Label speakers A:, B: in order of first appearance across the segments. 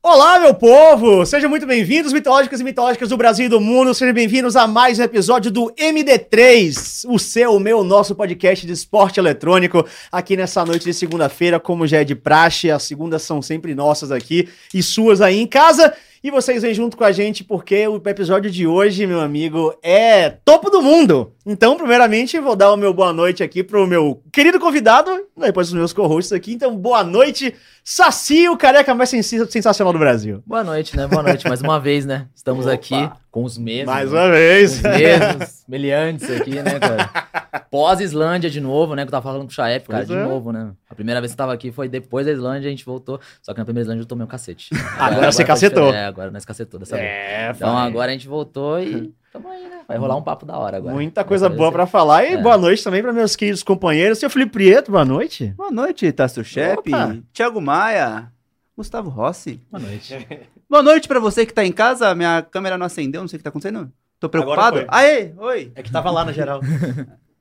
A: Olá, meu povo! Sejam muito bem-vindos, mitológicos e mitológicas do Brasil e do mundo. Sejam bem-vindos a mais um episódio do MD3, o seu, o meu, o nosso podcast de esporte eletrônico, aqui nessa noite de segunda-feira, como já é de praxe. As segundas são sempre nossas aqui e suas aí em casa. E vocês vêm junto com a gente porque o episódio de hoje, meu amigo, é topo do mundo. Então, primeiramente, vou dar o meu boa noite aqui pro meu querido convidado, depois os meus co-hosts aqui. Então, boa noite, Saci, o careca mais sensi- sensacional do Brasil.
B: Boa noite, né? Boa noite mais uma vez, né? Estamos
A: Opa.
B: aqui com os mesmos.
A: Mais
B: né?
A: uma
B: Com
A: vez.
B: Os mesmos meliantes aqui, né, cara? Pós-Islândia de novo, né? Que eu tava falando com o Chaef, cara,
A: Pois
B: de
A: é.
B: novo, né? A primeira vez que eu tava aqui foi depois da Islândia, a gente voltou. Só que na primeira Islândia eu tomei um cacete.
A: Agora você
B: foi
A: cacetou.
B: diferente. É, agora nós cacetou dessa vez.
A: É,
B: Então
A: pai.
B: agora a gente voltou e tamo aí, né? Vai rolar um papo da hora agora.
A: Muita coisa
B: Dessa
A: boa
B: vez
A: pra falar. E
B: É.
A: boa noite também para meus queridos companheiros. Seu Felipe Prieto, boa noite.
C: Boa noite, Tasso Shep,
A: Opa.
C: Thiago Maia, Gustavo Rossi.
B: Boa noite.
C: Boa noite pra você que tá em casa. Minha câmera não acendeu, não sei o que tá acontecendo. Tô preocupado.
D: foi.
C: Aê, oi.
D: É que tava lá no geral.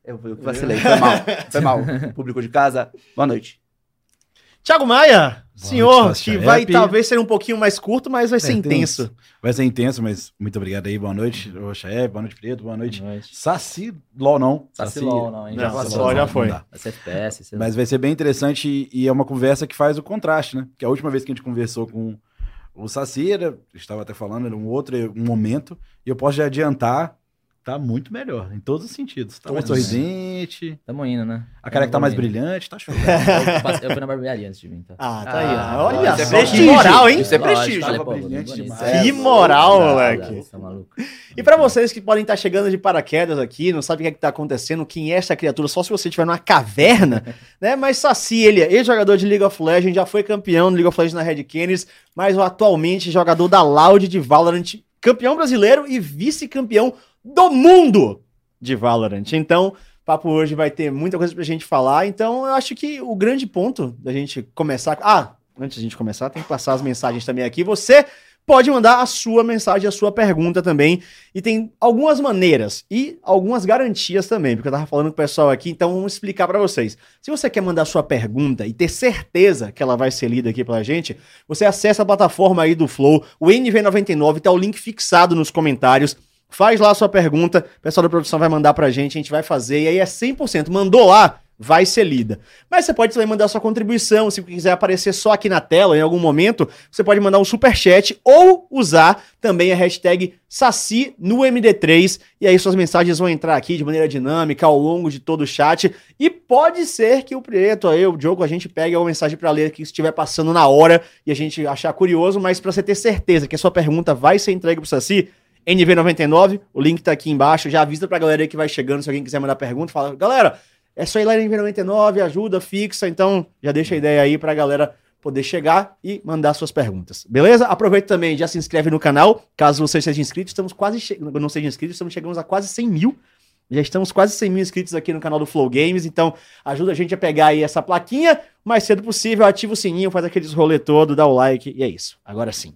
C: Eu eu vacilei, foi mal. Foi mal. Público de casa, boa noite.
A: Tiago Maia, senhor,
E: noite,
A: que
E: Chaep.
A: vai talvez ser um pouquinho mais curto, mas vai ser
E: É, tem
A: intenso.
E: Vai ser intenso, mas muito obrigado aí. Boa noite, ô Chaé, boa noite, Preto, boa noite.
B: Boa noite.
E: Saci LOL não.
B: Saci LOL não, hein?
A: Não,
E: Saci
A: Saci
E: LOL
A: LOL já
E: não
A: foi.
E: dá.
B: Vai ser FPS, sei lá.
E: Mas vai ser bem interessante e- e é uma conversa que faz o contraste, né? Porque a última vez que a gente conversou com o Saci, era, estava até falando, era um outro um momento, e eu posso já adiantar, tá muito melhor, em todos os sentidos. Tá mais
B: Todos.
E: sorridente,
B: Tamo indo, né?
E: a cara que tá mais
B: Tamo indo.
E: brilhante, tá show.
B: Eu passe- Eu fui na barbearia antes de mim, tá?
A: Ah, tá
B: Ah,
A: aí. ó. Olha
B: isso é
A: só, que
C: prestígio.
A: moral, hein?
C: Isso é
B: Lógico,
C: prestígio.
B: olha,
C: Tava
B: pô,
C: brilhante
B: bonito.
C: demais.
A: Que moral,
B: Nada,
A: moleque.
B: tá maluco.
A: E pra vocês que podem estar chegando de paraquedas aqui, não sabe o que é que tá acontecendo, quem é essa criatura, só se você estiver numa caverna, né? Mas Saci, ele é ex-jogador de League of Legends, já foi campeão do League of Legends na Red Canids, mas atualmente jogador da Loud de Valorant, campeão brasileiro e vice-campeão do mundo de Valorant. Então, papo hoje vai ter muita coisa pra gente falar, então eu acho que o grande ponto da gente começar... Ah, antes da gente começar, tem que passar as mensagens também aqui. Você pode mandar a sua mensagem, a sua pergunta também, e tem algumas maneiras e algumas garantias também, porque eu tava falando com o pessoal aqui, então vamos explicar para vocês. Se você quer mandar sua pergunta e ter certeza que ela vai ser lida aqui pela gente, você acessa a plataforma aí do Flow, o NV99, tá o link fixado nos comentários. Faz lá a sua pergunta, o pessoal da produção vai mandar pra gente, a gente vai fazer, e aí é 100%. Mandou lá, vai ser lida. Mas você pode também mandar sua contribuição, se quiser aparecer só aqui na tela em algum momento, você pode mandar um superchat ou usar também a hashtag Saci no MD3. E aí suas mensagens vão entrar aqui de maneira dinâmica ao longo de todo o chat. E pode ser que o Preto, aí, o Diogo, a gente pegue uma mensagem para ler que estiver passando na hora e a gente achar curioso, mas para você ter certeza que a sua pergunta vai ser entregue pro Saci. NV99, o link tá aqui embaixo. Já avisa pra galera aí que vai chegando. Se alguém quiser mandar pergunta, fala, galera, é só ir lá em NV99, ajuda, fixa. Então, já deixa a ideia aí pra galera poder chegar e mandar suas perguntas. Beleza? Aproveita também, já se inscreve no canal, caso você seja inscrito, estamos quase che... não seja inscrito, estamos chegamos a quase 100 mil. Já estamos quase 100 mil inscritos aqui no canal do Flow Games, então ajuda a gente a pegar aí essa plaquinha o mais cedo possível, ativa o sininho, faz aqueles rolê todo, dá o like e é isso. Agora sim.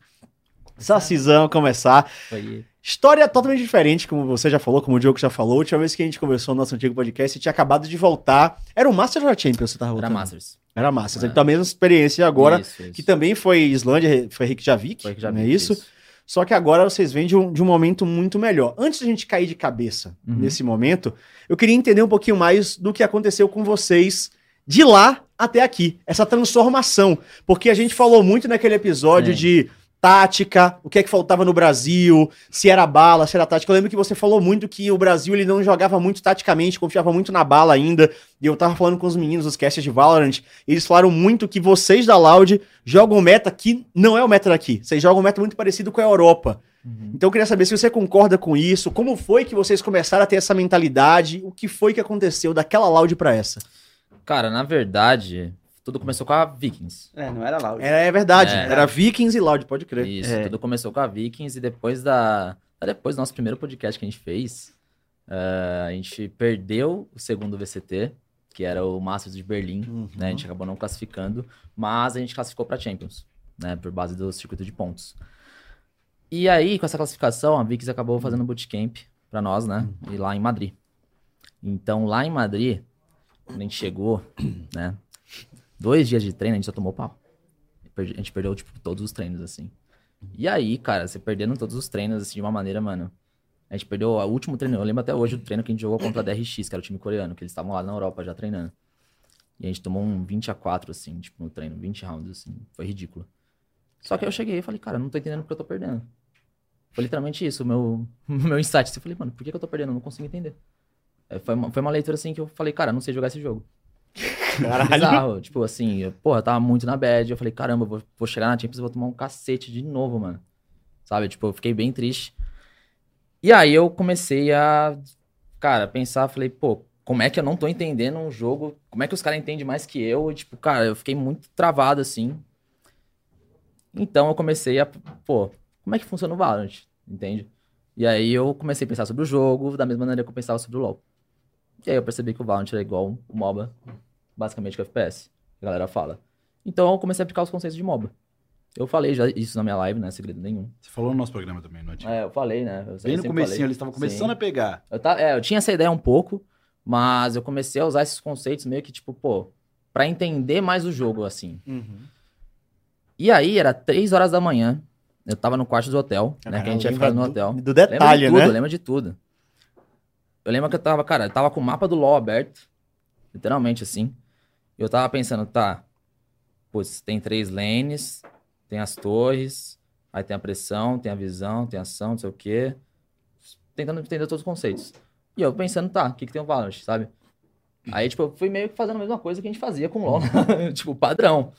A: Sacizão começar.
B: Foi-
A: História totalmente diferente, como você já falou, como o Diogo já falou. A última vez que a gente conversou no nosso antigo podcast, você tinha acabado de voltar. Era o Masters ou era Champions que você tava
B: Era
A: voltando?
B: Masters.
A: Era Masters.
B: É.
A: Então a mesma experiência agora
B: Isso, isso.
A: que também foi Islândia, foi Reykjavik,
B: Foi que já
A: não
B: vi
A: é isso? Só que agora vocês vêm de um, de um momento muito melhor. Antes da gente cair de cabeça
B: Uhum.
A: nesse momento, eu queria entender um pouquinho mais do que aconteceu com vocês de lá até aqui, essa transformação. Porque a gente falou muito naquele episódio
B: Sim.
A: de tática, o que é que faltava no Brasil, se era bala, se era tática. Eu lembro que você falou muito que o Brasil ele não jogava muito taticamente, confiava muito na bala ainda. E eu tava falando com os meninos, os casters de Valorant, e eles falaram muito que vocês da Loud jogam um meta que não é o meta daqui. Vocês jogam um meta muito parecido com a Europa.
B: Uhum.
A: Então eu queria saber se você concorda com isso, como foi que vocês começaram a ter essa mentalidade, o que foi que aconteceu daquela loud pra essa?
B: Cara, na verdade, tudo começou com a Vikings.
C: É, não era loud.
A: É, é verdade,
B: É.
A: era Vikings e loud, pode crer.
B: Isso,
C: É.
B: tudo começou com a Vikings e depois da... ah, Depois do nosso primeiro podcast que a gente fez, eh, a gente perdeu o segundo VCT, que era o Masters de Berlim.
A: Uhum.
B: né? A gente acabou não classificando, mas a gente classificou para Champions, né? Por base do circuito de pontos. E aí, com essa classificação, a Vix acabou
A: Uhum.
B: fazendo um bootcamp para nós, né? E lá em Madrid. Então, lá em Madrid, quando a gente chegou, né? Dois dias de treino, a gente só tomou pau. perdi- a gente perdeu, tipo, todos os treinos, assim. E aí, cara, você perdendo todos os treinos, assim, de uma maneira, mano. A gente perdeu o último treino. Eu lembro até hoje do treino que a gente jogou contra a DRX, que era o time coreano, que eles estavam lá na Europa já treinando. E a gente tomou um 20 a 4 assim, tipo, no treino, 20 rounds, assim. Foi ridículo. Só que aí eu cheguei e falei, cara, eu não tô entendendo porque eu tô perdendo. Foi literalmente isso, o meu, o meu insight. assim, Eu falei, mano, por que, que eu tô perdendo? Eu não consigo entender. É, Foi uma, foi uma leitura assim que eu falei, cara, eu não sei jogar esse jogo.
A: Caralho.
B: Bizarro. Tipo assim, eu, porra, eu tava muito na bad. Eu falei, caramba, eu vou, vou chegar na Champions e vou tomar um cacete de novo, mano. Sabe? Tipo, eu fiquei bem triste. E aí eu comecei a, cara, pensar, falei, pô, como é que eu não tô entendendo um jogo? Como é que os caras entendem mais que eu? E, tipo, cara, eu fiquei muito travado assim. Então eu comecei a, pô, como é que funciona o Valorant? Entende? E aí eu comecei a pensar sobre o jogo, da mesma maneira que eu pensava sobre o LoL. E aí eu percebi que o Valorant era igual o MOBA, basicamente que o FPS, que a galera fala. Então eu comecei a aplicar os conceitos de MOBA. Eu falei já isso na minha live, não é segredo nenhum.
E: Você falou no nosso programa também, não é?
B: É, eu falei, né? Eu
E: Bem no
B: sempre
E: comecinho,
B: falei.
E: eles estavam começando
B: Sim.
E: a pegar.
B: Eu, ta- é, eu tinha essa ideia um pouco, mas eu comecei a usar esses conceitos meio que tipo, pô, pra entender mais o jogo, assim.
A: Uhum.
B: E aí, era três horas da manhã, eu tava no quarto do hotel, né? Que a gente ia
A: Lembra
B: ficar no
A: do-
B: hotel.
A: Do detalhe,
B: lembro de tudo,
A: né?
B: lembro de tudo. Eu lembro que eu tava, cara, eu tava com o mapa do LoL aberto, literalmente assim. E eu tava pensando, tá, putz, tem três lanes, tem as torres, aí tem a pressão, tem a visão, tem a ação, não sei o quê. Tentando entender todos os conceitos. E eu pensando, tá, o que, que tem o Valorant, sabe? Aí, tipo, eu fui meio que fazendo a mesma coisa que a gente fazia com o LoL, tipo, padrão.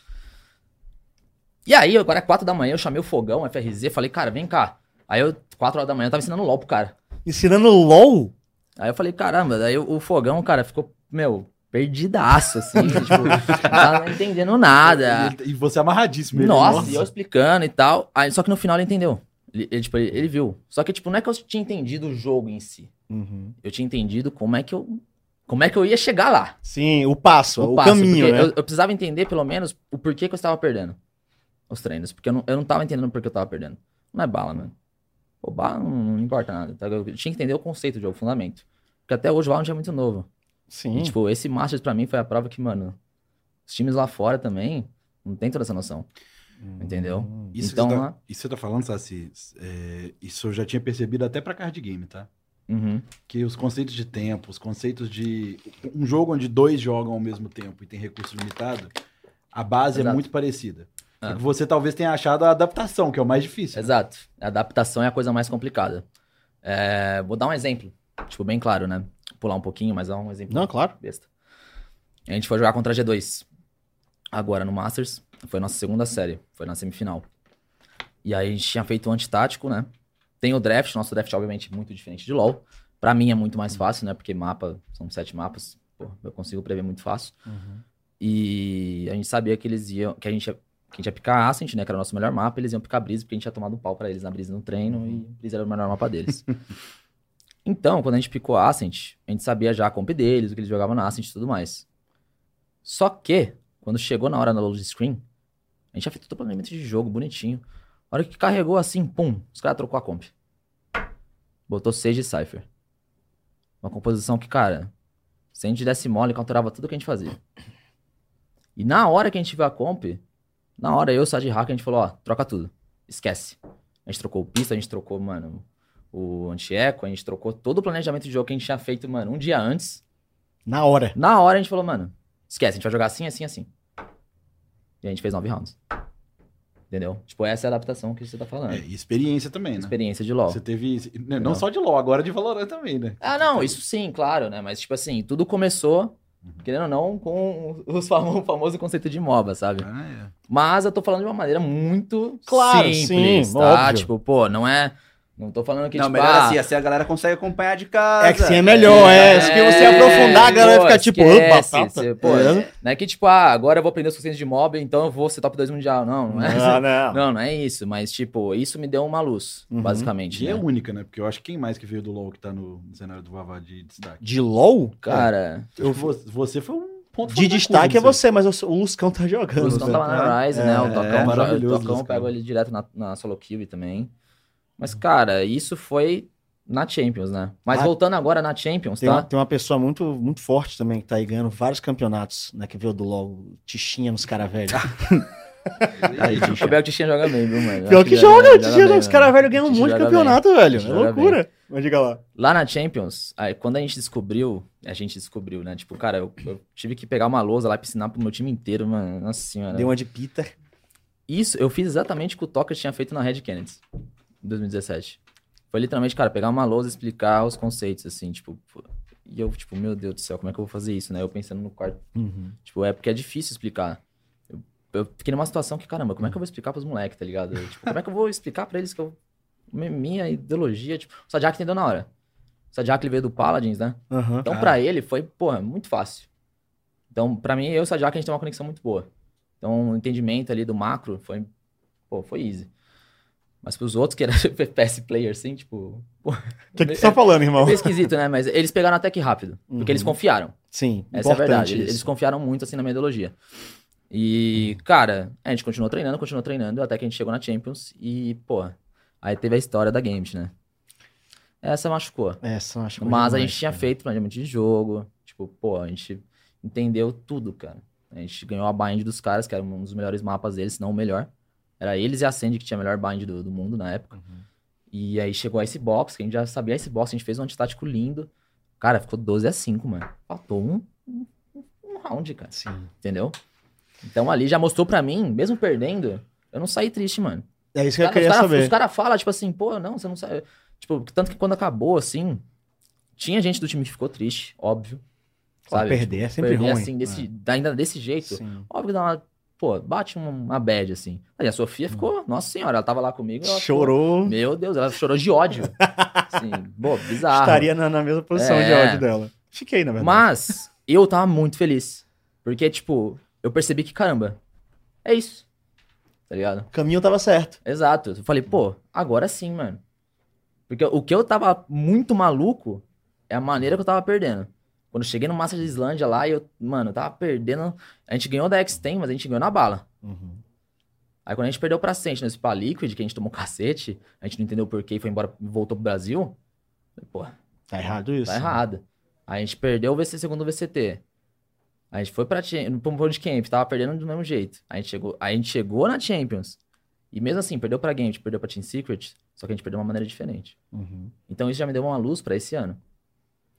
B: E aí, agora é 4 da manhã, eu chamei o fogão, FRZ, falei, cara, vem cá. Aí eu, 4 horas da manhã, eu tava ensinando LOL pro cara.
A: Ensinando LOL?
B: Aí eu falei, caramba, daí o, o fogão, cara, ficou, meu, perdidaço, assim, tipo, não tava entendendo nada.
E: E, e você é amarradíssimo. ele,
B: Nossa, e eu explicando e tal. Aí, só que no final ele entendeu. Ele, ele, tipo, ele, ele viu. Só que, tipo, não é que eu tinha entendido o jogo em si.
A: Uhum.
B: Eu tinha entendido como é que eu. Como é que eu ia chegar lá?
A: Sim, o passo, o,
B: passo,
A: caminho,
B: porque
A: né?
B: eu, eu precisava entender, pelo menos, o porquê que eu estava perdendo os treinos. Porque eu não, eu não tava entendendo porque eu tava perdendo. Não é bala, mano. O bala não, não importa nada. tá? Eu tinha que entender o conceito de jogo, o fundamento. Porque até hoje o Valorant é muito novo.
A: Sim.
B: E, tipo, esse Masters pra mim foi a prova que, mano, os times lá fora também não tem toda essa noção. Entendeu?
A: Uhum.
E: Isso,
B: Então,
E: que você tá,
B: lá-
E: isso que você tá falando, Saci, é, isso eu já tinha percebido até pra card game, tá?
B: Uhum.
E: Que os conceitos de tempo, os conceitos de. Um jogo onde dois jogam ao mesmo tempo e tem recurso limitado, a base é
B: Exato.
E: muito parecida. Só
B: Ah.
E: que você talvez tenha achado a adaptação, que é o mais difícil.
B: Exato. A adaptação é a coisa mais complicada. É, vou dar um exemplo. Tipo, bem claro, né? Pular um pouquinho, mas é um exemplo.
A: Não, claro.
B: besta. A gente foi jogar contra a G2. Agora no Masters. Foi nossa segunda série. Foi na semifinal. E aí a gente tinha feito o antitático, né? Tem o draft. Nosso draft, obviamente, é muito diferente de LoL. Pra mim é muito mais fácil, né? Porque mapa, são sete mapas. Pô, eu consigo prever muito fácil.
A: Uhum.
B: E a gente sabia que eles iam. Que a gente ia, que a gente ia picar Ascent, né? Que era o nosso melhor mapa. Eles iam picar Breeze, porque a gente tinha tomado um pau pra eles na Breeze no treino. E Breeze era o melhor mapa deles. Então, quando a gente picou a Ascent, a gente sabia já a comp deles, o que eles jogavam na Ascent e tudo mais. Só que, quando chegou na hora na load screen, a gente já fez todo o planejamento de jogo, bonitinho. A hora que carregou assim, pum, os caras trocou a comp. Botou Sage e Cypher. Uma composição que, cara, se a gente desse mole, counterava tudo que a gente fazia. E na hora que a gente viu a comp, na hora eu, Sage e Hack, a gente falou, ó, troca tudo. Esquece. A gente trocou o pista, a gente trocou, mano, o anti-eco, a gente trocou todo o planejamento de jogo que a gente tinha feito, mano, um dia antes.
A: Na hora.
B: Na hora a gente falou, mano, esquece, a gente vai jogar assim, assim, assim. E a gente fez nove rounds. Entendeu? Tipo, essa é a adaptação que você tá falando.
E: É, e experiência também, né?
B: Experiência de LoL.
E: Você teve. né, Não,
B: Não.
E: só de LOL, agora de Valorant também, né?
B: Ah, não, isso sim, claro, né? Mas, tipo assim, tudo começou, querendo ou não, com os famo- o famoso conceito de MOBA, sabe?
E: Ah, é.
B: Mas eu tô falando de uma maneira muito
A: Claro,
B: simples,
A: sim,
B: tá?
A: óbvio.
B: Tipo, pô, não é... Não tô falando que,
C: não,
B: tipo,
C: melhor
B: ah,
C: assim, assim a galera consegue acompanhar de casa.
A: É que sim, é melhor, é. Se que você aprofundar, a galera
B: pô,
A: fica tipo, "Ô,
B: esquece,
A: batata.
B: cê- pô,
A: É.
B: Não é que tipo, ah, agora eu vou aprender os conceitos de mob, então eu vou ser top 2 mundial. Não, não é.
A: Não, Ah, não.
B: Não, não é isso, mas tipo, isso me deu uma luz,
A: Uhum.
B: basicamente.
E: E é
B: né?
E: única, né? Porque eu acho que quem mais que veio do LOL que tá no, no cenário do Vavá de destaque?
A: De LOL?
B: Cara,
E: Eu, você foi um ponto
A: De
E: fora da
A: destaque é
E: curva,
A: você, mas eu sou- o Luscão tá
B: o
A: jogando.
B: Luscão
A: velho.
B: tava na Rise, né?
A: É,
B: O
E: é,
B: Tocão, já- o
E: maravilhoso,
B: Tocão
E: Luscão.
B: pego ele direto na, na solo kill também. Mas, cara, isso foi na Champions, né? Mas
A: Ah.
B: voltando agora na Champions,
A: Tem, uma,
B: tá?
A: tem uma pessoa muito, muito forte também que tá aí ganhando vários campeonatos, né? Que veio do LOL, Tichinha nos caras velhos.
B: Aí, o Abel Tichinha joga bem, viu, mano? é,
A: Pior que joga, Tietchan joga.
B: bem, né?
A: Os caras
B: mano.
A: velho ganham um
B: Tietchan
A: monte de
B: joga
A: campeonato, velho. É
B: Tietchan joga
A: loucura. Mas diga lá.
B: Lá na Champions, aí, quando a gente descobriu, a gente descobriu, né? Tipo, cara, eu, eu tive que pegar uma lousa lá e ensinar pro meu time inteiro, mano. Nossa senhora.
A: Deu um uma de pita.
B: Isso eu fiz exatamente o que o Toca tinha feito na Red Kennedy, em 2017. Foi literalmente, cara, pegar uma lousa e explicar os conceitos, assim, tipo. pô, E eu, tipo, meu Deus do céu, como é que eu vou fazer isso, né? Eu pensando no quarto. Tipo, é porque é difícil explicar. Eu, eu fiquei numa situação que, caramba, como é que eu vou explicar pros moleques, tá ligado? Eu, tipo, como é que eu vou explicar pra eles que eu. mi- Minha ideologia, tipo. O Sadiak entendeu na hora. O Sadiak ele veio do Paladins, né?
A: Aham.
B: Então,
E: Ah.
B: pra ele, foi, porra, muito fácil. Então, pra mim, eu e o Sadiaco, a gente tem uma conexão muito boa. Então, o entendimento ali do macro foi, pô, foi easy. Mas pros outros que eram FPS player, assim, tipo... Pô,
A: O que, que você tá falando, irmão?
B: meio esquisito, né? Mas eles pegaram até que rápido.
A: Uhum.
B: Porque eles confiaram.
A: Sim,
B: Essa é a verdade. Eles, eles confiaram muito, assim, na metodologia. E, cara, a gente continuou treinando, continuou treinando, até que a gente chegou na Champions e, pô... Aí teve a história da Games, né? Essa machucou.
A: Essa eu É, acho
B: Mas a
A: demais,
B: gente tinha
A: cara.
B: feito planejamento de jogo. Tipo, pô, a gente entendeu tudo, cara. A gente ganhou a bind dos caras, que era um dos melhores mapas deles, se não o melhor. Era eles e a Sandy que tinha a melhor bind do, do mundo na época. E aí chegou a Icebox, que a gente já sabia a Icebox, a gente fez um antistático lindo. Cara, ficou 12 a 5, mano. Faltou um, um- um round, cara.
A: Sim.
B: Entendeu? Então ali já mostrou pra mim, mesmo perdendo, eu não saí triste, mano.
A: É isso que
B: Cara,
A: eu queria
B: os cara,
A: saber.
B: Os caras falam, tipo assim, pô, não, você não sabe. Tipo, tanto que quando acabou, assim, tinha gente do time que ficou triste, óbvio.
A: Ó,
B: Sabe? Tipo,
A: perder é sempre
B: Perder,
A: ruim.
B: assim, desse, ainda desse jeito.
A: Sim.
B: Óbvio que dá uma. Pô, bate uma, uma bad, assim. Aí a Sofia ficou, nossa senhora, ela tava lá comigo. Ela ficou-
A: Hum. Chorou.
B: meu Deus, ela chorou de ódio. assim, pô, bizarro.
A: Estaria na, na mesma posição de
B: É.
A: ódio dela. Fiquei, na verdade.
B: Mas eu tava muito feliz. Porque, tipo, eu percebi que, caramba, é isso. Tá ligado?
A: O caminho tava certo.
B: Exato. Eu falei, pô, agora sim, mano. Porque o que eu tava muito maluco é a maneira que eu tava perdendo. Quando eu cheguei no Master de Islândia lá, eu, mano, eu tava perdendo. A gente ganhou da X-Tem, mas a gente ganhou na bala. Uhum. Aí quando a gente perdeu pra Sente nesse Spa Liquid, que a gente tomou cacete, a gente não entendeu porquê e foi embora, voltou pro Brasil. Eu Falei, pô,
A: Tá errado isso.
B: Tá errado. Aí a gente perdeu o VC, segundo VCT. A gente foi pra Champions, pro Camp, tava perdendo do mesmo jeito. A gente chegou, a gente chegou na Champions. E mesmo assim, perdeu pra Game, perdeu pra Team Secret, só que a gente perdeu de uma maneira diferente.
A: Uhum.
B: Então isso já me deu uma luz pra esse ano.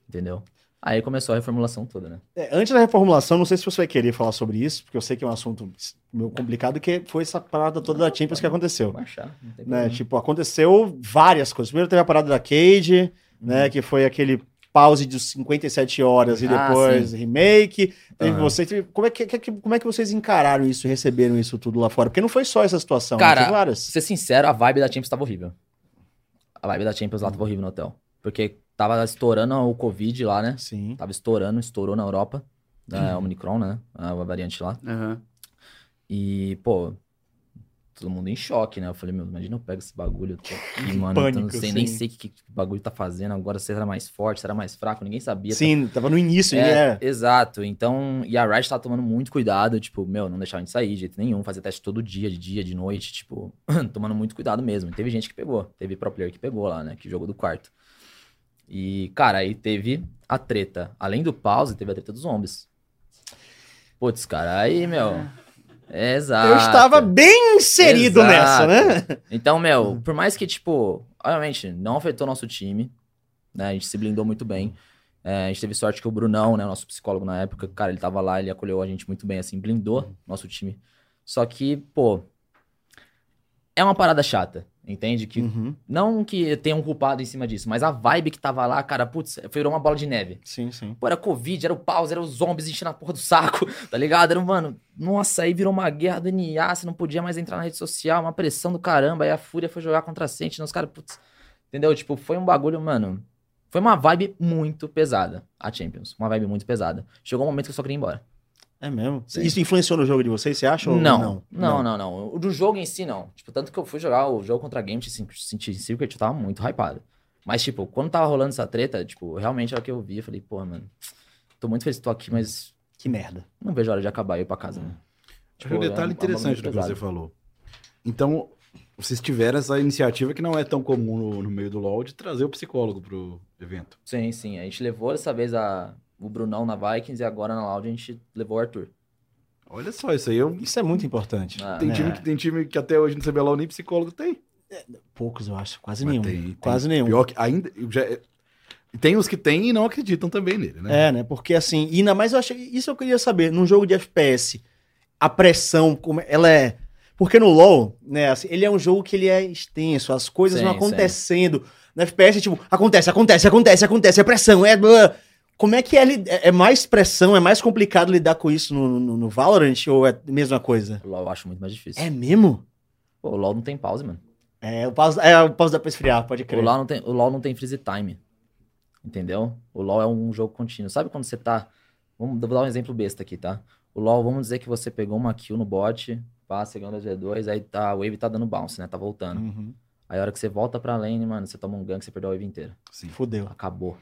B: Entendeu? Aí começou a reformulação toda, né?
A: É, antes da reformulação, não sei se você vai querer falar sobre isso, porque eu sei que é um assunto meio complicado, que foi essa parada toda da Champions que aconteceu.
B: Vamos achar. Não tem
A: né?
B: problema.
A: Tipo, aconteceu várias coisas. Primeiro teve a parada da Cage, né? Que foi aquele pause de 57 horas e
B: Uhum. Ah, Uhum.
A: depois remake. Teve
B: Aham.
A: vocês. teve- Como, é que, que- como é que vocês encararam isso, receberam isso tudo lá fora? Porque não foi só essa situação, né?
B: Cara,
A: Teve várias.
B: Pra ser sincero, a vibe da Champions tava horrível. A vibe da Champions lá tava horrível no hotel. Porque tava estourando o Covid lá, né?
A: Sim.
B: Tava estourando, estourou na Europa. A
A: Uhum.
B: Omicron, né? A variante lá.
C: Aham.
B: E, pô, todo mundo em choque, né? Eu falei, meu, imagina eu pego esse bagulho, eu tô aqui, mano, eu
A: pânico,
B: não sei, nem
A: sim.
B: sei o que, que o bagulho tá fazendo agora, se era mais forte, se era mais fraco, ninguém sabia. tá-
A: Sim, tava no início,
B: é,
A: né?
B: Exato. Então, e a Riot tá tomando muito cuidado, tipo, meu, não deixar a gente sair de jeito nenhum, fazer teste todo dia, de dia, de noite, tipo, tomando muito cuidado mesmo. Teve gente que pegou, teve pro player que pegou lá, né, que jogou do quarto. E, cara, aí teve a treta. Além do pause, teve a treta dos zombies. Putz, cara, aí, meu. é Exato.
A: Eu estava bem inserido
B: Exato.
A: nessa, né?
B: Então, meu, por mais que, tipo, obviamente, não afetou nosso time, né? A gente se blindou muito bem. É, a gente teve sorte que o Brunão, né, nosso psicólogo na época, cara, ele tava lá, ele acolheu a gente muito bem, assim, blindou nosso time. Só que, pô, é uma parada chata, entende? Que
A: Uhum.
B: não que tenha um culpado em cima disso, mas a vibe que tava lá, cara, putz, virou uma bola de neve.
A: Sim, sim.
B: Pô, era Covid, era o pause, era os zombies enchendo a porra do saco, tá ligado? Era, mano, nossa, aí virou uma guerra do NA, você não podia mais entrar na rede social, uma pressão do caramba, aí a Fúria foi jogar contra a Sentinel, os caras, putz, entendeu? Tipo, foi um bagulho, mano, foi uma vibe muito pesada, a Champions, uma vibe muito pesada. Chegou um momento que eu só queria ir embora.
A: É mesmo.
B: Sim.
A: Isso influenciou no jogo de vocês, você acha? ou
B: Não, não, não, não, O do jogo em si, não. Tipo, tanto que eu fui jogar o jogo contra a Game senti Secret, eu tava muito hypado. Mas, tipo, quando tava rolando essa treta, tipo, realmente era o que eu vi, eu falei, porra, mano, tô muito feliz que tô aqui, mas
A: Que merda.
B: não vejo a hora de acabar e ir pra casa, né?
E: Acho que é um detalhe
B: bagulho
E: interessante do que
B: pesado.
E: você falou. Então, vocês tiveram essa iniciativa que não é tão comum no, no meio do LoL de trazer o psicólogo pro evento.
B: Sim, sim. A gente levou dessa vez a... o Brunão na Vikings e agora na Loud a gente levou o Arthur.
E: Olha só, isso aí eu.
A: Isso é muito importante.
B: Ah,
E: Tem
A: né?
E: time, que, tem time que até hoje no CBLOL nem psicólogo tem.
A: Poucos, eu acho. Quase
E: Mas
A: nenhum.
E: tem- tem-
A: Quase nenhum.
E: Pior que ainda. eu já- e tem os que tem e não acreditam também nele, né?
A: É, né? Porque assim, e ainda mais eu achei. Isso eu queria saber. Num jogo de FPS, a pressão, como é- ela é. Porque no LoL, né, assim, ele é um jogo que ele é extenso, as coisas
B: Sim,
A: vão
B: sim.
A: acontecendo. No FPS, tipo, acontece, acontece, acontece, acontece, é pressão, é. blá. Como é que é, lid- é é mais pressão, é mais complicado lidar com isso no, no, no Valorant ou é a mesma coisa?
B: O LoL eu acho muito mais difícil.
A: É mesmo?
B: Pô, o LoL não tem pause, mano.
A: É, eu pausa, é, eu pausa dá pra esfriar, pode
B: O
A: crer.
B: LoL, não tem, o LoL não tem freeze time. Entendeu? O LoL é um jogo contínuo. Sabe quando você tá. Vamos, vou dar um exemplo besta aqui, tá? O LoL, vamos dizer que você pegou uma kill no bot, passa, segunda G2, aí tá, a wave tá dando bounce, né? Tá voltando.
E: Hum.
A: Uhum.
B: Aí a hora que você volta pra lane, mano, você toma um gank, você perdeu a wave inteira.
E: Sim.
A: Fudeu.
B: Acabou.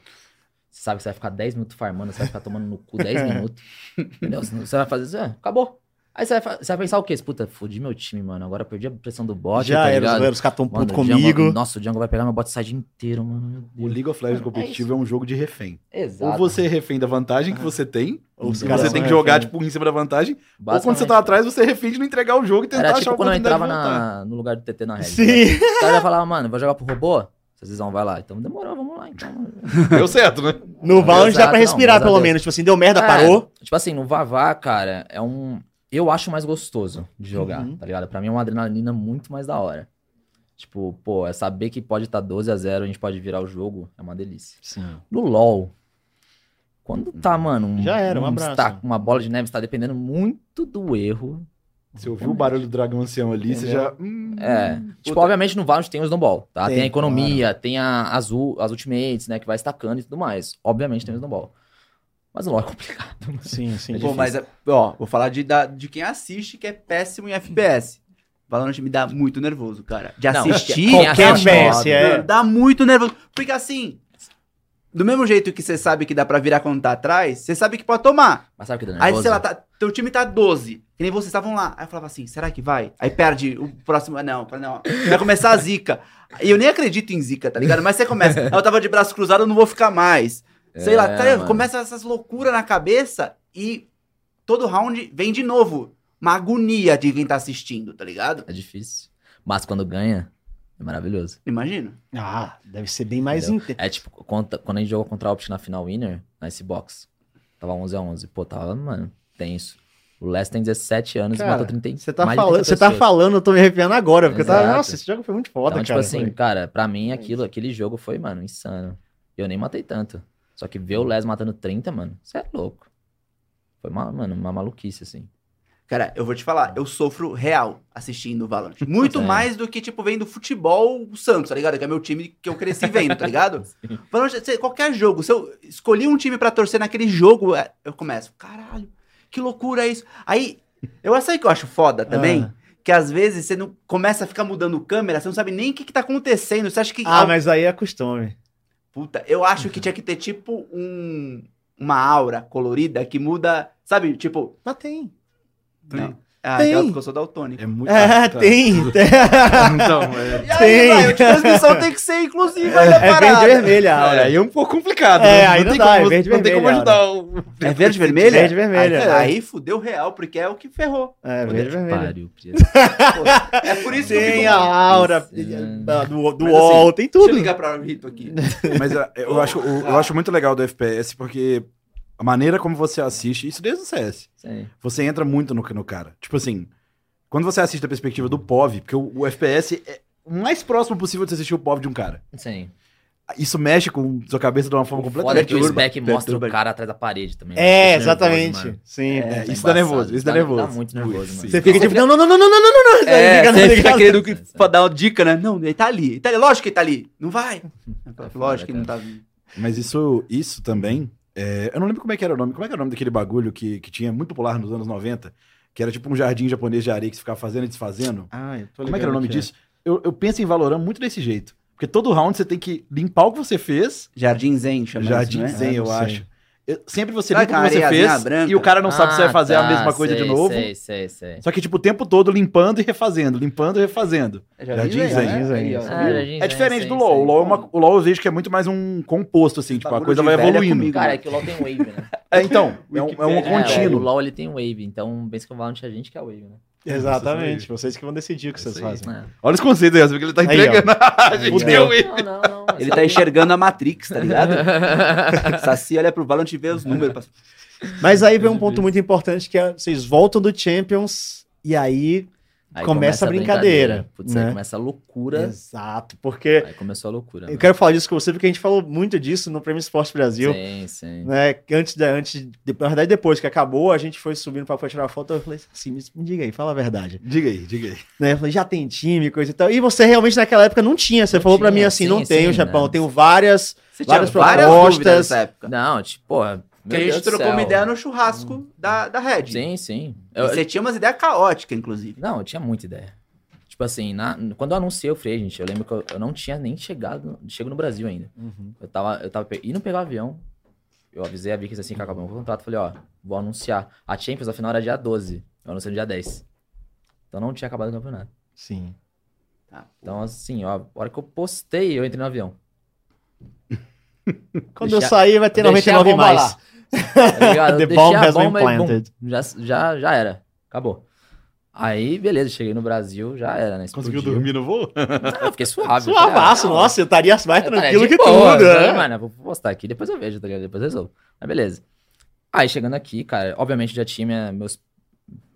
B: Você sabe que você vai ficar 10 minutos farmando, você vai ficar tomando no cu 10 minutos. Entendeu? Você não- Você vai fazer isso, é, acabou. Aí você vai, fa- você vai pensar o quê? Puta, fodi meu time, mano. Agora eu perdi a pressão do bot.
A: Já
B: tá
A: era, os
B: ligado?
A: velhos, os
E: um
A: caras tão
B: Mano, é
A: puto
B: o Django-
A: comigo.
B: nossa, o Django vai pegar meu bot side inteiro, mano. Meu
E: O
B: Deus.
E: League of Legends
B: É
E: competitivo é, um jogo de refém.
B: Exato.
E: Ou você é refém da vantagem que você tem,
A: Ou os
E: e
A: caras
E: você
A: são
E: tem que jogar,
A: refém.
E: tipo, em cima da vantagem. Ou
B: Basicamente,
E: quando você tá atrás, você é refém de não entregar o jogo e tentar
B: Era
E: achar
B: tipo
E: uma
B: quando eu
E: oportunidade
B: entrava
E: de voltar.
B: na- no lugar do TT na né? rede.
A: Sim.
B: O cara já falava, mano, vou jogar pro robô? Vocês vão, vai lá. Então demorou, vamos lá. Então, mano.
E: Deu certo, né?
A: No Valorant dá
B: Exato,
A: pra
B: não,
A: respirar,
B: graças a
A: pelo
B: Deus.
A: menos. Tipo assim, deu merda,
B: É,
A: parou.
B: Tipo assim, no Vavá, cara, é um. Eu acho mais gostoso de jogar,
A: Uhum.
B: tá ligado? Pra mim é uma adrenalina muito mais da hora. Tipo, pô, é saber que pode estar 12 a 0 a gente pode virar o jogo, é uma delícia.
A: Sim.
B: No LoL, quando tá, mano, um-
A: Já era, um
B: um
A: abraço.
B: estaca- uma bola de neve, está dependendo muito do erro.
E: Você ouviu o barulho do dragão ancião ali, você
B: Entendeu?
E: já. hum,
B: É. Tipo,
E: puta.
B: obviamente no Valorant tem o snowball, tá? Tem,
A: Tem,
B: a economia, tem a, as, u- as ultimates, né? Que vai estacando e tudo mais. Obviamente tem o snowball. Mas o LoL é complicado, mano.
A: Sim, sim. Difícil.
B: Pô,
C: Pô, mas, é- ó, vou falar de, da- de quem assiste que é péssimo em FPS. Valorant me dá muito nervoso, cara. De
B: Não,
C: assistir.
B: quem
A: Qualquer
B: assiste
A: FPS,
B: moda.
A: é.
C: Mano, Né? Dá muito nervoso. Porque assim, do mesmo jeito que você sabe que dá pra virar quando tá atrás, você sabe que pode tomar.
B: Mas sabe o que dá
C: Aí,
B: nervoso?
C: sei lá, tá, teu time tá 12. Que nem vocês estavam lá. Aí eu falava assim, será que vai? Aí perde o próximo. ah, Não, fala, não. Vai começar a zica. E eu nem acredito em zica, tá ligado? Mas você começa. "Ah, Eu tava de braço cruzado, eu não vou ficar mais. Sei lá,
B: É,
C: tá ligado?
B: mano.
C: começa essas loucuras na cabeça e todo round vem de novo. Uma agonia de quem tá assistindo, tá ligado?
B: É difícil. Mas quando ganha, é maravilhoso.
C: Imagina.
A: Ah, deve ser bem mais
B: Entendeu?
A: intenso.
B: É tipo, conta- quando a gente jogou contra a Opt na final winner, na Xbox, tava 11 a 11 Pô, tava, mano, tenso. O Les tem 17 anos
A: Cara,
B: e matou 30
A: Você tá,
B: mais de
A: falando,
B: 30
A: você tá
B: pessoas.
A: falando, eu tô me arrepiando agora, porque eu tava.
B: Exato.
A: Nossa, esse jogo foi muito foda, cara.
B: então, tipo assim, cara, pra mim aquilo, aquele jogo foi, mano, insano. Eu nem matei tanto. Só que ver o Les matando 30, mano, você é louco. Foi uma, mano, uma maluquice, assim.
C: Cara, eu vou te falar, eu sofro real assistindo o Valorant. Muito
B: É.
C: mais do que, tipo, vendo futebol o Santos, tá ligado? Que é meu time que eu cresci vendo, tá ligado? Valorant, você- qualquer jogo, se eu escolhi um time pra torcer naquele jogo, é, eu começo, caralho, que loucura é isso. Aí, eu sei que eu acho foda também,
A: Ah.
C: que às vezes você não começa a ficar mudando câmera, você não sabe nem o que, que tá acontecendo. Você acha que.
A: Ah, mas aí é costume.
C: Puta, eu acho que tinha que ter, tipo, um. Uma aura colorida que muda, sabe? Tipo.
A: Mas tem.
E: Tem.
C: Não. Ah,
A: Tem.
C: aquela que eu sou daltônico.
E: É muito.
A: É,
E: ah, tá.
A: tem. tem.
E: Então, é.
C: E aí,
A: Tem.
C: vai, a transmissão tem que ser inclusiva é,
A: É verde e
C: parada.
A: vermelha.
E: Ah,
A: Aura.
E: aí é um pouco complicado.
A: É,
E: né?
A: aí não
E: tem
A: dá,
E: como,
A: é verde né?
E: não tem como
A: vermelha,
E: ajudar o.
C: É verde e vermelha?
A: Verde e vermelha.
C: Aí, aí fudeu real, porque é o que ferrou.
A: É,
B: Puta
A: verde e
B: que
A: vermelha.
B: pariu, Prieto.
C: É por isso que eu
A: Tem
C: fico...
A: a aura
B: Sim.
A: da- do, do
C: Mas assim,
A: UOL, tem
C: Deixa eu
A: tudo.
C: ligar pra Rito aqui.
E: É, Mas eu, eu acho, eu, eu acho muito legal do FPS, porque a maneira como você assiste, isso desde o CS,
B: Sim.
E: você entra muito no, no cara. Tipo assim, quando você assiste a perspectiva do POV, porque o, o FPS é o mais próximo possível de você assistir o POV de um cara.
B: Sim.
E: Isso mexe com sua cabeça de uma forma
B: Foda é
E: completamente
B: que o
E: turva.
B: spec mostra o
E: perturba.
B: cara atrás da parede também.
A: É,
B: Deixa nervoso,
A: exatamente.
B: mano.
A: Sim.
E: É,
B: tá
E: isso dá
B: embaçado.
E: nervoso, isso dá
B: Dá- dá
E: nervoso.
B: muito nervoso, mano.
A: Você
E: Você
A: fica tipo, não, não, não, não, não, não, não, não.
C: É,
A: Liga, não,
C: você
A: liga,
C: fica
A: não.
C: querendo que, pra dar uma dica, né? Não, ele tá ali. Ele tá ali. Lógico que ele tá ali. Não vai. Lógico que não tá vindo.
E: Mas isso, isso também. é, eu não lembro como é que era o nome. Como é que era o nome daquele bagulho que, que tinha muito popular nos anos 90? Que era tipo um jardim japonês de areia que você ficava fazendo e desfazendo.
A: Ah, eu tô
E: Como é que
A: ligado
E: era o nome
A: que
E: disso? Eu, eu penso em Valorant muito desse jeito. Porque todo round você tem que limpar o que você fez.
C: Jardim Zen chama
E: jardim
C: isso, né?
E: Zen,
A: Ah,
E: eu
A: não sei.
E: acho. Eu- sempre você
C: Ah,
E: limpa o
C: com
E: que você
C: areiazinha
E: fez
C: branca.
E: e o cara não sabe se vai
B: Ah,
E: fazer a
B: tá,
E: mesma coisa de
B: sei,
E: novo.
B: Sei, sei, sei.
E: Só que, tipo, o tempo todo limpando e refazendo, limpando e refazendo.
C: É
E: Jardim Zen,
C: né?
A: Jardim Zen,
C: Aí, ó.
A: isso.
B: Ah, Jardim
E: é
B: Zen,
E: diferente
B: sei,
E: do LoL.
B: sei.
E: O LoL, é uma- o LoL eu vejo que é muito mais um composto, assim, tipo, a
C: Bagulho
E: coisa
C: de
E: vai
C: velha
E: evoluindo.
C: comigo.
B: Cara, é que o LoL tem wave, né?
E: É, então, é um, é um
A: Wikipedia.
B: o
E: contínuo.
B: LoL ele tem wave, então bem que o Valorant a gente que é wave, né?
A: Exatamente, vocês que vão decidir o que vocês
E: isso aí.
A: fazem.
B: É.
D: Olha os conceitos aí, você vê que ele tá
A: Aí, ó.
D: entregando a gente.
A: Fudeu.
D: que é o-
B: Não, não, não.
C: Ele tá enxergando a Matrix, tá ligado? Saci olha pro Valorant e vê os números. passa-
A: Mas aí vem um ponto muito importante que é vocês voltam do Champions e aí.
B: Aí
A: Começa a brincadeira,
B: Putz,
A: né?
B: aí começa a loucura.
A: Exato, porque
B: Aí começou a loucura.
A: eu quero falar disso com você, porque a gente falou muito disso no Prêmio Esporte Brasil.
B: Sim, sim.
A: Né, que antes da, antes, de- na verdade, depois que acabou, a gente foi subindo pra, pra tirar foto. Eu falei assim: me, me diga aí, fala a verdade.
E: Diga aí, diga aí.
A: Né, eu falei, já tem time, coisa e tal. E você realmente naquela época não tinha. Você
B: Não
A: falou pra
B: tinha,
A: mim assim:
B: sim,
A: não tenho,
B: sim,
A: Japão,
B: né?
A: eu tenho várias.
C: Você
A: Várias
C: tinha várias
A: propostas.
C: dúvidas nessa época.
B: Não, tipo, porra,
C: Que
B: meu
C: a gente
B: Deus do
C: trocou uma
B: céu.
C: ideia no churrasco da, da Red.
B: Sim, sim.
C: E
B: Eu-
C: Você tinha umas ideias caóticas, inclusive.
B: Não, eu tinha muita ideia. Tipo assim, na- quando eu anunciei o Free Agent, eu lembro que eu, eu não tinha nem chegado, chego no Brasil ainda. Eu tava, eu tava pe- indo pegar o avião, eu avisei a Vicky assim que acabou o contrato, falei, ó, vou anunciar. A Champions, afinal, era dia 12, eu anunciei no dia 10. Então não tinha acabado o campeonato.
A: Sim.
C: Tá.
B: Então assim, ó, a hora que eu postei, eu entrei no avião,
A: Quando
B: Deixa-
A: eu sair, vai ter
B: deixei a
A: 99
B: bomba
A: mais.
B: lá. tá ligado?
A: The
B: Eu
A: bomb
B: deixei a
A: has been
B: bomba e, bum,
A: planted.
B: já, já, já era, acabou. Aí, beleza, cheguei no Brasil, já era, né?
D: Conseguiu
B: explodiu.
D: dormir no voo?
B: Ah, eu fiquei suave. eu falei, ah,
A: Suavaço,
B: não,
A: nossa, eu estaria mais
B: Eu falei, "Ah,
A: tranquilo
B: tá de
A: que
B: boa,
A: tudo.
B: né,
A: né?
B: Mano, eu vou postar aqui, depois eu vejo, tá ligado? Depois eu resolvo. Mas beleza. Aí chegando aqui, cara, obviamente já tinha minha- meus,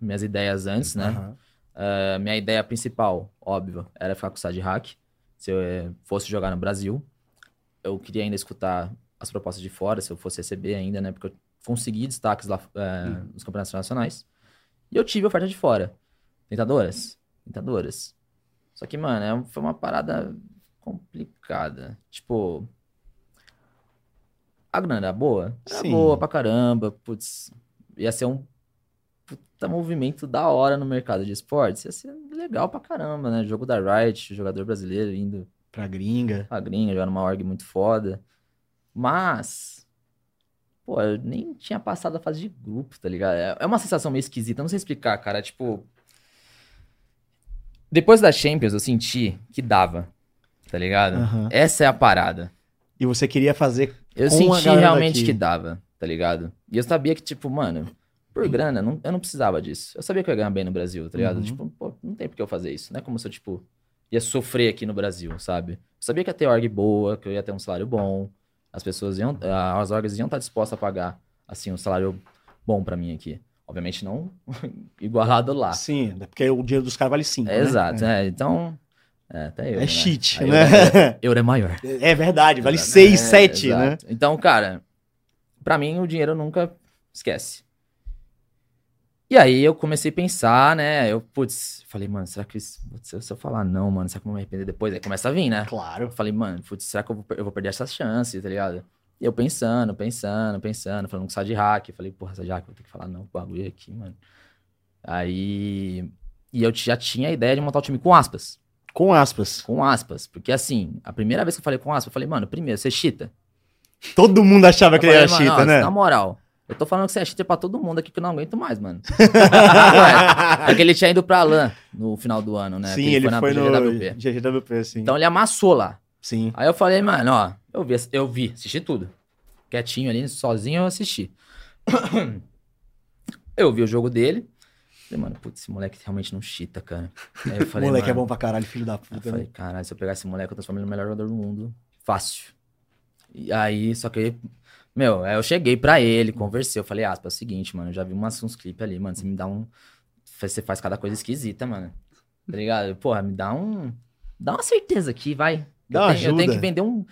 B: minhas ideias antes, né? Ah, minha ideia principal, óbvio, era ficar com o Sad Hack. Se eu eh, fosse jogar no Brasil, eu queria ainda escutar as propostas de fora, se eu fosse receber ainda, né? Porque eu consegui destaques lá eh, nos campeonatos internacionais. E eu tive oferta de fora. Tentadoras? Tentadoras. Só que, mano, é um- foi uma parada complicada. Tipo. A grana era boa? Era
A: Sim.
B: boa pra caramba. Putz, ia ser um puta movimento da hora no mercado de esportes. Ia ser legal pra caramba, né? Jogo da Riot, jogador brasileiro indo
A: Pra gringa.
B: pra gringa, jogar numa org muito foda. Mas. Pô, eu nem tinha passado a fase de grupo, tá ligado? É- É uma sensação meio esquisita, eu não sei explicar, cara. é Tipo. Depois da Champions, eu senti que dava, tá ligado?
A: Aham.
B: Essa é a parada.
A: E você queria fazer.
B: Eu
A: Com a
B: senti
A: galera
B: realmente
A: daqui.
B: que dava, tá ligado? E eu sabia que, tipo, mano, por grana, não- eu não precisava disso. Eu sabia que eu ia ganhar bem no Brasil, tá ligado?
A: Uhum.
B: Tipo, pô, não tem por que eu fazer isso. Não é como se eu, tipo, ia sofrer aqui no Brasil, sabe? Eu sabia que ia ter org boa, que eu ia ter um salário bom. As pessoas iam, ah, as orgs iam estar dispostas a pagar, assim, um salário bom pra mim aqui. Obviamente não igualado lá.
A: Sim, porque o dinheiro dos caras vale 5.
B: É, Tá. Exato, é. Então, é, até eu,
A: É
B: né?
A: cheat,
B: Aí eu-
A: né?
B: Euro é maior.
A: É verdade, vale
B: Exato.
A: 6,
B: É,
A: 7,
B: exato.
A: né?
B: Então, cara, pra mim o dinheiro nunca esquece. E aí eu comecei a pensar, né? Eu, putz, falei, mano, será que isso- se eu- se eu falar não, mano, será que eu vou me arrepender depois? Aí começa a vir, né? Eu
A: Claro.
B: falei, mano, putz, será que eu vou, per- eu vou perder essa chance, tá ligado? E eu pensando, pensando, pensando, falando com o Sad Hack. Eu falei, porra, Sad Hack, vou ter que falar não pro bagulho aqui, mano. Aí. E eu já tinha a ideia de montar o time com aspas.
A: Com aspas.
B: Com aspas. Porque assim, a primeira vez que eu falei com aspas, eu falei, mano, primeiro, você chita.
A: Todo mundo achava que ele
B: Eu
A: era
B: falei, mano,
A: cheetah,
B: não,
A: né?
B: Na moral, eu tô falando que você é cheater pra todo mundo aqui que eu não aguento mais, mano. Ué, é que ele tinha ido pra LAN no final do ano, né?
A: Sim,
B: que
A: ele, foi, no
B: GWP.
A: GWP, sim.
B: Então ele amassou lá.
A: sim.
B: Aí eu falei, mano, ó, eu vi, eu vi, assisti tudo. Quietinho ali, sozinho eu assisti. Eu vi o jogo dele. Falei, mano, putz, esse moleque realmente não cheata, cara. Aí eu falei,
A: Moleque
B: mano,
A: é bom pra caralho, filho da
B: Aí Eu
A: puta.
B: falei,
A: né?
B: caralho, se eu pegar esse moleque, eu transformo ele no melhor jogador do mundo. Fácil. E aí, só que, meu, aí eu cheguei pra ele, conversei, eu falei, aspas, é o seguinte, mano, eu já vi umas, uns clipes ali, mano, você me dá um... Você faz cada coisa esquisita, mano. Tá ligado? Porra, me dá um... Dá uma certeza aqui, vai.
A: Dá
B: eu,
A: uma
B: tenho, eu tenho
A: ajuda.
B: que vender um...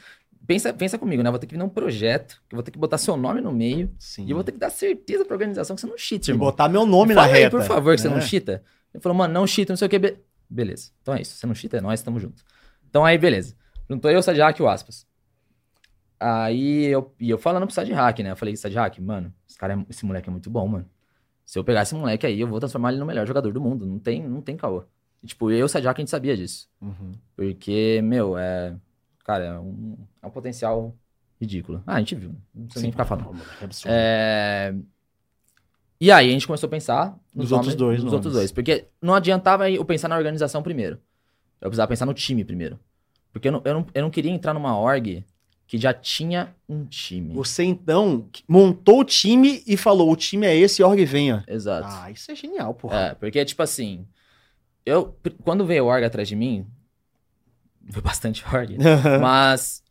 B: Pensa, pensa comigo, né? Eu vou ter que vender um projeto, que eu vou ter que botar seu nome no meio,
A: né?" Sim.
B: e eu vou ter que dar certeza pra organização que você não cheat,
A: E
B: irmão.
A: botar meu nome
B: Fala
A: na
B: aí,
A: reta.
B: por favor, que você
A: né?
B: não cheata. Ele falou, mano, não cheata, não sei o que. Be- beleza. Então é isso. Você não cheata, é nós, tamo junto. Então aí, beleza. Juntou eu, o Sadhack e o Aspas. Aí eu, e eu falando pro Sadhack, né? Eu falei, Sadhack, mano, esse, cara é- esse moleque é muito bom, mano. Se eu pegar esse moleque aí, eu vou transformar ele no melhor jogador do mundo. Não tem, não tem caô. E, tipo, eu e o Sadhack, a gente sabia disso.
A: Uhum.
B: Porque, meu, é... Cara, é um, é um potencial ridículo. Ah, a gente viu. né? Não precisa nem ficar falando.
A: É absurdo.
B: É, E aí a gente começou a pensar
A: Nos outros dois
B: Nos
A: nomes.
B: outros dois. Porque não adiantava eu pensar na organização primeiro. Eu precisava pensar no time primeiro. Porque eu não, eu não, eu não queria entrar numa org que já tinha um time.
A: Você então montou o time e falou: o time é esse, org venha.
B: Exato.
A: Ah, isso é genial, porra.
B: É, porque, tipo assim, eu, pr- quando veio o org atrás de mim, veio bastante org,
A: É.
B: mas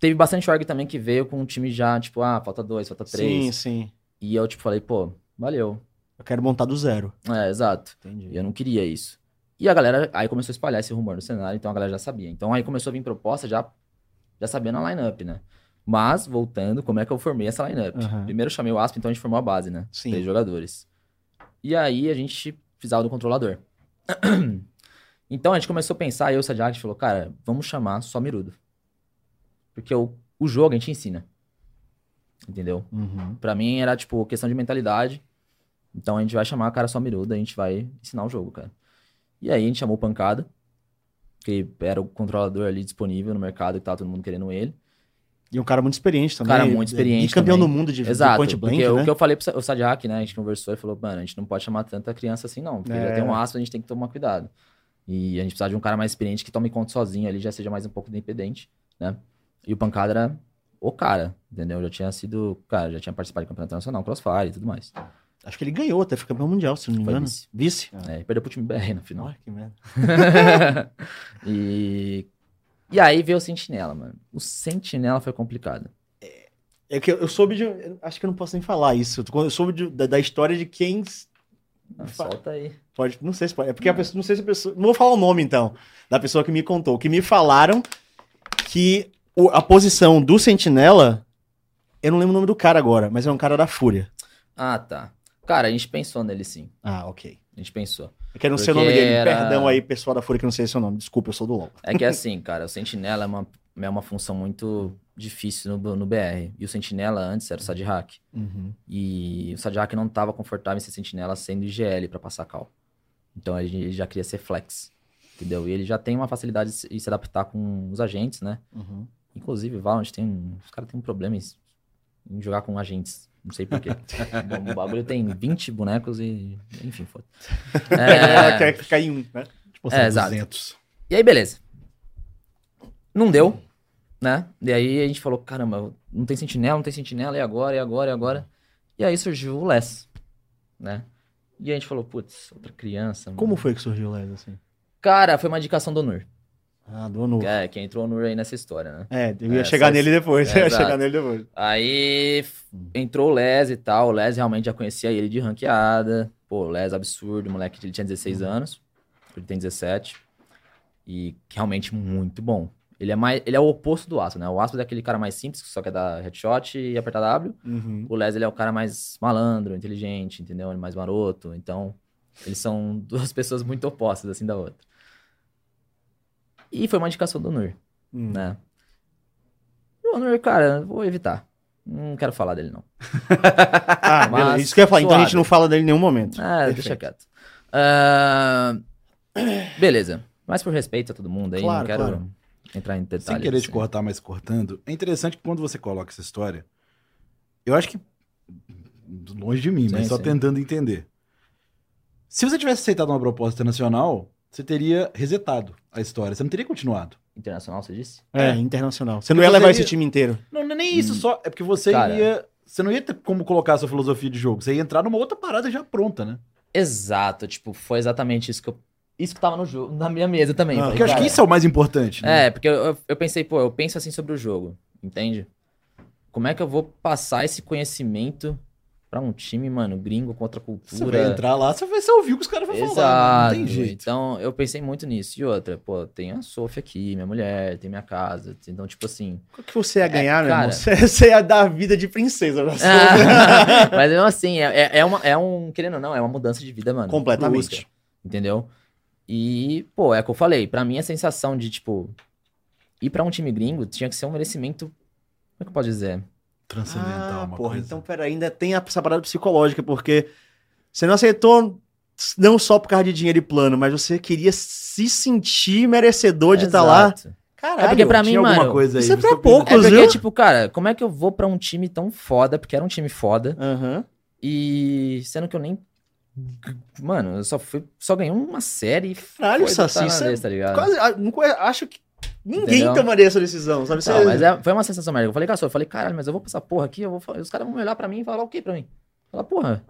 B: teve bastante org também que veio com um time já, tipo, ah, falta dois, falta três.
A: sim, sim.
B: E eu, tipo, falei, pô, valeu.
A: Eu quero montar do zero.
B: É, exato. E
A: Entendi.
B: eu não queria isso. E a galera, aí começou a espalhar esse rumor no cenário, então a galera já sabia. Então aí começou a vir proposta já, já sabendo a lineup, né? Mas, voltando, como é que eu formei essa lineup?
A: Aham.
B: Primeiro eu chamei o Asp, então a gente formou a base, né?
A: Sim.
B: Três jogadores. E aí a gente precisava do controlador. então a gente começou a pensar, eu e o Sadiak, a gente falou, cara, vamos chamar só Mirudo. Porque o, o jogo a gente ensina. Entendeu?
A: Uhum.
B: Pra mim era, tipo, questão de mentalidade. Então a gente vai chamar a cara só miruda, a gente vai ensinar o jogo, cara. E aí a gente chamou o Pancada, que era o controlador ali disponível no mercado e tava todo mundo querendo ele.
A: E um cara muito experiente também.
B: Cara muito experiente
A: E campeão
B: também.
A: do mundo de, de
B: Exato.
A: point blank,
B: porque
A: né?
B: o que eu falei pro Sa- o Sadiak, né? A gente conversou e falou, mano, a gente não pode chamar tanta criança assim, não. Porque
A: É.
B: já tem um aço, a gente tem que tomar cuidado. E a gente precisa de um cara mais experiente que tome conta sozinho ali, já seja mais um pouco independente, né? E o Pancada era o cara, entendeu? Já tinha sido, cara, já tinha participado de campeonato nacional, crossfire e tudo mais.
A: Acho que ele ganhou até, foi campeão mundial, se não me
B: Foi
A: engano.
B: vice.
A: Vice?
B: É, e perdeu pro time BR no final.
A: Olha que merda.
B: e... e aí veio o Sentinela, mano. O Sentinela foi complicado.
A: É que eu, eu soube de. eu Acho que eu não posso nem falar isso. Eu soube de- da, da história de quem. s-
B: Ah,
A: Fa-
B: solta aí.
A: Pode, não sei se pode. É porque a pessoa. Não sei se a pessoa. Não vou falar o nome, então. Da pessoa que me contou. Que me falaram que o- a posição do sentinela. Eu não lembro o nome do cara agora, mas é um cara da Fúria.
B: Ah, tá. Cara, a gente pensou nele sim.
A: Ah, ok.
B: A gente pensou.
A: É Eu quero não sei o nome
B: Porque
A: dele.
B: era-
A: Perdão aí, pessoal da Fúria, que eu não sei seu nome. Desculpa, eu sou do LOL.
B: É que é assim, cara, o Sentinela é uma, é uma função muito difícil no, no BR. E o Sentinela antes era o Sadhack.
A: Uhum,
B: E o Sadhack não tava confortável em ser Sentinela sendo IGL pra passar cal. Então ele ele já queria ser flex. Entendeu? E ele já tem uma facilidade de se- de se adaptar com os agentes, né?
A: Uhum.
B: Inclusive, Valorant tem um. Os caras têm um problema em, em jogar com agentes. Não sei porquê. o bagulho tem 20 bonecos e. Enfim, foda.
A: Ela
B: É,
A: quer ficar em um, né?
E: Tipo,
B: É, exato.
E: 200.
B: e aí, beleza. Não deu, né? E aí a gente falou: caramba, não tem sentinela, não tem sentinela, e agora, e agora, e agora. E aí surgiu o Less, né? E a gente falou: putz, outra criança. mano.
A: Como foi que surgiu o Les assim?
B: Cara, foi uma indicação do Nur.
A: Ah, do Anu.
B: que É, que entrou o Nur aí nessa história, né?
A: É, eu ia
B: É,
A: chegar
B: só-
A: nele depois.
B: é,
A: eu ia
B: exato.
A: chegar nele depois.
B: Aí f- entrou o Les e tal. O Les realmente já conhecia ele de ranqueada. Pô, o Les absurdo, moleque. Ele tinha 16 anos. Ele tem 17. E realmente muito bom. Ele é, mais, ele é o oposto do Astro, né? O Astro é aquele cara mais simples, que só quer dar headshot e apertar W.
A: Uhum.
B: O Les, ele é o cara mais malandro, inteligente, entendeu? Ele é mais maroto. Então, eles são duas pessoas muito opostas, assim, da outra. E foi uma indicação do Nur
A: Hum.
B: né? O Honor, cara, vou evitar. Não quero falar dele, não.
A: Ah,
B: Mas
A: beleza, isso que eu ia falar. Então a gente
B: suave.
A: não fala dele em nenhum momento.
B: Ah,
A: Perfeito.
B: deixa quieto. Ah, beleza. Mas por respeito a todo mundo aí,
A: Claro,
B: não quero
A: claro.
B: entrar em detalhes.
E: Sem querer te
B: assim.
E: cortar, mas cortando, é interessante que quando você coloca essa história, eu acho que. Longe de mim,
B: Sim,
E: mas só
B: sim.
E: tentando entender. Se você tivesse aceitado uma proposta nacional, você teria resetado a história, você não teria continuado.
B: Internacional, você disse?
A: É, internacional. Você não ia
E: Você
A: levar
E: ia-
A: esse time inteiro.
E: Não, não é nem isso só, é porque você
B: Hum. Cara.
E: ia. Você não ia ter como colocar a sua filosofia de jogo, você ia entrar numa outra parada já pronta, né?
B: Exato. Tipo, foi exatamente isso que eu... Isso que tava no jogo, na minha mesa também.
A: Ah,
B: Falei,
E: Porque eu acho que
B: cara,
E: isso é o mais importante. né?
B: É, porque eu- eu, eu pensei, pô, eu penso assim sobre o jogo, entende? Como é que eu vou passar esse conhecimento pra um time, mano, gringo, contra a
E: Você
B: cultura?
E: vai entrar lá, você vai você ouvir o que os caras vão falar.
B: Exato.
E: Não tem jeito.
B: Então, eu pensei muito nisso. E outra, pô, tem a Sofia aqui, minha mulher, tem minha casa. Então, tipo assim.
A: O que você ia ganhar, meu
B: cara.
A: irmão? Você, você ia dar a vida de princesa. né? pra você.
B: Ah, mas mesmo assim, é, é- é uma, é um. Querendo ou não, é uma mudança de vida, mano.
A: Completamente.
B: Brusca, entendeu? E, pô, é o que eu falei. Pra mim, a sensação de, tipo, ir pra um time gringo tinha que ser um merecimento. Como é que eu posso dizer?
E: Transcendental,
A: Ah,
E: uma
A: porra,
E: coisa.
A: então pera, ainda tem essa parada psicológica, porque você não aceitou não só por causa de dinheiro e plano, mas você queria se sentir merecedor de
E: tá
A: estar lá.
B: Exato.
A: Caralho,
B: É porque pra mim,
E: Tinha alguma
B: mano,
E: coisa aí.
A: isso é
E: você
A: pra
E: tá pensando-
A: pouco.
B: É porque,
A: viu?
B: tipo, cara, como é que eu vou pra um time tão foda? Porque era um time foda.
A: Aham.
B: E sendo que eu nem. Mano, eu só fui. Só ganhei uma série. e
A: Caralho,
B: foi do
A: Saci,
B: Taranês,
A: isso é
B: tá ligado?
A: Quase, ah, não conhe- acho que Ninguém
B: Entendeu?
A: tomaria essa decisão, sabe? Você-
B: Não, mas é- foi uma sensação merda. Eu falei, cara, eu falei, caralho, mas eu vou passar porra aqui, eu vou, fa- os caras vão olhar pra mim e falar o quê pra mim? Falar, porra,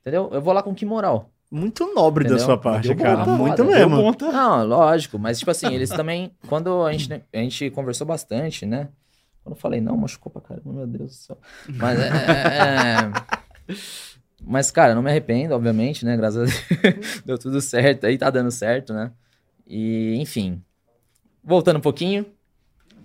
B: entendeu? Eu vou lá com que moral?
A: Muito nobre da
B: Entendeu?
A: sua parte,
B: Deu
A: cara.
B: bom,
A: Muito
B: deu
A: mesmo.
B: Não, lógico, mas tipo assim, eles também, quando a gente, a gente conversou bastante, né? Quando eu falei, não, machucou pra caramba, meu Deus do céu. Mas, é, é, é. mas cara, não me arrependo, obviamente, né? Graças a Deus, deu tudo certo, aí tá dando certo, né? E, enfim, voltando um pouquinho,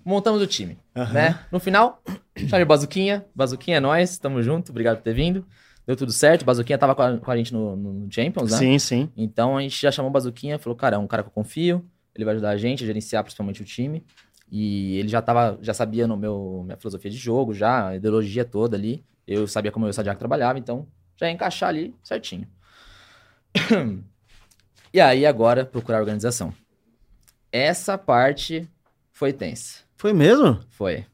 B: montamos o time,
A: Aham.
B: né? No final, chave Bazuquinha, Bazuquinha é nós, tamo junto, obrigado por ter vindo. Deu tudo certo, Bazuquinha tava com a, com a gente no, no Champions, né?
A: Sim, sim.
B: Então a gente já chamou o Bazuquinha, falou, cara, é um cara que eu confio, ele vai ajudar a gente a gerenciar principalmente o time. E ele já tava, já sabia no meu minha filosofia de jogo, já, a ideologia toda ali. Eu sabia como eu e o Sadiaco trabalhava, então já ia encaixar ali certinho. e aí agora procurar a organização. Essa parte foi tensa.
A: Foi mesmo?
B: Foi.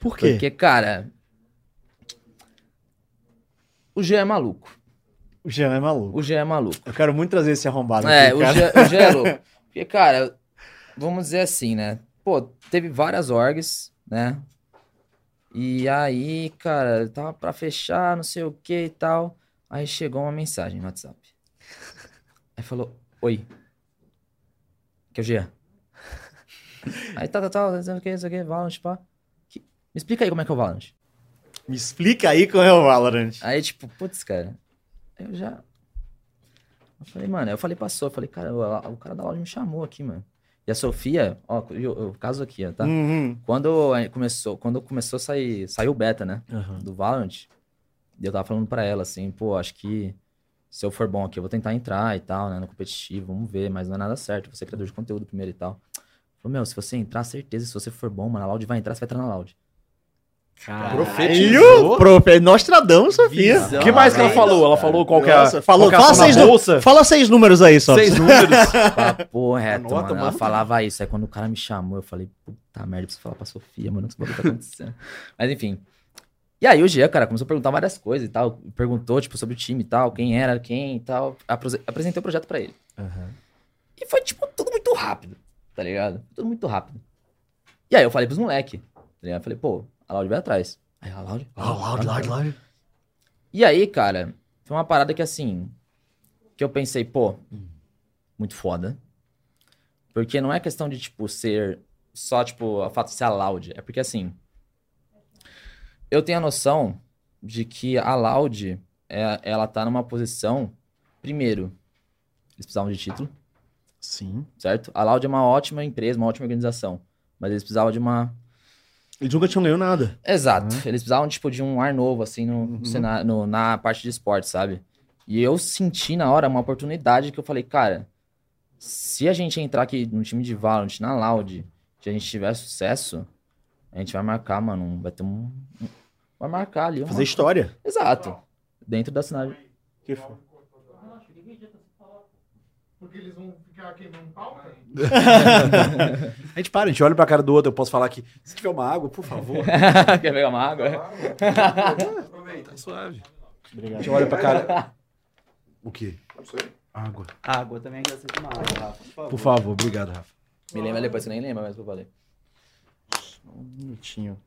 A: Por quê?
B: Porque, cara, o Jean é maluco.
A: O Jean é maluco.
B: O Jean é maluco.
A: Eu quero muito trazer esse arrombado.
B: É,
A: aqui,
B: o
A: cara.
B: Jean, o Jean é louco. Porque, cara, vamos dizer assim, né? Pô, teve várias orgs, né? E aí, cara, tava pra fechar, não sei o que e tal. Aí chegou uma mensagem no WhatsApp. Aí falou, oi. Que é o Jean. Aí tá, tá, tá, não sei o que, não sei o que, Valorant, pá. Que- Me explica aí como é que é o Valorant.
A: Me explica aí como é o Valorant.
B: Aí, tipo, putz, cara, eu já. Eu falei, mano, eu falei, passou. Eu falei, cara, o, o cara da loja me chamou aqui, mano. E a Sofia, ó, e o o caso aqui, ó, tá?
A: Uhum.
B: Quando eh, começou, quando começou a sair, saiu o beta, né? Do Valorant, e eu tava falando pra ela assim, pô, acho que se eu for bom aqui, eu vou tentar entrar e tal, né? No competitivo, vamos ver, mas não é nada certo. Você é criador de conteúdo primeiro e tal. Falou, meu, se você entrar, certeza, se você for bom, mano, a Loud vai entrar, você vai entrar na Loud. Ah,
A: Profetizou. Profe... Nostradão, é Sofia.
C: Visão,
D: O que mais que ela
C: velho.
D: falou? Ela falou qual que é
A: Nossa,
D: a
A: falou,
D: qual que é a
A: fala
D: ação
A: seis
D: da
A: nu-
D: bolsa?
A: Fala seis números aí, só.
D: Seis números.
B: Papo reto,
D: Anota,
B: mano. é, Ela
D: mano.
B: falava isso. Aí quando o cara me chamou, eu falei, puta merda, preciso falar pra Sofia, mano, que esse bagulho tá acontecendo. Mas enfim. E aí o Jean, cara, começou a perguntar várias coisas e tal. Perguntou, tipo, sobre o time e tal, quem era, quem e tal. Aprose- Apresentei o projeto pra ele. E foi, tipo, tudo muito rápido, tá ligado? Tudo muito rápido. E aí eu falei pros moleque, tá ligado? Eu falei, pô, a Laude vai atrás. Aí a Laude. a Laude, a Laude. E aí, cara, foi uma parada que assim. Que eu pensei, pô, muito foda. Porque não é questão de, tipo, ser só, tipo, o fato de ser a Loud. É porque, assim, eu tenho a noção de que a Loud, é, ela tá numa posição, primeiro, eles precisavam de título,
A: Sim.
B: certo? A Loud é uma ótima empresa, uma ótima organização, mas eles precisavam de uma...
A: Eles nunca tinham ganho nada.
B: Exato, eles precisavam, tipo, de um ar novo, assim, no, no cenário, no- na parte de esporte, sabe? E eu senti na hora uma oportunidade que eu falei, cara, se a gente entrar aqui no time de Valorant, na Loud, se a gente tiver sucesso, a gente vai marcar, mano, um- vai ter um... um- Vai marcar ali. uma-
A: Fazer história.
B: Exato. Dentro da cidade.
A: Que foi?
F: Porque eles vão ficar queimando pauta?
E: A gente para, a gente olha pra cara do outro, eu posso falar que se tiver uma água, por favor.
B: Quer pegar uma água?
D: Tá suave.
E: A gente olha pra cara. O quê? Água.
C: Água também, que você toma água, Rafa, por favor.
E: Por favor, obrigado, Rafa.
B: Me lembra depois, eu nem lembro mais o que eu falei.
A: Um minutinho.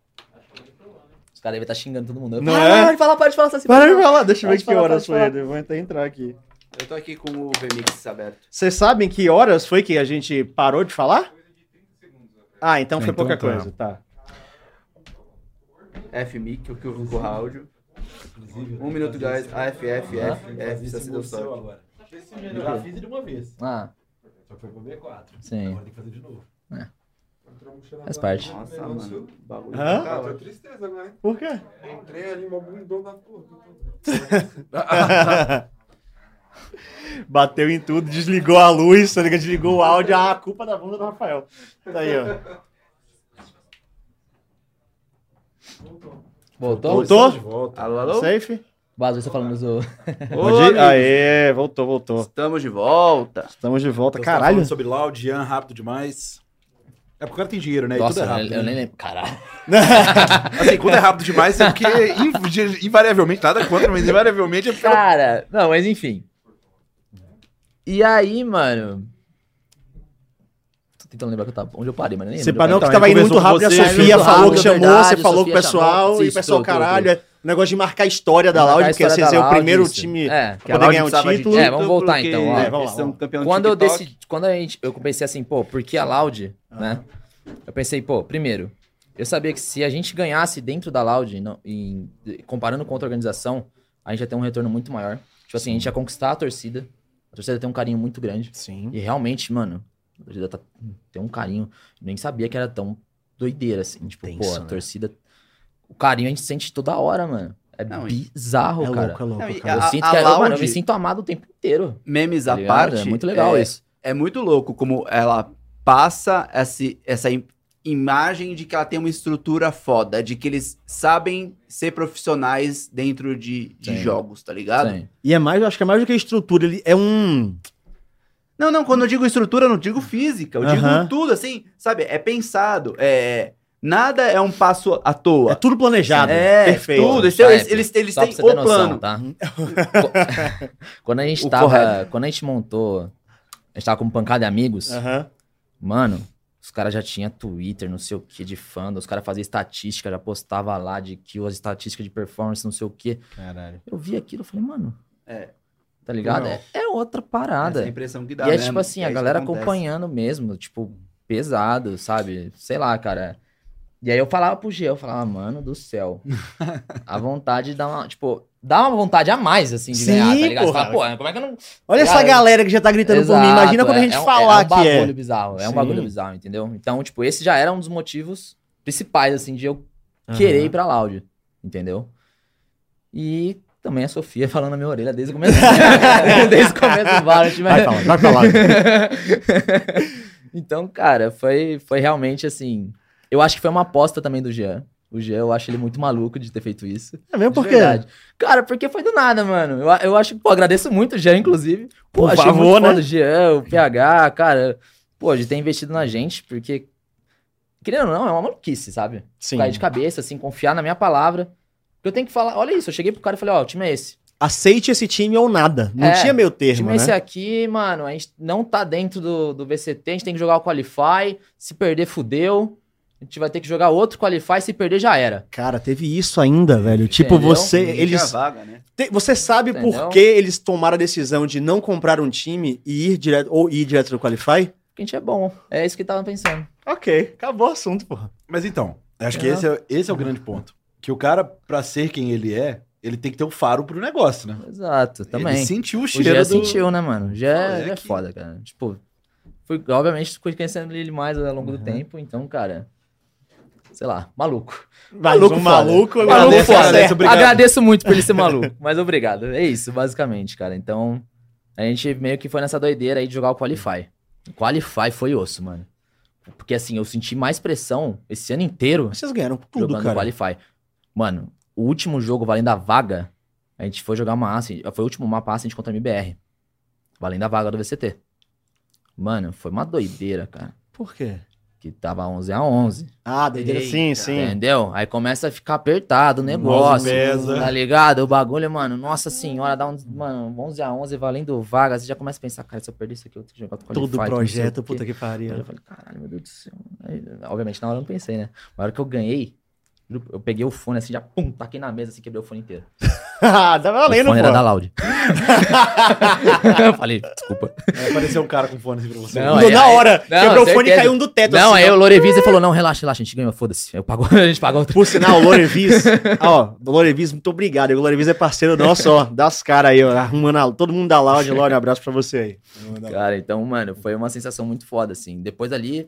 B: Os caras devem estar xingando todo mundo. Eu
A: Não
B: falo,
A: é?
B: "Ah, Pode falar, pode falar. Assim,
A: Para de falar, deixa eu ver
B: Pode
A: que
B: falar,
A: horas foi.
B: pode falar.
A: Eu vou até entrar aqui.
C: Eu tô aqui com o Remix aberto.
A: Vocês sabem que horas foi que a gente parou de falar? Ah, então
E: É,
A: foi
E: então
A: pouca
E: tá.
A: coisa, tá.
C: F-Mic, o que eu com o áudio. Um minuto, guys. AF, F, F, F, isso assim deu sorte.
E: agora.
F: Já fiz de uma vez.
B: Ah,
E: Só foi pro B4.
B: sim.
E: tem que fazer de novo.
B: Faz parte.
C: Nossa, mano. o Bagulho.
A: Hã?
F: Ah, tô tristeza agora, hein?
A: Por quê?
F: Entrei ali, uma bundão da porra.
A: Bateu em tudo, desligou a luz, tá ligado? desligou o áudio. Ah, a culpa da bunda do Rafael. Tá aí, ó.
B: Voltou?
A: Voltou?
E: De volta.
C: Alô, alô?
A: Safe?
B: Vaso, você falando do.
A: Pode ir?
C: amigos.
A: Aê, voltou, voltou.
C: Estamos de volta.
A: Estamos de volta.
E: Então, você tava
A: Caralho.
E: falando sobre Loud, Jean, rápido demais. É porque o cara tem dinheiro, né? e
B: Nossa,
E: tudo é rápido.
B: eu, eu
E: né?
B: nem lembro. Caralho.
D: Assim, quando é rápido demais, é porque inv- invariavelmente, nada contra, mas invariavelmente é porque ela
B: Cara, não, mas enfim. E aí, mano. Tudo tentando lembrar que eu tava, onde eu parei, mas nem lembro.
A: Você
B: onde eu
A: parou que
B: parei.
A: tava indo
E: conversou
A: muito
E: com
A: rápido,
E: você,
A: a Sofia
B: muito
A: falou que
B: rápido,
A: chamou,
B: verdade,
A: você falou com o
B: Sofia chamou.
A: pessoal, e o
B: Isso,
A: pessoal,
B: trocou,
A: caralho,
B: trocou.
A: é um negócio de marcar a história da Loud,
B: Marcar a
A: porque
B: história
A: vocês
B: da
A: é o
B: Loud,
A: primeiro
B: isso.
A: time
B: É,
A: pra poder ganhar um título.
B: É, vamos voltar, então, ó.
A: É, vamos lá,
C: Eles são
A: vamos lá.
C: campeão do
B: Quando eu,
C: TikTok.
B: decidi, quando a gente, eu pensei assim, pô, por que a Loud,
A: Ah.
B: né? Eu pensei, pô, primeiro, eu sabia que se a gente ganhasse dentro da Loud, não- em- comparando com outra organização, a gente ia ter um retorno muito maior. Tipo assim, a gente ia conquistar a torcida. A torcida tem um carinho muito grande.
A: Sim.
B: E realmente, mano, a torcida tá- tem um carinho. Nem sabia que era tão doideira, assim. Tipo,
A: Intenso,
B: pô, a
A: né?
B: torcida. O carinho a gente sente toda hora, mano. É
C: Não, e-
B: bizarro,
A: É
B: cara.
A: louco, é
C: Não, e
A: louco,
B: Eu
A: cara.
C: a-
B: sinto
C: a
B: que é- eu, mano, eu
C: Loud-
B: me sinto amado o tempo inteiro.
C: Memes
B: tá
C: à
B: ligado?
C: parte.
B: É muito legal
C: é,
B: isso.
C: é muito louco como ela passa esse- essa im- imagem de que ela tem uma estrutura foda, de que eles sabem ser profissionais dentro de, de
B: Sim.
C: jogos, tá ligado?
B: Sim.
A: E é mais, eu acho que é mais do que a estrutura, ele é um...
C: Não, não, quando eu digo estrutura, eu não digo física, eu
A: Aham.
C: digo tudo, assim, sabe? É pensado, é... Nada é um passo à toa.
A: É tudo planejado,
C: É,
A: perfeito.
C: tudo. Eles,
B: Tá,
C: eles,
B: é,
C: eles, eles
B: Só
C: têm
B: pra você ter
C: o
B: noção,
C: plano. Uhum.
B: tá? Co- quando a gente
C: O
B: tava.
C: correto. É.
B: Quando a gente montou. A gente tava com pancada de amigos.
A: Aham.
B: Mano, os caras já tinham Twitter, não sei o que, de fã. Os caras faziam estatística, já postava lá de que as estatísticas de performance, não sei o que.
E: Caralho.
B: Eu vi aquilo, eu falei, mano.
C: É.
B: Tá ligado? É, é outra parada.
C: Essa impressão que dá,
B: e é
C: né?
B: tipo assim,
C: É
B: a
C: isso que
B: galera
C: acontece.
B: acompanhando mesmo, tipo, pesado, sabe? Sei lá, cara. E aí eu falava pro G, eu falava, mano do céu. A vontade dá uma, tipo, dá uma vontade a mais, assim, de
A: Sim,
B: ganhar, tá ligado? Você
A: porra.
B: fala, pô, como é que eu não.
A: Olha essa
B: Cara,
A: galera que já tá gritando por mim, imagina
B: Exato,
A: quando a
B: é-
A: gente
B: é um-
A: falar
B: é um
A: que é.
B: bagulho bizarro, é um
A: Sim.
B: bagulho bizarro, entendeu? Então, tipo, esse já era um dos motivos principais, assim, de eu querer ir pra Loud, entendeu? E também a Sofia falando na minha orelha desde o começo. desde o começo do tipo, Valorant, mas-
A: Vai pra lá, vai pra lá.
B: É então, cara, foi, foi realmente assim. Eu acho que foi uma aposta também do Jean. O Jean, eu acho ele muito maluco de ter feito isso.
A: É mesmo
B: De
A: porque...
B: verdade. Cara, porque foi do nada, mano. Eu, eu acho que, pô, agradeço muito o Jean, inclusive. Pô,
A: Por
B: achei
A: favor,
B: muito
A: né?
B: foda o Jean, o PH, cara. Pô, de ter investido na gente, porque. Querendo ou não, é uma maluquice, sabe?
A: Sim.
B: Cair de cabeça, assim, confiar na minha palavra. Eu tenho que falar, olha isso, eu cheguei pro cara e falei, ó, o time é esse.
A: Aceite esse time ou nada. Não
B: É,
A: tinha meio
B: O time
A: termo,
B: é esse
A: né?
B: aqui, mano, a gente não tá dentro do, do VCT, a gente tem que jogar o Qualify, se perder, fudeu. A gente vai ter que jogar outro Qualify, se perder, já era.
A: Cara, teve isso ainda, velho. Tipo,
B: Entendeu?
A: você...
C: Ninguém tinha
A: Eles...
C: vaga, né?
A: Te- Você sabe por
B: Entendeu?
A: que eles tomaram a decisão de não comprar um time e ir direto ou ir direto no Qualify?
B: Porque a gente é bom, é isso que eu tava pensando.
A: Ok, acabou o assunto, porra.
E: Mas então, acho que
B: É.
E: esse é, esse é o grande ponto. Que o cara, pra ser quem ele é, ele tem que ter um faro pro negócio, né?
B: Exato, também.
E: Ele sentiu o
B: O
E: cheiro
B: Gé
E: do...
B: sentiu, né, mano? Já
E: Falei
B: é, é
E: aqui.
B: foda, cara. Tipo, fui, obviamente, fui conhecendo ele mais ao longo do tempo, então, cara. Sei lá, maluco.
A: Maluco,
B: Maluco
A: um maluco, maluco
B: foda. Maluco
E: Agradeço,
A: foda.
E: agradeço, obrigado.
B: Agradeço muito por ele ser maluco, mas obrigado. É isso, basicamente, cara. Então, a gente meio que foi nessa doideira aí de jogar o Qualify. O Qualify foi osso, mano. Porque assim, eu senti mais pressão esse ano inteiro
A: Vocês ganharam é tudo,
B: jogando
A: cara.
B: Qualify. Mano, o último jogo valendo a vaga, a gente foi jogar uma Ascend, foi o último mapa Ascend contra a MBR. Valendo a vaga do VCT. Mano, foi uma doideira, cara.
A: Por quê?
B: Que tava 11 a 11,
A: Ah, doideira, sim, sim.
B: entendeu? Aí começa a ficar apertado o negócio,
E: pesa.
B: tá ligado? O bagulho, mano, nossa senhora, dá um, mano, 11 a 11 valendo vaga, você já começa a pensar, cara, se eu perder isso aqui, eu tenho que jogar Qualify.
A: Todo
B: que não sei
A: projeto,
B: o quê.
A: puta que
B: Aí eu
A: pariu.
B: falei, caralho, meu Deus do céu. Aí, obviamente, na hora eu não pensei, né? Na hora que eu ganhei, eu eu peguei o fone assim, já pum, taquei na mesa assim, quebrei o fone inteiro.
A: Ah, tá
B: o
A: valendo,
B: fone era da
A: pô.
B: Loud. eu falei, desculpa.
E: Aí Apareceu um cara com fone assim pra você.
B: Não, é.
A: Do-
B: aí-
A: Na
B: aí-
A: hora,
B: não,
A: quebrou o fone e
B: certeza.
A: caiu um do teto.
B: não,
A: assim,
B: aí
A: ó.
B: o Lorevis falou, não, relaxa, relaxa, a gente ganhou, foda-se. Eu pago, a gente pagou outro.
A: Por sinal, o Lorevis, ó, o Lorevis, muito obrigado. O Lorevis é parceiro nosso, ó, das caras aí, ó, arrumando a- todo mundo da Loud, Lore, abraço pra você aí.
B: Cara, então, mano, foi uma sensação muito foda, assim. Depois ali,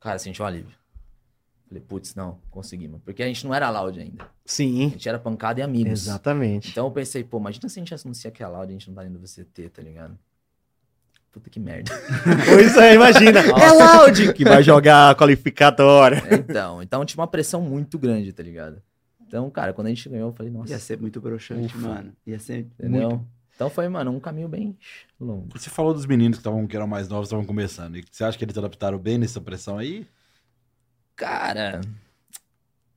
B: cara, senti um alívio. Falei, putz, não, conseguimos. Porque a gente não era Loud ainda. A
A: Sim,
B: gente era pancada e amigos.
A: exatamente.
B: Então eu pensei, pô, imagina se a gente anuncia que é a Loud e a gente não tá indo no VCT, tá ligado? Puta que merda.
A: Pois é, imagina. É Loud que vai jogar a qualificatória.
B: Então, então tinha uma pressão muito grande, tá ligado? Então, cara, quando a gente ganhou, eu falei, nossa,
C: Ia ser muito broxante,
B: Ufa.
C: mano. Ia ser
B: entendeu? Então foi, mano, um caminho bem longo.
E: Você falou dos meninos que, tavam, que eram mais novos, estavam começando. E você acha que eles adaptaram bem nessa pressão aí?
B: Cara,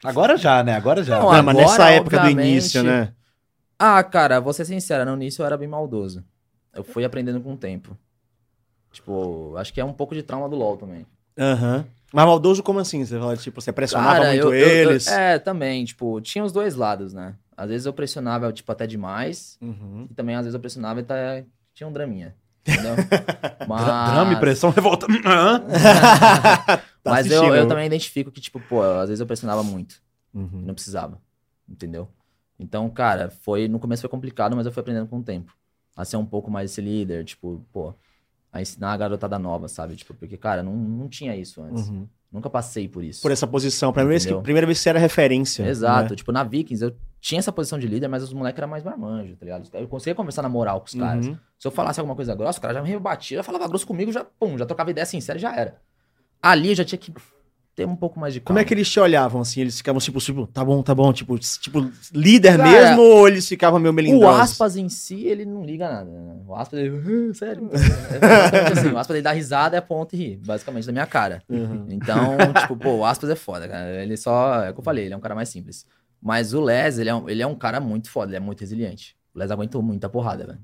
E: Agora já, né? Agora já.
B: Não,
A: Não, mas
B: agora,
A: nessa época do
B: obviamente,
A: início, né?
B: ah, cara, vou ser sincero, no início eu era bem maldoso. Eu fui aprendendo com o tempo. Tipo, acho que é um pouco de trauma do LoL também.
A: Aham. Mas maldoso como assim? Você fala, tipo, você pressionava
B: Cara,
A: muito
B: eu- eu- eu-
A: eles.
B: é, também, tipo, tinha os dois lados, né? Às vezes eu pressionava, tipo, até demais.
A: Uhum.
B: E também, às vezes, eu pressionava e tá- tinha um draminha. Entendeu? Mas...
E: Drama e pressão, revolta. Hã?
A: Tá
B: Mas eu,
A: assistindo.
B: eu também identifico que, tipo, pô, às vezes eu pressionava muito.
A: Uhum.
B: e Não precisava. Entendeu? Então, cara, foi. No começo foi complicado, mas eu fui aprendendo com o tempo. A ser um pouco mais esse líder, tipo, pô, a ensinar a garotada nova, sabe? Tipo, porque, cara, não, não tinha isso antes.
A: Uhum.
B: Nunca passei por isso.
A: Por né? essa posição. Primeira vez, que,
B: Entendeu?
A: primeira vez que você era referência.
B: Exato. Tipo, na Vikings, eu tinha essa posição de líder, mas os moleques eram mais marmanjo, tá ligado? Eu conseguia conversar na moral com os
A: Né?
B: caras.
A: Uhum.
B: Se eu falasse alguma coisa grossa, o cara já me rebatia, já falava grosso comigo, já, pum, já trocava ideia sincera e já era. Ali eu já tinha que ter um pouco mais de
A: Como
B: calma.
A: é que eles te olhavam assim? Eles ficavam tipo, tipo tá bom, tá bom, tipo, s- tipo líder
B: Cara,
A: mesmo ou eles ficavam meio melindrados?
B: O aspas em si, ele não liga nada. Né? O aspas, ele. "Ah, Sério? É exatamente assim, o aspas, ele dá risada, aponta e ri, basicamente, da minha cara.
A: Uhum.
B: Então, tipo, pô, o aspas é foda, cara. Ele só. É o que eu falei, ele é um cara mais simples. Mas o Les, ele é um, ele é um cara muito foda, ele é muito resiliente. O Les aguentou muita porrada, velho.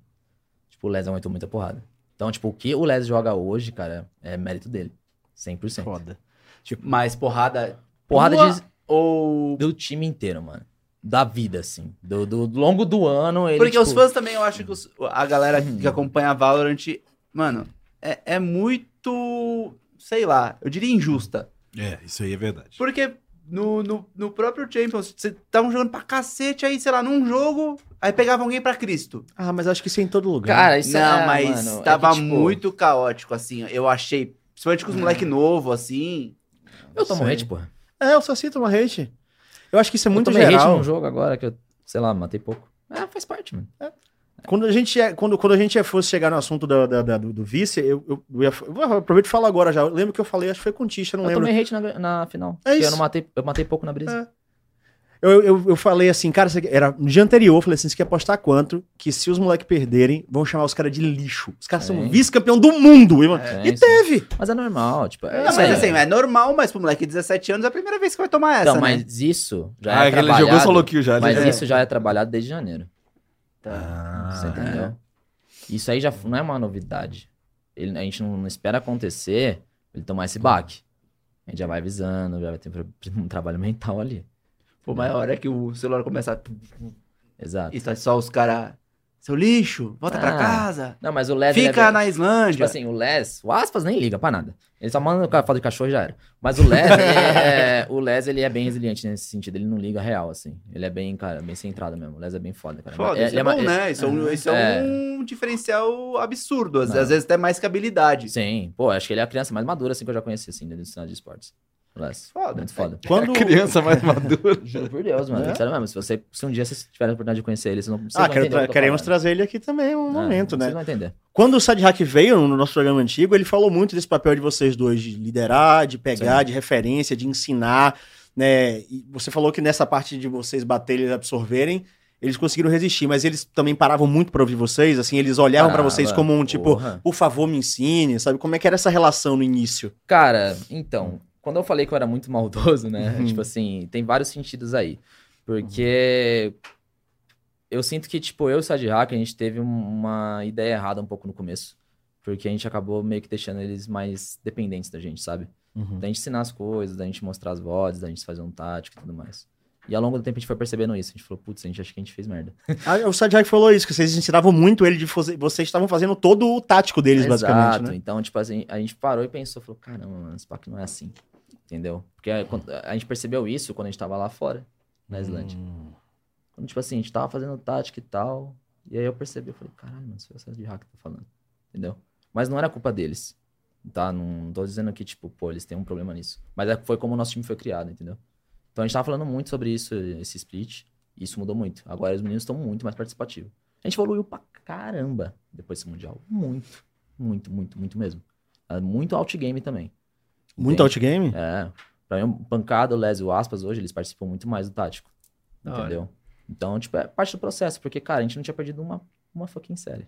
B: Tipo, o Les aguentou muita porrada. Então, tipo, o que o Les joga hoje, cara, é mérito dele. 100%.
C: Foda. Tipo, mas porrada
B: Porrada
C: Tua-
B: de,
C: ou...
B: do time inteiro, mano. Da vida, assim. Do, do longo do ano, ele.
C: Porque os
B: tipo,
C: fãs também, eu acho que os- a galera que
B: Uhum.
C: acompanha a Valorant, mano, é, é muito, sei lá, eu diria injusta.
E: É, isso aí é verdade.
C: Porque no, no, no próprio Champions, você tava jogando pra cacete aí, sei lá, num jogo, aí pegava alguém pra Cristo.
A: Ah, mas acho que isso é em todo lugar.
B: Cara, isso
C: Não,
B: é,
C: mas
B: mano, é
C: tava
B: que, tipo, Hum.
C: muito caótico, assim, eu achei. Principalmente com os moleque novo, assim.
B: Eu tomo
A: Sei.
B: hate, porra.
A: É, eu só sinto uma hate. Eu acho que isso é muito
B: eu tomei hate
A: geral.
B: num jogo agora que eu, sei lá, matei pouco. Ah, faz parte, mano.
A: Quando a gente, é, quando, quando a gente é- fosse chegar no assunto da- da- da- do, do vice, eu, eu, eu ia, eu aproveito e falo agora já. Eu lembro que eu falei, acho que foi com o Tisha, não
B: eu
A: lembro.
B: tomei hate na, na final. porque
A: isso.
B: Eu, não matei, eu matei pouco na brisa.
A: Eu, eu, eu falei assim, cara, você- era no dia anterior, eu falei assim, você quer apostar quanto? Que se os moleques perderem, vão chamar os caras de lixo. Os caras são
B: Sim.
A: vice-campeão do mundo. E, mano,
B: É,
A: e
B: isso.
A: teve.
B: Mas é normal, tipo. É,
C: Não,
B: isso
C: mas
B: aí.
C: assim, é normal, mas pro moleque de 17 anos é a primeira vez que vai tomar essa,
B: então,
C: né?
B: mas isso já
E: Ah,
B: é
E: aquele
B: trabalhado.
E: jogou só louquinho já.
B: mas
E: né?
B: isso já é trabalhado desde janeiro. Você
E: Ah,
B: entendeu? Isso aí já f- não é uma novidade. Ele- a gente não, não espera acontecer ele tomar esse baque. A gente já vai avisando, já vai ter um trabalho mental ali.
C: Pô, mas a hora
B: é
C: que o celular começa a.
B: Exato.
C: E tá só os caras. Seu lixo, volta pra
B: Ah.
C: casa.
B: Não, mas o Les. ele é
C: Fica
B: ve-
C: na Islândia.
B: Tipo assim, o Les, o Aspas nem liga pra nada. Ele só manda o cara falar de cachorro e já era. Mas o Les, ele é, o Les, ele é bem resiliente nesse sentido. Ele não liga real, assim. Ele é bem, cara, bem centrado mesmo. O Les é bem foda, cara.
C: Foda,
B: É-
C: isso
B: ele
C: é,
B: ma-
C: bom,
B: ele-
C: né? Isso é um, isso é
B: É.
C: um diferencial absurdo. Às,
B: Não.
C: às vezes até mais que habilidade.
B: Sim. Pô, acho que ele é a criança mais madura, assim, que eu já conheci, assim, dentro do cenário de esportes. O Les.
C: Foda.
B: Muito foda.
A: Quando...
D: Criança mais madura.
B: Juro por Deus, mano.
A: É?
B: Sério mesmo. Se, você, se um dia vocês tiverem a oportunidade de conhecer ele, vocês não vocês
A: Ah,
B: vão
A: quero
B: entender o
A: tra-
B: que eu tô
A: queremos
B: falando.
A: trazer ele aqui também um
B: É,
A: momento, né?
B: Vocês vão entender.
A: Quando o Sadhack veio no nosso programa antigo, ele falou muito desse papel de vocês dois, de liderar, de pegar, de referência, de ensinar, né? E você falou que nessa parte de vocês baterem e absorverem, eles conseguiram resistir, mas eles também paravam muito pra ouvir vocês, assim, eles olhavam pra vocês
B: Parava.
A: como um tipo,
B: Porra.
A: por favor, me ensine, sabe? Como é que era essa relação no início?
B: Cara, então, quando eu falei que eu era muito maldoso, né? Tipo assim, tem vários sentidos aí. Porque eu sinto que, tipo, eu e o Sadhak, a gente teve um- uma ideia errada um pouco no começo. Porque a gente acabou meio que deixando eles mais dependentes da gente, sabe? Da gente ensinar as coisas, da gente mostrar as vozes, da gente fazer um tático e tudo mais. E ao longo do tempo a gente foi percebendo isso. A gente falou, putz, a gente acha que a gente fez merda.
A: Ah, O Sadhack falou isso, que vocês ensinavam muito ele de fazer, vocês estavam fazendo todo o tático deles, basicamente, né?
B: Então, tipo assim, a gente parou e pensou, falou, caramba, mano, esse parque não é assim. Entendeu? Porque a, quando- a gente percebeu isso quando a gente tava lá fora, na Islândia. Quando, tipo assim, a gente tava fazendo tática e tal. E aí eu percebi, eu falei, caralho, mano, isso é o de hack que tá falando. Entendeu? Mas não era culpa deles. Tá? Não, não tô dizendo que, tipo, pô, eles têm um problema nisso. Mas é- foi como o nosso time foi criado, entendeu? Então a gente tava falando muito sobre isso, esse split. E isso mudou muito. Agora os meninos estão muito mais participativos. A gente evoluiu pra caramba depois desse Mundial. Muito. Muito, muito, muito mesmo. Ah, Muito outgame também.
A: Muito
B: Entende?
A: outgame?
B: É. Pra mim, o Pancada, o Les e o Aspas hoje, eles participam muito mais do tático.
C: Da hora.
B: entendeu? Então, tipo, é parte do processo. Porque, cara, a gente não tinha perdido uma, uma fucking série.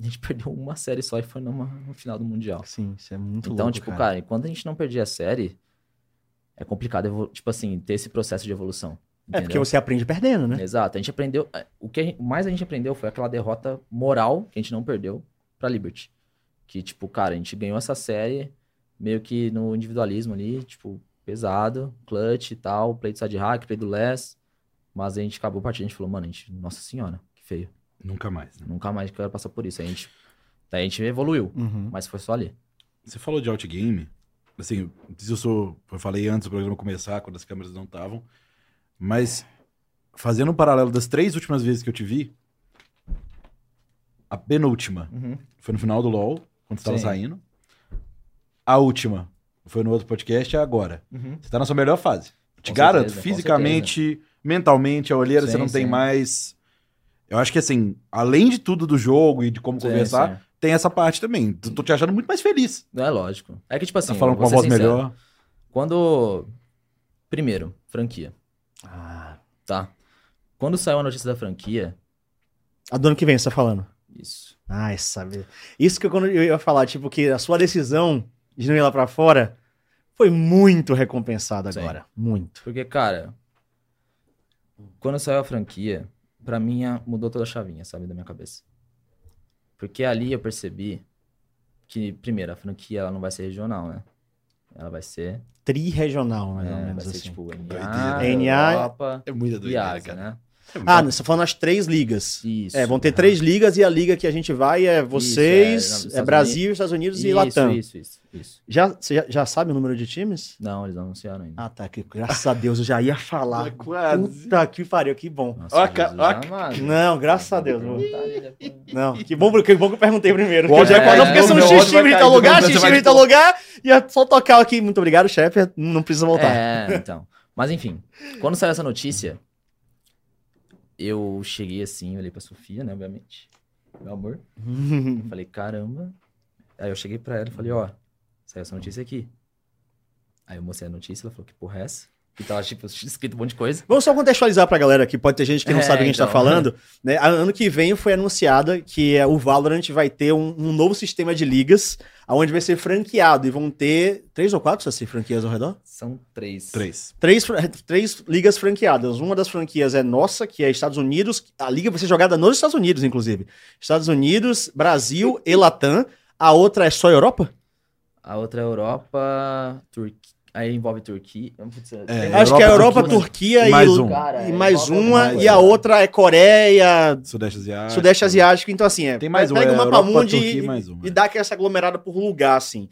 B: A gente perdeu uma série só e foi numa, no final do Mundial.
A: Sim, isso é muito
B: então,
A: louco,
B: tipo, cara. enquanto a gente não perdia a série, é complicado, evolu- tipo assim, ter esse processo de evolução.
A: É porque
B: entendeu?
A: você aprende perdendo, né?
B: Exato. A gente aprendeu. eh, O que a gente- o mais a gente aprendeu foi aquela derrota moral que a gente não perdeu pra Liberty. Que, tipo, cara, a gente ganhou essa série meio que no individualismo ali, tipo, pesado, clutch e tal, play do side hack, play do less. Mas a gente acabou a partida, a gente falou, mano, a gente, nossa senhora, que feio.
E: Nunca mais, né?
B: Nunca mais quero passar por isso. Aí a gente, daí a gente evoluiu,
A: Uhum.
B: mas foi só ali.
E: Você falou de outgame. Assim, eu sou. Eu falei antes do programa começar, quando as câmeras não estavam. Mas, fazendo um paralelo das três últimas vezes que eu te vi, a penúltima foi no final do LOL, quando você tava
B: Sim.
E: saindo. A última foi no outro podcast, é agora. Você tá na sua melhor fase. Te
B: Com
E: garanto,
B: certeza, com
E: fisicamente, mentalmente, a olheira você
B: Sim,
E: não tem
B: sim.
E: mais. Eu acho que assim, além de tudo do jogo e de como
B: Sim,
E: conversar,
B: sim.
E: tem essa parte também. Tô tô te achando muito mais feliz.
B: É lógico. É que, tipo assim,
E: tá falando com uma
B: vou
E: voz
B: ser sincero.
E: melhor.
B: Quando. Primeiro, franquia. Ah. Tá. Quando saiu a notícia da franquia,
A: A do ano que vem, você tá falando.
B: isso.
A: Ai, sabe. Isso que eu, quando eu ia falar, tipo, que a sua decisão de não ir lá pra fora foi muito recompensada
B: Sim.
A: agora. Muito.
B: Porque, cara, quando saiu a franquia, pra mim a- mudou toda a chavinha, sabe, da minha cabeça. Porque ali eu percebi que, primeiro, a franquia ela não vai ser regional, né? Ela vai ser.
A: Tri-regional,
B: é,
A: né?
B: vai
A: menos
B: ser
A: assim.
B: tipo NA,
E: Doideira.
A: NA,
B: Europa
E: É muita É
B: e Ásia, né?
A: Ah, não, você tá falando as três ligas.
B: Isso.
A: É, vão ter três ligas e a liga que a gente vai é vocês,
B: Isso, é,
A: é,
B: Estados
A: Brasil, Estados Unidos e Latam.
B: Isso, isso, isso.
A: Já, você já, já sabe o número de times?
B: Não, eles não anunciaram ainda.
A: Ah, tá. Que, graças a Deus, eu já ia
C: É
A: falar.
D: Quase.
A: Puta que pariu, que bom.
B: Nossa,
D: Ó a
B: Jesus
D: ca- ó a
B: amado.
A: Não, graças
B: tá
A: a Deus. Não,
B: né?
A: não que, bom, que bom que eu perguntei primeiro.
D: O
A: Porque,
D: ódio-
A: já, quase-
B: é,
A: porque são
D: meu
A: X
D: ódio vai
A: time em
D: cair
A: tal
D: quando
A: lugar,
D: você
A: X
D: vai
A: time em tal lugar, ia só tocar aqui. Muito obrigado, chefe. Não precisa voltar.
B: É, então. Mas enfim, quando saiu essa notícia, eu cheguei assim, olhei pra Sofia, né, obviamente. Meu amor. Eu falei, caramba. Aí eu cheguei pra ela e falei, ó, saiu essa notícia aqui. Aí eu mostrei a notícia, ela falou, que porra é essa? E tava, tipo, escrito um monte de coisa.
A: Vamos só contextualizar pra galera que pode ter gente que não
B: É,
A: sabe o que a gente tá
B: então.
A: falando. Né? A- Ano que vem foi anunciada que é, o Valorant vai ter um, um novo sistema de ligas, onde vai ser franqueado e vão ter três ou quatro, Saci, franquias ao redor?
B: São três.
E: Três.
A: Três, fran- três ligas franqueadas. Uma das franquias é nossa, que é Estados Unidos. A liga vai ser jogada nos Estados Unidos, inclusive. Estados Unidos, Brasil e Latam. A outra é só Europa?
B: A outra é Europa, Turquia. Aí envolve Turquia. Putz, tem-
E: É,
A: Acho que é Europa,
E: Europa, E
A: Turquia e
E: mais
A: e
E: um.
B: Cara, é
A: mais
B: envolve
A: uma.
B: alguma
A: E a
B: coisa.
A: outra é Coreia,
E: Sudeste Asiático.
A: Sudeste Asiático, então assim, é,
E: Ah, Tem mais um,
A: pega
E: é
A: o mapa
E: Europa,
A: mundi
E: Turquia
A: e,
E: e mais um,
A: e
E: é.
A: dá aquela essa aglomerada por lugar, assim.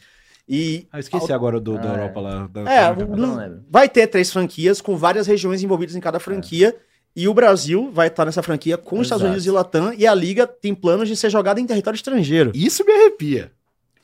A: E
E: Ah, eu esqueci agora do, da
B: Ah, é.
E: Europa lá. Da,
A: É,
E: da-
B: Eu Não lembro.
A: vai ter três franquias com várias regiões envolvidas em cada franquia. E o Brasil vai estar nessa franquia com os Estados
B: Exato.
A: Unidos e Latam. E a Liga tem planos de ser jogada em território estrangeiro.
D: Isso me arrepia.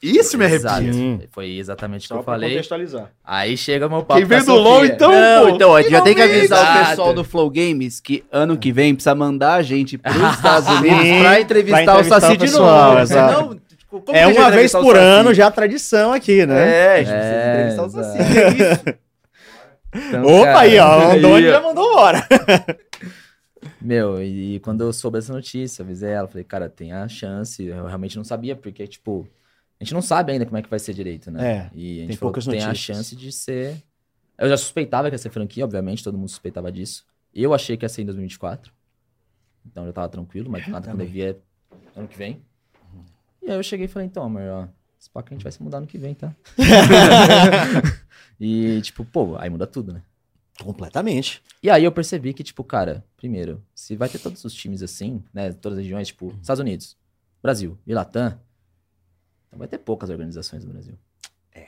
D: Isso me arrepia.
B: Exato.
A: Hum.
B: Foi exatamente o que
A: Só
B: eu
A: pra
B: falei.
A: contextualizar.
B: Aí chega meu papo. tá
D: Quem vem
B: com a
D: do LOL,
B: Sofia.
D: então,
C: Não,
D: pô,
C: então, ó, já tem que
D: finalmente.
C: avisar o
B: Exato.
C: pessoal do Flow Games que ano que vem precisa mandar a gente pros Estados Unidos
A: Ah, Sim,
C: pra entrevistar,
A: pra entrevistar
C: o Saci
A: o
C: de
A: pessoal,
C: novo.
A: exato.
C: Senão, tipo, como
A: é
C: que a gente
A: uma vez
C: vai entrevistar o
A: por
C: Saci?
A: ano, já a tradição aqui, né?
C: É, a gente precisa
B: É,
C: entrevistar o Saci.
B: exato.
C: é isso.
B: Então,
A: Opa,
B: cara,
A: aí, ó. O
D: aí,
A: Andoni
D: ó.
A: já mandou embora.
B: Meu, e, e quando eu soube essa notícia, eu avisei ela, falei, cara, tem a chance. Eu realmente não sabia, porque, tipo, a gente não sabe ainda como é que vai ser direito,
A: É,
B: né? e a gente
A: tem
B: falou,
A: poucas
B: tem a
A: notícias.
B: chance de ser. Eu já suspeitava que ia ser franquia, obviamente, todo mundo suspeitava disso. Eu achei que ia ser em 2024. Então eu tava tranquilo, mas nada quando eu vi é ano que vem. E aí eu cheguei e falei, então, amor, ó, esse pack a gente vai se mudar ano que vem, tá? e, tipo, pô, aí muda tudo, né?
A: Completamente.
B: E aí eu percebi que, tipo, cara, primeiro, se vai ter todos os times assim, né? Todas as regiões, tipo, Estados Unidos, Brasil e Latam, então vai ter poucas organizações no Brasil. É.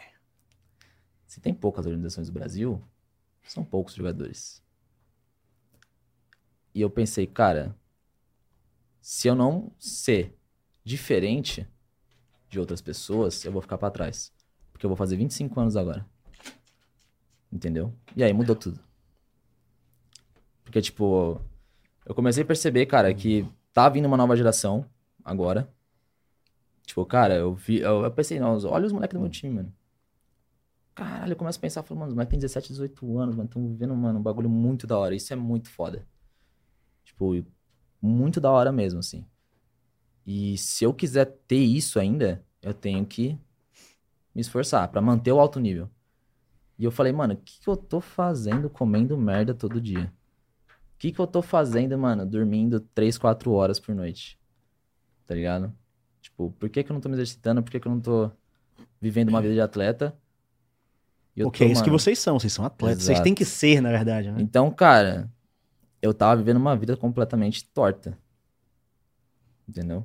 B: Se tem poucas organizações no Brasil, são poucos jogadores. E eu pensei, cara, se eu não ser diferente de outras pessoas, eu vou ficar pra trás. Porque eu vou fazer 25 anos agora. Entendeu? E aí mudou tudo. Porque, tipo, eu comecei a perceber, cara, que tá vindo uma nova geração agora. Tipo, cara, eu vi. Eu, eu pensei, não, olha os moleques do meu time, mano. Caralho, eu começo a pensar, falo, mano, os moleques têm 17, 18 anos, mano, estão vivendo, mano, um bagulho muito da hora. Isso é muito foda. Tipo, e muito da hora mesmo, assim. E se eu quiser ter isso ainda, eu tenho que me esforçar pra manter o alto nível. E eu falei, mano, o que, que eu tô fazendo comendo merda todo dia? O que, que eu tô fazendo, mano, dormindo 3, 4 horas por noite? Tá ligado? Tipo, por que, que eu não tô me exercitando? Por que, que eu não tô vivendo uma vida de atleta. E eu
A: Porque é
B: tô,
A: isso que
B: mano,
A: vocês são, vocês são atletas. Vocês
B: Exato.
A: têm que ser, na verdade, né?
B: Então, cara, eu tava vivendo uma vida completamente torta. Entendeu?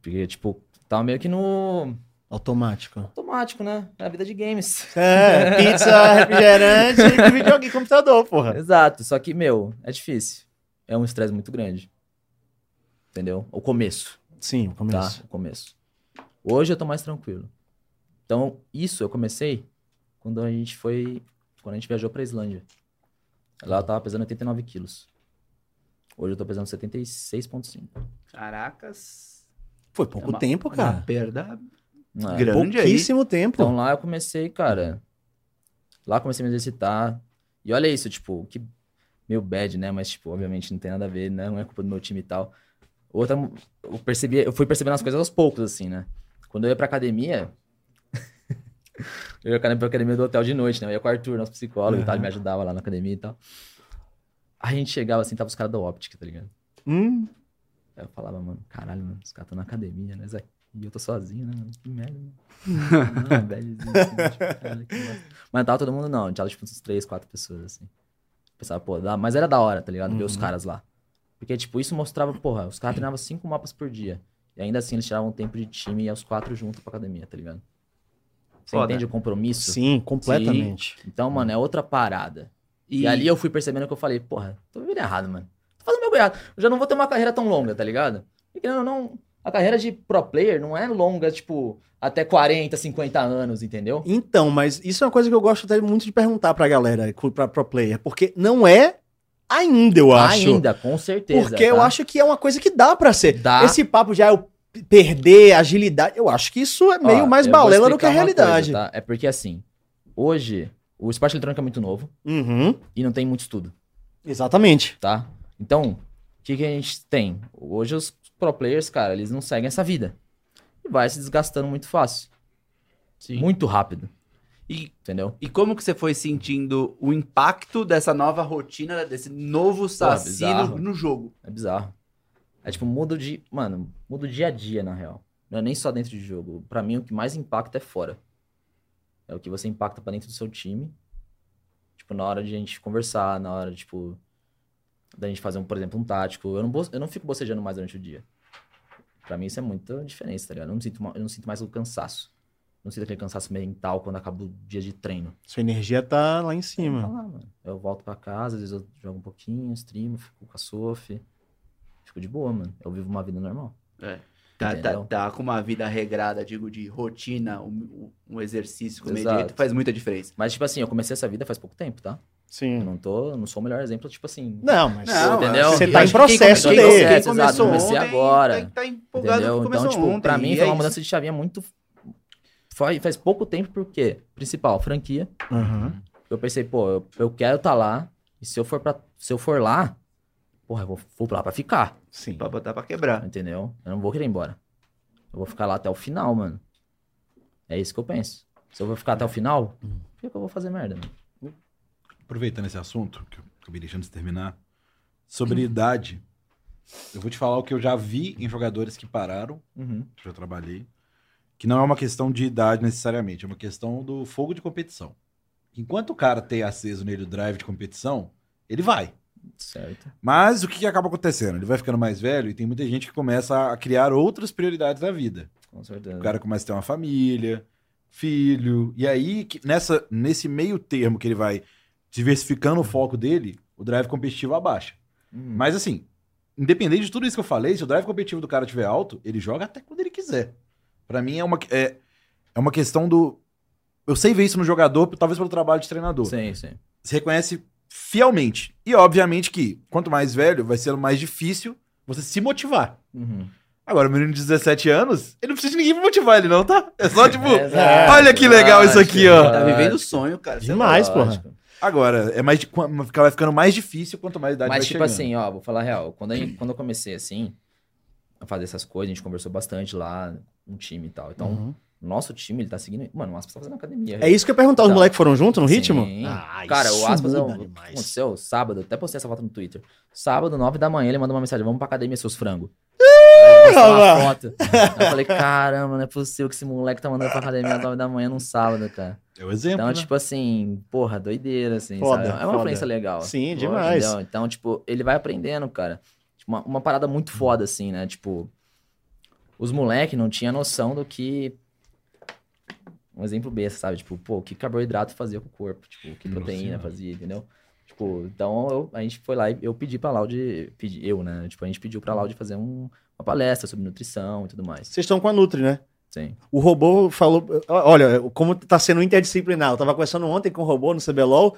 B: Porque, tipo, tava meio que no
A: Automático.
B: automático, né? É a vida de games.
A: É, pizza, refrigerante e videogame, computador, porra.
B: Exato. Só que, meu, é difícil. É um estresse muito grande. Entendeu? O começo,
A: Sim, o
B: tá?
A: começo.
B: O começo. Hoje eu tô mais tranquilo. Então, isso eu comecei quando a gente foi. Quando a gente viajou pra Islândia. Lá eu tava pesando 89 quilos. Hoje eu tô pesando 76,5.
C: Caracas.
A: Foi pouco
C: É uma-
A: tempo,
C: Uma
A: cara.
C: perda
B: É.
C: grande aí.
A: Pouquíssimo tempo.
B: Então lá eu comecei, cara. Lá eu comecei a me exercitar. E olha isso, tipo, que meio bad, né? Mas, tipo, obviamente não tem nada a ver, né? Não é culpa do meu time e tal. Outra, eu percebi, eu fui percebendo as coisas aos poucos, assim, né? Quando eu ia pra academia. eu ia pra academia do hotel de noite, né? Eu ia com o Arthur, nosso psicólogo e tal, ele me ajudava lá na academia e tal. A gente chegava assim, tava os caras da óptica, tá ligado?
A: Hum,
B: Aí eu falava, mano, caralho, mano, os caras estão na academia, né, Zé? E eu tô sozinho, né, mano? Que merda. né? Não, velhozinho, assim, tipo, caralho, que bosta. Mas tava todo mundo, não. Tava, tipo, uns três, quatro pessoas, assim. Pensava, pô, dá... mas era da hora, tá ligado? Ver os caras lá. Porque, tipo, isso mostrava, porra, os caras treinavam cinco mapas por dia. E ainda assim, eles tiravam tempo de time e ia os quatro juntos pra academia, tá ligado? Você
C: Foda.
B: entende o compromisso?
A: sim, completamente.
B: Então, mano, é outra parada. E... ali eu fui percebendo que eu falei, porra, tô vivendo errado, mano. Tô fazendo meu goiado. Eu já não vou ter uma carreira tão longa, tá ligado? E querendo ou não, a carreira de pro player não é longa, tipo, até 40, 50 anos, entendeu?
A: Então, mas isso é uma coisa que eu gosto até muito de perguntar pra galera, pra pro player, porque não é ainda, eu acho.
B: Ainda, com certeza.
A: Porque eu
B: tá?
A: acho que é uma coisa que dá pra ser.
B: Dá.
A: Esse papo já é o p- perder agilidade, eu acho que isso é meio
B: Ó,
A: mais
B: eu vou
A: balela do
B: explicar
A: que a
B: uma coisa,
A: realidade.
B: tá? É porque assim, hoje, o esporte eletrônico é muito novo
A: Uhum,
B: e não tem muito estudo.
A: Exatamente.
B: tá? Então, o que, que a gente tem? Hoje os pro players, cara, eles não seguem essa vida. E vai se desgastando muito fácil.
C: Sim.
B: Muito rápido,
C: E,
B: entendeu?
C: e como que você foi sentindo o impacto dessa nova rotina, desse novo saci no,
B: bizarro.
C: no jogo?
B: É bizarro. É tipo, muda de. Mano, muda o dia a dia, na real. Não é nem só dentro de jogo. Pra mim, o que mais impacta é fora. É o que você impacta pra dentro do seu time. Tipo, na hora de a gente conversar, na hora, tipo. Da gente fazer, um, por exemplo, um tático. Eu não, bo- eu não fico bocejando mais durante o dia. Pra mim, isso é muita diferença, tá ligado? Eu não sinto, ma- eu não sinto mais o cansaço. Eu não sinto aquele cansaço mental quando acaba o dia de treino.
A: Sua energia tá lá em
B: Tá
C: Hum.
A: cima.
B: lá, mano. Eu volto pra casa, às vezes eu jogo um pouquinho, streamo, fico com a Sophie. Fico de boa, mano. Eu vivo uma vida normal.
C: Tá, tá,
B: Entendeu?
C: tá com uma vida regrada, digo, de rotina, um, um exercício com
B: Exato.
C: direito, faz muita diferença.
B: Mas, tipo assim, eu comecei essa vida faz pouco tempo, tá? Eu
A: Sim.
B: não tô, eu não sou o melhor exemplo, tipo assim.
A: Não, mas
C: Hum. Não,
B: entendeu?
A: você
C: eu
A: tá em
C: acho que quem
A: processo
C: come-
A: dele.
C: quem
B: Exato,
C: começou
B: comecei
C: ontem,
B: agora.
C: Tá, tá empolgado
B: entendeu?
C: que
B: Então,
C: começou
B: tipo,
C: ontem.
B: pra mim
C: e
B: foi
C: é
B: uma mudança
C: isso.
B: de chavinha muito. Faz, faz pouco tempo, porque, principal, franquia.
A: Uhum.
B: Eu pensei, pô, eu, eu quero tá lá. E se eu for para Se eu for lá, porra, eu vou, vou lá pra ficar.
A: Sim.
C: Pra botar tá pra quebrar.
B: Entendeu? Eu não vou querer ir embora. Eu vou ficar lá até o final, mano. É isso que eu penso. Se eu vou ficar até o final, por que, que eu vou fazer merda? Mano?
E: Aproveitando esse assunto, que eu acabei deixando de terminar, sobre idade, eu vou te falar o que eu já vi em jogadores que pararam,
B: Uhum.
E: que eu já trabalhei, que não é uma questão de idade necessariamente, é uma questão do fogo de competição. Enquanto o cara tem aceso nele o drive de competição, ele vai.
B: Certo.
E: Mas o que, que acaba acontecendo? Ele vai ficando mais velho e tem muita gente que começa a criar outras prioridades da vida.
B: Com certeza.
E: O cara começa a ter uma família, filho. E aí, que- nessa, nesse meio termo que ele vai diversificando o foco dele, o drive competitivo abaixa.
B: Uhum.
E: Mas assim, independente de tudo isso que eu falei, se o drive competitivo do cara tiver alto, ele joga até quando ele quiser. Pra mim é uma, é, é uma questão do. Eu sei ver isso no jogador, talvez pelo trabalho de treinador
B: Sim, sim.
E: se reconhece fielmente. E obviamente que quanto mais velho, vai sendo mais difícil você se motivar.
B: Uhum.
E: Agora, o menino de 17 anos, ele não precisa de ninguém pra motivar ele, não, tá? É só tipo.
B: É, exato,
E: olha que legal isso aqui, ó.
A: Ah,
B: lógico,
C: Tá vivendo o
B: lógico.
C: sonho, cara. Você
A: Demais, porra.
E: Agora, é mais de- vai ficando mais difícil quanto mais idade
B: Mas,
E: vai
B: tipo
E: chegando.
B: assim, ó, vou falar a real. Quando, a gente- quando eu comecei assim, a fazer essas coisas, a gente conversou bastante lá, um time e tal. Então,
A: Uhum.
B: nosso time, ele tá seguindo. Mano, o Aspas tá fazendo academia.
A: É isso que eu ia perguntar. Os
B: Tá.
A: moleques foram juntos no
B: Sim.
A: ritmo?
B: Cara, o Aspas é
A: Ah, muda
B: um. o que
A: demais.
B: Aconteceu sábado, até postei essa foto no Twitter. Sábado, 9 da manhã, ele mandou uma mensagem: Vamos pra academia, seus frangos. postou uma
A: rapaz?
B: foto. Eu falei, caramba, não é possível que esse moleque tá mandando pra academia às 9 da manhã num sábado, cara.
E: É o exemplo.
B: Então,
E: né?
B: tipo assim, porra, doideira, assim,
A: Foda,
B: sabe? É uma
A: foda.
B: influência legal.
A: Sim,
B: Pô,
A: demais.
B: entendeu? Então, tipo, ele vai aprendendo, cara. Tipo, Uma, uma parada muito foda, assim, né? Tipo, os moleques não tinham noção do que. Um exemplo besta, sabe? Tipo, pô, o que carboidrato fazia com o corpo? Tipo, o que
E: Nossa
B: proteína
E: Senhora.
B: fazia, entendeu? Tipo, então eu- a gente foi lá e eu pedi pra Laude. Pedi, eu, né? Tipo, a gente pediu pra Laude fazer um- uma palestra sobre nutrição e tudo mais.
A: Vocês estão com a Nutri, né?
B: Sim.
A: O robô falou. Olha, como tá sendo interdisciplinar. Eu tava conversando ontem com o robô no CBLOL.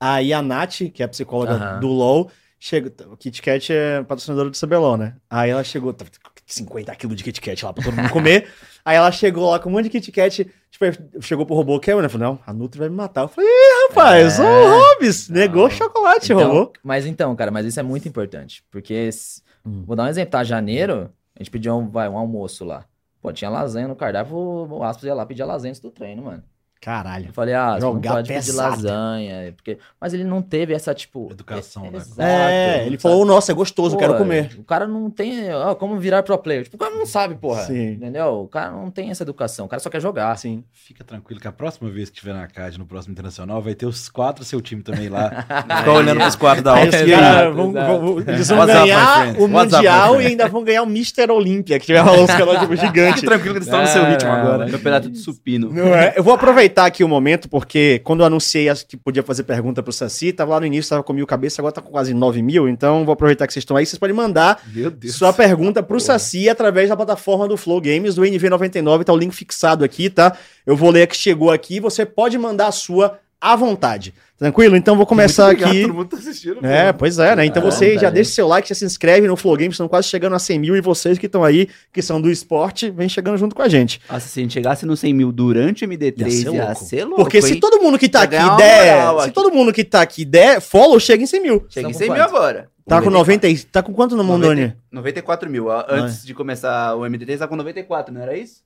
A: Aí a Nath, que é a psicóloga
B: Aham.
A: do LOL, chegou. O Kit Kat é patrocinadora do CBLOL, né? Aí ela chegou. tava 50 quilos de Kit Kat lá pra todo mundo comer. aí ela chegou lá com um monte de Kit Kat. Tipo, chegou pro robô, quer, né? Falou, não, a Nutri vai me matar. Eu falei, Ih, rapaz,
B: É.
A: ô Hobbs, negou
B: Não.
A: chocolate,
B: Então,
A: robô.
B: Mas então, cara, mas isso é muito importante. Porque, s-
A: Hum.
B: vou dar um exemplo, tá? Janeiro, a gente pediu um, vai, um almoço lá. Pô, tinha lasanha no cardápio, o o Aspas ia lá pedir a lasanha antes do treino, mano.
A: Caralho.
B: Eu falei, ah, você não
A: Jogar
B: pode pedir
A: pesada.
B: lasanha. é, Porque... Mas ele não teve essa, tipo...
E: Educação,
B: é-
E: né?
B: exato,
A: É, ele
B: sabe?
A: falou, nossa, é gostoso,
B: Pô,
A: quero comer.
B: O cara não tem... ó, como virar pro player? Tipo, o cara não sabe, porra.
A: Sim.
B: Entendeu? O cara não tem essa educação. O cara só quer jogar.
A: Assim.
E: Fica tranquilo que a próxima vez que tiver na CAD, no próximo Internacional, vai ter os quatro seu time também lá.
A: Tá
E: Ficar olhando pros quatro da
A: Aí
E: hora.
A: os
B: Exato,
A: caras vão-
B: exato.
A: vão- eles vão
E: What's up, my
A: ganhar
E: friend?
A: o
E: What's up, my
A: Mundial e
E: friend?
A: ainda vão ganhar o Mr. Olímpia, que tiver rolando os caras tipo, gigante.
E: Tranquilo que eles estão no seu
B: Ah,
E: ritmo
B: não,
E: agora.
C: Campeonato de supino.
A: Não é? Eu vou aproveitar aqui o momento, porque quando eu anunciei as- que podia fazer pergunta pro Saci, tava lá no início, tava com mil cabeça, agora tá com quase nove mil, então vou aproveitar que vocês estão aí, vocês podem mandar
E: Meu Deus.
A: sua pergunta pro Saci através da plataforma do Flow Games, do NV99, tá o link fixado aqui, tá? Eu vou ler a que chegou aqui, você pode mandar a sua à vontade. Tranquilo? Então vou começar
D: Muito obrigado,
A: aqui.
D: Todo mundo tá assistindo.
A: É,
D: pô.
A: pois é, né? Então
B: Ah,
A: você já
B: velho.
A: deixa seu like, já se inscreve no Flow Games, estão quase chegando a 100 mil e vocês que estão aí, que são do esporte, vem chegando junto com a gente.
C: Nossa, se a gente chegasse no 100 mil durante o MD3,
A: Ia
C: ia
A: ser
C: ser
A: louco.
C: louco.
A: Porque se
C: hein?
A: todo mundo que tá
C: Vai
A: aqui
C: ganhar uma
A: der,
C: moral
A: se
C: aqui.
A: todo mundo que tá aqui der follow, chega em 100 mil.
C: Chega em
B: Tá
C: 100
B: com
C: mil
B: quanto?
C: agora.
A: Tá com
C: 94.
A: 90, e- tá com quanto no Mondoni?
C: 94 mil. Ah,
A: é.
C: Antes de começar o MD3, tá com 94, não era isso?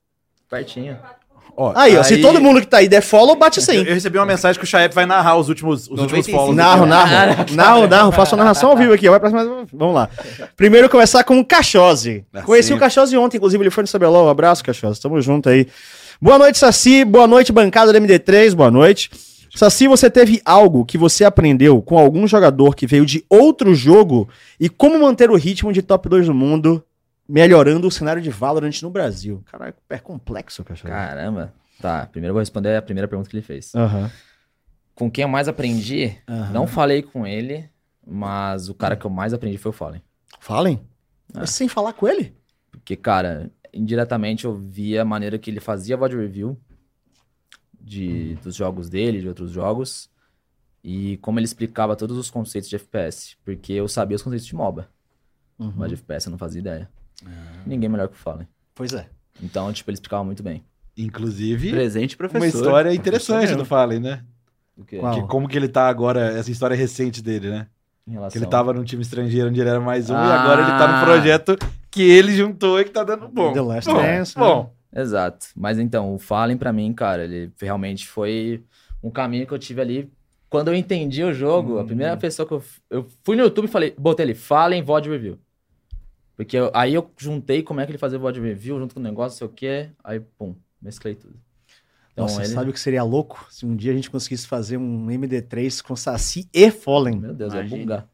B: Pertinho.
E: Ó,
A: Aí, ó, se
E: aí-
A: todo mundo que tá aí der follow, bate
B: assim.
A: 100.
E: Eu recebi uma mensagem que o Chaep vai narrar os últimos, os últimos
C: 95.
E: follows.
A: Narro, narro, narro, narro, faço a narração ao vivo aqui, vai pra cima, vamos lá. Primeiro começar com o Cachose.
E: Ah,
A: Conheci
E: sempre.
A: o Cachose ontem, inclusive ele foi no CBLOL, um abraço Cachose, tamo junto aí. Boa noite Saci, boa noite bancada do MD3, boa noite. Saci, você teve algo que você aprendeu com algum jogador que veio de outro jogo e como manter o ritmo de top 2 do mundo melhorando o cenário de Valorant no Brasil? Caralho, é complexo, Cachose.
B: Caramba. Tá, primeiro eu vou responder a primeira pergunta que ele fez.
A: Aham.
B: Com quem eu mais aprendi?
A: aham.
B: Não falei com ele, mas o cara que eu mais aprendi foi o Fallen.
A: Falem.
B: Ah.
A: Mas sem falar com ele?
B: Porque, cara, indiretamente eu via a maneira que ele fazia VOD review de, dos jogos dele, de outros jogos, e como ele explicava todos os conceitos de FPS. Porque eu sabia os conceitos de MOBA,
A: Uhum.
B: mas de FPS eu não fazia ideia. Ninguém melhor que o Fallen.
A: Pois é.
B: Então, tipo, ele explicava muito bem.
E: Inclusive,
C: Presente, professor.
E: uma história interessante do Fallen, né?
B: O quê?
A: Qual?
E: Que como que ele tá agora, essa história recente dele, né?
B: Em relação...
E: Que ele tava num time estrangeiro onde ele era mais um, e
B: Ah.
E: agora ele tá num projeto que ele juntou e que tá dando bom.
A: The Last
E: bom,
A: Dance, né?
E: bom.
B: Exato. Mas então, o Fallen pra mim, cara, ele realmente foi um caminho que eu tive ali. Quando eu entendi o jogo, a
A: Uhum.
B: primeira pessoa que eu, f- eu fui no YouTube e falei, botei ele, Fallen VOD Review. Porque eu- aí eu juntei como é que ele fazia VOD Review junto com o negócio, sei o quê, aí pum, mesclei tudo. Então
A: Nossa,
B: ele...
A: sabe o que seria louco? Se um dia a gente conseguisse fazer um MD3 com Saci e Fallen.
B: Meu Deus,
C: Imagina.
B: é bugar.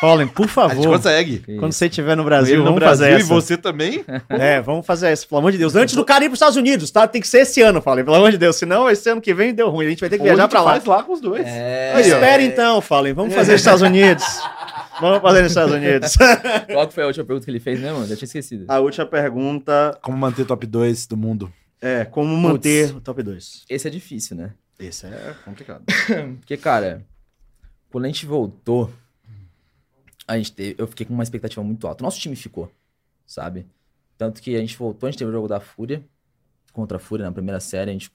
A: Fallen, por
E: A gente
A: favor.
E: consegue.
B: Que
A: Quando
B: isso.
A: você estiver no
E: Ele
A: Brasil,
E: no
A: vamos
E: Brasil
A: fazer
E: e
A: essa.
E: você também.
A: É, vamos fazer essa, pelo amor de Deus. Antes do cara ir pros Estados Unidos, tá? Tem que ser esse ano, Fallen, pelo amor de Deus. Senão, esse ano que vem deu ruim. A gente vai ter que
E: Ou a
A: viajar
E: gente
A: pra lá.
E: Faz lá com os dois.
B: É,
A: Mas Espera então, Fallen. Vamos fazer nos Estados Unidos. Vamos fazer nos Estados Unidos.
B: qual que foi a última pergunta que ele fez, né, mano? Eu tinha esquecido.
A: a última pergunta
E: Como manter top 2 do mundo.
A: é como manter o top 2.
B: Esse é difícil, né?
A: Esse é complicado.
B: Porque, cara, quando a gente voltou, a gente teve- eu fiquei com uma expectativa muito alta. Nosso time ficou, sabe? Tanto que a gente voltou, a gente teve o jogo da Fúria contra a Fúria na primeira série, a gente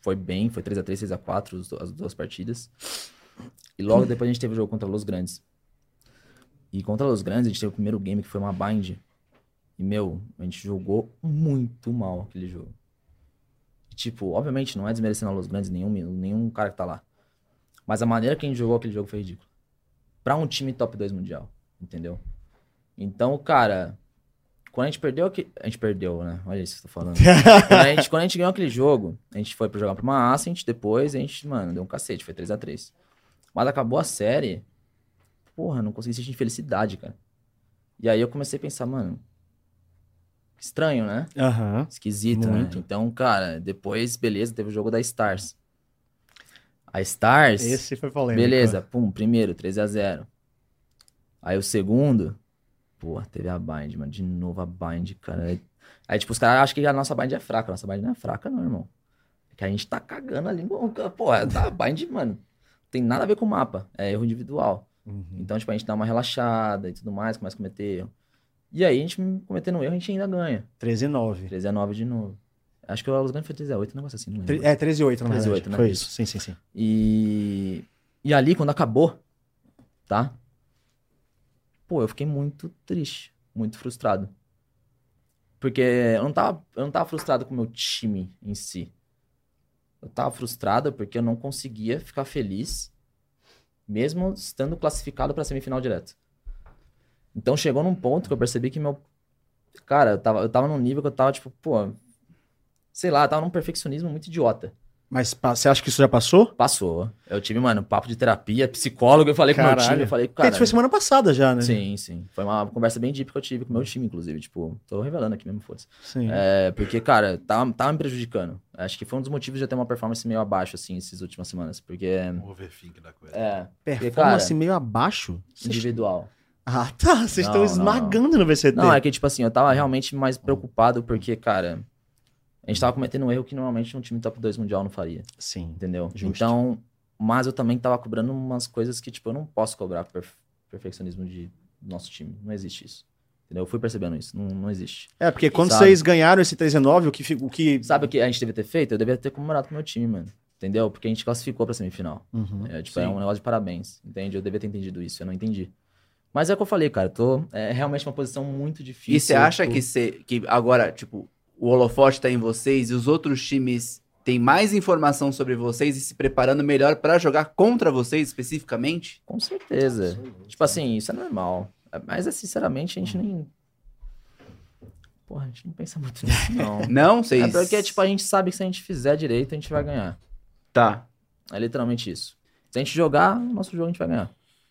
B: foi bem, foi 3x3, 6x4 os do- as duas partidas. E logo depois a gente teve o jogo contra Los Grandes. E contra Los Grandes a gente teve o primeiro game que foi uma bind. E, meu, a gente jogou muito mal aquele jogo. Tipo, obviamente não é desmerecendo a Los Grandes nenhum, nenhum cara que tá lá. Mas a maneira que a gente jogou aquele jogo foi ridícula. Pra um time top 2 mundial, entendeu? Então, cara, Quando a gente perdeu, aqui- a gente perdeu, né? Olha isso que eu tô falando. quando, a gente, quando a gente ganhou aquele jogo, a gente foi pra jogar pra uma Ascent, depois a gente, mano, deu um cacete, foi 3x3. Mas acabou a série, porra, não consegui sentir felicidade, cara. E aí eu comecei a pensar, mano, estranho, né?
A: Aham.
B: Esquisito, né?
A: Muito.
B: Então, cara, depois, beleza, teve o jogo da Stars. A Stars...
A: Esse foi polêmico.
B: Beleza, pum, primeiro, 3x0. Aí o segundo, pô, teve a bind, mano, de novo a bind, cara. Aí- Aí, tipo, os caras acham que a nossa bind é fraca, a nossa bind não é fraca não, irmão. É que a gente tá cagando ali, mano, pô, é da bind, mano, tem nada a ver com o mapa, é erro individual.
A: Uhum.
B: Então, tipo, a gente dá uma relaxada e tudo mais, começa a cometer erro. E aí, a gente cometendo erro, a gente ainda ganha.
A: 13 e 9.
B: 3x9 de novo. Acho que o Los Games foi 3x8, um negócio assim, não lembro.
A: Tre- É, 13 e 8, na
B: 13 e
A: verdade.
B: 8, né?
A: Foi isso, sim, sim, sim.
B: E, e ali, quando acabou, tá? Pô, eu fiquei muito triste, muito frustrado. Porque eu não tava, eu não tava frustrado com o meu time em si. Eu tava frustrado porque eu não conseguia ficar feliz, mesmo estando classificado pra semifinal direto. Então chegou num ponto que eu percebi que meu. Cara, eu tava, eu tava num nível que eu tava tipo, pô. Sei lá, eu tava num perfeccionismo muito idiota.
A: Mas pa- você acha que isso já passou?
B: Passou. Eu tive, mano, papo de terapia, psicólogo, eu falei com o meu
A: Caralho.
B: time, eu falei,
A: Porque
B: cara.
A: isso foi semana passada já, né?
B: Sim, sim. Foi uma conversa bem deep que eu tive com o meu time, inclusive. Tipo, tô revelando aqui mesmo, foda-se.
A: Sim.
B: É, porque, cara, tava, tava me prejudicando. Acho que foi um dos motivos de eu ter uma performance meio abaixo, assim, essas últimas semanas. Porque.
D: Um overthink da coisa.
B: É,
A: Performance
B: cara-
A: meio abaixo? Vocês-
B: individual.
A: Ah, tá. Vocês estão
B: Não, não,
A: esmagando no VCT.
B: Não, é que, tipo assim, eu tava realmente mais preocupado porque, cara, a gente tava cometendo um erro que normalmente um time top 2 mundial não faria.
A: Sim.
B: Entendeu?
A: Justo.
B: Então, mas eu também tava cobrando umas coisas que, tipo, eu não posso cobrar perf- perfeccionismo de nosso time. Não existe isso. Entendeu? Eu fui percebendo isso. Não, não existe.
A: É, porque quando
B: Sabe.
A: vocês ganharam esse 3 e 9, o que... fi- O que...
B: Sabe o que a gente devia ter feito? Eu devia ter comemorado com o meu time, mano. Entendeu? Porque a gente classificou pra semifinal.
A: Uhum.
B: É, tipo, é um negócio de parabéns. Entende? Eu devia ter entendido isso. Eu não entendi. Mas é o que eu falei, cara. eu Tô, é realmente uma posição muito difícil.
C: E você acha
B: tipo,
C: que, cê, que agora, tipo, o holofote tá em vocês e os outros times têm mais informação sobre vocês e se preparando melhor pra jogar contra vocês especificamente?
B: Com certeza. Tipo assim, isso é normal. Mas, é, sinceramente, a gente
C: Hum.
B: nem... Porra, a gente não pensa muito nisso, não.
C: Não, vocês.
B: É porque, tipo, a gente sabe que se a gente fizer direito, a gente vai ganhar.
C: tá.
B: É literalmente isso. Se a gente jogar, o nosso jogo a gente vai ganhar.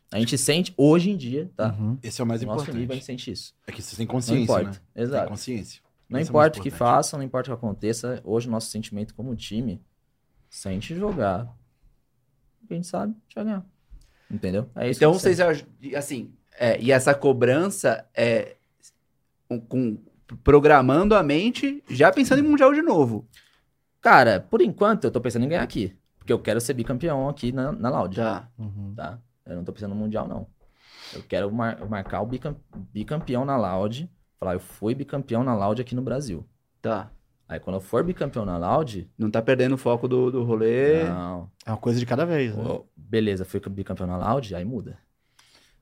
B: A gente sente, hoje em dia, tá?
A: Uhum.
E: Esse é o mais
B: No nosso nível, a
E: importante.
B: gente sente isso.
E: É que você tem
B: Não
E: consciência,
B: importa.
E: né? Tem
B: Exato.
E: consciência.
B: Não
E: Isso é
B: importa o
E: muito
B: que
E: importante.
B: façam, não importa o que aconteça, hoje o nosso sentimento como time, se a gente jogar, o que a gente sabe, a gente vai ganhar. Entendeu? É isso
C: Então
B: que eu
C: vocês,
B: sei.
C: aj- assim, é, e essa cobrança é com, com- programando a mente, já pensando em mundial de novo.
B: Cara, por enquanto, eu tô pensando em ganhar aqui. Porque eu quero ser bicampeão aqui na, na Loud.
C: Tá.
A: Uhum.
B: tá? Eu não tô pensando no Mundial, não. Eu quero mar- marcar o bicam- bicampeão na Loud. Falar, eu fui bicampeão na Loud aqui no Brasil.
C: Tá.
B: Aí quando eu for bicampeão na Loud,
C: Não tá perdendo o foco do, do rolê.
B: não.
A: É uma coisa de cada vez, né?
B: Pô, beleza, fui bicampeão na Loud, aí muda.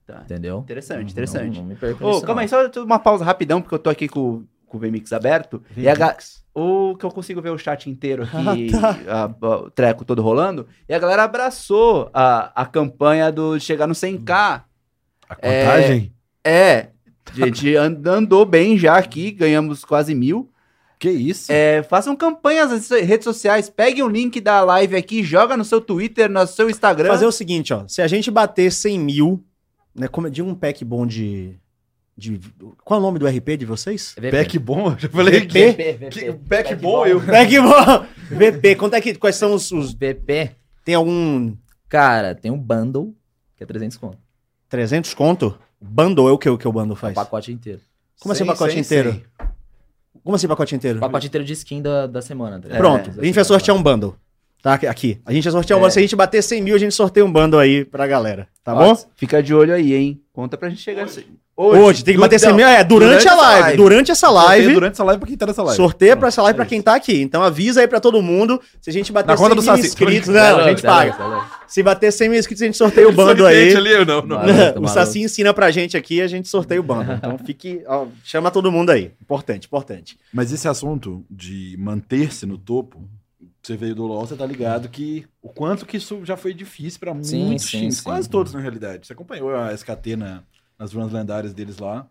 C: Tá.
B: Entendeu?
C: Interessante, interessante.
B: Não, não me perco
C: Ô,
B: nisso,
C: calma
B: não.
C: aí, só uma pausa rapidão, porque eu tô aqui com, com o VMix aberto. E a ga- Ô, que eu consigo ver o chat inteiro
A: Ah,
C: aqui,
A: tá.
C: a- a- o treco todo rolando. E a galera abraçou a, a campanha do chegar no 100k.
A: Hum.
E: A contagem?
C: É, a gente and- andou bem já aqui, ganhamos quase mil.
E: Que isso?
C: É, façam campanhas nas redes sociais, peguem o link da live aqui, joga no seu Twitter, no seu Instagram.
A: Fazer o seguinte, ó. Se a gente bater 100 mil, né? Como, de um pack bom de, de. Qual é o nome do RP de vocês?
B: VP.
E: Pack bom? Eu já falei
A: VP?
E: que.
B: VP, VP.
E: que pack bom eu.
A: Pack bom! VP, quanto é que. Quais são os. os-
B: VP,
A: tem algum.
B: cara, tem um bundle que é 300 conto.
A: 300 conto? Bundle é o que o que o bundle
B: O
A: faz?
B: pacote inteiro.
A: Como assim
E: Cem,
A: pacote
E: cem,
A: inteiro?
E: cem.
A: Como assim pacote inteiro? É,
B: O Um pacote inteiro de skin da, da semana. tá ligado?
E: É,
A: Pronto,
B: Assim,
A: a gente vai sortear um bundle. Tá? Aqui. A gente vai sortear um bundle. Se a gente bater 100 mil, a gente sorteia um bundle aí pra galera. Tá
C: Ó,
A: bom?
C: Fica de olho aí, hein? Conta pra gente chegar. Hoje,
A: Hoje, tem que bater 100 mil. É, durante, a
E: durante essa
A: live,
E: live.
A: Durante essa
E: Sorteio
A: live.
E: Durante essa live pra quem tá nessa live.
A: Sorteia pra
E: Pronto. é
A: essa live pra quem tá aqui. Então avisa aí pra todo mundo. Se a gente bater
E: Na conta do
A: mil
E: Saci.
A: inscritos.
B: Tá
A: Não,
B: louco,
A: a gente
B: tá louco,
A: paga.
B: tá louco.
A: Se bater 100 mil inscritos, a gente sorteia o bando aí.
D: Sorridente ali, eu não, não.
B: Vai. Maroto,
A: o
B: maroto.
A: um Saci ensina pra gente aqui e a gente sorteia o bando. Então fique. ó, chama todo mundo aí. Importante, importante.
E: Mas esse assunto de manter-se no topo, você veio do LoL, você tá ligado que o quanto que isso já foi difícil pra muitos
B: Sim, sim,
E: times,
B: sim.
E: quase todos na realidade. Você acompanhou a SKT na- nas runs lendárias deles lá.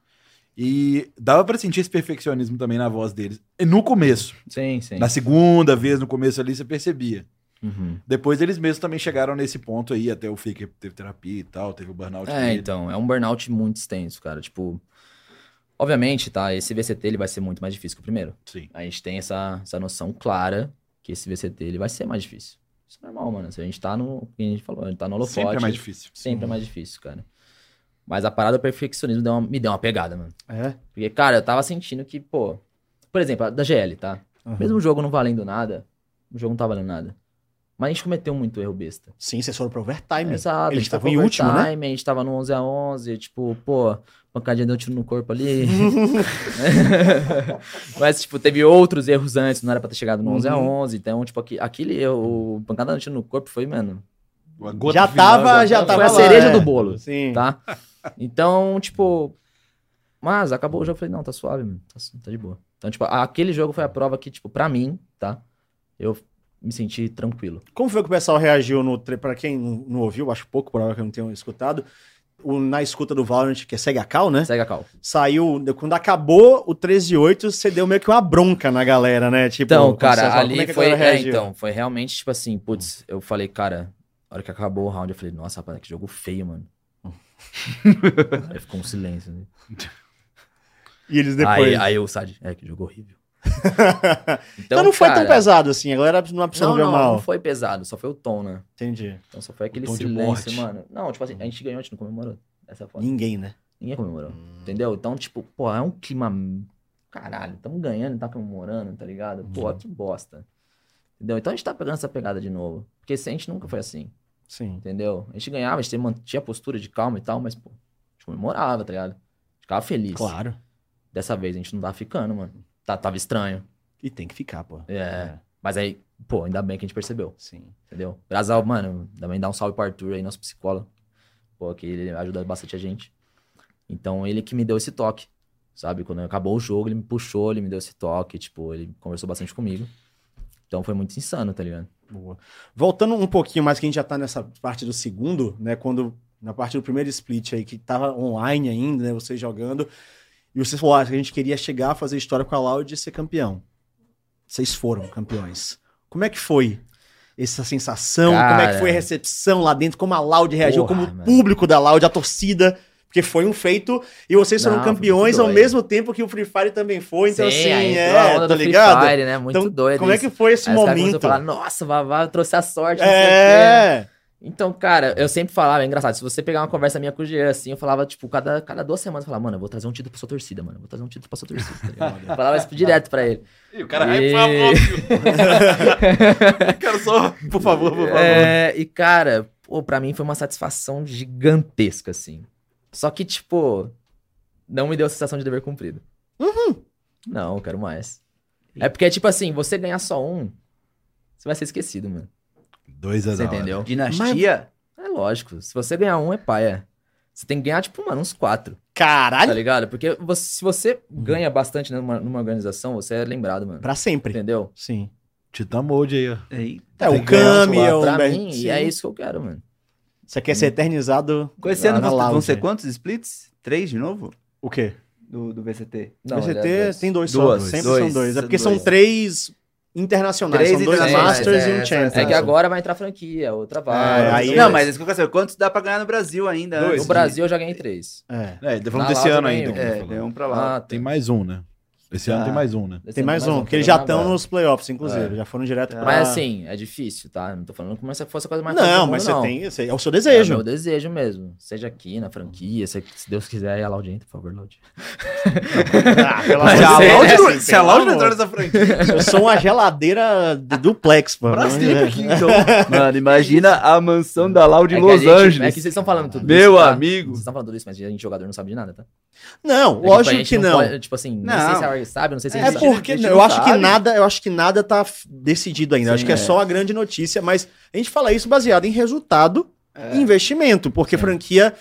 E: E dava pra sentir esse perfeccionismo também na voz deles. E no começo.
B: Sim, sim.
E: Na segunda vez, no começo ali, você percebia.
B: Uhum.
E: Depois eles mesmos também chegaram nesse ponto aí, até o Faker teve terapia e tal, teve o burnout
B: É,
E: dele.
B: então, é um burnout muito extenso, cara. Tipo, obviamente, tá? Esse VCT ele vai ser muito mais difícil que o primeiro.
E: Sim.
B: A gente tem essa, essa noção clara que esse VCT ele vai ser mais difícil. Isso é normal, mano. Se a gente tá no. o que A gente falou, a gente tá no holofote.
E: Sempre é mais difícil.
B: Sempre é mais difícil, cara. Mas a parada do perfeccionismo deu uma- me deu uma pegada, mano.
A: É.
B: Porque, cara, eu tava sentindo que, pô. Por exemplo, a da GL, tá?
E: Uhum.
A: Aham.
B: Mesmo o jogo não valendo nada, o jogo não tá valendo nada. Mas a gente cometeu muito erro besta.
A: Sim, vocês foram pro overtime.
B: Exato.
A: Eles
B: a gente foi
A: estavam em
B: pro
A: último, né?
B: overtime, A gente tava no 11 a 11 tipo, pô, pancadinha deu um tiro no corpo ali. Mas, tipo, teve outros erros antes, não era pra ter chegado no 11 a
A: Uhum.
B: 11 Então, tipo, aqui, aquele erro, o pancada dando tiro no corpo foi, mano,
E: A gota
A: Já
E: final, assim.
A: tava- já
B: foi
A: tava
B: a
A: lá,
B: cereja
A: é.
B: do bolo
A: Sim.
B: tá? Então, tipo. Mas acabou o jogo, eu falei, não, tá suave, mano. Tá, su- tá de boa. Então, tipo, aquele jogo foi a prova que, tipo, pra mim, tá? Eu me senti tranquilo.
A: Como foi que o pessoal reagiu no tre- pra quem não não ouviu, acho pouco, provável que eu não tenha escutado. O, na escuta do Valorant, que é Sega Cal, né?
B: Segue a cal.
A: Saiu. Quando acabou o 13 e 8, você deu meio que uma bronca na galera, né? Tipo,
B: Então,
A: quando você
B: cara,
A: fala,
B: ali
A: como é que a
B: foi.
A: galera
B: É,
A: reagiu?
B: então, foi realmente, tipo assim, putz, eu falei, cara, a hora que acabou o round, eu falei, nossa, rapaz, que jogo feio, mano. aí ficou um silêncio. Né?
A: E eles depois.
B: Aí, aí o Sad, é, que jogo horrível.
A: Então não foi tão
B: cara,
A: pesado assim, a galera não
B: Não,
A: absorveu
B: não,
A: mal.
B: não foi pesado, só foi o tom, né?
A: Entendi.
B: Então só foi aquele
E: tom de
B: silêncio,
E: morte.
B: mano. Não, tipo assim, a gente ganhou, a gente não comemorou. Essa é a foda.
A: Ninguém, né?
B: Ninguém comemorou. Entendeu? Então, tipo, pô, é um clima. Caralho, tamo ganhando, tá comemorando, tá ligado? Pô,
A: Uhum.
B: que bosta. Entendeu? Então a gente tá pegando essa pegada de novo. Porque se a gente nunca foi assim,
A: Sim.
B: entendeu? A gente ganhava, a gente mantinha a postura de calma e tal, mas, pô, a gente comemorava, tá ligado? A gente ficava feliz.
A: Claro.
B: Dessa vez a gente não tava ficando, mano. Tá, tava estranho.
A: E tem que ficar, pô.
B: É. Mas aí, pô, ainda bem que a gente percebeu.
A: Sim.
B: Entendeu? Graças ao, mano, também dá um salve pro Arthur aí, nosso psicólogo. Pô, que ele ajuda bastante a gente. Então, ele que me deu esse toque, sabe? Quando acabou o jogo, ele me puxou, ele me deu esse toque, tipo, ele conversou bastante comigo. Então, foi muito insano, tá ligado?
A: Boa. Voltando um pouquinho mais, que a gente já tá nessa parte do segundo, né? Quando. Na parte do primeiro split aí, que tava online ainda, né? Vocês jogando. E vocês falaram, ah, a gente queria chegar a fazer história com a Loud e ser campeão. Vocês foram campeões. Como é que foi essa sensação? Como é que
B: Cara.
A: foi a recepção lá dentro? Como a Loud reagiu?
B: Porra,
A: como o
B: mano.
A: público da Loud, a torcida? Porque foi um feito e vocês foram
B: Não, foi muito
A: campeões ao
B: doido.
A: mesmo tempo que o Free Fire também foi. Então,
B: Sim,
A: assim,
B: aí entrou a
A: é,
B: onda
A: tá
B: do Free
A: ligado?
B: Fire, né? Muito
A: então,
B: doido.
A: como é que
B: isso.
A: foi esse
B: Aí os caras começam
A: momento?
B: a falar, nossa, Vavá trouxe a sorte, não sei o quê, né?
A: é.
B: Então, cara, eu sempre falava, é engraçado, se você pegar uma conversa minha com o Jean, assim, eu falava, tipo, cada, cada duas semanas, eu falava, mano, eu vou trazer um título pra sua torcida, mano, eu vou trazer um título pra sua torcida, tá ligado? Eu falava isso direto pra ele.
D: Ih, o cara
B: E-
D: hypava, óbvio. Quero só, por favor, por favor.
B: É, e, cara, pô, pra mim foi uma satisfação gigantesca, assim. Só que, tipo, não me deu a sensação de dever cumprido. Uhum. Não, eu quero mais. É porque, tipo assim, você ganhar só um, você vai ser esquecido, mano.
E: Dois a
B: Você
E: da hora.
B: entendeu?
C: Dinastia?
B: É lógico, se você ganhar um, é paia. Você tem que ganhar, tipo, mano, uns quatro. Tá
A: Caralho,
B: ligado? Porque você- se você ganha bastante numa, numa organização, você é lembrado, mano.
A: Uhum. pra sempre.
B: Entendeu?
A: Sim.
E: Titã Mode aí, ó.
C: Ei,
A: É,
E: Tem
A: o
E: que ganhar
A: Kami, é o
B: pra
A: Ber-
B: mim,
A: Sim.
B: e é isso que eu quero, mano.
A: Você quer ser eternizado.
C: Com esse ano
A: na
C: vão- vão
A: lounge.
C: ser quantos splits? Três de novo?
A: O quê?
C: Do, do VCT?
A: O
B: é
A: VCT tem dois
C: Duas,
A: só. Sempre
C: dois,
A: são dois. É porque
C: dois.
A: são três internacionais.
C: Três
A: são dois
C: internacionais,
A: Masters
C: é,
A: e um
C: essa-
A: Champions.
B: É que agora vai entrar franquia, outra vai.
A: É, aí-
C: não, mas isso que eu quero saber, quantos dá pra ganhar no Brasil ainda? né?
E: Dois.
B: No Brasil eu já ganhei três.
A: É.
E: É, tá falando
B: Na
E: desse
B: Loud
E: ano ainda.
B: ganhou.
E: que ele
C: É,
E: falou.
C: tem um pra lá.
B: Ah,
E: Tem mais um, né? Esse ano
C: Tá.
E: tem mais um, né?
B: Esse
A: Tem
B: ano
A: mais um,
B: tá
A: porque eles já
B: jogando
A: estão
B: agora.
A: nos playoffs, inclusive. Já foram direto pra...
B: Mas assim, é difícil, tá? Não tô falando como se fosse a coisa mais fácil
A: Não,
B: do
A: mas
B: mundo,
A: você
B: não.
A: tem... esse É o seu
B: É o
A: desejo.
B: meu desejo mesmo. Seja aqui, na franquia, se, se Deus quiser, e a Laude entra, por favor, Laude.
A: Ah, pelo amor
B: Mas
A: de
B: a
C: É,
A: Deus,
B: Loud
A: né,
E: não-
A: assim,
E: se a
A: pelo
E: Loud não
A: amor.
E: entrar nessa franquia,
A: Eu sou uma geladeira de duplex, mano.
E: pra sempre aqui, então.
C: Mano, imagina a mansão da Lau de
B: É que a
C: Los
B: gente-
C: Angeles.
B: É que vocês estão falando tudo
C: Meu
B: isso, tá?
C: amigo.
B: Vocês estão falando tudo isso, mas a gente jogador não sabe de nada, tá?
A: Não,
B: É, tipo, a
A: lógico
B: gente
A: que não.
B: pode- tipo assim, não, sei
C: Não.
B: se a Ari sabe, não sei se
C: É
B: a
A: É
B: gente sabe.
A: porque
C: a gente
A: eu
C: não
A: acho que
C: sabe.
A: nada, eu acho que nada tá f- decidido ainda. Eu acho
C: Sim,
A: que é,
C: é.
A: só uma grande notícia, mas a gente fala isso baseado em resultado
C: É.
A: e investimento, porque franquia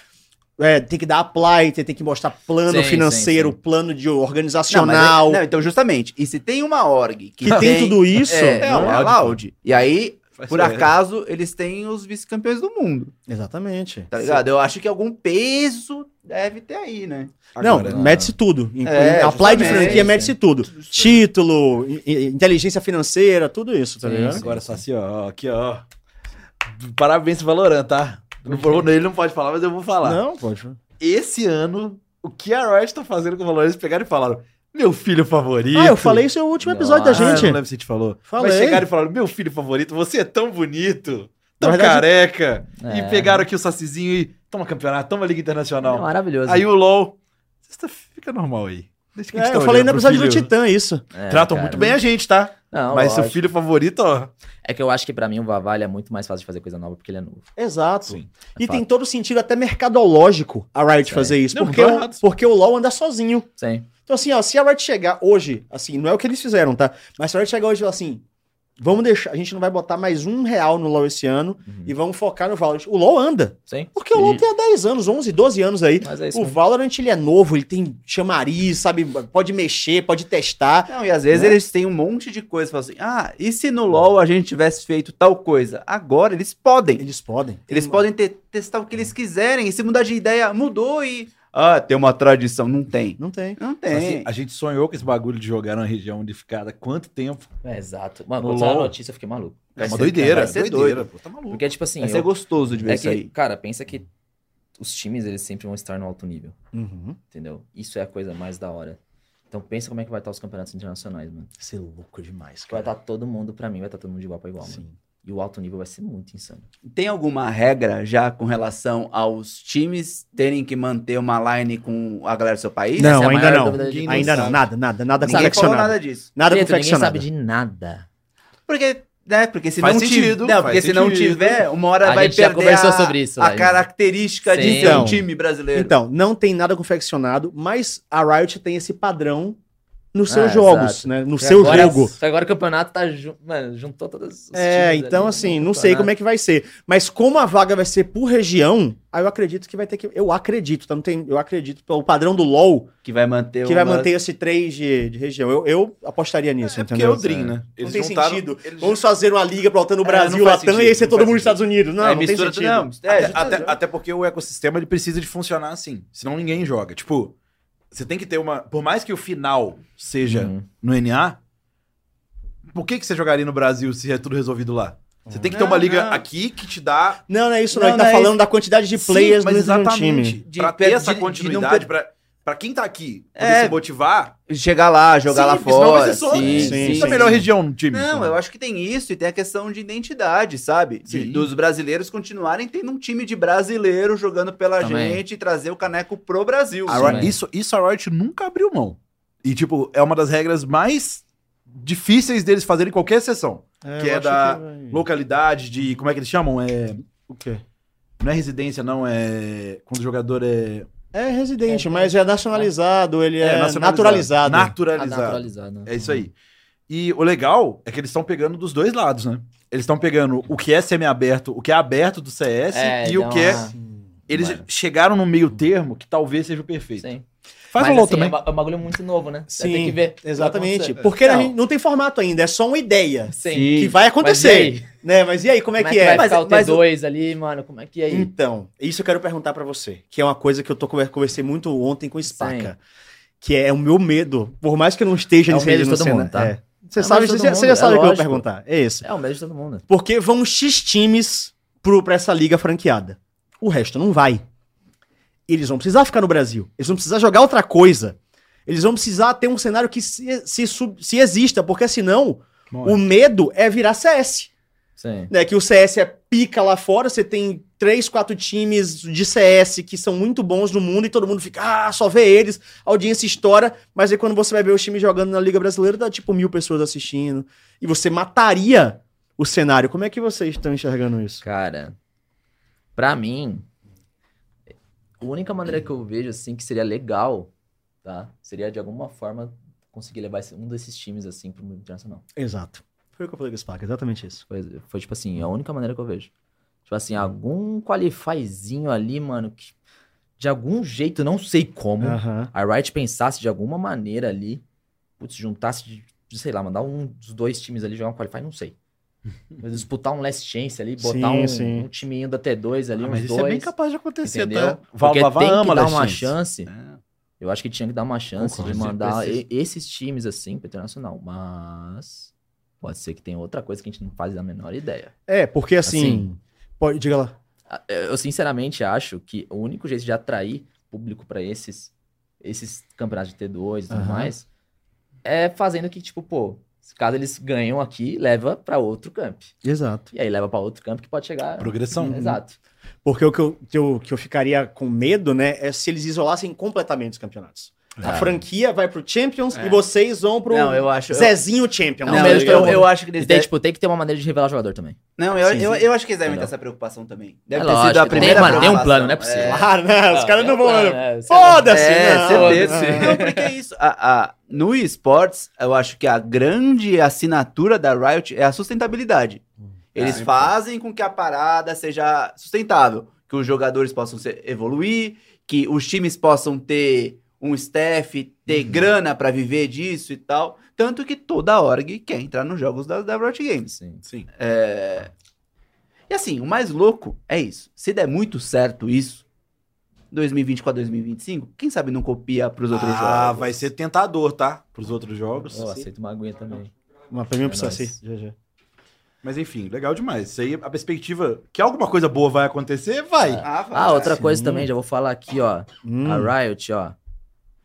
A: é, tem que dar apply, tem, tem que mostrar plano
B: Sim,
A: financeiro,
B: sim,
A: plano de
C: Não, mas é-
A: organizacional,
C: não, então justamente. E se tem uma org que,
A: que tem tudo isso.
C: É,
A: não,
C: não, é a Loud. E aí,
E: Faz
C: Por
E: certo.
C: acaso, eles têm os vice-campeões do mundo,
A: Exatamente.
C: tá ligado? Eu acho que algum peso deve ter aí, né?
E: Agora,
A: não, mete-se tudo.
C: É,
A: a play de
C: justamente.
A: franquia mete-se tudo. Título, i- i- inteligência financeira, tudo isso, tá
B: Sim,
A: ligado?
B: sim.
E: Agora, Saci, ó, ó, aqui, ó. Parabéns pro Valorant, tá? Não vou- Ele não pode falar, mas eu vou falar.
A: Não, poxa.
E: Esse ano, o que a Riot tá fazendo com o Valorant? Eles pegaram e falaram, meu filho favorito.
A: Ah, eu falei isso no último episódio
B: Nossa.
E: Ah,
A: da
E: eu não
A: gente.
E: lembro se a gente falou.
A: Falei.
E: Mas chegaram e falaram, meu filho favorito, você é tão bonito, tão
A: Na verdade-
E: careca.
B: É.
E: E pegaram aqui o Sacizinho e toma campeonato, toma Liga
B: É
E: Internacional.
B: maravilhoso.
E: Aí o LOL, "Cê tá- fica normal aí. Deixa que a gente
A: É,
E: tá
A: eu falei
E: olhando
A: no
E: pro
A: episódio do
E: filho."
A: Titã isso.
B: É,
E: Tratam
B: cara.
E: muito bem a gente, tá?
B: Não,
E: Mas seu
B: lógico.
E: filho favorito, ó.
B: É que eu acho que pra mim o Vavá ele é muito mais fácil de fazer coisa nova porque ele é novo.
A: Exato.
E: Sim.
A: e
B: É
A: tem todo sentido até mercadológico a Riot
B: Isso aí.
A: fazer isso.
E: Não, não
A: porque,
E: tá
A: o,
E: errado.
A: porque o LoL anda sozinho.
B: Sim.
A: Então, assim, ó, se a Riot chegar hoje, assim, não é o que eles fizeram, tá? Mas se a Riot chegar hoje e falar assim, vamos deixar, a gente não vai botar mais um real no LoL esse ano
B: Uhum.
A: e vamos focar no Valorant. O LoL anda.
B: Sim.
A: Porque o LoL
B: E-
A: tem há 10 anos, 11, 12 anos aí.
B: Mas é isso.
A: O
B: mesmo.
A: Valorant, ele é novo, ele tem chamariz, sabe? Pode mexer, pode testar.
C: Não, e às vezes eles têm um monte de coisa, falam assim, ah, e se no LoL a gente tivesse feito tal coisa? Agora eles podem.
A: Eles podem.
C: Eles podem ter- testar o que eles quiserem. E se mudar de ideia, mudou e. Ah, tem uma tradição. Não tem.
A: Não tem.
C: Não
E: Assim,
C: tem.
E: a gente sonhou com esse bagulho de jogar numa região unificada há quanto tempo?
B: É, exato. Mano,
E: No
B: quando saiu a
E: LoL-
B: notícia eu fiquei maluco.
E: É uma
C: ser-
E: doideira,
C: vai ser
E: doideira.
C: doido.
E: Pô, tá maluco.
B: Porque, tipo assim,
C: Vai ser
B: eu-
C: gostoso de ver
B: é
C: isso
B: que,
C: aí.
B: cara, pensa que os times eles sempre vão estar no alto nível,
A: Uhum.
B: entendeu? Isso é a coisa mais da hora. Então pensa como é que vai estar os campeonatos internacionais, mano.
A: Isso é louco demais,
B: Vai tá né?
A: cara.
B: estar todo mundo pra mim, vai estar todo mundo de igual pra igual, mano.
A: Sim.
B: E o alto nível vai ser muito insano.
C: Tem alguma regra já com relação aos times terem que manter uma line com a galera do seu país?
A: Não,
B: Essa é a
A: ainda
B: maior
A: não.
B: dúvida de
E: Ninguém
A: Ainda não,
E: sabe.
A: nada, nada, nada
C: Ninguém falou
A: confeccionado.
C: nada disso.
A: Nada
B: Preto, ninguém
A: confeccionado.
B: sabe de nada.
C: Porque, né? Porque se
E: Faz
C: não
E: sentido,
C: tiver. Não,
E: faz
C: porque se não
E: sentido.
C: tiver, uma hora
B: A
C: vai
B: gente já
C: perder
B: conversou
C: a,
B: sobre isso,
C: a
B: né?
C: característica de
B: Sim.
C: ser um
A: Então,
C: time brasileiro.
A: Então, não tem nada confeccionado, mas a Riot tem esse padrão nos seus
B: Ah,
A: jogos,
B: exato.
A: né? No
B: Porque
A: seu
B: agora-
A: jogo.
B: só Agora o campeonato tá junto. Mano, juntou todas as.
A: É, então assim, não sei como é que vai ser. Mas como a vaga vai ser por região, aí eu acredito que vai ter que. Eu acredito, tá? Não tem, eu acredito pelo padrão do LOL
C: que vai manter
A: que vai
C: uma-
A: manter esse 3 de, de região. Eu, eu apostaria nisso,
E: É porque é
A: entendeu?
E: o Dream, né?
A: tem sentido.
E: eles
A: Vamos fazer uma liga botando o
E: É,
A: Brasil,
E: não faz
A: Latam, e
E: sentido,
A: aí ser
E: não
A: todo
E: faz
A: mundo nos
E: sentido.
A: Estados Unidos. Não,
C: Aí
A: É, não tem
C: mistura tudo.
A: sentido.
C: Não, é,
E: até,
C: justa-
E: até- até porque o ecossistema ele precisa de funcionar assim. Senão ninguém joga. Tipo, você tem que ter uma. Por mais que o final seja
C: Uhum.
B: Uhum. Tá
E: no NA, por que, que você jogaria no Brasil se é tudo resolvido lá? Você tem que ter
C: Não,
E: uma liga
C: não.
E: aqui que te dá
A: Não, não é isso, não.
C: Não,
A: Ele tá
C: não é
A: falando da quantidade de players
E: Sim, mas
A: no mesmo
E: exatamente.
A: time.
C: De
E: pra
C: pe-
E: ter essa
C: de- de não
E: continuidade,
C: per-
E: pra, pra quem tá aqui, poder
C: É.
E: se motivar.
C: Chegar lá, jogar
E: Sim,
C: lá
E: porque senão
C: fora.
E: vai ser só-
C: sim,
A: Sim,
C: sim,
A: sim.
E: Isso é a melhor região no time.
C: Não, eu acho que tem isso e tem a questão de identidade, sabe? De-
E: Sim.
C: dos brasileiros continuarem tendo um time de brasileiro jogando pela
B: Também. Ah,
C: gente e trazer o caneco pro Brasil.
E: A
B: Sim,
E: Riot-
B: velho.
E: isso, isso a Riot nunca abriu mão. E, tipo, é uma das regras mais difíceis deles fazerem em qualquer sessão. Que
A: eu
E: é
A: acho
E: da-
A: que vai-
E: Localidade de. Como é que eles chamam? É,
A: O quê?
E: não é residência, não. É. Quando o jogador é.
A: É residente, mas é nacionalizado, ele é,
E: nacionalizado.
A: naturalizado.
E: Naturalizado.
B: Naturalizado.
E: É isso aí. E o legal é que eles estão pegando dos dois lados, né? Eles estão pegando o que é semi-aberto, o que é aberto do CS
B: É,
E: e o
B: dá
E: que é
B: uma-
E: Eles
B: Mano.
E: chegaram no meio termo que talvez seja o perfeito.
B: Sim.
E: Faz
B: Mas,
E: o LOL
B: assim,
E: também.
B: É ba- é um bagulho muito novo, né? Você
A: Sim,
B: tem que ver. o que vai
A: Exatamente.
B: acontecer.
A: Porque
B: Não.
A: a gente não tem formato ainda, é só uma ideia.
B: Sim.
A: Que vai acontecer.
B: Mas e aí?
A: né? Mas e aí, como é que é?
B: Vai ficar o
A: mas-
B: T2 ali, mano. Como é que é aí?
A: Então, isso eu quero perguntar pra você, que é uma coisa que eu tô conver- conversei muito ontem com o Spaca, que é o meu medo, por mais que eu não esteja
B: É o
A: nesse
B: medo de
A: no
B: todo
A: Senna-
B: mundo, tá?
A: é. Você
B: É o
A: sabe,
B: medo de
A: você,
B: todo
A: você já
B: mundo,
A: sabe
B: é
A: o que eu vou
B: lógico.
A: perguntar. É isso.
B: É o médio de todo mundo.
A: Porque vão X times pro, pra essa liga franqueada. O resto não vai. Eles vão precisar ficar no Brasil. Eles vão precisar jogar outra coisa. Eles vão precisar ter um cenário que se, se, sub- se exista, porque senão o medo é virar CS.
B: Sim.
A: Né? Que o CS é pica lá fora, você tem três, quatro times de CS que são muito bons no mundo e todo mundo fica, ah, só vê eles, a audiência estoura, mas aí quando você vai ver os times jogando na Liga Brasileira, dá tipo mil pessoas assistindo. E você mataria o cenário. Como é que vocês estão enxergando isso?
B: Cara, pra mim, a única maneira que eu vejo, assim, que seria legal, tá? Seria de alguma forma conseguir levar esse- um desses times, assim, pro mundo internacional.
A: Exato. Foi o que eu falei com o Spaca, exatamente isso.
B: Foi, foi, tipo assim, a única maneira que eu vejo. Tipo assim, algum qualifyzinho ali, mano, que de algum jeito, não sei como,
A: Aham.
B: a Riot pensasse de alguma maneira ali, putz, juntasse, de, de, sei lá, mandar um dos dois times ali jogar um qualify, não sei. Mas disputar um Last Chance ali,
A: Sim,
B: botar um,
A: sim.
B: um timinho da T2 ali,
E: Ah,
B: uns
E: mas isso
B: dois.
E: é bem capaz de acontecer,
B: entendeu?
E: tá?
B: Porque
E: Valva
B: tem que
E: ama
B: dar
E: Last
B: uma
E: Chance.
B: chance.
E: É.
B: Eu acho que tinha que dar uma chance
E: Concordo,
B: de
E: você
B: mandar
E: precisa.
B: e- esses times assim pro internacional. Mas pode ser que tenha outra coisa que a gente não faz a menor ideia.
A: É, porque assim. Pode, diga lá.
B: Ah, eh, Eu sinceramente acho que o único jeito de atrair público pra esses, esses campeonatos de T2 e tudo
A: Aham.
B: mais é fazendo que, tipo, pô, caso eles ganham aqui, leva pra outro camp.
A: Exato.
B: E aí leva pra outro camp que pode chegar. Uhum.
E: Progressão.
B: Exato.
A: Porque o que eu, que, eu, que eu ficaria com medo, né, é se eles isolassem completamente os campeonatos. A franquia vai pro Champions e vocês vão pro
C: Não, eu acho. eu-
A: Zezinho Champions.
C: Não,
A: No
B: Não,
A: meio
C: eu,
A: de
C: eu,
A: todo
C: eu
A: mundo.
C: acho que eles
B: E tem,
C: devem-
B: tipo, tem que ter uma maneira de revelar jogador também.
C: Não, eu,
A: Sim,
C: eu,
A: sim.
C: eu acho que eles devem ter
B: Entendeu?
C: essa preocupação também. Deve
B: É
C: ter sido
B: lógico,
C: a
B: tem-
C: primeira
B: mano, tem um
C: preocupação.
B: plano, não é possível.
C: É.
A: Ah, né, os caras não vão...
B: né?
A: Foda-se!
C: É,
A: não,
C: certeza.
A: não.
C: Não, porque é isso. A, a- no esportes, eu acho que a grande assinatura da Riot é a sustentabilidade.
E: Hum.
C: Eles fazem com que a parada seja sustentável, que os jogadores possam se evoluir, que os times possam ter um staff, ter
E: Uhum.
C: grana pra viver disso e tal. Tanto que toda org quer entrar nos jogos da, da Riot Games.
B: Sim.
E: Sim.
C: É, E assim, o mais louco é isso. Se der muito certo isso, 2020 com a 2025, quem sabe não copia pros outros jogos?
E: Ah, vai ser tentador, tá? Pros outros jogos.
B: Eu aceito uma aguinha também.
A: Mas pra mim eu preciso
B: É
A: assim.
B: nóis.
A: GG.
E: Mas enfim, legal demais. Isso aí, a perspectiva que alguma coisa boa vai acontecer, vai.
C: Ah, vai.
B: Ah, outra
A: sim.
B: coisa também, já vou falar aqui, ó.
A: Hum.
B: A Riot, ó.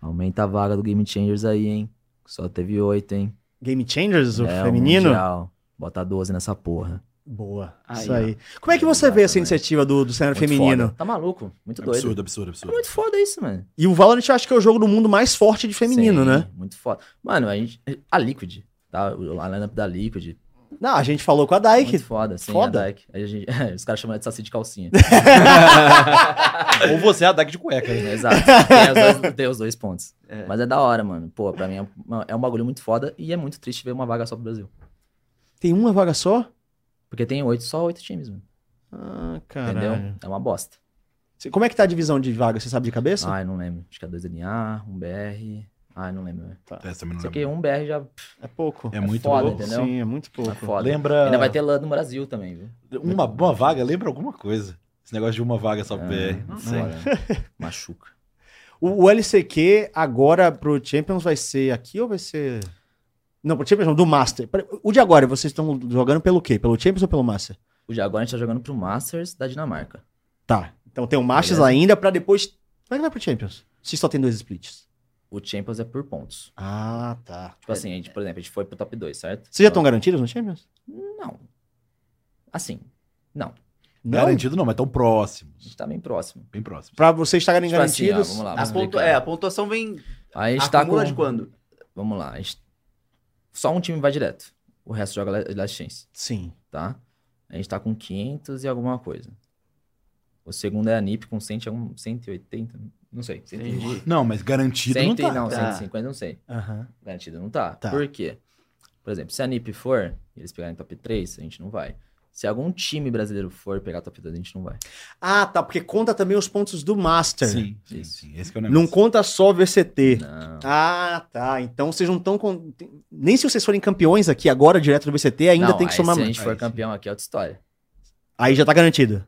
B: Aumenta a vaga do Game Changers aí, hein? Só teve oito, hein?
A: Game Changers, o
B: É,
A: feminino?
B: mundial. Bota 12 nessa porra.
A: Boa.
C: Aí,
A: isso aí. Como é que você vê essa iniciativa do, do cenário
B: Muito
A: feminino?
B: foda. Tá maluco? Muito doido.
E: Absurdo, absurdo,
B: É
E: absurdo.
B: muito foda isso, mano.
A: E o Valorant eu acho que é o jogo do mundo mais forte de feminino,
B: Sim,
A: né?
B: Muito foda. Mano, a gente. A Liquid, tá? O- A lineup da Liquid.
A: Não, a gente falou com a Dyke.
B: muito foda, sim.
A: foda.
B: A Dyke. A gente- os caras chamam ela de saci de calcinha.
E: Ou você é a deck de cueca. né?
B: Exato. Tem, os dois, tem os dois pontos.
C: É.
B: Mas é da hora, mano. Pô, pra mim é, um- é um bagulho muito foda e é muito triste ver uma vaga só pro Brasil.
A: Tem uma vaga só?
B: Porque tem oito, só oito times, mano.
A: Ah,
B: Entendeu?
A: cara.
B: É uma bosta.
A: Como é que tá a divisão de vaga? Você sabe de cabeça?
B: Ai, não lembro. Acho que é dois LA, um BR. Ai, não lembro.
E: Essa eu não
B: Só
E: lembro.
B: que um BR já
A: é pouco.
E: É muito
B: foda,
E: louco.
B: entendeu?
A: Sim, é muito pouco.
B: tá foda.
E: Lembra
B: Ainda vai ter LAN no Brasil também, viu?
E: uma, uma vaga, lembra alguma coisa. Esse negócio de uma vaga só pro
B: É,
E: BR. Ah, Não sei.
B: foda. Machuca.
A: O, o LCQ agora pro Champions vai ser aqui ou vai ser. Não, pro Champions não, do Master. Pera- O de agora, vocês estão jogando pelo quê? Pelo Champions ou pelo Master?
B: O de agora a gente tá jogando pro Masters da Dinamarca.
A: Tá. Então tem o Masters
B: Beleza.
A: ainda pra depois. Como é que vai pro Champions? Se só tem dois splits.
B: O Champions é por pontos.
A: Ah, tá.
B: Tipo assim, a gente, por exemplo, a gente foi pro top 2, certo?
A: Vocês já estão garantidos no Champions?
B: Não. Assim, não.
E: Garantido não, mas tão
B: A
E: próximos.
B: gente tá bem próximo.
E: Bem próximos.
A: Pra vocês estarem
B: Tipo assim, ó,
A: garantidos.
B: vamos lá,
C: A,
B: vamos
C: pontu-
B: explicar.
C: é, a pontuação vem.
B: Aí a gente tá com...
C: Acumula de quando?
B: Vamos lá. a gente- Só um time vai direto. O resto joga la- Last Chance,
A: Sim.
B: tá? A gente tá com 500 e alguma coisa. O segundo é a NIP com 100, e algum- 180, não sei. 100,
E: Não, mas garantido não tá.
B: não,
C: Tá.
B: 150, não sei.
A: Aham.
B: Garantido não tá.
A: Tá.
B: Por quê? Por exemplo, se a NIP for e eles pegarem top 3, a gente não vai. Se algum time brasileiro for pegar top 2, a gente não vai.
A: Ah, tá. Porque conta também os pontos do Master.
E: Sim, sim, sim. Esse que é o
A: Não
E: negócio.
A: conta só o VCT.
B: Não.
A: Ah, tá. Então vocês não estão com. Nem se vocês forem campeões aqui agora, direto do VCT, ainda
B: Não,
A: tem que
B: aí
A: somar
B: Se a
A: mais.
B: gente for campeão aqui, é outra história.
A: Aí já tá garantido.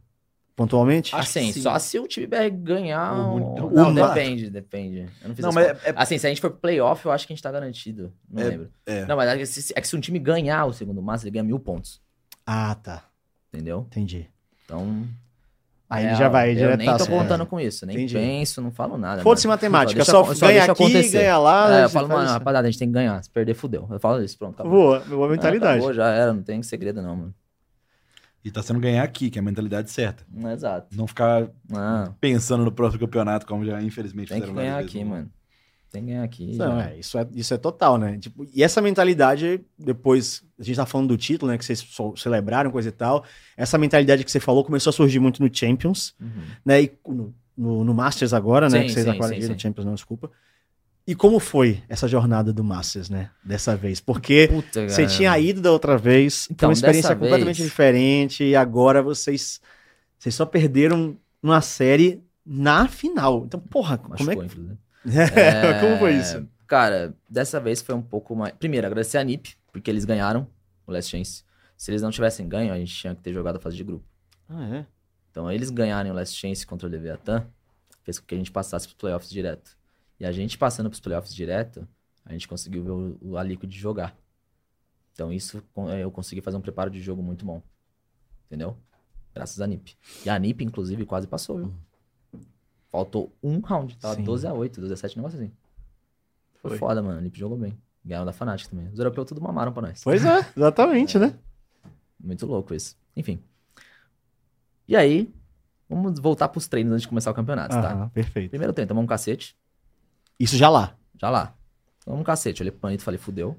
A: Pontualmente?
E: Acho que
B: Assim,
E: sim.
B: só se o time BR ganhar.
E: O-
B: um-
E: o-
B: Não,
A: o-
B: depende, depende. Eu não fiz
E: Não,
B: as
E: mas
B: contas. Assim, se a gente for pro playoff, eu acho que a gente tá garantido. Não lembro.
E: é.
B: Não, mas é que, se, é que se um time ganhar o segundo massa, ele ganha mil pontos.
A: Ah, tá.
B: Entendeu?
A: Entendi.
B: Então.
A: Aí
B: é,
A: ele já vai
B: eu
A: direto.
B: nem tô
A: assim.
B: contando com isso. Nem
A: Entendi.
B: penso, não falo nada.
A: Foda-se
B: mano.
A: matemática.
B: Deixa
A: Só,
B: acon- só
A: ganha
B: deixa
A: aqui,
B: acontecer.
A: ganha lá.
B: É, eu
A: você
B: falo,
A: faz
B: mano,
A: isso.
B: rapaziada, a gente tem que ganhar. Se perder, fudeu. Eu falo isso, pronto. Acabou. É,
A: Boa, boa mentalidade.
B: Acabou, já era, não tem segredo, não, mano.
E: E tá sendo ganhar aqui, que é a mentalidade certa.
B: Não, Exato.
E: Não ficar
B: Não,
E: pensando no próximo campeonato, como já infelizmente
B: tem que
E: várias
B: ganhar
E: vezes,
B: aqui,
E: né?
B: mano. Tem que ganhar aqui.
A: Não,
B: já.
A: é, isso, é, isso é total, né? Tipo, e essa mentalidade, depois, a gente tá falando do título, né? Que vocês so- celebraram, coisa e tal. Essa mentalidade que você falou começou a surgir muito no Champions,
B: Uhum.
A: né? E no, no- no Masters agora, né?
B: Sim,
A: que vocês
B: sim,
A: acabaram de
B: sim,
A: dizer,
B: sim.
A: Champions, não, desculpa. E como foi essa jornada do Masters, né? Dessa vez? Porque
B: Puta, cara.
A: você tinha ido da outra vez, foi
B: Então,
A: uma experiência
B: dessa vez-
A: completamente diferente, e agora vocês, vocês só perderam uma série na final. Então, porra, como
B: Machucou,
A: é que.
B: inclusive.
A: Como foi
B: É,
A: isso?
B: Cara, dessa vez foi um pouco mais. Primeiro, agradecer a NIP, porque eles ganharam o Last Chance. Se eles não tivessem ganho, a gente tinha que ter jogado a fase de grupo.
A: Ah, é?
B: Então, eles ganharem o Last Chance contra o Leviathan fez com que a gente passasse pros playoffs direto. E a gente passando pros playoffs direto, a gente conseguiu ver o, o a Liquid jogar. Então, isso con- eu consegui fazer um preparo de jogo muito bom. Entendeu? Graças à NIP. E a NIP, inclusive, quase passou, viu? Faltou um round, tava
A: Sim.
B: 12 a 8 12 a 7 negócio assim. Foi,
C: Foi.
B: foda, mano. A NIP jogou bem. Ganharam da Fnatic também. Os europeus tudo mamaram pra nós.
A: Pois é, exatamente, né?
B: Muito louco isso. Enfim. E aí, vamos voltar pros treinos antes de começar o campeonato, tá?
A: Aham, perfeito.
B: Primeiro treino, tomamos um cacete.
A: Isso já lá.
B: Já lá. Tomamos um cacete. Olhei pro Panito e falei, fudeu.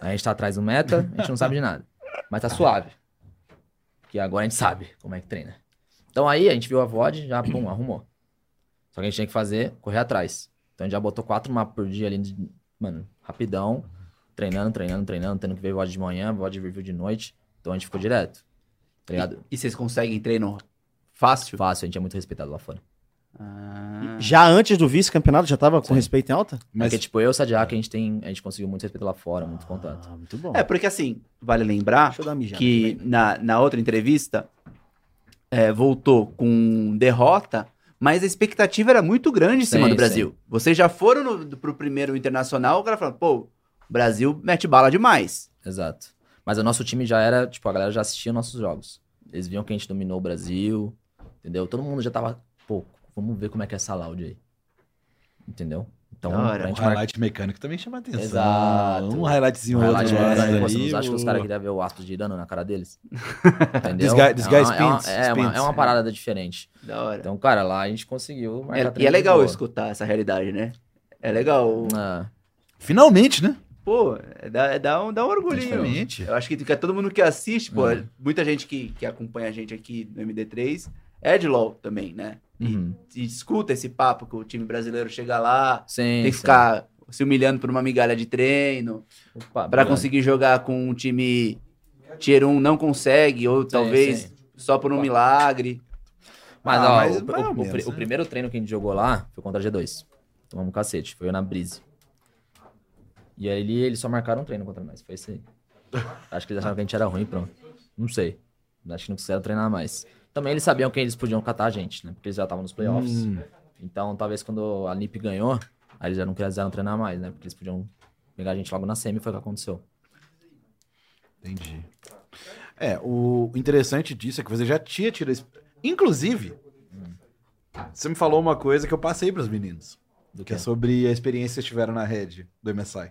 B: a gente tá atrás do meta, a gente não sabe de nada. Mas tá suave. Porque agora a gente sabe como é que treina. Então aí a gente viu a VOD, já pum, arrumou. Só que a gente tinha que fazer, correr atrás. Então a gente já botou quatro mapas por dia ali, de- mano, rapidão. Treinando, treinando, treinando, tendo que ver VOD de manhã, VOD de review de noite. Então a gente ficou direto. Tá ligado?
C: E vocês conseguem treino fácil?
B: Fácil, a gente é muito respeitado lá fora.
C: Ah,
A: Já antes do vice-campeonato, já tava com
B: Sim.
A: respeito em alta?
E: Mas-
B: Porque, tipo, eu e o Sadiak, a gente tem. A gente conseguiu muito respeito lá fora, muito contato.
A: Ah, muito bom.
C: É, porque assim, vale lembrar
A: Deixa eu dar uma mijada.
C: que na, na outra entrevista é, voltou com derrota, mas a expectativa era muito grande em cima
B: Sim,
C: do Brasil. Vocês já foram no, pro primeiro internacional, o cara falando, pô, o Brasil mete bala demais.
B: Exato. Mas o nosso time já era, tipo, a galera já assistia nossos jogos. Eles viam que a gente dominou o Brasil, entendeu? Todo mundo já tava, pô, vamos ver como é que é essa loud aí. Entendeu? Então,
C: Da hora.
B: pra
E: Um
B: gente marcar-
E: highlight mecânico também chama atenção.
B: Exato.
E: Um highlightzinho
B: Um
E: outro.
B: highlight,
E: um
B: né?
E: highlight
B: Pô,
E: ali,
B: você não acha que os
E: o-
B: caras queriam ver o Aspas girando na cara deles?
E: This
B: Entendeu?
E: guy- this guy
B: é, uma, é, uma,
E: spins,
B: é, uma,
E: spins.
B: é uma parada diferente.
C: Da hora.
B: Então, cara, lá a gente conseguiu
C: É-
B: marcar
C: e é legal
B: isso.
C: escutar essa realidade, né? É legal.
E: Finalmente, né?
C: Pô, é dá, é dá um, dá um orgulhinho.
E: Finalmente.
B: É,
C: Eu acho que fica todo mundo que assiste, pô,
B: Uhum.
C: muita gente que, que acompanha a gente aqui no MD3 é de LOL também, né? E,
B: Uhum.
C: e escuta esse papo que o time brasileiro chega lá,
B: Sim,
C: tem que
B: sim.
C: ficar se humilhando por uma migalha de treino,
B: Opa,
C: pra
B: obrigado.
C: conseguir jogar com um time tier 1 não consegue, ou talvez
B: sim.
C: só por um milagre.
B: Mas,
E: Ah,
B: ó,
E: mas
B: o,
E: mais ou
B: o- o
E: menos,
B: pri- o
E: né?
B: primeiro treino que a gente jogou lá foi contra a G2. Tomamos um cacete, foi eu na Brise. E aí ele- eles só marcaram um treino contra nós, foi isso aí. Acho que eles acharam que a gente era ruim, pronto. Não sei. Acho que não quiseram treinar mais. Também eles sabiam que eles podiam catar a gente, né? Porque eles já estavam nos playoffs.
E: Hum.
B: Então, talvez quando a NIP ganhou, aí eles já não quiseram treinar mais, né? Porque eles podiam pegar a gente logo na semi, foi o que aconteceu.
E: Entendi. É, o interessante disso é que você já tinha tido. esse- Inclusive, você me falou uma coisa que eu passei pros meninos,
B: Do
E: que
B: que?
E: é sobre a experiência que vocês tiveram na rede do MSI.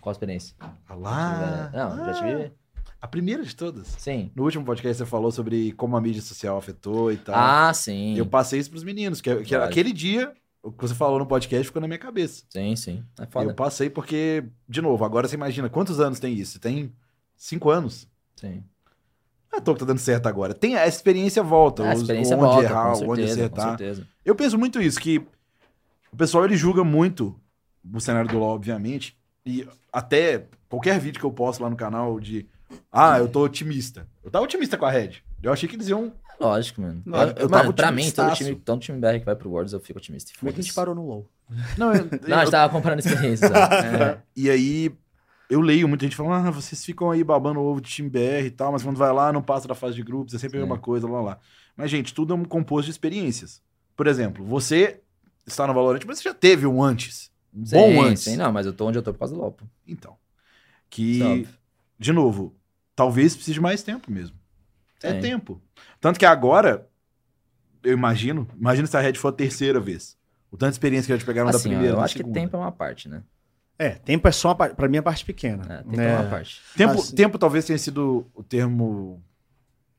B: Qual a experiência?
E: Ah lá! Ah,
B: não, já tive.
E: A primeira de todas.
B: Sim.
E: No último podcast você falou sobre como a mídia social afetou e tal.
B: Ah, sim.
E: Tá. Eu passei isso pros meninos, que, que
B: Verdade.
E: aquele dia, o que você falou no podcast ficou na minha cabeça.
B: Sim, sim. É
E: E
B: foda.
E: Eu passei porque, de novo, agora você imagina quantos anos tem isso? Tem cinco anos.
B: Sim.
E: Não é à toa que tá dando certo agora. Tem a experiência volta.
B: É, a
E: os-
B: experiência
E: Então, onde
B: volta,
E: errar,
B: com certeza,
E: onde
B: com
E: acertar.
B: certeza.
E: Eu penso muito isso, que o pessoal ele julga muito o cenário do LoL, obviamente. E até qualquer vídeo que eu posto lá no canal de. Ah, eu tô otimista. Eu tava otimista com a Red. Eu achei que eles ião.
B: Lógico, mano.
E: Eu- eu
B: Eu- eu-
E: tava
B: mano, pra mim, todo
E: otimistaço.
B: time, todo time BR que vai pro Worlds, eu fico otimista.
A: Como é que a gente
B: Foda-se.
A: parou no LoL?
E: Não, eu, É.
B: Não, tá a gente tava comparando experiências. ó.
E: E aí eu leio muita gente falando, ah, vocês ficam aí babando ovo de time BR e tal, mas quando vai lá não passa da fase de grupos, é sempre a
B: Sim.
E: mesma coisa, lá lá. Mas, gente, tudo é um composto de experiências. Por exemplo, você está no Valorant, mas você já teve um antes. Um
B: É. Sim,
E: bom antes.
B: Sim, não, mas eu tô onde eu tô por causa do Lopo.
E: Então. Que,
B: é
E: de novo, talvez precise de mais tempo mesmo. É
B: Sim.
E: tempo. Tanto que agora, eu imagino, imagina se a Red for a terceira vez. O tanto de experiência que eles pegaram da
B: Assim, ó,
E: primeira,
B: eu
E: da
B: acho que
E: segunda.
B: tempo é uma parte, né?
A: É, tempo é só uma par- pra mim a parte pequena.
B: É, tempo é,
A: né?
B: uma parte.
E: Tempo,
A: Assim-
E: tempo talvez tenha sido o termo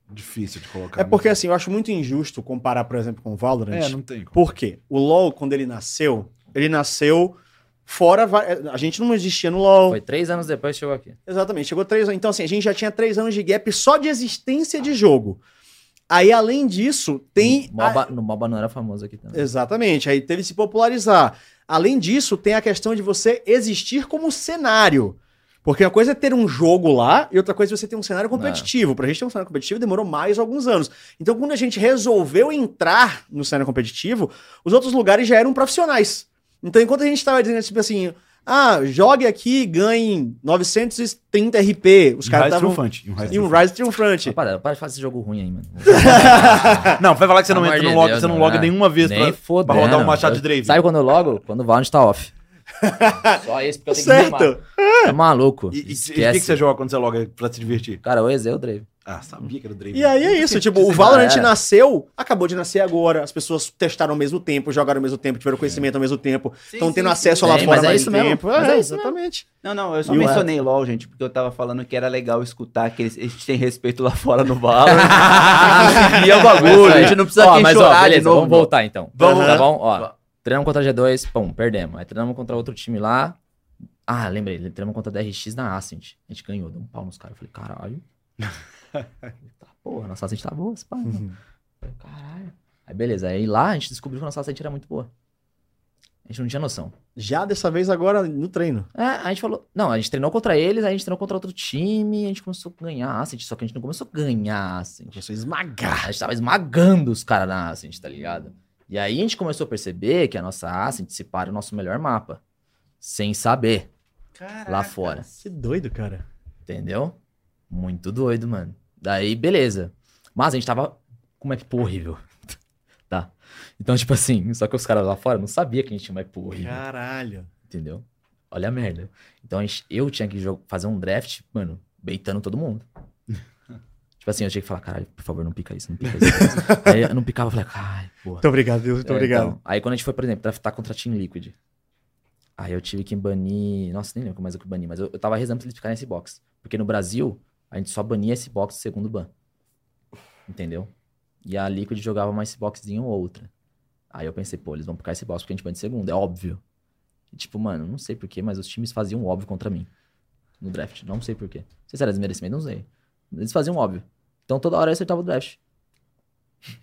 E: difícil de colocar.
A: É
E: né?
A: porque assim, eu acho muito injusto comparar, por exemplo, com o Valorant.
E: É, não tem como.
A: Por quê? O LoL, quando ele nasceu, ele nasceu fora. va- A gente não existia no LoL.
B: Foi três anos depois que chegou aqui.
A: Exatamente, chegou três anos. Então, assim, a gente já tinha três anos de gap só de existência de jogo. Aí, além disso, tem.
B: No
A: a-
B: MOBA, no MOBA não era famoso aqui também.
A: Exatamente, aí teve que se popularizar. Além disso, tem a questão de você existir como cenário. Porque uma coisa é ter um jogo lá e outra coisa é você ter um cenário competitivo. Pra gente ter um cenário competitivo demorou mais alguns anos. Então, quando a gente resolveu entrar no cenário competitivo, os outros lugares já eram profissionais. Então, enquanto a gente estava dizendo, tipo assim, Ah, jogue aqui e ganhe 930 RP. Os
E: Os
A: caras
E: caras
A: estavam.
E: triunfante. E um Rise
A: E um Rise
E: triunfante.
A: triunfante.
B: Rapaziada, para de fazer esse jogo ruim aí, mano.
E: Não, vai falar que você não
B: Pelo amor
E: entra, não
B: de
E: loga,
B: Deus,
E: você não
B: não
E: loga
B: é.
E: nenhuma vez
B: Ah, Nem
E: pra,
B: foda.
E: pra rodar um machado de Drave.
B: Sabe quando eu logo? Quando o Valorant tá off. Só esse, porque eu tenho que
A: Certo.
B: rimar. Tá maluco.
E: E, e- e o
B: Esquece.
E: que, que você joga quando você loga pra se divertir?
B: Cara, o Ezeu, o Drave.
E: Ah, sabia que era o Drave.
A: E aí é isso, tipo, o Valorant nasceu, acabou de nascer agora, as pessoas testaram ao mesmo tempo, jogaram ao mesmo tempo, tiveram conhecimento ao mesmo tempo, estão tendo acesso
B: sim.
A: lá
B: Sim,
A: fora
B: mas é
A: ao
B: isso
A: mesmo
B: mesmo,
A: tempo.
B: mas
A: É. É,
B: é isso
A: exatamente.
C: Não, não, eu só
A: E o-
C: mencionei LOL, gente, porque eu tava falando que era legal escutar que eles, eles têm respeito lá fora no Valorant. e é o bagulho, a gente não precisa
B: ó,
C: aqui
B: mas, ó,
C: chorar
B: beleza,
C: de novo.
B: Vamos voltar então.
C: Vamos.
B: Tá bom? Ó, treinamos contra a G2, pum, perdemos. Aí treinamos contra outro time lá. Ah, lembrei, treinamos contra a DRX na Ascent. A gente ganhou, deu um pau nos caras. Eu falei, caralho. tá, porra, nossa Ascent tá boa, esse pai. mano.
A: Uhum.
B: Eu falei, caralho. Aí beleza, aí lá a gente descobriu que a nossa Ascent era muito boa. A gente não tinha noção.
A: Já dessa vez agora no treino.
B: É, a gente falou. Não, a gente treinou contra eles, aí a gente treinou contra outro time, a gente começou a ganhar Ascent, só que a gente não começou a ganhar Ascent.
A: Começou a esmagar.
B: Gá, A gente tava esmagando os caras na Ascent, tá ligado? E aí a gente começou a perceber que a nossa Ascent separa o nosso melhor mapa. Sem saber, lá fora.
A: Que doido, cara.
B: Entendeu? Muito doido, mano. Daí, beleza. Mas a gente tava com uma map horrível. tá. Então, tipo assim, só que os caras lá fora não sabia que a gente tinha uma map horrível.
A: Caralho.
B: Entendeu? Olha a merda. Então a gente- eu tinha que jo- fazer um draft, mano, beitando todo mundo. tipo assim, eu tinha que falar, caralho, por favor, não pica isso, não pica isso. Aí eu não picava, eu falei, ai, porra.
A: Muito obrigado, Deus, muito
B: É,
A: obrigado.
B: então, aí quando a gente foi, por exemplo, draftar contra a Team Liquid. Aí eu tive que banir. Nossa, nem lembro mais o que eu bani, mas eu, eu tava rezando pra eles ficarem nesse box. Porque no Brasil, a gente só bania esse box do segundo ban. Entendeu? E a Liquid jogava uma boxzinha ou outra. Aí eu pensei, pô, eles vão picar esse box porque a gente banha de segundo, é óbvio. E, tipo, mano, não sei porquê, mas os times faziam o óbvio contra mim. No draft. Não sei porquê. Não sei se era desmerecimento, não sei. Eles faziam o óbvio. Então toda hora eu acertava o draft.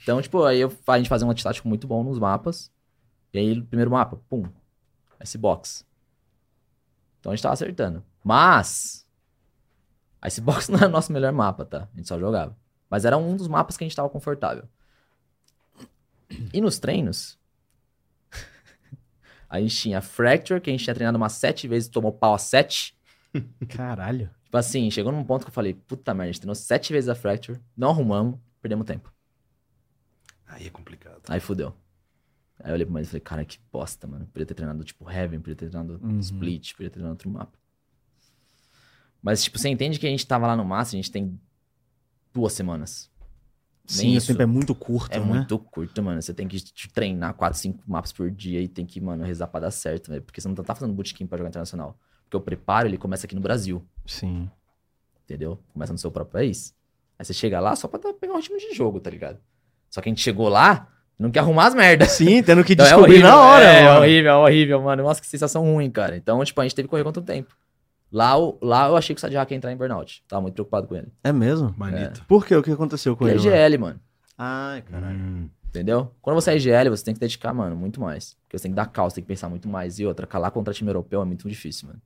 B: Então, tipo, aí eu- a gente fazia um antitático muito bom nos mapas. E aí, no primeiro mapa, pum. Esse box. Então a gente tava acertando. Mas. Esse box não era o nosso melhor mapa, tá? A gente só jogava. Mas era um dos mapas que a gente tava confortável. E nos treinos. a gente tinha Fracture, que a gente tinha treinado umas sete vezes e tomou pau a sete.
A: então, Caralho.
B: Tipo assim, chegou num ponto que eu falei, puta merda, a gente treinou sete vezes a Fracture, não arrumamos, perdemos tempo.
E: Aí é complicado.
B: Aí fudeu. Aí eu olhei pro Matheus e falei, cara, que bosta, mano. Podia ter treinado, tipo, Heaven, podia ter treinado
A: Uhum.
B: Split, podia ter treinado outro mapa. Mas, tipo, você entende que a gente tava lá no máximo, a gente tem duas semanas.
A: Sim, o
B: isso.
A: tempo é muito curto,
B: É
A: né?
B: muito curto, mano. Você tem que te treinar 4, 5 mapas por dia e tem que, mano, rezar pra dar certo, velho. Porque você não tá fazendo bootcamp pra jogar internacional. Porque o preparo, ele começa aqui no Brasil,
A: Sim.
B: entendeu? Começa no seu próprio país. Aí você chega lá só pra dar- pegar o ritmo de jogo, tá ligado? Só que a gente chegou lá, não quer arrumar as merdas.
A: Sim, tendo que
B: Então,
A: descobrir
B: horrível,
A: na hora.
B: É,
A: mano.
B: horrível, horrível, mano. Nossa, que sensação ruim, cara. Então, tipo, a gente teve que correr contra o tempo. Lá, o- lá eu achei que o Sadiaca ia entrar em burnout. Tava muito preocupado com ele.
A: É mesmo?
E: Manito.
A: Por quê? O que aconteceu com
B: Porque é
A: ele? mano?
B: IGL, mano.
A: Ai,
B: É.
A: caralho.
E: Hum.
B: Entendeu? Quando você é IGL, você tem que dedicar, mano, muito mais. Porque você tem que dar calça, tem que pensar muito mais. E outra, calar contra time europeu é muito difícil, mano.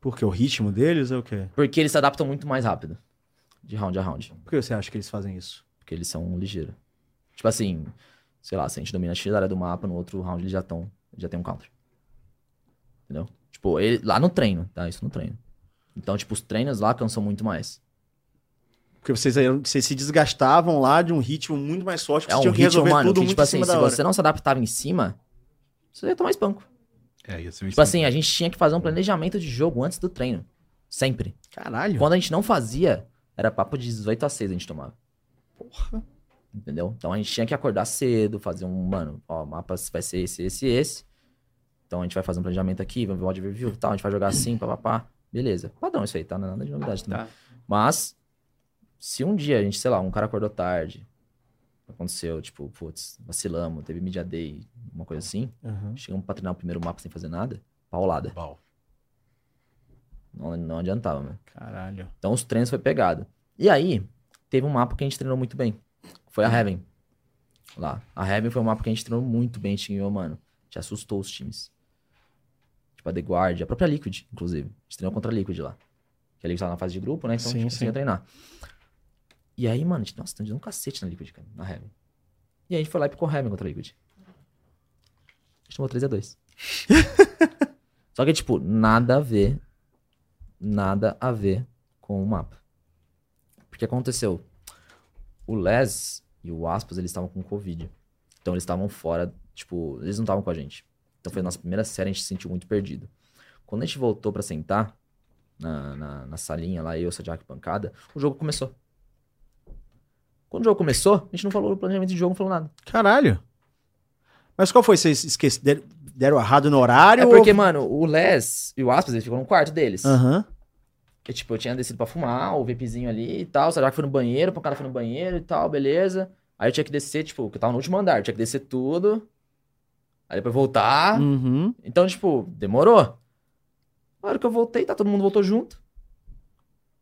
A: Porque o ritmo deles é o quê?
B: Porque eles se adaptam muito mais rápido. De round a round.
A: Por que você acha que eles fazem isso?
B: Porque eles são ligeiros. Tipo assim, sei lá, se a gente domina X área do mapa, no outro round eles já estão. Já tem um counter. Entendeu? Tipo, ele- lá no treino, tá? Isso no treino. Então, tipo, os treinos lá cansam muito mais.
A: Porque vocês, eram- vocês se desgastavam lá de um ritmo muito mais forte, que
B: É
A: vocês
B: um
A: tinham que
B: ritmo,
A: resolver
B: mano,
A: tudo
B: que,
A: muito
B: tipo
A: em
B: assim,
A: cima
B: se
A: da hora.
B: você não se adaptava em cima, você ia tomar espanco.
E: É, ia ser um
B: Tipo assim, a gente tinha que fazer um planejamento de jogo antes do treino. Sempre.
A: Caralho.
B: Quando a gente não fazia, era papo de 18 a 6 a gente tomava.
A: Porra.
B: Entendeu? Então a gente tinha que acordar cedo, fazer um, mano, ó, o mapa vai ser esse, esse, esse. Então a gente vai fazer um planejamento aqui, vamos ver o odd review e tal, a gente vai jogar assim, papapá. Beleza. Padrão isso aí, tá? Não é nada de novidade também.
C: Tá.
B: Mas, se um dia a gente, sei lá, um cara acordou tarde, aconteceu, tipo, putz, vacilamos, teve media day, uma coisa assim,
A: Uhum.
B: chegamos pra treinar o primeiro mapa sem fazer nada, paulada.
E: Pau.
B: Não, não adiantava, mano.
A: Caralho.
B: Então os treinos foi pegado. E aí, teve um mapa que a gente treinou muito bem. Foi
A: Hum.
B: a Heaven. Lá. A Heaven foi um mapa que a gente treinou muito bem, tinha, mano. A gente assustou os times. Tipo, a The Guard, a própria Liquid, inclusive. A gente treinou contra a Liquid lá. Que a Liquid tava na fase de grupo, né? Então
A: Sim,
B: a gente
A: sim.
B: conseguia treinar. E aí, mano, a gente, nossa, a gente deu um cacete na Liquid, cara, na Heaven. E aí a gente foi lá e picou a Heaven contra a Liquid. A gente tomou 3x2. Só que, tipo, nada a ver. Nada a ver com o mapa. Porque aconteceu. O Les e o Aspas, eles estavam com Covid. Então eles estavam fora, tipo, eles não estavam com a gente. Então foi a nossa primeira série, a gente se sentiu muito perdido. Quando a gente voltou pra sentar, na, na, na salinha lá, eu, Sadiak Pancada, o jogo começou. Quando o jogo começou, a gente não falou do planejamento de jogo, não falou nada.
A: Caralho. Mas qual foi? Vocês esqueceram? Deram errado no horário?
B: É porque,
A: ou-
B: mano, o Les e o Aspas, eles ficam no quarto deles.
A: Aham.
B: E, tipo, eu tinha descido pra fumar, o VIPzinho ali e tal. O Sadiak foi no banheiro, o Pancada foi no banheiro e tal, beleza. Aí eu tinha que descer, tipo, que eu tava no último andar, eu tinha que descer tudo. Aí depois voltar.
A: Uhum.
B: Então, tipo, demorou. Na hora que eu voltei, tá, todo mundo voltou junto.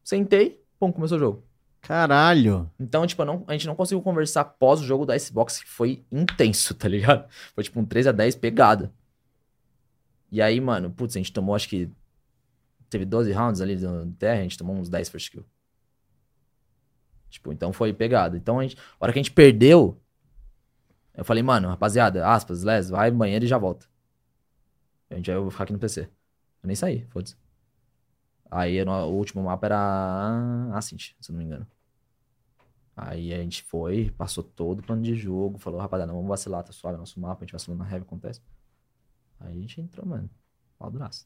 B: Sentei, pum, começou o jogo.
A: Caralho.
B: Então, tipo, eu não- a gente não conseguiu conversar após o jogo da Xbox, que foi intenso, tá ligado? Foi tipo um 3x10 pegada. E aí, mano, putz, a gente tomou, acho que. Teve 12 rounds ali no terra, a gente tomou uns 10 first kill. Tipo, então foi pegada. Então, a, gente, a hora que a gente perdeu, eu falei, mano, rapaziada, aspas, les, vai no banheiro e já volta. A gente, aí eu vou ficar aqui no PC. Eu nem saí, foda-se. Aí eu não- o último mapa era Ascent, se eu não me engano. Aí a gente foi, passou todo o plano de jogo, falou, rapaziada, não vamos vacilar, tá suave nosso mapa, a gente vacilou na heavy, acontece. Aí a gente entrou, mano. Pau duraço.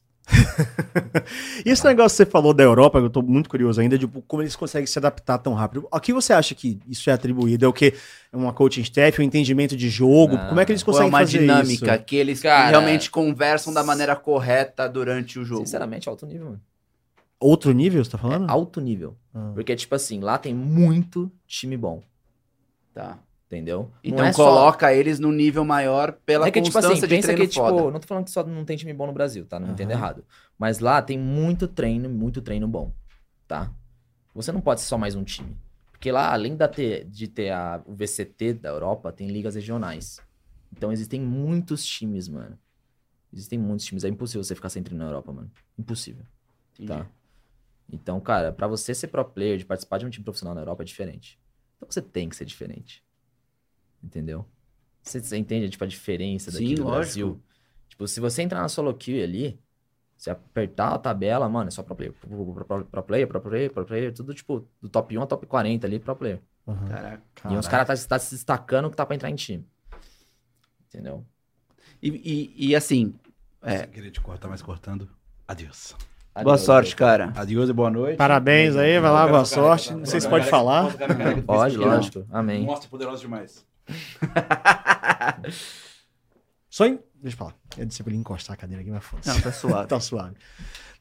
A: E esse negócio que você falou da Europa, que eu tô muito curioso ainda, de como eles conseguem se adaptar tão rápido. A que você acha que isso é atribuído? É o que? Uma coaching staff, um entendimento de jogo?
B: Ah,
A: como é que eles
C: Ou é
A: conseguem
C: uma
A: fazer
C: dinâmica
A: isso?
C: que eles
B: Cara,
C: realmente conversam da maneira correta durante o jogo.
B: Sinceramente, alto nível, mano.
A: Outro nível, você tá
B: É
A: falando?
B: alto nível.
A: Ah.
B: Porque, tipo assim, lá tem muito time bom,
C: Tá.
B: entendeu?
C: Então
B: não é só...
C: coloca eles num nível maior pela
B: É que, tipo
C: constância
B: assim,
C: de
B: pensa
C: treino
B: que,
C: foda.
B: tipo, não tô falando que só não tem time bom no Brasil, tá? Não entendo
A: Aham.
B: errado. Mas lá tem muito treino, muito treino bom, tá? Você não pode ser só mais um time. Porque lá, além da ter, de ter a, o VCT da Europa, tem ligas regionais. Então existem muitos times, mano. Existem muitos times. É impossível você ficar sem treino na Europa, mano. Impossível. Tá? Então, cara, pra você ser pro player, de participar de um time profissional na Europa é diferente. Então você tem que ser diferente. Entendeu? Você, você entende tipo, a diferença daqui
C: Sim,
B: do
C: lógico.
B: Brasil? Tipo, se você entrar na solo queue ali, você apertar a tabela, mano, é só pro player. Pro, pro- pro- pro player, pro player, pro player, tudo tipo do top 1 ao top 40 ali, pro player.
A: Aham.
C: Caraca.
B: E os caras tá, tá se destacando que tá pra entrar em time. Entendeu?
C: E, e- e, assim, É.
E: Sem querer te cortar, mas cortando. Adeus.
C: boa sorte, cara.
E: Adeus e boa noite.
A: Parabéns aí, vai lá, boa sorte. Não sei se pode falar.
B: Pode, lógico. Amém.
E: Mostra poderoso demais.
A: Só em... Deixa eu falar. Eu disse pra ele encostar a cadeira aqui, mas
C: Não,
A: foda-se.
C: tá suave.
A: Tá suave.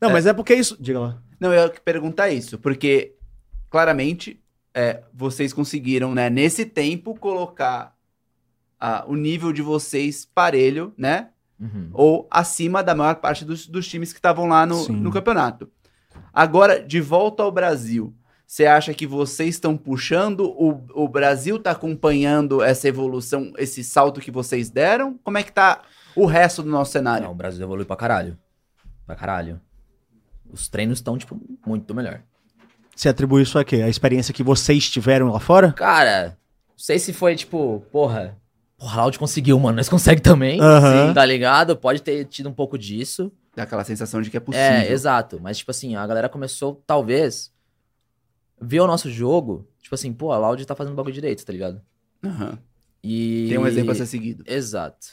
A: Não, mas é porque isso... Diga lá.
C: Não, eu ia perguntar isso, porque claramente é, vocês conseguiram, né, nesse tempo, colocar ah, o nível de vocês parelho, né?
B: Uhum.
C: Ou acima da maior parte dos, dos times que estavam lá no,
A: Sim.
C: no campeonato. Agora, de volta ao Brasil, você acha que vocês estão puxando? O, o Brasil está acompanhando essa evolução, esse salto que vocês deram? Como é que tá o resto do nosso cenário?
B: Ah, Não, o Brasil evoluiu pra caralho. Pra caralho. Os treinos estão, tipo, muito melhor.
A: Você atribui isso a quê? A experiência que vocês tiveram lá fora?
B: Cara, não sei se foi, tipo, porra. Porra, Loud conseguiu, mano. Nós consegue também.
A: Aham.
B: Sim, Tá ligado? Pode ter tido um pouco disso.
C: Dá aquela sensação de que é possível.
B: É, exato. Mas, tipo assim, a galera começou, talvez, ver o nosso jogo. Tipo assim, pô, a Loud tá fazendo o bagulho direito, tá ligado?
C: Aham.
B: E.
C: Tem um exemplo a ser seguido.
B: Exato.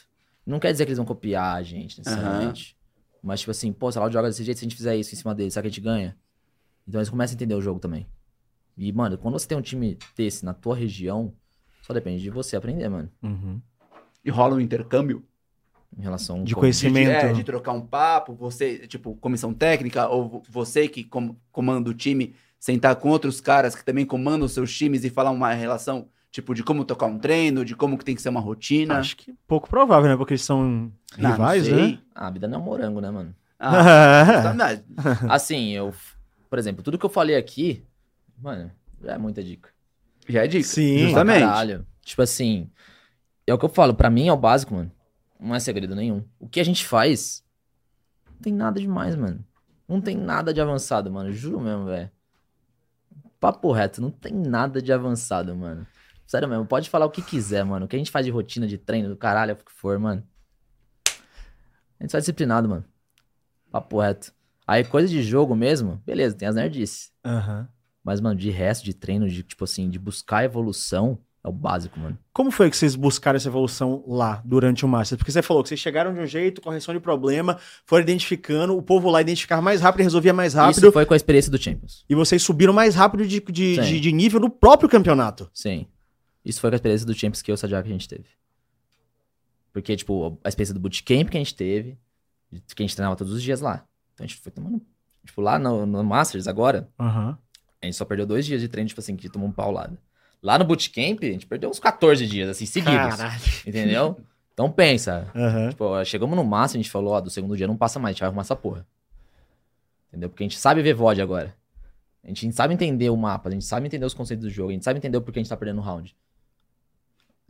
B: Não quer dizer que eles vão copiar a gente, necessariamente. Mas, tipo assim, pô, se a Loud joga desse jeito, se a gente fizer isso em cima dele, será que a gente ganha? Então eles começam a entender o jogo também. E, mano, quando você tem um time desse na tua região, só depende de você aprender, mano.
C: E rola um intercâmbio
B: Em relação
A: De
B: ao-
C: de, de,
A: conhecimento.
C: é, de trocar um papo, você, tipo, comissão técnica, ou vo- você que com- comanda o time, sentar com outros caras que também comandam os seus times e falar uma relação, tipo, de como tocar um treino, de como que tem que ser uma rotina.
A: Acho que pouco provável, né? Porque eles são
C: Ah, não
A: rivais,
C: sei.
A: né?
B: Ah, a vida não é um morango, né, mano?
C: Ah, tá- mas-
B: Assim, eu. Por exemplo, tudo que eu falei aqui, mano, já é muita dica.
C: já é dica.
A: Sim.
B: Pra
C: Justamente.
B: Caralho. Tipo assim, é o que eu falo, pra mim é o básico, mano. Não é segredo nenhum. O que a gente faz não tem nada demais, mano. Não tem nada de avançado, mano. Juro mesmo, velho. Papo reto, não tem nada de avançado, mano. Sério mesmo, pode falar o que quiser, mano. O que a gente faz de rotina, de treino, do caralho, o que for, é mano. A gente só é disciplinado, mano. Papo reto. Aí, coisa de jogo mesmo, beleza, tem as nerdices. Mas, mano, de resto, de treino, de tipo assim, de buscar evolução, é o básico, mano.
A: Como foi que vocês buscaram essa evolução lá durante o Master? Porque você falou que vocês chegaram de um jeito, correção de problema, foram identificando, o povo lá identificava mais rápido, resolvia mais rápido,
B: Isso foi com a experiência do Champions.
A: e vocês subiram mais rápido de, de,
B: Sim.
A: de, de nível no próprio campeonato.
B: Sim. Isso foi com a experiência do Champions que eu e o Sadiaga a gente teve. Porque, tipo, a experiência do bootcamp que a gente teve, que a gente treinava todos os dias lá. Então a gente foi tomando. Tipo, lá no, no Masters agora, a gente só perdeu dois dias de treino, tipo assim, que tomou um paulada. Lá no bootcamp, a gente perdeu uns 14 dias, assim, seguidos. Entendeu? Então pensa.
A: Aham.
B: Tipo, ó, chegamos no máximo, a gente falou, ó, do segundo dia não passa mais, a gente vai arrumar essa porra. Entendeu? Porque a gente sabe ver VOD agora. A gente sabe entender o mapa, a gente sabe entender os conceitos do jogo, a gente sabe entender o porquê a gente tá perdendo o round.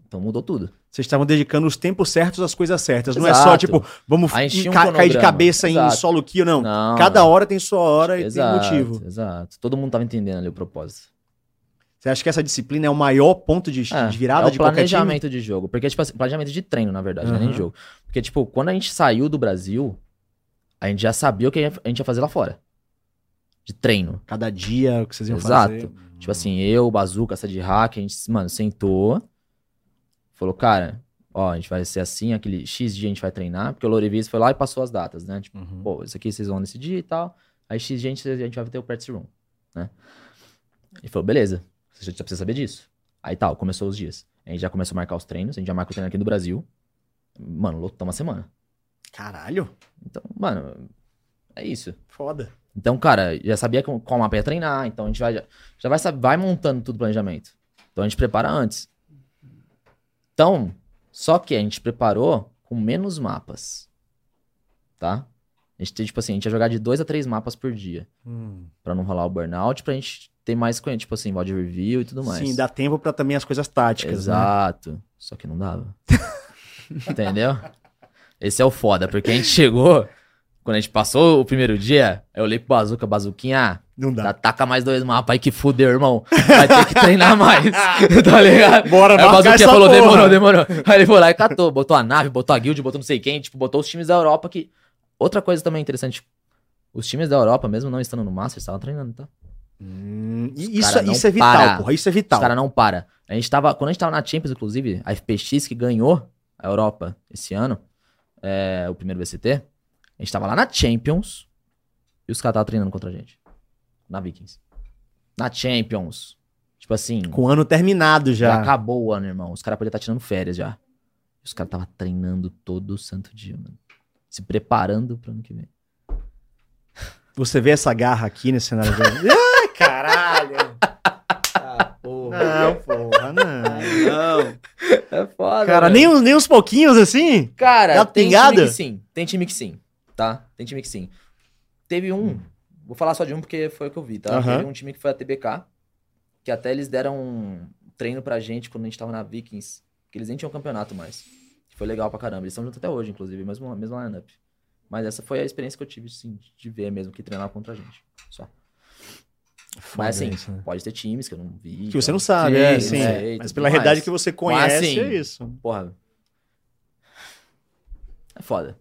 B: Então mudou tudo.
A: Vocês estavam dedicando os tempos certos às coisas certas. Não é
B: Exato.
A: só, tipo, vamos
B: Aí tinha um
A: ca- cair de
B: cronograma.
A: cabeça em
B: Exato.
A: solo kill, não.
B: Não.
A: Cada hora tem sua hora e tem motivo.
B: Exato. Todo mundo tava entendendo ali o propósito.
A: Você acha que essa disciplina é o maior ponto de,
B: É,
A: de virada
B: é o
A: de qualquer time?
B: planejamento de jogo. Porque, tipo assim, planejamento de treino, na verdade, não é nem
A: Aham.
B: jogo. Porque, tipo, quando a gente saiu do Brasil, a gente já sabia o que a gente ia fazer lá fora. De treino.
A: Cada dia, o que vocês iam
B: Exato.
A: fazer.
B: Tipo assim, eu, Bazuca, essa de hack, a gente, mano, sentou. Falou, cara, ó, a gente vai ser assim, aquele X dia a gente vai treinar, porque o Lorevis foi lá e passou as datas, né? Tipo,
A: Uhum.
B: pô, isso aqui vocês vão nesse dia e tal. Aí X dia a gente, a gente vai ter o practice room, né? E falou, beleza, você já precisa saber disso. Aí tal, começou os dias. A gente já começou a marcar os treinos, a gente já marca o treino aqui no Brasil. Mano, lotou uma semana.
A: Caralho,
B: Então, mano, é isso.
A: foda.
B: Então, cara, já sabia com- qual mapa ia treinar, então a gente vai, já, já vai, sab- vai montando tudo o planejamento. Então a gente prepara antes. Então, só que a gente preparou com menos mapas. Tá? A gente tem, tipo assim, a gente ia jogar de dois a três mapas por dia. Pra não rolar o burnout, pra gente ter mais conhecimento, tipo assim, body review e tudo mais.
A: Sim, dá tempo pra também as coisas táticas, né?
B: Exato. Só que não dava. Entendeu? Esse é o foda, porque a gente chegou, quando a gente passou o primeiro dia, eu olhei pro Bazuca, Bazuquinha,
A: Não
B: Tá,
A: dá.
B: taca mais dois mapas aí que fudeu, irmão. Vai ter que treinar mais. tá ligado?
A: Bora,
B: Aí
A: marcar
B: o Bazuquinha
A: essa
B: falou,
A: porra.
B: demorou, demorou. Aí ele foi lá e catou, botou a nave, botou a guild, botou não sei quem, tipo, botou os times da Europa que... Outra coisa também interessante, os times da Europa, mesmo não estando no Masters, estavam treinando, tá?
A: Hum,
B: Os
A: e isso,
B: cara não
A: isso é vital,
B: para.
A: porra. Isso é
B: Os
A: vital.
B: caras não param. A gente tava, quando a gente tava na Champions, inclusive, a FPX que ganhou a Europa esse ano, é, o primeiro VCT, a gente tava lá na Champions e os caras estavam treinando contra a gente. Na Vikings. Na Champions. Tipo assim,
A: Com o ano terminado
B: já
A: já.
B: acabou o ano, irmão. Os caras podiam estar tirando férias já. Os caras estavam treinando todo santo dia, mano. Se preparando pro ano que vem.
A: Você vê essa garra aqui nesse cenário. de- Ah, caralho. Não, porra, não.
C: Ah, Não.
B: É foda.
A: Cara, nem, uns- nem uns pouquinhos assim?
B: Cara,
A: Dá
B: tem
A: pingada?
B: time que sim. Tem time que sim, tá? Tem time que sim. Teve um, vou falar só de um porque foi o que eu vi, tá?
A: Aham.
B: Teve um time que foi a TBK, que até eles deram um treino pra gente quando a gente tava na Vikings, que eles nem tinham campeonato mais. Que foi legal pra caramba. Eles estão juntos até hoje, inclusive, mesmo, mesmo lineup. Mas essa foi a experiência que eu tive, sim, de ver mesmo que treinar contra a gente. Só.
A: Foda
B: Mas assim,
A: isso, né?
B: pode ter times que eu não vi.
A: Que
B: tal.
A: você não sabe,
B: Sim,
A: é,
B: não
A: sim.
B: sei,
A: Mas
B: tudo
A: pela
B: mais.
A: realidade que você conhece,
B: sim.
A: é isso.
B: Porra. É foda.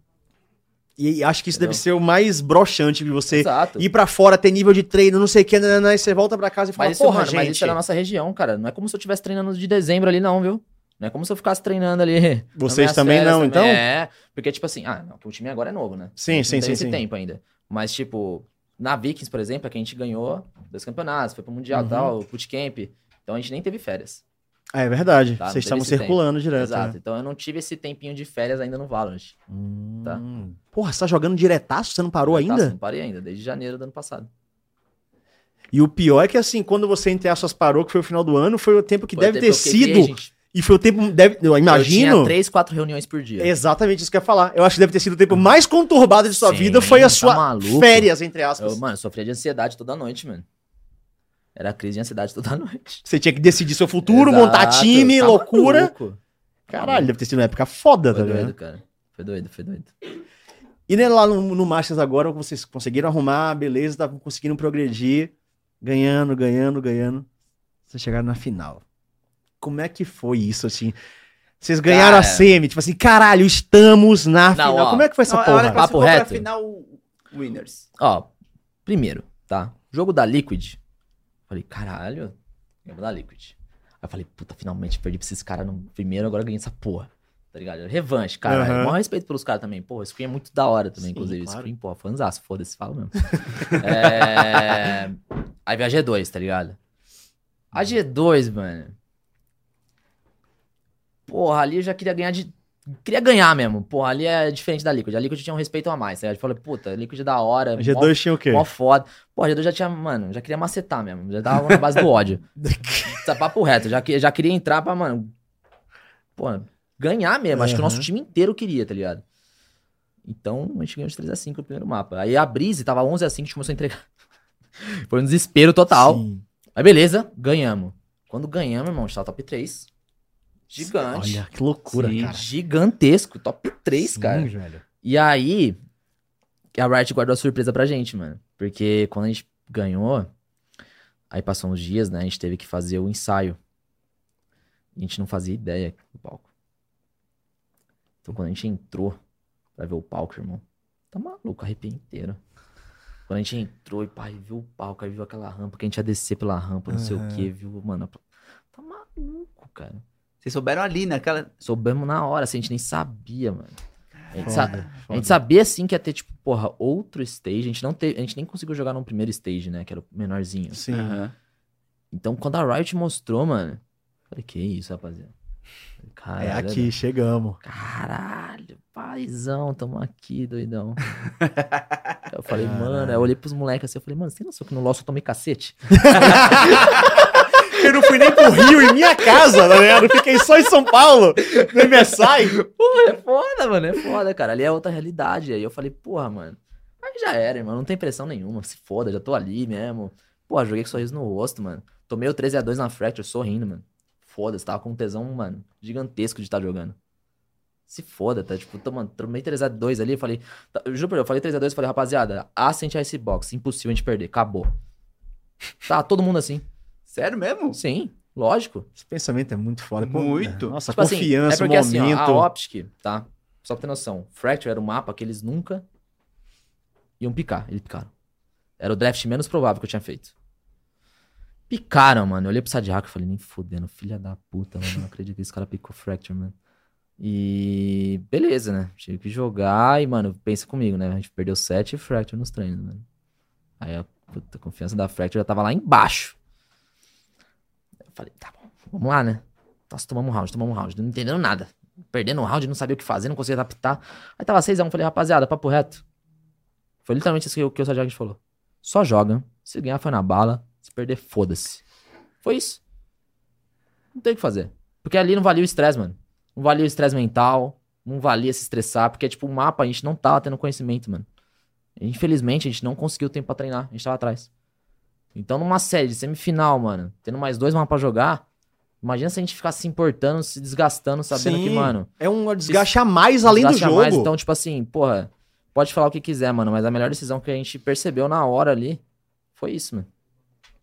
A: E, e acho que isso deve
B: Entendeu?
A: ser o mais broxante de você
B: Exato.
A: ir pra fora, ter nível de treino, não sei o que, nananã, e você volta pra casa e fala,
B: Mas isso,
A: porra,
B: mano,
A: gente.
B: mas isso é na nossa região, cara. Não é como se eu estivesse treinando de dezembro ali, não, viu? Não é como se eu ficasse treinando ali. nas
A: Vocês
B: minhas
A: também
B: férias
A: não, então?
B: É, porque, tipo assim, ah, não, porque o time agora é novo, né?
A: Sim,
B: A gente
A: sim,
B: não
A: sim,
B: tem esse
A: sim.
B: tempo ainda. Mas, tipo, na Vikings, por exemplo, é que a gente ganhou dois campeonatos, foi pro Mundial e
A: Uhum.
B: tal, bootcamp. Então a gente nem teve férias.
A: Ah, é verdade.
B: Tá, não
A: Vocês
B: teve
A: estavam
B: esse tempo.
A: circulando direto.
B: Exato.
A: né?
B: Então eu não tive esse tempinho de férias ainda no Valorant. Tá.
A: Hum. Porra, você tá jogando diretaço? Você não parou
B: Tá,
A: ainda?
B: Não parei ainda, desde janeiro do ano passado.
A: E o pior é que, assim, quando você, entre aspas, parou, que foi o final do ano, foi o tempo que
B: Foi o
A: deve
B: tempo
A: ter
B: que eu queria,
A: sido.
B: gente.
A: E foi o tempo. Deve, eu
B: Eu
A: imagino.
B: tinha três, quatro reuniões por dia.
A: Exatamente isso que eu ia falar. Eu acho que deve ter sido o tempo mais conturbado de sua
B: Sim,
A: vida. Foi a
B: tá
A: sua
B: maluco? É
A: férias, entre aspas.
B: Eu, mano, eu sofria de ansiedade toda noite, mano. Era crise de ansiedade toda noite.
A: Você tinha que decidir seu futuro,
B: Exato,
A: montar time,
B: tá
A: loucura.
B: maluco.
A: Caralho, deve ter sido uma época foda,
B: Foi
A: tá ligado?
B: doido, cara. Foi doido, foi doido.
A: E né, lá no, no Masters agora, vocês conseguiram arrumar, beleza, estavam conseguindo progredir, ganhando, ganhando, ganhando. Vocês chegaram na final. Como é que foi isso, assim? Vocês ganharam a
B: Cara.
A: semi, tipo assim, caralho, estamos na
B: Não,
A: final.
B: ó.
A: Como é que foi essa
C: Não, a hora
A: porra?
C: que classificou
B: Papo
C: pra
B: reto.
C: final, winners?
B: Ó, primeiro, tá? Jogo da Liquid. Falei, caralho, lembro da Liquid. Aí eu falei, puta, finalmente perdi pra esses caras no primeiro, agora eu ganhei essa porra. Tá ligado? Revanche, cara.
A: Aham.
B: Maior respeito pelos caras também. Porra, o Scream é muito da hora também,
A: Sim,
B: inclusive. é
A: claro.
B: Scream, porra, fanzaço, um foda-se, fala mesmo. é... A G2, tá ligado? A G2, mano. Porra, ali eu já queria ganhar de. Queria ganhar mesmo. Porra, ali é diferente da Liquid. A Liquid tinha um respeito a mais, tá ligado? Eu falei, puta, a Liquid é da hora.
A: A G2 tinha o quê?
B: Mó, mó foda. Porra, a G2 já tinha, mano, já queria macetar mesmo. Já tava na base do ódio. Tá papo reto. Já, que- já queria entrar pra, mano. Porra, ganhar mesmo. Acho que o nosso
A: Aham.
B: time inteiro queria, tá ligado? Então, a gente ganhou de 3x5 no primeiro mapa. Aí a Breeze tava 11x5, a gente começou a entregar. Foi um desespero total.
A: Sim.
B: Aí beleza, ganhamos. Quando ganhamos, irmão, a gente tava top 3. Gigante.
A: Olha, que loucura,
B: Sim,
A: cara.
B: Gigantesco, top 3,
A: Sim,
B: cara.
A: velho.
B: E aí, a Riot guardou a surpresa pra gente, mano. Porque quando a gente ganhou, aí passou uns dias, né? A gente teve que fazer o ensaio. A gente não fazia ideia do palco. Então quando a gente entrou pra ver o palco, irmão, tá maluco, arrepiei inteiro. Quando a gente entrou e pai, viu o palco, aí viu aquela rampa, que a gente ia descer pela rampa, não sei o
A: Aham.
B: que, viu, mano. a pla- Tá maluco, cara.
C: Vocês souberam ali naquela.
B: Soubemos na hora, assim, a gente nem sabia, mano. A gente, É sa-
A: Foda,
B: a gente
A: foda.
B: sabia, assim, que ia ter, tipo, porra, outro stage. A gente, não teve, a gente nem conseguiu jogar no primeiro stage, né? Que era o menorzinho.
A: Sim.
C: Aham.
B: Então, quando a Riot mostrou, mano... eu Falei, que isso, rapaziada? Falei,
A: É
B: Caralho,
A: aqui, chegamos.
B: Caralho, paizão, tamo aqui, doidão. eu falei, mano... Eu olhei pros moleques assim, eu falei, mano, você tem noção que no LoL eu tomei cacete?
A: Eu não fui nem pro Rio, em minha casa, tá ligado? Eu Fiquei só em São Paulo, no MSI.
B: Porra, é foda, mano. É foda, cara. Ali é outra realidade. Aí eu falei, porra, mano. Aí já era, irmão. Não tem pressão nenhuma. Se foda, já tô ali mesmo. Porra, joguei com sorriso no rosto, mano. Tomei o 13x2 na Fracture sorrindo, mano. Foda-se, tava com um tesão, mano, gigantesco de estar jogando. Se foda, tá? Tipo, tô, mano, tomei 3x2 ali, eu falei. tá, Eu juro pra Deus, eu falei 3x2, falei, rapaziada, assente a esse box. Impossível a gente perder. Acabou. Tá, todo mundo assim.
C: Sério mesmo?
B: Sim, lógico.
A: Esse pensamento é muito foda. Pô,
C: Muito.
A: Nossa,
B: Tipo assim,
A: confiança,
B: é porque, assim, ó,
A: momento.
B: a Optic, tá? Só pra ter noção, Fracture era um mapa que eles nunca iam picar. Eles picaram. Era o draft menos provável que eu tinha feito. Picaram, mano. Eu olhei pro Sadiaco e falei, nem fudendo, filha da puta, mano. Não acredito que esse cara picou Fracture, mano. E beleza, né? Tive que jogar e, mano, pensa comigo, né? A gente perdeu 7 Fracture nos treinos, mano. Aí a puta, a confiança da Fracture já tava lá embaixo. Eu falei, tá bom, vamos lá, né? Nossa, tomamos um round, tomamos um round. Não entendendo nada. Perdendo um round, não sabia o que fazer, não conseguia adaptar. Aí tava 6x1, falei, rapaziada, papo reto. Foi literalmente isso que, o- que o Sajag falou. Só joga. Se ganhar, foi na bala. Se perder, foda-se. Foi isso. Não tem o que fazer. Porque ali não valia o estresse, mano. Não valia o estresse mental. Não valia se estressar. Porque, tipo, o mapa a gente não tava tendo conhecimento, mano. Infelizmente, a gente não conseguiu tempo pra treinar. A gente tava atrás. Então, numa série de semifinal, mano, tendo mais dois mapas pra jogar, imagina se a gente ficar se importando, se desgastando, sabendo
A: Sim.
B: que, mano,
A: É um desgaste a mais além do
B: desgaste a
A: jogo.
B: mais. então, tipo assim, porra, pode falar o que quiser, mano, mas a melhor decisão que a gente percebeu na hora ali foi isso, mano.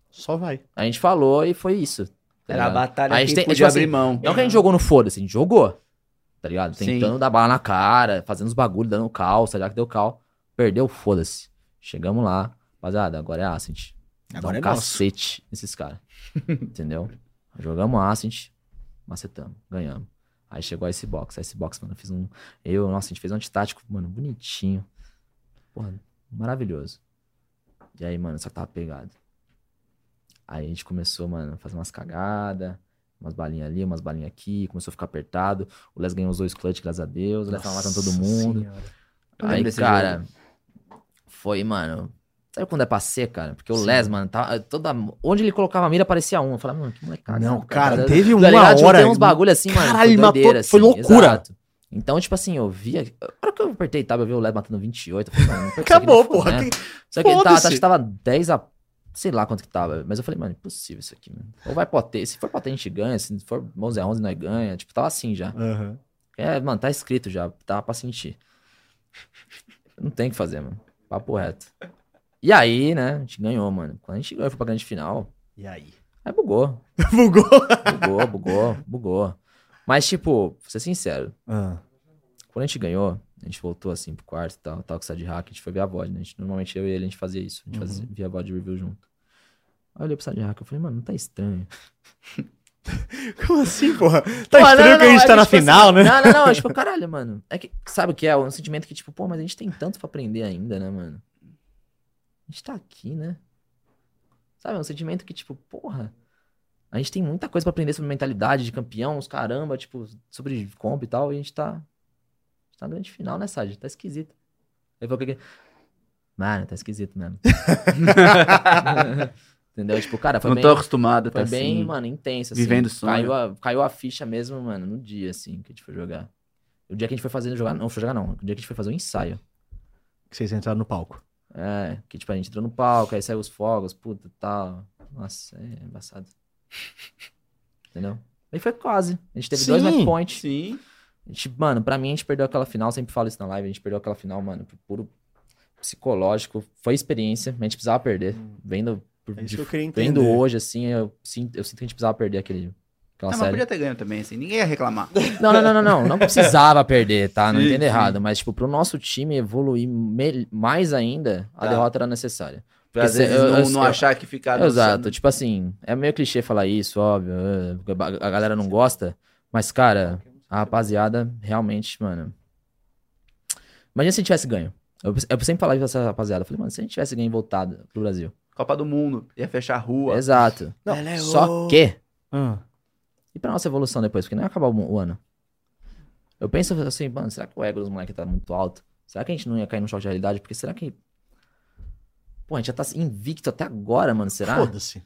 A: Só vai.
B: A gente falou e foi isso. tá
C: Era a
B: ligado?
C: batalha
B: Aí a
C: que
B: gente tem-
C: podia
B: tipo
C: abrir
B: assim,
C: mão.
B: Não que a gente jogou no foda-se, a gente jogou. Tá ligado?
C: Sim.
B: Tentando dar bala na cara, fazendo os bagulho, dando cal, sei lá que deu cal. Perdeu, foda-se. Chegamos lá. Rapaziada, agora é Ascent.
A: Agora
B: Dá
A: é
B: um
A: nosso.
B: cacete nesses caras. Entendeu? Jogamos Ascent, macetamos, ganhamos. Aí chegou esse box, esse box, mano, eu fiz um. Eu, nossa, a gente fez um antitático, mano, bonitinho. Porra, maravilhoso. E aí, mano, só que tava pegado. Aí a gente começou, mano, a fazer umas cagadas, umas balinhas ali, umas balinhas aqui, começou a ficar apertado. O Les ganhou os dois clutch, graças a Deus. O Les tava matando né? todo mundo.
C: Eu
B: Aí,
C: lembro desse
B: cara, foi, mano. Sabe quando é pra ser, cara? Porque o Les, mano, tá toda. Onde ele colocava a mira, parecia um. Eu falava, mano, que molecada.
A: Não,
B: né,
A: cara,
B: Tá
A: teve
B: tá
A: uma
B: ligado? Tipo,
A: hora.
B: Tem uns bagulho assim, mano.
A: Caralho,
B: foi
A: matou-
B: doideira, assim,
A: foi loucura.
B: exato. Então, tipo assim, eu via. A hora que eu apertei tab, eu vi o Les matando 28. Eu falei, mano, não pode ser que ele
A: Acabou,
B: for,
A: porra.
B: né?
A: tem-
B: Só que ele tava,
A: Foda-se.
B: acho que tava 10 a. Sei lá quanto que tava. Mas eu falei, mano, é impossível isso aqui, mano. Ou vai poter. Se for poter, a gente ganha. Se for 11 a 11, nós ganha. Tipo, tava assim já.
A: Aham.
B: É, mano, tá escrito já. Tava pra sentir. Não tem o que fazer, mano. Papo reto. E aí, né? A gente ganhou, mano. Quando a gente ganhou, foi pra grande final.
A: E aí?
B: Aí bugou.
A: Bugou?
B: Bugou, bugou, bugou. Mas, tipo, vou ser sincero.
A: Ah,
B: Quando a gente ganhou, A gente voltou assim pro quarto e tal, tal, com o Sad Hack, a gente foi ver a VOD, né? A gente, normalmente eu e ele a gente fazia isso, a gente fazia, via a VOD e review junto. Aí eu olhei pro Sad Hack, eu falei, mano, não tá estranho.
A: Como assim, porra? Tá
B: Pô, não,
A: estranho
B: não,
A: que a
B: não,
A: gente tá
B: é
A: na
B: tipo
A: final,
B: assim,
A: né?
B: Não, não, não. Tipo, caralho, mano. É que, sabe o que é? Um sentimento que, tipo, pô, mas a gente tem tanto pra aprender ainda, né, mano? A gente tá aqui, né? Sabe, é um sentimento que, tipo, porra. A gente tem muita coisa pra aprender sobre mentalidade de campeão, os caramba, tipo, sobre comp e tal. E a gente tá. A gente tá na grande final, né, Sade? Tá esquisito. Aí falou o que que. Mano, tá esquisito mesmo. Entendeu? Tipo, cara, foi
C: não
B: bem.
C: tô acostumado,
B: Foi
C: tá
B: bem,
C: assim.
B: mano, intenso, assim.
C: vivendo o sonho.
B: Caiu a, caiu a ficha mesmo, mano, no dia, assim, que a gente foi jogar. O dia que a gente foi fazer jogar, não, foi jogar não, o dia que a gente foi fazer o ensaio.
A: Que vocês entraram no palco.
B: É, que tipo, a gente entrou no palco, aí saiu os fogos, puta, tal. Nossa, é embaçado. Entendeu? Aí foi quase. A gente teve dois
A: Sim.
B: match points.
C: Sim.
B: A gente, mano, pra mim a gente perdeu aquela final, sempre falo isso na live, a gente perdeu aquela final, mano, por puro psicológico. Foi experiência, a gente precisava perder. Vendo, por,
A: É isso
B: de-
A: que eu queria entender.
B: vendo hoje, assim, eu sinto, eu sinto que a gente precisava perder aquele, aquela
C: Não, Ah, mas
B: série.
C: podia ter ganho também, assim. Ninguém ia reclamar.
B: Não, não, não, não, não. Não precisava perder, tá? Não
C: Sim,
B: entendo
C: sim.
B: errado. Mas, tipo, pro nosso time evoluir mel- mais ainda, a
C: Tá.
B: derrota era necessária.
C: Pra às
B: Porque
C: vezes
B: se- eu-
C: não,
B: eu-
C: não
B: eu-
C: achar que ficaram.
B: Exato. Tipo assim, é meio clichê falar isso, óbvio. é, A a galera não gosta. Mas, cara, a rapaziada realmente, mano. Imagina se a gente tivesse ganho. Eu, eu sempre falava isso pra essa rapaziada. Eu falei, mano, se a gente tivesse ganho e voltado pro Brasil.
C: Copa do Mundo, ia fechar a rua.
B: Exato.
A: Não,
B: Só que.
A: Ah.
B: E pra nossa evolução depois, porque não ia acabar o o ano. Eu penso assim, mano, será que o ego dos moleques tá muito alto? Será que a gente não ia cair no choque de realidade? Porque será que. Pô, a gente já tá invicto até agora, mano, será?
A: Foda-se.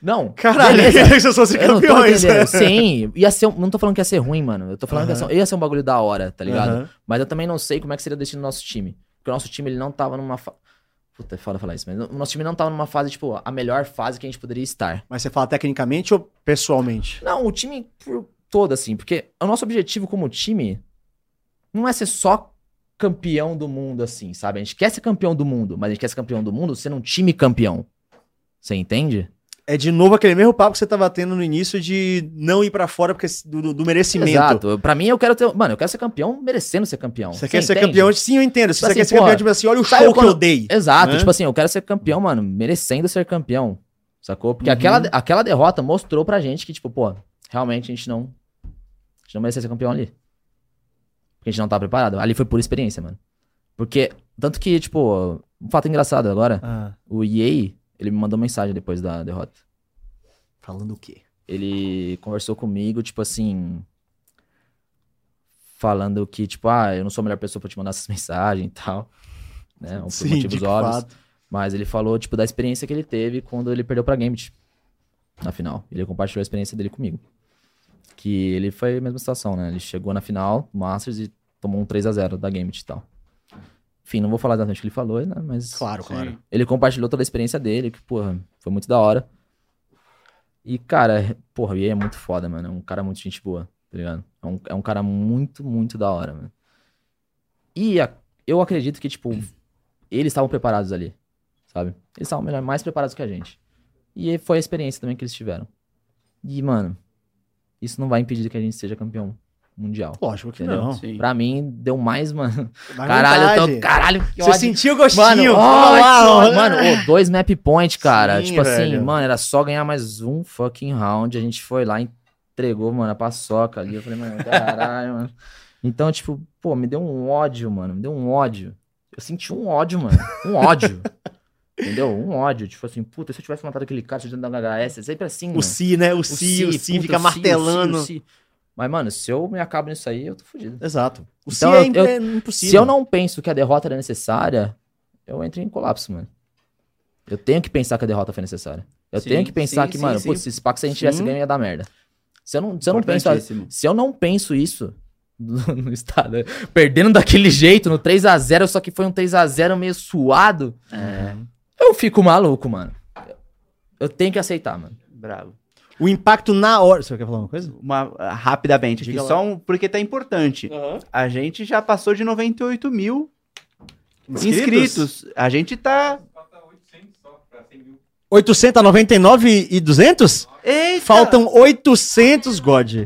B: Não!
A: Caralho,
B: beleza.
A: queria que vocês fossem
B: Eu não tô
A: campeões. né?
B: entendendo. Sim, ia ser, um- não tô falando que ia ser ruim, mano. Eu tô falando que ia ser, ia ser um bagulho da hora, tá ligado?
A: Aham.
B: Mas eu também não sei como é que seria o destino do nosso time. Porque o nosso time, ele não tava numa. Fa... Puta, é foda falar isso, mas o nosso time não tava numa fase, tipo, a melhor fase que a gente poderia estar.
A: Mas você fala tecnicamente ou pessoalmente?
B: Não, o time por todo, assim, porque o nosso objetivo como time não é ser só campeão do mundo, assim, sabe? A gente quer ser campeão do mundo, mas a gente quer ser campeão do mundo sendo um time campeão. Você entende?
A: É de novo aquele mesmo papo que você tava tendo no início de não ir pra fora porque do, do- do merecimento.
B: Exato. Pra mim, eu quero ter. Mano, eu quero ser campeão merecendo ser campeão.
A: Você quer ser
B: entende?
A: campeão? Sim, eu entendo. Se
B: Tipo
A: você
B: assim,
A: quer ser
B: pô,
A: campeão, tipo assim, olha o
B: sabe
A: show que
B: quando-
A: eu dei.
B: Exato.
A: né?
B: Tipo assim, eu quero ser campeão, mano, merecendo ser campeão. Sacou? Porque aquela, aquela derrota mostrou pra gente que, tipo, pô, realmente a gente não. A gente não merecia ser campeão ali. Porque a gente não tava preparado. Ali foi pura experiência, mano. Porque, tanto que, tipo, um fato engraçado agora,
A: Ah.
B: o EA, ele me mandou mensagem depois da derrota
A: Falando o quê?
B: ele conversou comigo, tipo assim. Falando que, tipo, ah, eu não sou a melhor pessoa pra te mandar essas mensagens e tal. Né? Por motivos óbvios. Mas ele falou, tipo, da experiência que ele teve quando ele perdeu pra Gambit. Na final. Ele compartilhou a experiência dele comigo. Que ele foi a mesma situação, né? Ele chegou na final, Masters, e tomou um 3 a 0 da Gambit e tal. Enfim, não vou falar exatamente o que ele falou, né? Mas
A: Claro, claro.
B: ele compartilhou toda a experiência dele, que, porra, foi muito da hora. E, cara, porra, o Ian é muito foda, mano. É um cara muito gente boa, tá ligado? É um, é um cara muito, muito da hora, mano. E a- eu acredito que, tipo, eles estavam preparados ali, sabe? Eles estavam melhor, mais preparados que a gente. E foi a experiência também que eles tiveram. E, mano, isso não vai impedir que a gente seja campeão mundial.
A: Lógico que
B: Entendeu?
A: não.
C: Sim.
B: Pra mim, deu mais, mano.
A: Dá
B: Caralho, eu
A: vontade.
B: tô. Caralho, que
A: Você
B: ódio.
A: sentiu o
B: Mano,
A: gostinho.
B: ó,
A: Fala "Ah, lá, ó.
B: mano, ô, dois map point, cara.
A: né? Sim,
B: tipo assim,
A: velho.
B: mano, era só ganhar mais um fucking round. A gente foi lá, entregou, mano, a paçoca ali. Eu falei, mano, caralho, mano. Então, tipo, pô, me deu um ódio, mano. Me deu um ódio. Eu senti um ódio, mano. Um ódio. Entendeu? Um ódio. Tipo assim, puta, se eu tivesse matado aquele cara dentro da HS, é sempre assim, mano.
A: O Si, né? O Si, o
B: Si,
A: Si
B: puta,
A: fica
B: o Si, o Si, o
A: martelando.
B: Si. Mas, mano, se eu me acabo nisso aí, eu tô fudido.
A: Exato. O Si
B: Então,
A: é
B: eu-
A: imp-
B: eu-
A: é impossível.
B: Se eu não penso que a derrota era necessária, eu entro em colapso, mano. Eu tenho que pensar que a derrota foi necessária. Eu
C: Sim,
B: tenho que pensar
C: sim,
B: que,
C: sim,
B: mano,
C: sim.
B: putz, esse pack se a gente tivesse
A: Sim.
B: ganho ia dar merda. Se eu não, se eu não, penso,
C: Importantíssimo.
B: se eu não penso isso no, no estado, perdendo daquele jeito, no 3 a 0 só que foi um 3 a 0 meio suado,
C: É,
B: eu fico maluco, mano. Eu tenho que aceitar, mano.
C: Bravo.
A: O impacto na hora. Você quer falar uma coisa?
C: Uma, ah, rapidamente, aqui,
A: Diga lá.
C: só um, porque tá importante. A gente já passou de 98 mil inscritos. A gente tá.
F: Falta 800 só pra 100 mil.
A: 899 e 200?
C: Eita!
A: Faltam 800, God.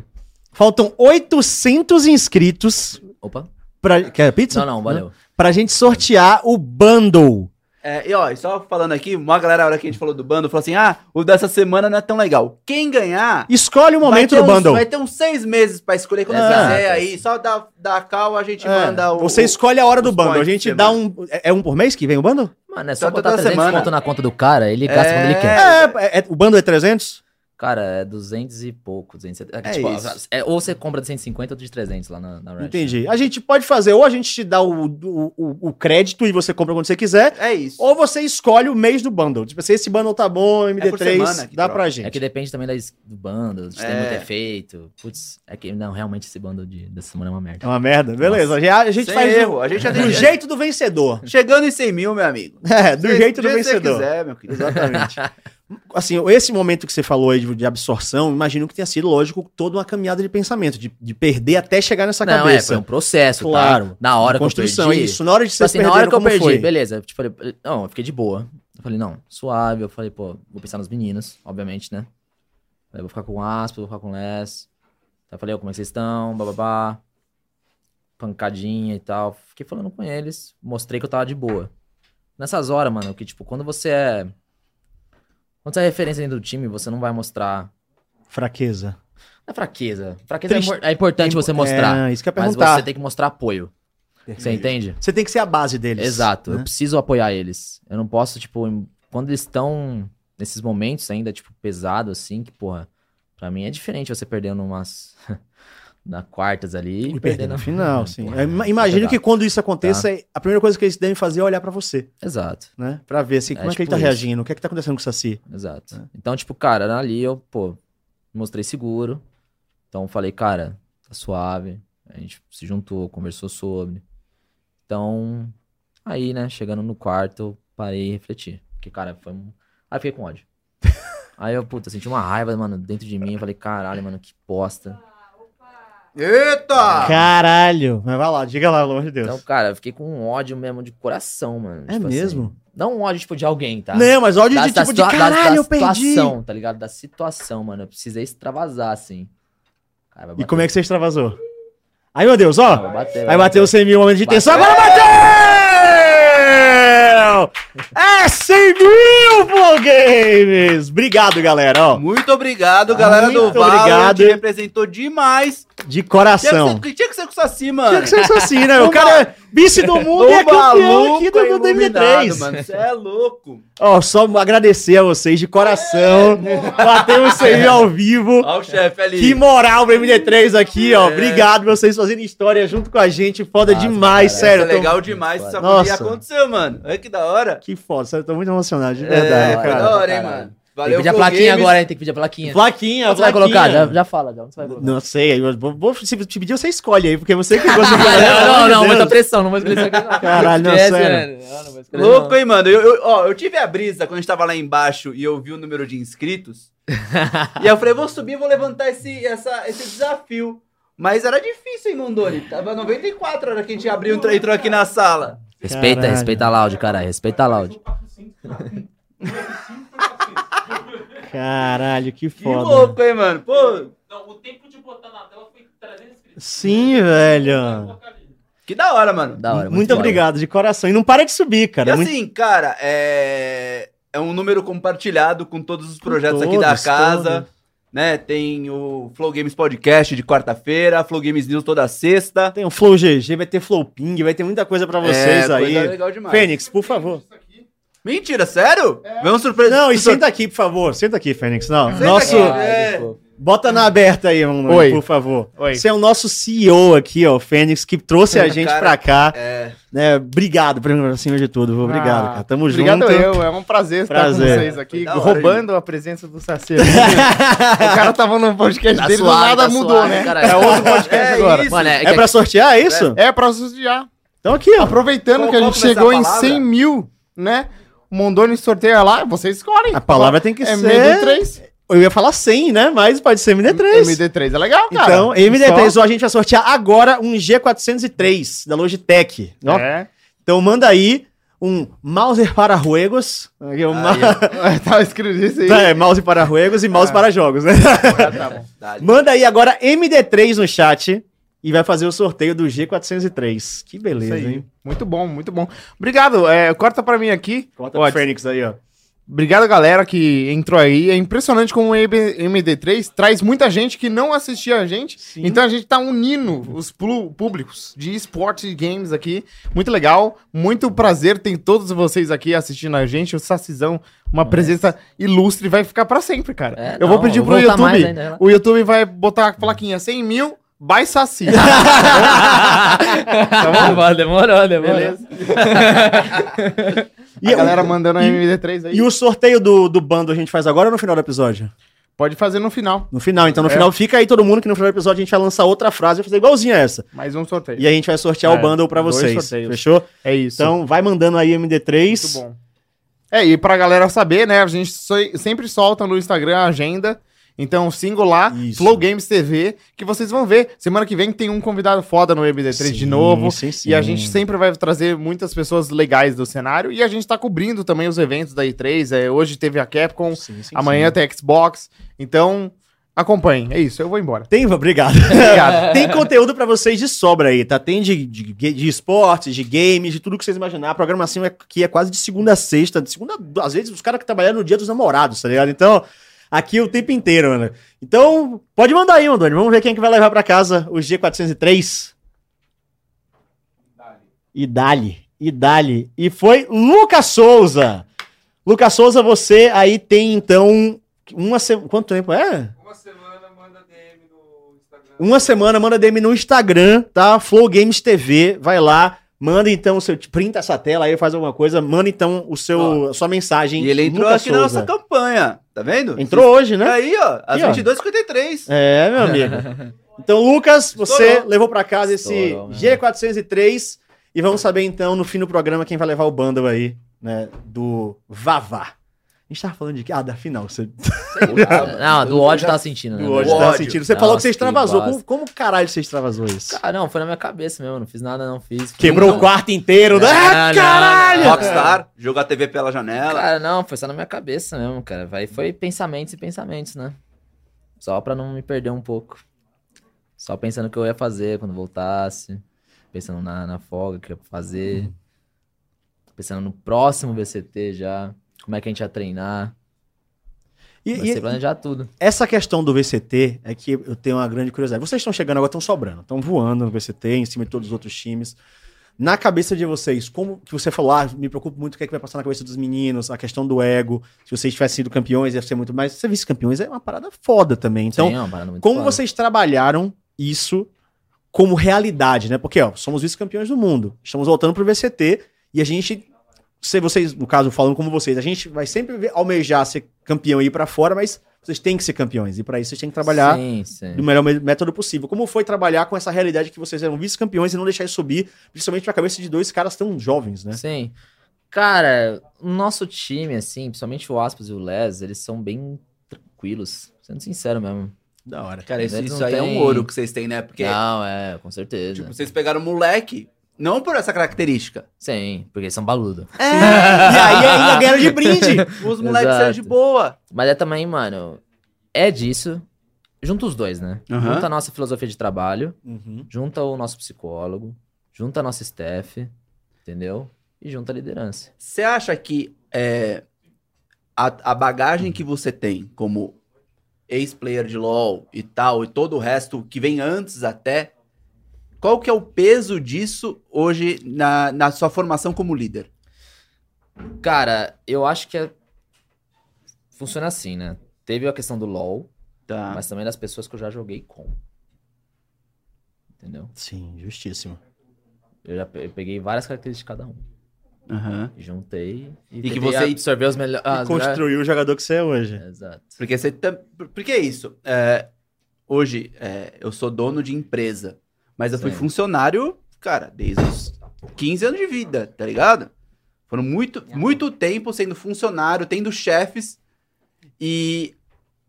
A: Faltam 800 inscritos
B: Opa.
A: Pra... Quer pizza?
B: Não, não, valeu.
A: Pra gente sortear o bundle.
C: É, e ó, e só falando aqui, uma galera, a hora que a gente falou do bando, falou assim: ah, o dessa semana não é tão legal. Quem ganhar.
A: Escolhe o momento
C: vai ter
A: do
C: uns-
A: bundle.
C: Vai ter uns seis meses pra escolher quando
A: É.
C: quiser aí. Só dá, dá cal, a gente
A: É,
C: manda o.
A: Você
C: o-
A: escolhe a hora do
C: os
A: bundle. A
C: points
A: gente
C: de
A: dá
C: semana.
A: um. É é um por mês que vem o bundle?
B: Mano, é só
C: Tá
B: botar
C: toda
B: 300
C: semana.
B: conto na conta do cara, ele gasta quando ele
C: É.
B: quer.
A: É, é- o bundle é 300?
B: Cara, é 200 e pouco, 270. É, que,
C: É
B: tipo,
C: isso.
B: é, ou você compra de 150 ou de 300 lá na, né? na Ranch.
A: Entendi. A gente pode fazer, ou a gente te dá o, o, o- o crédito e você compra quando você quiser,
C: É isso.
A: ou você escolhe o mês do bundle. Tipo, se esse bundle tá bom,
C: por
A: MD3,
C: semana que
A: dá
C: troca.
A: pra
B: É
A: gente.
B: que depende também da es- do bando, se
C: É.
B: tem muito efeito. Putz, é que não, realmente esse bando de, dessa semana é uma
A: É
B: merda.
A: uma merda. Beleza. Já- A gente
C: Sem
A: faz
C: erro.
A: o-
C: A gente já
A: do
C: tem.
A: jeito do vencedor.
C: Chegando em 100 mil, meu amigo.
A: É, do
C: Se-
A: jeito do
C: se você
A: vencedor.
C: quiser, meu querido.
A: Exatamente. Assim, esse momento que você falou aí de, de absorção, imagino que tenha sido, lógico, toda uma caminhada de pensamento, de, de perder até chegar nessa
B: não, é,
A: cabeça.
B: foi um processo,
A: Claro.
B: tá? Na hora que eu
A: Construção,
B: perdi.
A: é isso. Na hora de
B: Tipo
A: você
B: assim, na hora que eu perdi,
A: foi?
B: beleza. eu, Tipo, falei, não, eu fiquei de boa. Eu falei, não, suave. Eu falei, pô, vou pensar nos meninos, obviamente, né? Falei, vou ficar com o Aspas, vou ficar com o Les. Aí eu falei, ô, como é que vocês estão? Bababá. Pancadinha e tal. Fiquei falando com eles. Mostrei que eu tava de boa. Nessas horas, mano, que tipo, quando você é. Quando você é referência dentro do time, você não vai mostrar.
A: Fraqueza.
B: Não é fraqueza. Fraqueza é
A: Triste-
B: impor- é, importante você mostrar.
A: É, isso que eu ia
B: mas
A: perguntar.
B: você tem que mostrar apoio. Você entende?
A: Você tem que ser a base deles.
B: Exato, eu
A: né?
B: preciso apoiar eles. Eu não posso, tipo, em- quando eles estão nesses momentos ainda, tipo, pesado assim, que, porra, pra mim é diferente você perdendo umas. na quartas ali.
A: E perder no final, sim.
B: Porra, Tá.
A: Eu ima- imagino que
B: pesado.
A: quando isso aconteça, a primeira coisa que eles devem fazer é olhar pra você,
B: Exato,
A: né? Pra ver assim,
B: É,
A: como é que
B: tipo
A: ele tá
B: isso.
A: reagindo, o que é que tá acontecendo com o Saci.
B: exato.
A: É.
B: Então, tipo, cara, ali eu, pô, me mostrei seguro. Então, eu falei, cara, tá suave. A gente se juntou, conversou sobre. Então, aí, né, chegando no quarto, eu parei e refleti. Porque, cara, foi um. Aí eu fiquei com ódio. Aí eu, puta, senti uma raiva, mano, dentro de mim. Eu falei, caralho, mano, que bosta.
C: Eita!
A: Caralho! Mas vai lá, diga lá, pelo amor de Deus.
B: Então, cara, eu fiquei com um ódio mesmo de coração, mano.
A: é
B: Tipo assim,
A: mesmo?
B: não um ódio, tipo, de alguém, tá?
A: Não, mas ódio
B: Da-
A: de
B: da
A: tipo de
B: situa- da- da
A: caralho, eu perdi.
B: situação, tá ligado? Da situação, mano. Eu precisei extravasar, assim. Cara, vai
A: E como é que você extravasou? Aí, meu Deus, ó.
B: vai bater,
A: Aí bateu 100 mil, momento de
B: Bateu.
A: tensão. Agora bateu! É 100 mil, Flow Games! Obrigado, galera, ó.
C: Muito obrigado, galera
A: Muito
C: do Valorant.
A: obrigado.
C: Representou demais.
A: De
C: Tinha que,
A: coração.
C: ser, tinha que ser com o Saci, mano.
A: Tinha que ser isso assim, né? O
C: O
A: cara é vice do mundo e é campeão aqui do,
C: é
A: do
C: iluminado,
A: MD3.
C: mano. Você é louco.
A: Ó, só agradecer a vocês de
B: É,
A: coração.
B: né?
A: Batemos 100 mil ao vivo.
C: Olha o chefe ali.
A: Que moral pro MD3 aqui, ó.
C: É.
A: Obrigado vocês fazendo história junto com a gente. Foda
B: Nossa,
A: demais,
B: cara,
A: sério.
C: Isso é
A: eu tô-
C: legal demais. Isso
A: Nossa.
C: podia acontecer, mano. Olha que da hora.
A: Que foda, sério. Eu tô muito emocionado, de verdade,
C: é,
B: da
C: foi
A: cara.
C: da hora, hein,
B: Caralho.
C: mano.
B: Tem que pedir a
C: Flow
B: plaquinha
C: Games.
B: agora, hein? Tem que pedir a plaquinha.
A: Plaquinha,
B: Onde você vai
A: plaquinha.
B: colocar? né? Já, já fala, já. Onde você vai colocar?
A: Não sei, eu vou, vou- se você pedir, você escolhe aí, porque você que gosta de
B: não, não, não,
A: Meu
B: muita
A: Deus.
B: pressão, não vou escolher isso aqui. não.
A: Caralho, não,
B: Esquece,
A: sério.
B: velho. Não, não vou escolher,
C: Louco,
B: não.
C: hein, mano? Eu, eu- ó, eu tive a brisa quando a gente tava lá embaixo e eu vi o número de inscritos. e aí eu falei, vou subir, vou levantar esse, essa, esse desafio. Mas era difícil, hein, Mondoni? Tava 94 a hora que a gente abriu e entrou- entrou aqui na sala.
B: Respeita,
A: Caralho.
B: respeita a Loud, cara. Respeita a Loud.
F: 400, 400. 400.
A: Caralho, que
C: Que
A: foda.
B: né?
C: louco, hein, mano? Pô,
F: Não, o tempo de botar na tela foi 300 inscritos.
A: Sim, velho.
F: Colocar ali.
C: que da hora, mano.
B: Da hora.
A: muito obrigado, de coração. E não para de subir, cara. é
C: e
A: Muito-
C: assim, cara, é... é um número compartilhado com todos os projetos aqui da
A: todos,
C: casa.
A: todos.
C: Né? Tem o Flow Games Podcast de quarta-feira, Flow Games News toda sexta.
A: Tem o Flow GG, vai ter Flow Ping, vai ter muita coisa pra vocês
C: É,
A: aí.
C: coisa legal demais.
A: Fênix, por favor.
F: Isso aqui.
C: Mentira, sério? Vem uma surpresa.
A: Não, e
C: surpresa-
A: senta aqui, por favor. Senta aqui, Fênix. Não,
C: Senta
A: nosso.
C: aqui. É.
A: Bota na aberta aí, mano,
G: Oi.
A: por favor.
G: Oi.
A: Você é o nosso CEO aqui, ó, o Fênix, que trouxe a gente
C: Cara,
A: pra cá.
C: É.
A: Né? Obrigado, primeiro, acima de tudo. viu? Obrigado,
G: Ah,
A: cara. Tamo
G: Obrigado
A: junto.
G: eu, é um prazer,
A: Prazer.
G: estar com vocês aqui,
C: Da hora,
G: roubando a presença do Saci. o cara tava no podcast
B: Tá
G: dele,
B: suave,
G: do nada
B: tá
G: mudou,
B: suave,
G: né?
B: caralho.
G: É outro podcast
C: É
G: agora.
C: isso.
B: Mano, é,
A: É pra sortear, é isso?
G: É, pra associar.
A: Então aqui, ó.
G: Aproveitando
C: Como-
G: que a
C: como
G: gente
C: começar
G: chegou
C: a
G: em
C: palavra?
G: 100 mil, né? O Mondoni sorteia lá, vocês escolhem.
A: A palavra tem que
G: é
A: ser.
G: MD3.
A: Eu ia falar 100, né? Mas pode ser MD3.
G: MD3 é legal, cara.
A: Então, MD3,
G: Só-
A: ó, a gente vai sortear agora um G403 da Logitech. Ó,
G: É.
A: Então manda aí um mouse para juegos. Aqui, um ma-
G: Tava escrito isso aí.
A: Tá, é, mouse para juegos e mouse para jogos, né?
G: Ah, tá bom.
C: Dá-lhe.
A: manda aí agora MD3 no chat. e vai fazer o sorteio do G403. Que beleza,
G: Isso aí.
A: hein?
G: Muito bom, muito bom. Obrigado. É, corta pra mim aqui.
A: Conta
G: Ótimo.
A: pro Fênix aí, ó.
G: Obrigado, galera, que entrou aí. É impressionante como o MD3 traz muita gente que não assistia a gente.
A: Sim.
G: Então a gente tá unindo os plu- públicos de esportes e games aqui. Muito legal, muito prazer tem todos vocês aqui assistindo a gente. O Sacizão, uma presença ilustre, vai ficar pra sempre, cara.
B: É,
G: eu vou
B: não,
G: pedir
B: eu
G: pro
B: vou voltar mais
G: YouTube.
B: ainda, né? relaxa.
G: o YouTube vai botar a plaquinha 100 mil, by Saci.
B: Demorou, demorou, demorou.
G: Beleza?
A: E,
G: a galera mandando a
A: e-
G: MD3 aí.
A: e o sorteio do, do bando a gente faz agora ou no final do episódio?
G: Pode fazer no final.
A: No final, então no
G: É.
A: final fica aí todo mundo que no final do episódio a gente vai lançar outra frase, vai fazer igualzinha a essa.
G: Mais um sorteio.
A: E a gente vai sortear
G: É,
A: o bundle pra
G: dois
A: vocês.
G: sorteios.
A: Fechou?
G: É isso.
A: Então vai mandando aí MD3.
G: Muito bom. É, e pra galera saber, né, a gente so- sempre solta no Instagram a agenda. Então, single lá,
A: Isso.
G: Flow Games TV, que vocês vão ver. Semana que vem tem um convidado foda no EBD3 de
A: Sim,
G: novo.
A: sim, sim.
G: E a gente sempre vai trazer muitas pessoas legais do cenário. E a gente tá cobrindo também os eventos da E3. É, hoje teve a Capcom,
A: Sim, sim,
G: amanhã
A: sim.
G: tem a Xbox. Então, acompanhem. É isso, eu vou embora.
A: Tem, obrigado.
G: Obrigado.
A: Tem conteúdo pra vocês de sobra aí, tá? Tem de, de, de esportes, de games, de tudo que vocês imaginar. A programação é, aqui é quase de segunda a sexta, de segunda, às vezes os caras que trabalham no dia dos namorados, tá ligado? Então, aqui é o tempo inteiro, né? Então, pode mandar aí, Mandoni. Vamos ver quem é que vai levar pra casa o G403. E dali, e dali. E foi Lucas Souza. Lucas Souza, você aí tem então uma se... quanto tempo é?
F: Uma semana manda DM no Instagram.
A: Uma semana, manda DM no Instagram, tá? Flow Games TV, vai lá, manda então o seu. Printa essa tela aí, faz alguma coisa, manda então o seu, a sua mensagem.
C: E ele entrou
A: Lucas
C: aqui na nossa campanha, tá vendo?
A: Entrou hoje, né?
C: Aí, ó, às
A: Aqui, ó.
C: 22h53.
A: É, meu amigo. Então, Lucas, você
C: Estourou.
A: levou pra casa esse
B: Estourou, meu.
A: G403 e vamos saber então no fim do programa quem vai levar o bundle aí, né? Do Vavá. A gente tava falando de que? Ah, da final. Você,
B: Não, do ódio tá sentindo, né?
A: do ódio,
C: ódio.
A: tava sentindo. Você falou que
B: Nossa,
A: você
B: que
A: extravasou.
B: bosta.
A: Como, como caralho você extravasou isso?
B: Cara, não, foi na minha cabeça mesmo, não fiz nada, não fiz.
A: Quebrou
B: Não,
A: o quarto inteiro.
B: Não,
A: Ah,
B: não,
A: caralho!
B: não.
C: Rockstar, jogou a TV pela janela.
B: Cara, não, foi só na minha cabeça mesmo, cara. Vai, foi pensamentos e pensamentos, né? Só pra não me perder um pouco. Só pensando o que eu ia fazer quando voltasse. Pensando na, na folga que eu ia fazer. Pensando no próximo VCT já. Como é que a gente ia treinar.
A: E-
B: Comecei a
A: e,
B: planejar tudo.
A: Essa questão do VCT é que eu tenho uma grande curiosidade. Vocês estão chegando agora, estão sobrando, estão voando no VCT, em cima de todos os outros times. Na cabeça de vocês, como que você falou, ah, me preocupo muito o que é que vai passar na cabeça dos meninos, a questão do ego, se vocês tivessem sido campeões, ia ser muito mais. Ser vice-campeões é uma parada foda também. Então,
B: Sim, é uma parada muito
A: como
B: foda.
A: vocês trabalharam isso como realidade, né? Porque, ó, somos vice-campeões do mundo, estamos voltando pro VCT e a gente, se vocês, no caso, falando como vocês, a gente vai sempre ver- almejar ser campeão e ir pra fora, mas vocês têm que ser campeões e pra isso vocês têm que trabalhar
B: Sim, sim.
A: do melhor me- método possível. Como foi trabalhar com essa realidade que vocês eram vice-campeões e não deixar isso subir, principalmente pra cabeça de dois caras tão jovens, né?
B: Sim. Cara, o nosso time, assim, principalmente o Aspas e o Les, eles são bem tranquilos. Sendo sincero mesmo.
A: Da hora.
C: Cara, isso,
B: Eles não
C: isso aí é um
B: têm-
C: ouro que vocês têm, né? Porque,
B: Não, é, com certeza.
C: tipo, vocês pegaram moleque, não por essa característica.
B: Sim, porque eles são baludo.
A: E
C: É,
A: aí ainda ganharam de brinde.
C: os moleques
B: Exato.
C: saíram de boa.
B: Mas é também, mano, é disso. Junta os dois, né?
C: Aham.
B: Junta a nossa filosofia de trabalho,
A: Uhum.
B: junta o nosso psicólogo, junta a nossa staff, entendeu? E junta a liderança.
C: Você acha que é, a, a bagagem que você tem como ex-player de LoL e tal, e todo o resto que vem antes até, qual que é o peso disso hoje na, na sua formação como líder?
B: Cara, eu acho que é... funciona assim, né? Teve a questão do LoL,
C: Tá.
B: mas também das pessoas que eu já joguei com. Entendeu?
A: Sim, justíssimo.
B: Eu já pe- eu peguei várias características de cada um.
C: Aham.
B: e Juntei e,
C: que
B: tentei
C: você-
B: absorver os melhores.
A: E construiu o jogador que você é hoje.
B: Exato.
C: Porque você tam- por- Porque é isso. é, hoje, é, eu sou dono de empresa, mas eu fui
B: Sim.
C: funcionário, cara, desde os 15 anos de vida, tá ligado? Foram muito, muito tempo sendo funcionário, tendo chefes. E,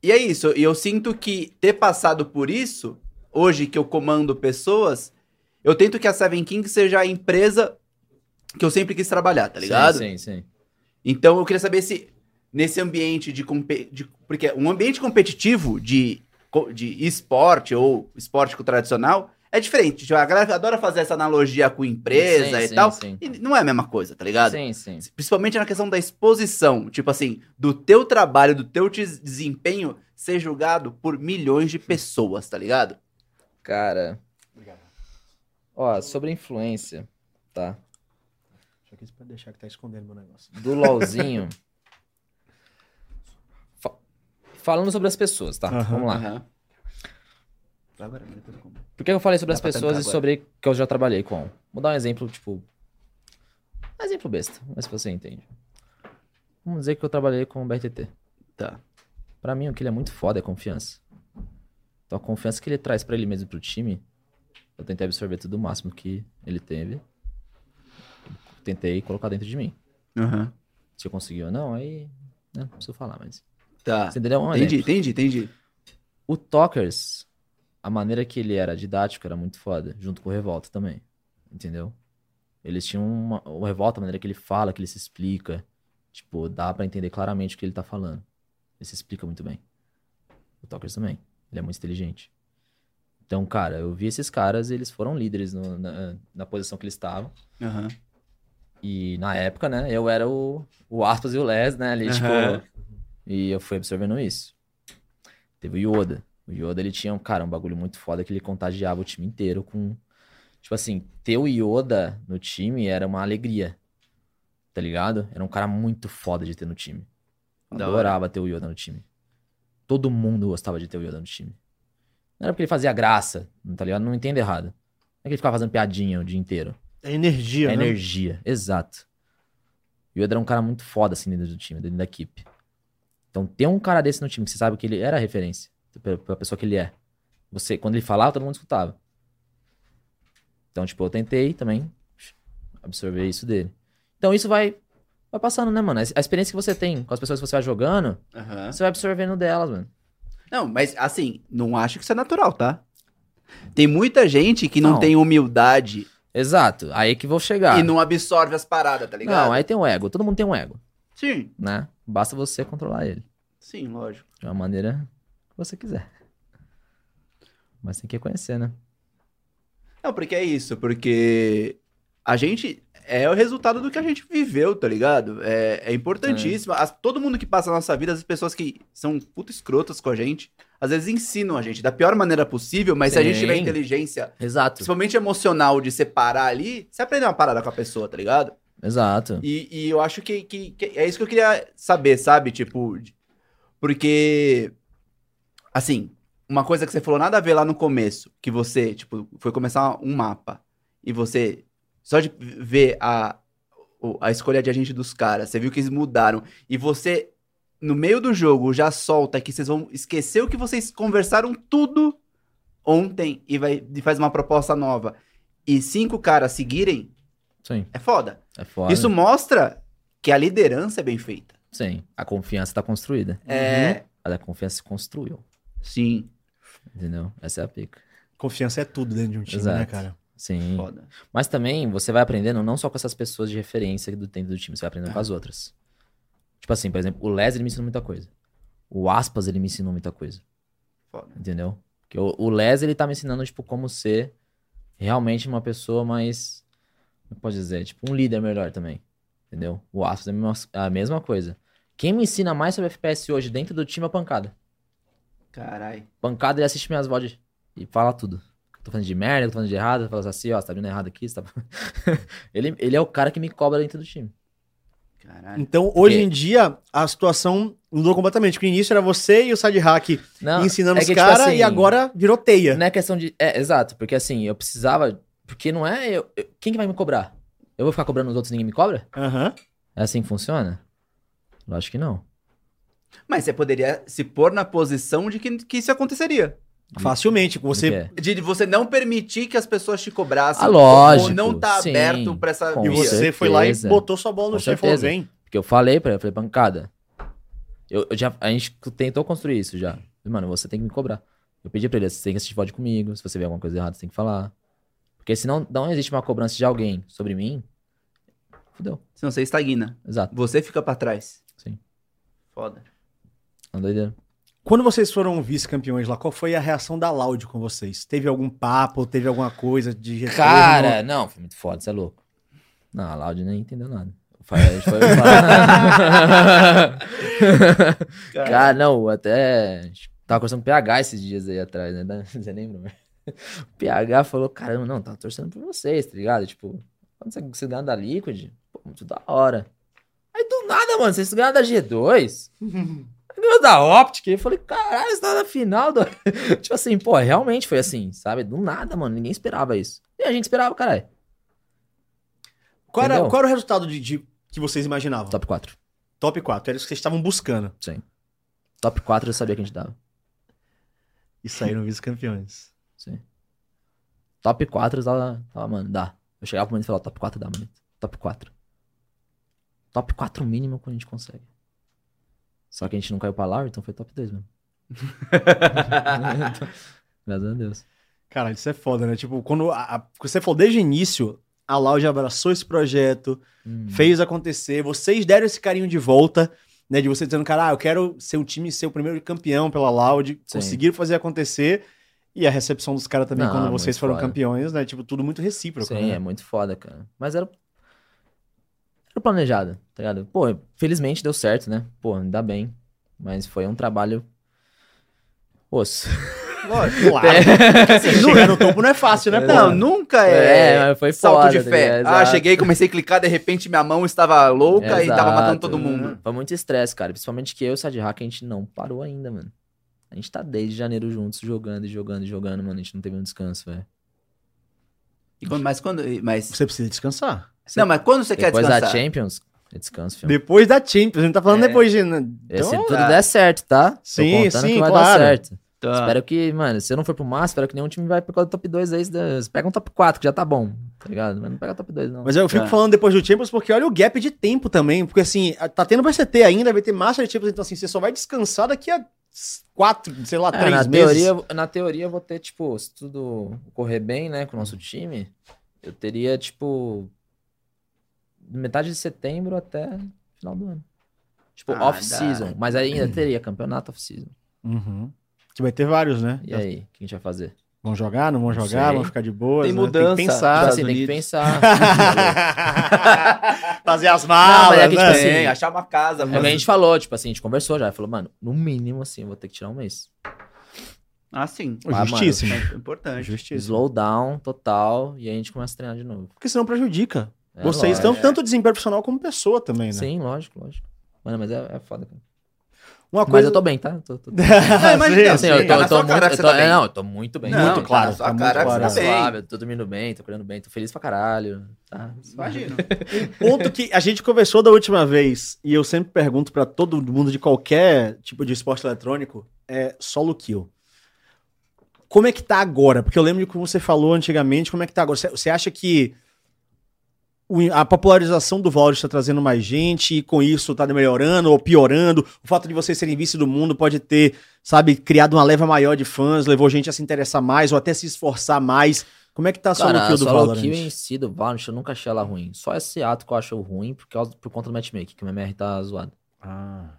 C: e é isso. E eu sinto que ter passado por isso, hoje que eu comando pessoas, eu tento que a Seven King seja a empresa que eu sempre quis trabalhar, tá ligado?
B: Sim, sim. sim.
C: Então eu queria saber se nesse ambiente de, compe- de- porque um ambiente competitivo de co- de esporte ou esporte com tradicional É diferente. tipo, A galera adora fazer essa analogia com empresa
B: Sim,
C: e
B: sim,
C: tal.
B: sim.
C: E não é a mesma coisa, tá ligado?
B: Sim, sim.
C: Principalmente na questão da exposição. Tipo assim, do teu trabalho, do teu des- desempenho ser julgado por milhões de pessoas, tá ligado?
B: Cara. Ó, sobre influência, tá?
A: Só que isso pode deixar que tá escondendo meu negócio.
B: Do LOLzinho. Fa- Falando sobre as pessoas, tá?
A: Aham,
B: Vamos lá.
C: Aham.
B: Por que eu falei sobre
C: Dá
B: as
C: pra
B: pessoas
C: tancar
B: e
C: agora.
B: sobre que eu já trabalhei com? Vou dar um exemplo, tipo. Um exemplo besta, mas você entende. Vamos dizer que eu trabalhei com o BRTT.
C: Tá.
B: Pra mim, o que ele é muito foda é confiança. Então, a confiança que ele traz pra ele mesmo e pro time, eu tentei absorver tudo o máximo que ele teve. Tentei colocar dentro de mim.
C: Aham.
B: Se eu consegui ou não, aí. né, Não preciso falar, mas.
C: Tá.
B: Você entendeu? Um
C: Entendi,
B: exemplo.
C: entendi, entendi.
B: O Talkers, a maneira que ele era didático era muito foda, junto com o Revolta também. Entendeu? Eles tinham uma, o Revolta, a maneira que ele fala, que ele se explica. Tipo, dá pra entender claramente o que ele tá falando. Ele se explica muito bem. O Talkers também. Ele é muito inteligente. Então, cara, eu vi esses caras e eles foram líderes no- na, na posição que eles estavam.
C: Aham.
B: E na época, né, eu era o, o aspas e o les, né, ali,
C: Aham.
B: tipo... E eu fui absorvendo isso. Teve o Yoda. O Yoda, ele tinha, um cara, um bagulho muito foda que ele contagiava o time inteiro com... Tipo assim, ter o Yoda no time era uma alegria, tá ligado? Era um cara muito foda de ter no time.
C: Da
B: Adorava ter o Yoda no time. Todo mundo gostava de ter o Yoda no time. Não era porque ele fazia graça, tá ligado? Não entendo errado. Não é que ele ficava fazendo piadinha o dia inteiro.
A: É energia,
B: É
A: né?
B: energia, exato. E o Eder é um cara muito foda, assim, dentro do time, dentro da equipe. Então, ter um cara desse no time, que você sabe que ele era referência, pela, pela pessoa que ele é. Você, quando ele falava, todo mundo escutava. Então, tipo, eu tentei também absorver isso dele. Então, isso vai, vai passando, né, mano? A experiência que você tem com as pessoas que você vai jogando,
C: Aham.
B: você vai absorvendo delas, mano.
C: Não, mas assim, não acho que isso é natural, tá? Tem muita gente que não,
B: Não.
C: tem humildade
B: Exato. Aí que vou chegar.
C: e não absorve as paradas, tá ligado?
B: não, é- aí tem o ego. Todo mundo tem um ego,
C: Sim,
B: né? Basta você controlar ele.
C: sim, lógico.
B: De uma maneira que você quiser. Mas tem que reconhecer, né?
C: Não, porque é isso, porque a gente é o resultado do que a gente viveu, tá ligado? É, é importantíssimo. As- todo mundo que passa a nossa vida, as pessoas que são puto escrotas com a gente, às vezes ensinam a gente da pior maneira possível, mas se a gente tiver
B: Sim.
C: inteligência,
B: Exato.
C: principalmente emocional, de separar ali, você aprende uma parada com a pessoa, tá ligado?
B: Exato.
C: E, e eu acho que, que- que é isso que eu queria saber, sabe? Tipo, de- porque, assim, uma coisa que você falou nada a ver lá no começo, que você, tipo, foi começar um mapa e você, só de ver a, o- a escolha de agente dos caras, você viu que eles mudaram e você, no meio do jogo, já solta que vocês vão esquecer o que vocês conversaram tudo ontem e, vai, e faz uma proposta nova. E cinco caras seguirem,
B: Sim.
C: é foda.
B: É foda.
C: Isso mostra que a liderança é bem feita.
B: Sim. A confiança tá construída.
C: É.
B: A confiança se construiu.
C: Sim.
B: Entendeu? Essa é a pica.
A: Confiança é tudo dentro de um time, né,
B: Exato.
A: cara?
B: Sim.
C: Foda.
B: Mas também você vai aprendendo não só com essas pessoas de referência do tempo do time, você vai aprendendo com
C: É.
B: as outras. Tipo assim, por exemplo, o Les ele me ensinou muita coisa. O Aspas ele me ensinou muita coisa.
C: Foda.
B: Entendeu? Porque o, o Les, ele tá me ensinando, tipo, como ser realmente uma pessoa mais. Como pode dizer? Tipo, um líder melhor também. Entendeu? O Aspas é a mesma, a mesma coisa. Quem me ensina mais sobre FPS hoje dentro do time é o pancada.
C: Caralho.
B: Pancada, ele assiste minhas VODs e fala tudo. Tô falando de merda, tô falando de errado, fala assim, ó, você tá vindo errado aqui, você tá... ele, ele é o cara que me cobra dentro do time.
C: Caralho.
A: Então, hoje em dia, a situação mudou completamente. Porque no início era você e o Side Hack
B: Não,
A: ensinando
B: é
A: os
B: que, tipo
A: caras
B: assim,
A: e agora virou teia.
B: Não é questão de. É, exato, porque assim, eu precisava. Porque não é. eu- eu- quem que vai me cobrar? Eu vou ficar cobrando os outros e ninguém me cobra?
A: Aham.
B: É assim que funciona? Eu acho que não.
C: Mas você poderia se pôr na posição de que, que isso aconteceria.
B: Uhum.
A: Facilmente.
B: Como
A: Você,
B: que é?
C: De você não permitir que as pessoas te cobrassem.
B: Ah, lógico,
C: Ou não tá
B: sim.
C: aberto pra essa
B: Com
A: e
C: via.
A: você foi lá e
B: certeza.
A: botou sua bola no
B: Com
A: chão e falou,
B: certeza.
A: vem.
B: Porque eu falei pra ele, eu falei, pancada. Eu, eu já, a gente tentou construir isso já. Falei, Mano, você tem que me cobrar. Eu pedi pra ele, você tem que assistir VOD comigo, se você vê alguma coisa errada, você tem que falar. Porque senão não existe uma cobrança de alguém sobre mim, fudeu.
C: Senão você estagna.
B: Exato.
C: Você fica pra trás.
B: Sim.
C: Foda.
B: É uma doideira.
A: Quando vocês foram vice-campeões lá, qual foi a reação da Loud com vocês? Teve algum papo, teve alguma coisa de retorno?
B: Cara, não, foi muito foda, você é louco. Não, a Laude nem entendeu nada. Foi- a gente foi falar- Cara, não, até. a gente Tava conversando com o PH esses dias aí atrás, né? Da- Você lembra? mano? O PH falou: caramba, não, tava torcendo por vocês, tá ligado? Tipo, quando você, você ganha da Liquid, pô, muito da hora. Aí do nada, mano, vocês ganharam da G2. Aí Ganhou da Optic. Eu falei, caralho, você tá na final. Do... tipo assim, pô, realmente foi assim, sabe? Do nada, mano, ninguém esperava isso. E a gente esperava, caralho.
A: qual, era,
B: entendeu?
A: qual era o resultado de, de- que vocês imaginavam? Top.
B: Top 4.
A: 4, era isso que vocês estavam buscando.
B: Top 4 eu sabia que a gente dava.
A: E saíram vice-campeões.
B: Top 4 eu tava, tava, mano, dá. Eu chegava pro momento e falava, top 4 dá, mano. Top 4. Top 4 mínimo que a gente consegue. Só que a gente não caiu pra lá, então foi top 2 mesmo. Graças a Deus.
A: Cara, isso é foda, né? Tipo, quando a- a- você falou desde o início, a Loud abraçou esse projeto,
B: Hum.
A: fez acontecer, vocês deram esse carinho de volta, né? De você dizendo, cara, ah, eu quero ser o time, ser o primeiro campeão pela Loud,
B: Sim.
A: conseguiram fazer acontecer. E a recepção dos caras também,
B: Não,
A: quando vocês
B: muito
A: foram
B: foda.
A: campeões, né? Tipo, tudo muito recíproco.
B: Sim,
A: né?
B: é muito foda, cara. Mas era. Era planejado, tá ligado? Pô, felizmente deu certo, né? Pô, ainda bem. Mas foi um trabalho. Osso. é.
A: Lógico, claro. Assim, chegar no topo não é fácil, né, pô?
C: Não, nunca
B: É,
C: é.
B: mas foi
C: Salto
B: foda,
C: de
B: tá
C: fé.
B: ligado?
C: ah,
B: Exato.
C: cheguei, comecei a clicar, de repente minha mão estava louca e tava matando todo mundo.
B: Foi muito estresse, cara. Principalmente que eu e o Sadhack, a gente não parou ainda, mano. A gente tá desde janeiro juntos, jogando e jogando e jogando, mano. A gente não teve um descanso, velho.
C: E quando- mas quando. Mas,
A: Você precisa descansar.
C: não, mas quando você quer
B: Depois
C: descansar?
B: da Champions, é descanso, filho.
A: Depois da Champions, a gente tá falando
B: É.
A: depois de. né?
B: É, Se
A: Então,
B: tudo
C: tá.
B: der certo, tá? Tô
A: Sim,
B: contando
A: sim,
B: que vai
A: claro.
B: dar certo.
C: Tá.
A: Ah.
B: Espero que, mano, se eu não for pro mar, espero que nenhum time vai pegar o top 2 aí. se der- se Pega um top 4, que já tá bom, tá ligado? Mas não pega o top 2, não.
A: Mas eu fico
C: Tá.
A: falando depois do Champions porque olha o gap de tempo também. Porque assim, tá tendo BCT ainda, vai ter Master de Champions, então assim, você só vai descansar daqui a quatro, sei lá,
B: É,
A: três
B: na
A: meses.
B: Teoria, na teoria, eu vou ter, tipo, se tudo correr bem, né, com o nosso time, eu teria, tipo, metade de setembro até final do ano. Tipo,
C: Ah,
B: off-season.
C: dá.
B: Mas ainda teria campeonato off-season.
A: Uhum. Que vai ter vários, né?
B: E aí, o que a gente vai fazer?
A: Vão jogar, não vão
B: Não
A: jogar,
B: sei.
A: vão ficar de boa.
C: Tem
A: né?
C: mudança.
A: Tem que
B: Tipo
A: pensar.
B: assim, tem que
C: Unidos.
B: pensar.
A: Fazer as
B: Tá. Não, mas
A: malas,
B: é que,
A: né?
B: tipo assim,
C: Tem, achar uma casa.
B: é o
C: mano.
B: que a gente falou, tipo assim, a gente conversou já. Falou, mano, no mínimo, assim, eu vou ter que tirar um mês.
C: Ah, sim.
B: Ah,
A: Justíssimo.
C: É importante.
A: Justíssimo.
B: Slow down total e aí a gente começa a treinar de novo.
A: Porque senão prejudica.
B: É
A: Vocês
B: lógico.
A: estão tanto desempenho profissional como pessoa também, né?
B: Sim, lógico, lógico. Mano, mas é, é foda, cara.
A: Uma
B: Mas
A: coisa.
B: eu tô bem, tá? Tô- tô-
C: Não, imagina,
B: Assim, eu
C: Sim,
B: tô,
C: tá na
B: eu tô
C: sua
B: muito,
C: cara que
B: eu
C: você
B: tô-
C: tá
B: é,
C: bem.
B: não, eu tô muito bem.
C: Não,
B: muito
A: Muito claro, tá
C: Tá na sua
A: muito
C: cara
A: claro.
C: que
B: Tá
C: você tá bem.
B: suave, eu tô dormindo bem, tô comendo bem, tô feliz pra caralho. Tá.
C: Imagina.
A: Ponto que a gente conversou da última vez, e eu sempre pergunto pra todo mundo de qualquer tipo de esporte eletrônico, é solo kill. Como é que tá agora? Porque eu lembro de como você falou antigamente, como é que tá agora? Você- Você acha que o- a popularização do Valorant está trazendo mais gente e com isso tá melhorando ou piorando? O fato de vocês serem vice do mundo pode ter, sabe, criado uma leva maior de fãs, levou gente a se interessar mais ou até se esforçar mais. Como é que tá a solo
B: Cara,
A: kill
B: a
A: do
B: solo
A: Valorant?
B: kill em si do Valorant eu nunca achei ela ruim. Só esse ato que eu acho ruim por, causa, por conta do matchmaking, que o MMR tá zoado.
A: Ah,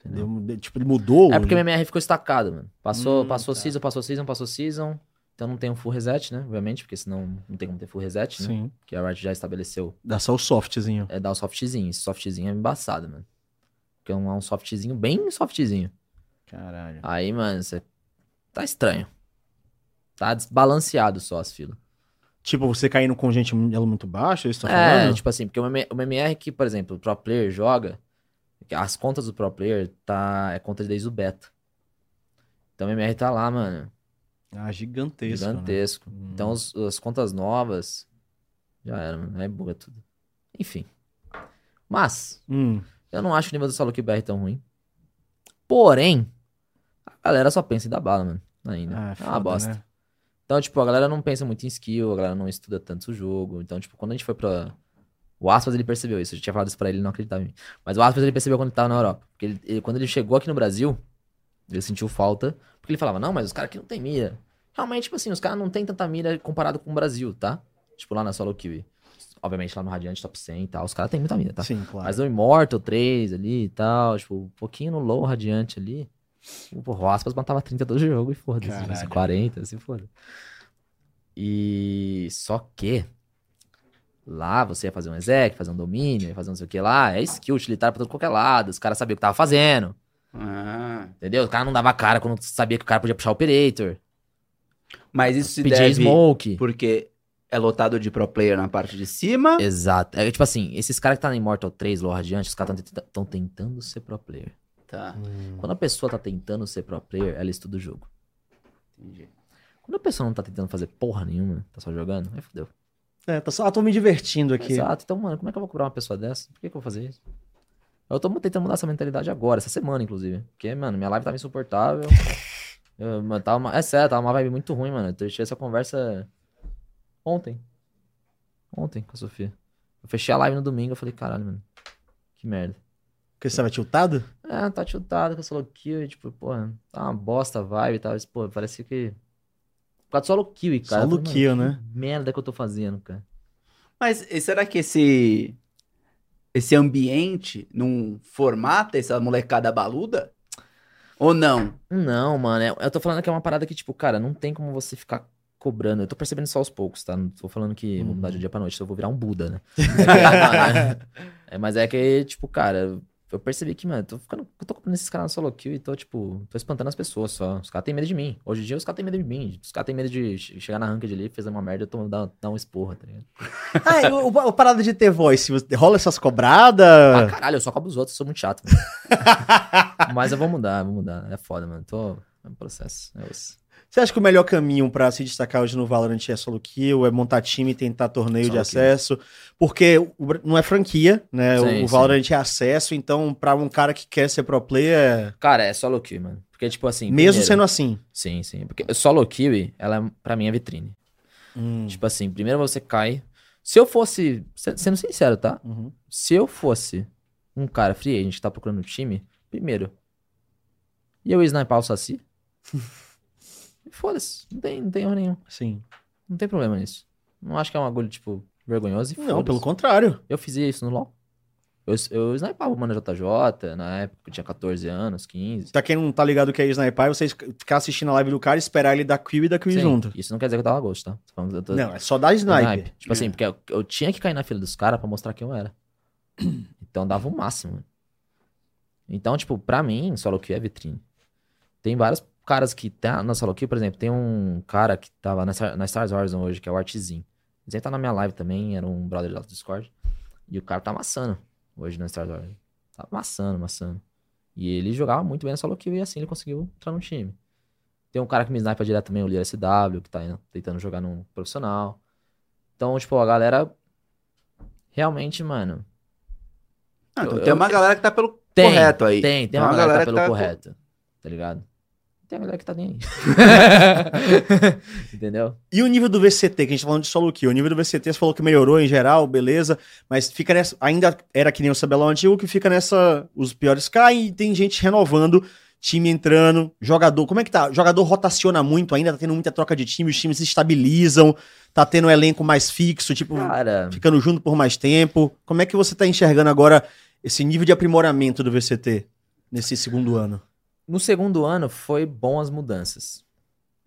B: entendeu?
A: Deu- tipo, ele mudou.
B: É porque o MMR ficou estacado, mano. Passou,
C: Hum,
B: passou
C: tá.
B: season, passou season, passou season. Então não tem um full reset, né? Obviamente, porque senão não tem como ter full reset, né?
A: Sim.
B: Que a Riot já estabeleceu
A: Dá só o softzinho.
B: é dar o softzinho. Esse softzinho é embaçado, mano. Porque é um é um softzinho bem softzinho.
A: Caralho.
B: Aí, mano, você. Tá estranho. Tá desbalanceado só as filas.
A: Tipo, você caindo com gente elo muito baixa, isso tá
B: é,
A: falando?
B: tipo assim, porque o MM o MMR que, por exemplo, o Pro Player joga, as contas do Pro Player tá, é conta desde o beta. Então o MMR tá lá, mano,
A: Ah, gigantesco.
B: gigantesco.
A: né?
B: Então os- as contas novas, já era, mano, aí buga tudo. Enfim. Mas,
A: Hum.
B: Eu não acho o nível do solo que BR tão ruim. Porém, a galera só pensa em dar bala, mano. Ainda.
A: Ah,
B: é
A: foda,
B: uma bosta.
A: né?
B: Então, tipo, a galera não pensa muito em skill, a galera não estuda tanto o jogo. Então, tipo, quando a gente foi pra. O Aspas, ele percebeu isso. Eu já tinha falado isso pra ele, ele não acreditava em mim. Mas o Aspas, ele percebeu quando ele tava na Europa. Porque ele- ele- quando ele chegou aqui no Brasil, ele sentiu falta. Porque ele falava, não, mas os caras aqui não tem mira. Realmente, tipo assim, os caras não tem tanta mira comparado com o Brasil, tá? Tipo, lá na Solo Kiwi. Obviamente, lá no Radiante, top 100 e tal. Os caras têm muita mira, tá?
A: Sim, claro.
B: Mas o Immortal 3 ali e tal, tipo, um pouquinho no low radiante ali. Porra, o Aspas matava 30 todo jogo e foda-se.
E: Caralho.
B: tipo, 40, assim, foda. E só que lá você ia fazer um exec, fazer um domínio, ia fazer não sei o que lá. É skill utilitário pra todo qualquer lado. Os caras sabiam o que tava fazendo.
C: Ah.
B: Entendeu? O cara não dava cara quando sabia que o cara podia puxar o operator.
C: Mas isso se
B: pedir
C: deve
B: smoke.
C: porque é lotado de pro player na parte de cima.
B: Exato. É tipo assim, esses caras que tá no Immortal 3, Lord Radiante, os caras estão tentando ser pro player.
C: Tá,
B: Quando a pessoa tá tentando ser pro player, ela estuda o jogo.
C: entendi.
B: Quando a pessoa não tá tentando fazer porra nenhuma, tá só jogando, aí fodeu.
A: É, tá só, ah, tô me divertindo aqui.
B: Exato. Então, mano, como é que eu vou curar uma pessoa dessa? Por que, que eu vou fazer isso? Eu tô mu- tentando mudar essa mentalidade agora, essa semana, inclusive. Porque, mano, minha live tava insuportável. Eu, mano, tava uma... É sério, tava uma vibe muito ruim, mano. Eu deixei essa conversa ontem. Ontem com a Sofia. Eu fechei a live no domingo, eu falei, caralho, mano. Que merda.
A: Porque você tava tiltado?
B: É, tá tiltado com essa low kill, e, tipo, porra, tá uma bosta a vibe e tal. Isso, Pô, parece que. Por causa só low kill,
A: Só
B: cara. Eu falei,
A: low
B: mano,
A: kill,
B: que
A: né?
B: Merda que eu tô fazendo, cara.
C: Mas e será que esse esse ambiente não formata essa molecada baluda? Ou não?
B: Não, mano, é- eu tô falando que é uma parada que, tipo, cara, não tem como você ficar cobrando. Eu tô percebendo isso aos poucos, tá? Não tô falando que vou mudar de dia pra noite, eu vou virar um Buda, né? É, mas é que, tipo, cara, eu percebi que, mano, eu tô ficando. Eu tô comprando esses caras no solo kill e tô, tipo, tô espantando as pessoas só. Os caras têm medo de mim. Hoje em dia os caras têm medo de mim. Os caras têm medo de che- chegar na ranked ali, fazer uma merda, eu tô dar, dar um esporra, tá ligado?
A: Ah, e o, o parada de ter voz, você- rola essas
B: Ah,
A: cobradas?
B: caralho, eu só cobro os outros, eu sou muito chato, mano. Mas eu vou mudar, vou mudar. É foda, mano. Tô. É um processo. É isso.
A: Você acha que o melhor caminho pra se destacar hoje no Valorant é solo kill, é montar time e tentar torneio
B: Solo
A: de
B: kill.
A: acesso? Porque o Bra- não é franquia, né? O-
B: Sim,
A: o
B: sim.
A: Valorant é acesso, então pra um cara que quer ser pro player,
B: Cara, é solo kill, mano. Porque, tipo assim.
A: mesmo
B: primeiro-
A: sendo assim.
B: Sim, sim. Porque solo kill, ela é, pra mim, é vitrine.
A: Hum,
B: Tipo assim, primeiro você cai. Se eu fosse. se- Sendo sincero, tá?
A: uhum.
B: Se eu fosse um cara free agent que tá procurando um time, primeiro. E eu ia sniper o Saci? Foda-se. Não tem, não tem erro nenhum.
A: Sim.
B: Não tem problema nisso. Não acho que é um agulho, tipo, vergonhoso e
A: Não,
B: foda-se.
A: pelo contrário.
B: Eu fazia isso no LoL. Eu, eu snipava, mano, JJ, na época, eu tinha 14 anos, 15.
A: Pra quem não tá ligado o que é sniper, você ficar assistindo a live do cara e esperar ele dar kill e dar kill
B: Sim,
A: junto.
B: Isso não quer dizer que eu tava gosto, tá? Tô falando- eu tô-
A: Não, é só dar
B: do
A: sniper.
B: naipe. Tipo assim, porque eu, eu tinha que cair na fila dos caras pra mostrar quem eu era. Então dava o máximo. Então, tipo, pra mim, solo queue é vitrine. Tem vários caras que tá na solo queue, por exemplo, tem um cara que tava na, Star- na Stars Horizon hoje, que é o Artzin. Ele tá na minha live também, era um brother lá do Discord. E o cara tá amassando hoje na Stars Horizon. Tá amassando, amassando. E ele jogava muito bem na solo queue e assim ele conseguiu entrar no time. Tem um cara que me snipa direto também, o Lira SW, que tá indo- tentando jogar num profissional. Então, tipo, a galera. Realmente, mano.
C: Ah, então
B: Eu-
C: tem
B: eu-
C: uma galera que tá pelo
B: Tem,
C: correto aí.
B: Tem, tem
C: Então,
B: uma
C: a
B: galera,
C: galera
B: que
C: que
B: tá
C: tá
B: pelo
C: co-
B: correto. Tá ligado? Tem a galera que tá nem aí. Entendeu?
A: E o nível do VCT, que a gente tá falando de solo kill, o nível do VCT você falou que melhorou em geral, beleza, mas fica nessa, ainda era que nem o Sabelão antigo, que fica nessa, os piores caem e tem gente renovando, time entrando, jogador, como é que tá? Jogador rotaciona muito ainda, tá tendo muita troca de time, os times se estabilizam, tá tendo um elenco mais fixo, tipo,
B: Cara,
A: ficando junto por mais tempo, como é que você tá enxergando agora esse nível de aprimoramento do VCT? Nesse segundo ano.
B: no segundo ano foi bom as mudanças.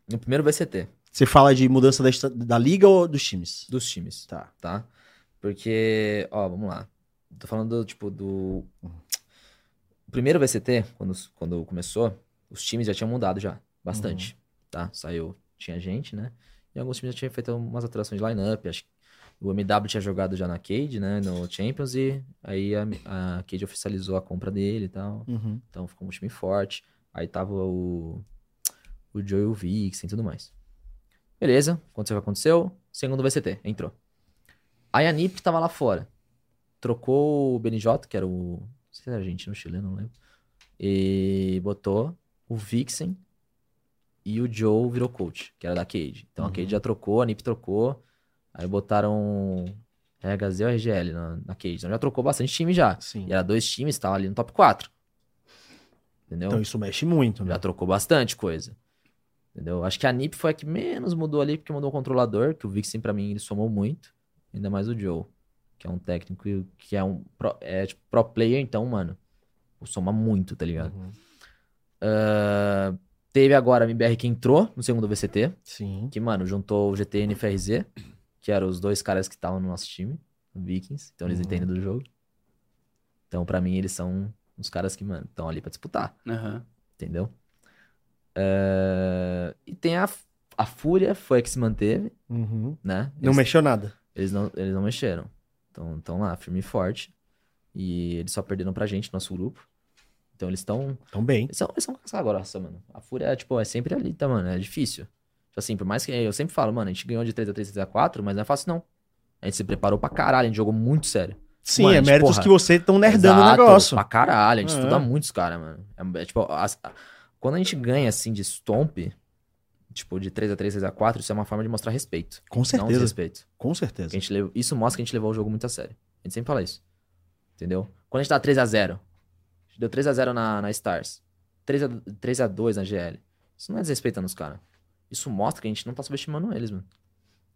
B: No primeiro VCT
A: Você fala de mudança da, estra- da liga ou dos times?
B: dos times.
A: Tá.
B: Tá? Porque, ó, vamos lá. Tô falando, tipo, do. O primeiro VCT, quando, quando começou, os times já tinham mudado já. Bastante.
A: Uhum.
B: Tá? Saiu. Tinha gente, né? E alguns times já tinham feito umas alterações de line-up. Acho que o MW tinha jogado já na Cade, né? No Champions. E aí a, a Cade oficializou a compra dele e tal.
A: Uhum.
B: Então ficou um time forte. Aí tava o, o Joe e o Vixen e tudo mais. Beleza, aconteceu o que aconteceu. Segundo VCT, entrou. Aí a NIP tava lá fora. Trocou o BNJ, que era o. Não sei se era argentino ou chileno, não lembro. E botou o Vixen e o Joe virou coach, que era da Cade. Então a Cade já trocou, a NIP trocou. Aí botaram RHZ ou RGL na, na Cade. Então já trocou bastante time já.
A: Sim.
B: E era dois times, tava ali no top 4. Entendeu?
A: Então isso mexe muito, né?
B: Já trocou bastante coisa. Entendeu? Acho que a NIP foi a que menos mudou ali, porque mudou o controlador, que o Vixen pra mim ele somou muito. Ainda mais o Joe, que é um técnico que é um pro, é, tipo, pro player, então, mano, soma muito, tá ligado? Ah, teve agora a MBR que entrou no segundo VCT,
A: Sim.
B: que, mano, juntou o GTN e FRZ, que eram os dois caras que estavam no nosso time, no Vikings, então
A: Uhum.
B: eles entendem do jogo. Então, pra mim, eles são os caras que, mano, estão ali pra disputar.
C: Aham.
B: Entendeu? Eh, e tem a, a Fúria, foi a que se manteve,
A: Uhum.
B: né?
A: Não
B: Eles-
A: mexeu nada.
B: eles não, eles não mexeram. Então, estão lá, firme e forte. E eles só perderam pra gente, nosso grupo. Então eles estão.
A: Tão bem.
B: Eles são, eles são casca grossa, mano. A fúria, tipo, é sempre ali, tá, mano? É difícil. Tipo assim, por mais que. Eu sempre falo, mano, a gente ganhou de 3x3, 3x4, mas não é fácil, não. A gente se preparou pra caralho, a gente jogou muito sério.
A: Sim,
B: Mano,
A: é
B: gente,
A: méritos
B: porra.
A: que você estão nerdando o
B: Exato,
A: negócio.
B: Pra caralho, a gente
A: É.
B: estuda muito os caras, mano. É, é tipo, as- a- quando a gente ganha, assim, de stomp, tipo, de 3x3, 3x4, isso é uma forma de mostrar respeito.
A: Com
B: Não
A: certeza,
B: desrespeito.
A: com
B: Que
A: certeza.
B: a gente levou- isso mostra que a gente levou o jogo muito a sério. A gente sempre fala isso. Entendeu? Quando a gente dá 3x0, a gente deu 3x0 na, na Stars, 3x- 3x2 na GL. Isso não é desrespeitando os caras. Isso mostra que a gente não tá subestimando eles, mano.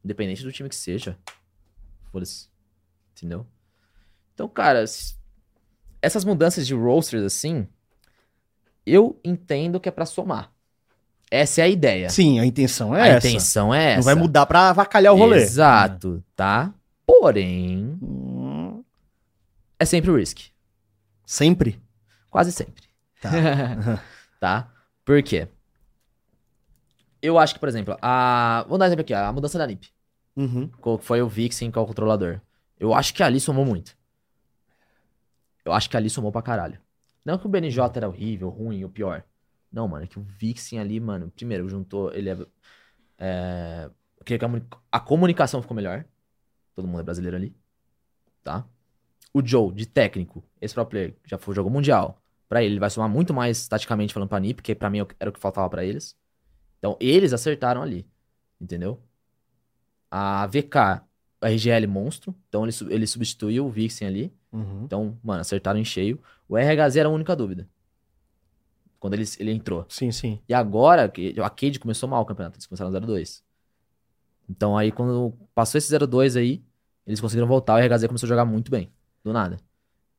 B: Independente do time que seja. Foda-se. Entendeu? Então, cara, s- essas mudanças de rosters assim, eu entendo que é pra somar. Essa é a ideia.
A: Sim, a intenção é
B: a
A: essa.
B: intenção é essa.
A: Não vai mudar pra avacalhar É o rolê.
B: Exato, tá? Porém,
A: Hum,
B: é sempre o risk.
A: Sempre.
B: Quase sempre.
A: Tá.
B: tá? Por quê? Eu acho que, por exemplo, a. Vou dar um exemplo aqui, a mudança da NIP.
A: Uhum.
B: co- que Foi o Vixen que é o controlador. Eu acho que ali somou muito. Eu acho que ali somou pra caralho. Não que o BNJ era horrível, ruim, o pior. Não, mano, é que o Vixen ali, mano, primeiro juntou, ele é. é, eu queria que a comuni- a comunicação ficou melhor. Todo mundo é brasileiro ali. Tá? O Joe, de técnico, esse pro player, que já foi jogo mundial. Pra ele, ele vai somar muito mais taticamente falando pra NIP, que pra mim era o que faltava pra eles. Então, eles acertaram ali. Entendeu? A VK, a RGL monstro. Então ele, su- ele substituiu o Vixen ali.
A: Uhum.
B: Então, mano, acertaram em cheio. O RHZ era é a única dúvida. Quando ele, ele entrou.
A: Sim, sim.
B: E agora, que- a Cade começou mal o campeonato. Eles começaram 0-2. Então aí, quando passou esse 0-2 aí, eles conseguiram voltar. O RHZ começou a jogar muito bem. Do nada.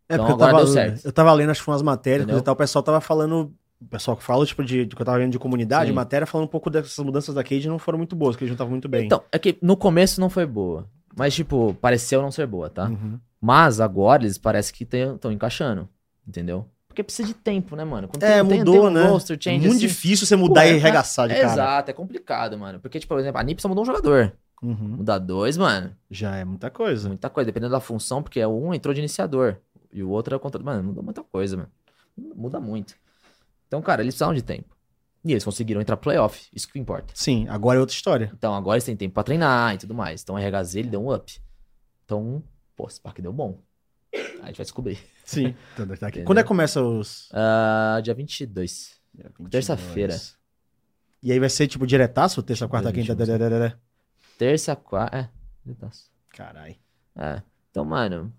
A: É
B: Então,
A: porque eu
B: agora
A: tava,
B: deu certo.
A: eu tava lendo, acho que umas matérias,
B: Entendeu?
A: coisa e tal, o pessoal tava falando. O pessoal que fala, tipo, de, do que eu tava vendo de comunidade,
B: Sim.
A: matéria, falando um pouco dessas mudanças da Cade não foram muito boas, que eles não estavam muito bem.
B: Então, é que no começo não foi boa. Mas, tipo, pareceu não ser boa, tá?
A: Uhum.
B: Mas agora eles parece que estão encaixando. Entendeu? Porque precisa de tempo, né, mano? Quando
A: É,
B: tem- tem-
A: mudou,
B: tem um
A: né?
B: roster
A: É
B: change
A: muito
B: assim,
A: difícil você mudar
B: Pô,
A: e
B: é-
A: arregaçar Tá de cara.
B: Exato, é complicado, mano. Porque, tipo, por exemplo, a NIP só mudou um jogador.
A: Uhum.
B: Mudar dois, mano.
A: Já é muita coisa.
B: Muita coisa, dependendo da função, porque um entrou de iniciador e o outro é o contra... Mano, mudou muita coisa, mano. Muda muito. Então, cara, eles precisavam de tempo. E eles conseguiram entrar pro playoff, isso que importa.
A: Sim, agora é outra história.
B: Então, agora eles têm tempo pra treinar e tudo mais. Então, o RHZ, ele deu um up. Então, pô, esse parque deu bom. Aí a gente vai descobrir.
A: Sim. Quando é que começa os.
B: Ah, dia 22. Terça-feira.
A: E aí vai ser tipo diretaço? Terça, quarta,
B: Deixa
A: quinta.
B: eu ver, deixa Terça, quarta... É, Deus.
A: Caralho.
B: É. Então, mano,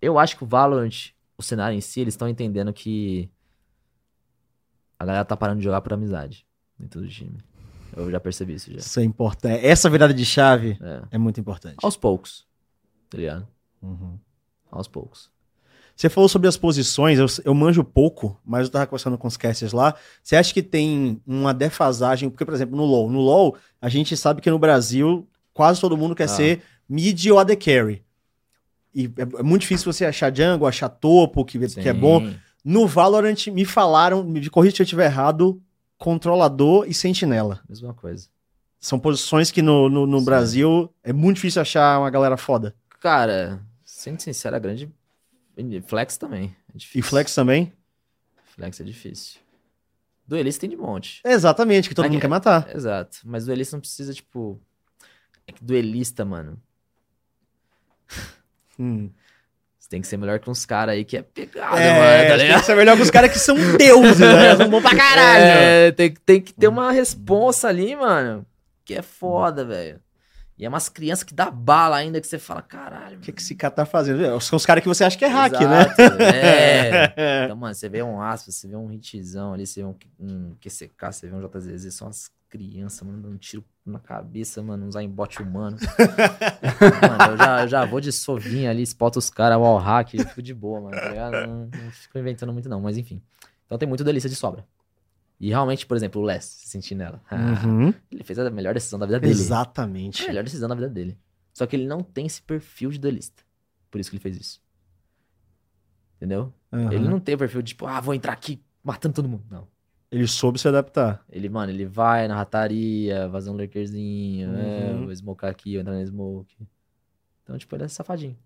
B: eu acho que o Valorant, o cenário em si, eles estão entendendo que a galera tá parando de jogar por amizade dentro do time. Eu já percebi isso já.
A: Isso é importante. Essa virada de chave
B: É.
A: é muito importante.
B: Aos poucos. Tá ligado?
A: Uhum.
B: Aos poucos.
A: Você falou sobre as posições, eu, eu manjo pouco, mas eu tava conversando com os casters lá. Você acha que tem uma defasagem? Porque, por exemplo, no LoL. No LoL, a gente sabe que no Brasil, quase todo mundo quer
B: Ah.
A: ser mid ou AD carry. E é, é muito difícil você achar jungle, achar topo, que, que é
B: Sim.
A: bom. No Valorant, me falaram, me corrija se eu estiver errado, controlador e sentinela.
B: Mesma coisa.
A: São posições que no, no, no
B: Sim.
A: Brasil é muito difícil achar uma galera foda.
B: Cara, sendo sincero, a grande. Flex também. É difícil.
A: E flex também?
B: Flex é difícil. Duelista tem de monte.
A: Exatamente, que todo
B: Aqui-
A: mundo quer matar.
B: Exato. Mas duelista não precisa, tipo. É que duelista, mano.
A: Hum.
B: Você tem que ser melhor que uns caras aí que é pegado, mano, tá
A: É,
B: ligado?
A: tem que ser melhor que os caras que são deuses, né? Eles São bons pra caralho.
B: É, tem, que- tem que ter uma responsa ali, mano. Que é foda, velho. E é umas crianças que dá bala ainda que você fala, caralho.
A: O que, que esse cara tá fazendo? São os caras que você acha que é hack, né?
B: né? É. Então, mano, você vê um aspas, você vê um hitzão ali, você vê um, um QCK, você vê um JZZ, são umas crianças, mano, dando um tiro na cabeça, mano, usar embote humano. mano, eu já, eu já vou de sovinha ali, espota os caras, wall hack, eu fico de boa, mano, tá ligado? Não, não fico inventando muito, não, mas enfim. Então tem muito delícia de sobra. E realmente, por exemplo, o Les se sentir nela. Ah,
A: Uhum.
B: Ele fez a melhor decisão da vida dele. É a
A: Exatamente.
B: melhor decisão da vida dele. Só que ele não tem esse perfil de duelista. Por isso que ele fez isso. Entendeu?
A: Aham.
B: Ele não tem o perfil de, tipo, ah, vou entrar aqui matando todo mundo. Não.
A: Ele soube se adaptar.
B: Ele, mano, ele vai na rataria, fazer um lurkerzinho, é,
A: Uhum.
B: vou smocar aqui, vou entrar na smoke. Então, tipo, ele é safadinho.